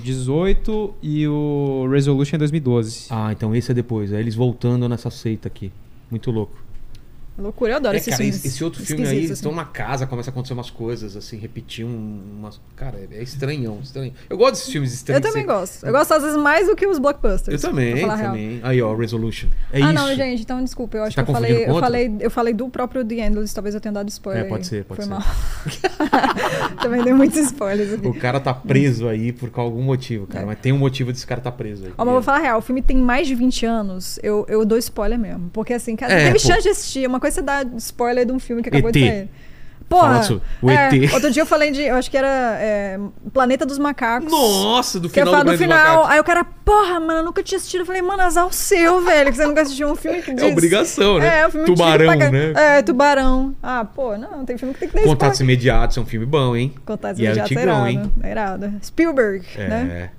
Speaker 3: 2018 e o Resolution é 2012.
Speaker 1: Ah, então esse é depois. É eles voltando nessa seita aqui. Muito louco.
Speaker 4: Loucura, eu adoro
Speaker 1: É,
Speaker 4: esse
Speaker 1: cara,
Speaker 4: filme.
Speaker 1: esse, esse outro filme aí, eles
Speaker 4: assim.
Speaker 1: estão numa casa, começa a acontecer umas coisas, assim, repetir um- umas. Cara, é é estranhão, estranho. Eu gosto desses filmes
Speaker 4: Eu
Speaker 1: estranhos.
Speaker 4: também
Speaker 1: assim.
Speaker 4: gosto. Eu gosto às vezes mais do que os
Speaker 1: Eu
Speaker 4: blockbusters. pra
Speaker 1: também,
Speaker 4: falar a real.
Speaker 1: também. Aí, ó, Resolution. É
Speaker 4: ah,
Speaker 1: isso.
Speaker 4: não, gente, então desculpa. Eu acho
Speaker 1: tá
Speaker 4: que eu
Speaker 1: confundindo
Speaker 4: falei,
Speaker 1: com
Speaker 4: eu,
Speaker 1: outro?
Speaker 4: falei, eu falei do próprio The Endless, talvez eu tenha dado spoiler.
Speaker 1: É, pode
Speaker 4: aí.
Speaker 1: ser, pode
Speaker 4: Foi
Speaker 1: ser.
Speaker 4: mal. Também dei muitos spoilers aqui.
Speaker 1: O cara tá preso aí por algum motivo, cara. Mas tem um motivo desse cara tá preso aí.
Speaker 4: É. Ó, mas vou falar a real, o filme tem mais de 20 anos, eu, eu dou spoiler mesmo. Porque assim, cara,
Speaker 1: É,
Speaker 4: não teve
Speaker 1: pô.
Speaker 4: chance de assistir. É Uma coisa é você dar spoiler de um filme que acabou de
Speaker 1: ET.
Speaker 4: sair. Porra!
Speaker 1: Fala sobre o
Speaker 4: é,
Speaker 1: ET.
Speaker 4: Outro dia eu falei de. Eu acho que era é, Planeta dos Macacos.
Speaker 1: Nossa, do
Speaker 4: Que eu
Speaker 1: final
Speaker 4: falo
Speaker 1: do Planeta
Speaker 4: no
Speaker 1: dos
Speaker 4: final,
Speaker 1: Macacos.
Speaker 4: aí o cara, porra, mano, eu nunca tinha assistido. Eu falei, mano, azar o seu, velho, que você nunca assistiu um filme que diz...
Speaker 1: É obrigação, né?
Speaker 4: É, um filme antigo
Speaker 1: Tubarão,
Speaker 4: pra ca-
Speaker 1: né?
Speaker 4: É, tubarão. Ah, pô, não, tem filme que tem que dar
Speaker 1: Contatos
Speaker 4: spoiler.
Speaker 1: Imediatos é um filme bom, hein?
Speaker 4: Contatos
Speaker 1: E é
Speaker 4: imediatos é
Speaker 1: antigão,
Speaker 4: irado,
Speaker 1: hein?
Speaker 4: é irado. Spielberg,
Speaker 1: É.
Speaker 4: né?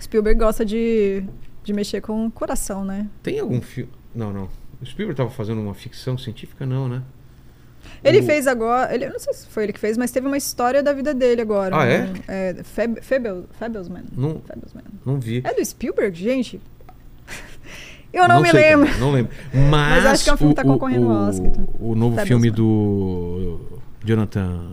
Speaker 4: Spielberg gosta de, de mexer com o coração, né?
Speaker 1: Tem algum filme. Não, não. O Spielberg tava fazendo uma ficção científica, não, né?
Speaker 4: Ele
Speaker 1: O-
Speaker 4: fez agora, ele, eu não sei se foi ele que fez, mas teve uma história da vida dele agora.
Speaker 1: Ah, é?
Speaker 4: Um, é Fab, Fabel, Fabelsman.
Speaker 1: Não,
Speaker 4: Fabelsman.
Speaker 1: não vi.
Speaker 4: É do Spielberg, gente? Eu não, me
Speaker 1: sei
Speaker 4: lembro.
Speaker 1: também, não lembro. Mas,
Speaker 4: acho que é um filme que tá concorrendo
Speaker 1: o,
Speaker 4: ao Oscar, então.
Speaker 1: O novo
Speaker 4: Tá
Speaker 1: filme
Speaker 4: mesmo.
Speaker 1: do Jonathan,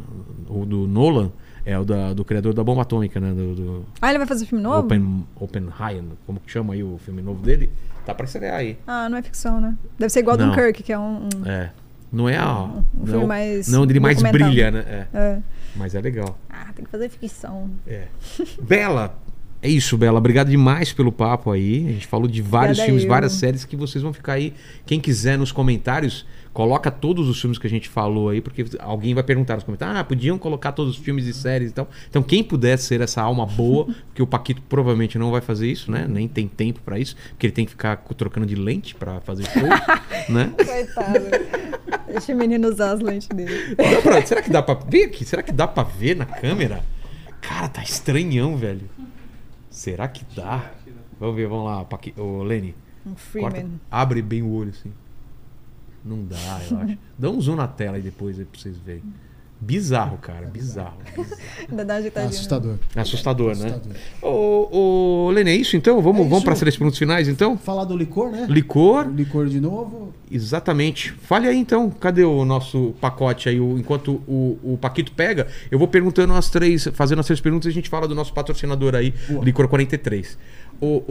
Speaker 1: o do Nolan, é o da- do criador da bomba atômica, né? Do, do
Speaker 4: Ah, ele vai fazer filme novo?
Speaker 1: Open, Oppenheimer, como que chama aí o filme novo dele? Tá pra estrear aí.
Speaker 4: Ah, não é ficção, né? Deve ser igual
Speaker 1: Não.
Speaker 4: Dunkirk, que é um. um-
Speaker 1: É. Não é a.
Speaker 4: Um filme
Speaker 1: não,
Speaker 4: mais
Speaker 1: não onde ele mais
Speaker 4: documental.
Speaker 1: brilha, né? É.
Speaker 4: é.
Speaker 1: Mas é legal.
Speaker 4: Ah, tem que fazer ficção.
Speaker 1: É. Bela, é isso, Bela. Obrigado demais pelo papo aí. A gente falou de vários
Speaker 4: Obrigada
Speaker 1: filmes,
Speaker 4: eu.
Speaker 1: várias séries que vocês vão ficar aí. Quem quiser nos comentários, coloca todos os filmes que a gente falou aí, porque alguém vai perguntar nos comentários: ah, podiam colocar todos os filmes e séries e tal. Então, quem puder ser essa alma boa, porque o Paquito provavelmente não vai fazer isso, né? Nem tem tempo pra isso, porque ele tem que ficar co- trocando de lente pra fazer show, né?
Speaker 4: Coitado. Deixa o menino usar as lentes dele.
Speaker 1: Dá pra- será que dá pra ver aqui? Será que dá pra ver na câmera? Cara, tá estranhão, velho. Será que dá? Vamos ver, vamos lá, Paqui... Ô, Lene.
Speaker 4: Um
Speaker 1: corta-
Speaker 4: Freeman.
Speaker 1: abre bem o olho assim. Não dá, eu acho. Dá um zoom na tela aí depois aí pra vocês verem. Bizarro, cara, bizarro.
Speaker 4: Ainda
Speaker 2: Tá
Speaker 4: dá uma ajeitadinha.
Speaker 2: assustador.
Speaker 1: Assustador, né?
Speaker 2: assustador.
Speaker 1: Ô, ô, Lene, é isso então? Vamos,
Speaker 2: É
Speaker 1: vamos
Speaker 2: isso.
Speaker 1: para as três perguntas finais então?
Speaker 2: Falar do licor, né?
Speaker 1: Licor,
Speaker 2: Licor de novo.
Speaker 1: Exatamente. Fale aí então, cadê o nosso pacote aí? O- enquanto o, o Paquito pega, eu vou perguntando as três, fazendo as três perguntas e a gente fala do nosso patrocinador aí, Licor 43. O,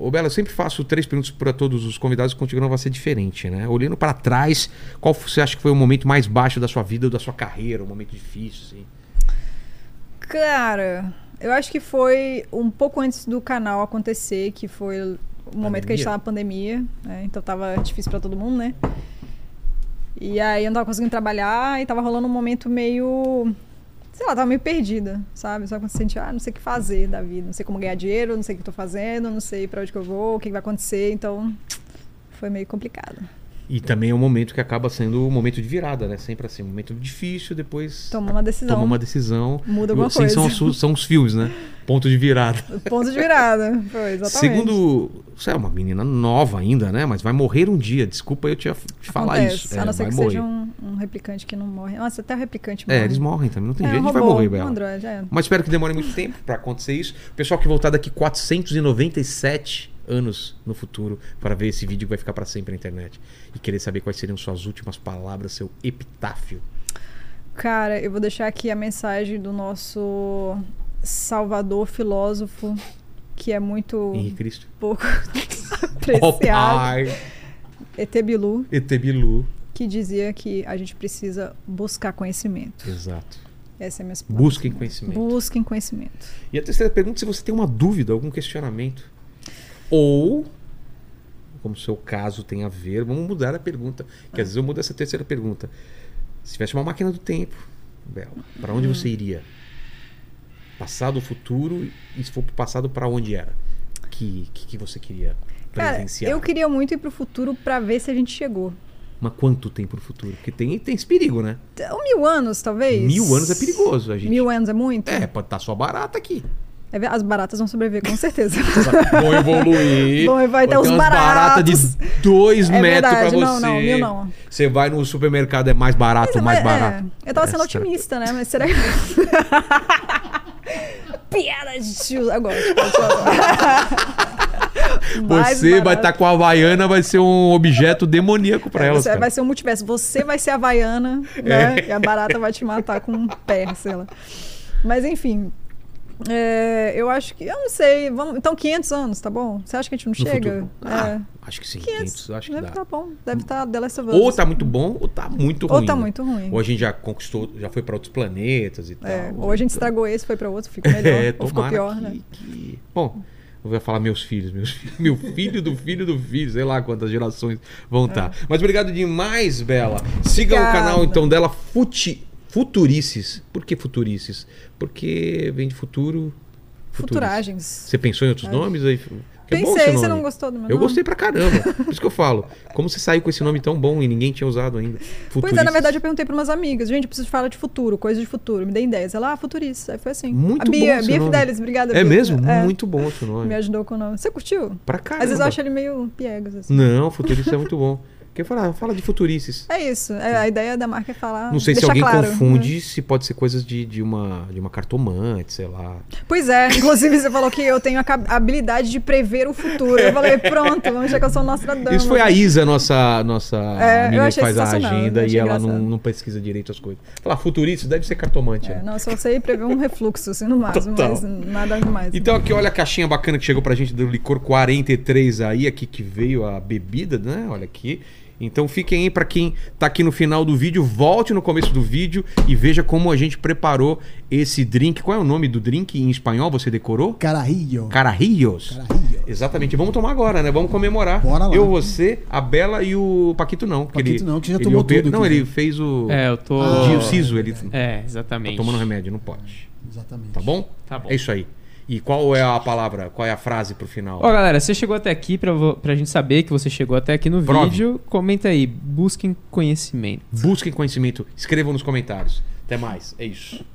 Speaker 1: o, o Bela, eu sempre faço três perguntas para todos os convidados, contigo não vai ser diferente, né? Olhando para trás, qual você acha que foi o momento mais baixo da sua vida ou da sua carreira, um momento difícil, assim?
Speaker 4: Cara, Eu acho que foi um pouco antes do canal acontecer, que foi o momento que
Speaker 1: Pandemia?
Speaker 4: a gente tava na pandemia, né? Então tava difícil pra todo mundo, né? E aí eu não tava conseguindo trabalhar e tava rolando um momento meio. Sei lá, tava meio perdida, sabe? Só quando você sente, ah, não sei o que fazer da vida, não sei como ganhar dinheiro, não sei o que eu tô fazendo, não sei pra onde que eu vou, o que que vai acontecer, então foi meio complicado.
Speaker 1: E também é um momento que acaba sendo o momento de virada, né? Sempre assim, um momento difícil, depois
Speaker 4: Tomou uma decisão.
Speaker 1: toma uma decisão.
Speaker 4: Muda alguma
Speaker 1: Sim, São,
Speaker 4: coisa.
Speaker 1: os- são os filmes, né? Ponto de virada.
Speaker 4: Ponto de virada. Foi, exatamente.
Speaker 1: Segundo, você é uma menina nova ainda, né? Mas vai morrer um dia. Desculpa eu te, af- te falar
Speaker 4: Acontece,
Speaker 1: isso. É,
Speaker 4: A não ser
Speaker 1: vai
Speaker 4: que
Speaker 1: morrer.
Speaker 4: seja um, um replicante que não morre. Nossa, até o replicante morre.
Speaker 1: É, eles morrem também. Não tem
Speaker 4: É,
Speaker 1: jeito,
Speaker 4: um
Speaker 1: a gente vai
Speaker 4: robô,
Speaker 1: morrer,
Speaker 4: um
Speaker 1: Bela.
Speaker 4: androide, é.
Speaker 1: Mas espero que demore muito tempo pra acontecer isso. O pessoal que voltar daqui 497 anos no futuro para ver esse vídeo que vai ficar pra sempre na internet e querer saber quais seriam suas últimas palavras, seu epitáfio.
Speaker 4: Cara, eu vou deixar aqui a mensagem do nosso salvador filósofo, que é muito
Speaker 1: Henrique Cristo.
Speaker 4: pouco
Speaker 1: Ó
Speaker 4: apreciado,
Speaker 1: pai,
Speaker 4: Etebilu,
Speaker 1: Etebilu.
Speaker 4: que dizia que a gente precisa buscar conhecimento.
Speaker 1: Exato.
Speaker 4: Essa é a minha palavra.
Speaker 1: Busquem conhecimento.
Speaker 4: Busquem conhecimento.
Speaker 1: E a terceira pergunta é se você tem uma dúvida, algum questionamento. Ou, como o seu caso tem a ver, vamos mudar a pergunta. Que às vezes eu mudo essa terceira pergunta. Se tivesse uma máquina do tempo, Bel, para onde você iria? Passado, futuro, e se for pro passado, para onde era? Que, que que você queria
Speaker 4: Cara,
Speaker 1: presenciar?
Speaker 4: eu queria muito ir pro futuro pra ver se a gente chegou.
Speaker 1: Mas quanto tempo no futuro? Porque tem, tem esse perigo, né?
Speaker 4: T- Um mil anos, talvez?
Speaker 1: Mil anos é perigoso, a gente.
Speaker 4: Mil anos é muito?
Speaker 1: É, pode estar só barata aqui.
Speaker 4: É ver- As baratas vão sobreviver, com certeza.
Speaker 1: Vão evoluir.
Speaker 4: Vão- vai ter
Speaker 1: ter
Speaker 4: uns
Speaker 1: umas baratas
Speaker 4: tá baratos.
Speaker 1: de 2
Speaker 4: É
Speaker 1: metros pra
Speaker 4: verdade,
Speaker 1: você.
Speaker 4: não, não, mil não.
Speaker 1: Você vai no supermercado, é mais barato,
Speaker 4: Mas-
Speaker 1: mais
Speaker 4: mas-
Speaker 1: barato.
Speaker 4: é, eu tava sendo
Speaker 1: É, será-
Speaker 4: otimista, né? Mas será que. Piada de tio. Agora.
Speaker 1: Você vai estar com a Havaiana, vai ser um objeto demoníaco pra elas.
Speaker 4: Você
Speaker 1: cara. É.
Speaker 4: vai ser um multiverso. Você vai ser a Havaiana, né? E a barata vai te matar com um pé, sei lá. Mas enfim. é, eu acho que. Eu não sei. Vamos, então, 500 anos, tá bom? Você acha que a gente não
Speaker 1: No
Speaker 4: chega?
Speaker 1: futuro. Ah,
Speaker 4: É.
Speaker 1: Acho que sim,
Speaker 4: 500.
Speaker 1: 500, acho que
Speaker 4: deve
Speaker 1: dá.
Speaker 4: tá bom. Deve estar The Last of Us.
Speaker 1: Ou tá muito bom, ou tá muito ruim.
Speaker 4: Ou tá
Speaker 1: né?
Speaker 4: muito ruim.
Speaker 1: Ou a gente já conquistou, já foi pra outros planetas e tal.
Speaker 4: É, ou a gente estragou esse, foi pra outro, ficou melhor.
Speaker 1: É,
Speaker 4: ou ficou
Speaker 1: tomara
Speaker 4: pior,
Speaker 1: que,
Speaker 4: né?
Speaker 1: que- Bom, eu vou falar meus filhos, meus filhos, meu filho do filho do filho, sei lá quantas gerações vão estar. Mas obrigado demais, Bela. Siga o
Speaker 4: É. Obrigada.
Speaker 1: canal então dela Futi, Futurices. Por que Futurices? Porque vem de futuro. Futurices.
Speaker 4: Futuragens.
Speaker 1: Você pensou em outros nomes aí? Que é bom
Speaker 4: Pensei,
Speaker 1: esse nome.
Speaker 4: você não gostou do meu
Speaker 1: Eu
Speaker 4: nome?
Speaker 1: gostei pra caramba. Por isso que eu falo. Como você saiu com esse nome tão bom e ninguém tinha usado ainda?
Speaker 4: Pois é, na
Speaker 1: Futurices.
Speaker 4: verdade eu perguntei para umas amigas, gente, eu preciso falar de futuro, coisa de futuro, me dei ideias. Ela, ah, futurista. Aí foi assim.
Speaker 1: Muito
Speaker 4: a Bia,
Speaker 1: bom esse
Speaker 4: Bia
Speaker 1: nome.
Speaker 4: Fidelis, obrigada.
Speaker 1: É
Speaker 4: Bia.
Speaker 1: mesmo? Muito bom esse nome.
Speaker 4: Me ajudou com o nome. Você curtiu?
Speaker 1: Pra caramba.
Speaker 4: Às vezes eu acho ele meio piegas, assim.
Speaker 1: Não, futurista é muito bom. Porque fala, fala de futurices.
Speaker 4: É isso. é, a ideia da marca é falar.
Speaker 1: Não sei se
Speaker 4: deixar
Speaker 1: alguém
Speaker 4: claro. Hum.
Speaker 1: confunde se pode ser coisas de, de, uma, de uma cartomante, sei lá.
Speaker 4: Pois é, inclusive você falou que eu tenho a cab- habilidade de prever o futuro. Eu falei, pronto, vamos já que eu sou Nostradamus.
Speaker 1: Isso foi a Isa, nossa, nossa
Speaker 4: É, eu
Speaker 1: menina que
Speaker 4: achei
Speaker 1: faz a
Speaker 4: sensacional,
Speaker 1: agenda
Speaker 4: eu
Speaker 1: e
Speaker 4: achei
Speaker 1: ela não,
Speaker 4: engraçado.
Speaker 1: não pesquisa direito as coisas. Falar futurista deve ser cartomante.
Speaker 4: É,
Speaker 1: né?
Speaker 4: não, eu só sei prever um refluxo, assim, no máximo,
Speaker 1: Total.
Speaker 4: mas nada demais.
Speaker 1: Então aqui, olha a caixinha bacana que chegou pra gente do Licor 43 aí, aqui que veio a bebida, né? Olha aqui. Então fiquem aí pra quem tá aqui no final do vídeo, volte no começo do vídeo e veja como a gente preparou esse drink. Qual é o nome do drink em espanhol? Você decorou?
Speaker 2: Carajillo.
Speaker 1: Carajillos.
Speaker 2: Carajillo.
Speaker 1: Exatamente. Vamos tomar agora, né? Vamos comemorar.
Speaker 2: Bora lá.
Speaker 1: Eu, você, a Bela e o Paquito não. porque
Speaker 2: Paquito não, que já
Speaker 1: ele
Speaker 2: tomou
Speaker 1: ope-
Speaker 2: tudo
Speaker 1: Não,
Speaker 2: aqui,
Speaker 1: ele
Speaker 2: né?
Speaker 1: fez o...
Speaker 3: É, eu tô.
Speaker 1: o dia- o siso, ele
Speaker 3: É,
Speaker 1: tá
Speaker 3: exatamente.
Speaker 1: tomando remédio, não pode.
Speaker 2: Exatamente.
Speaker 1: Tá bom?
Speaker 3: Tá bom.
Speaker 1: É isso aí. E qual é a palavra, qual é a frase pro final?
Speaker 3: Ó, galera, você chegou até aqui pra, vo- pra gente saber que você chegou até aqui no
Speaker 1: Prove.
Speaker 3: vídeo. Comenta aí, busquem conhecimento.
Speaker 1: Busquem conhecimento, escrevam nos comentários. Até mais, é isso.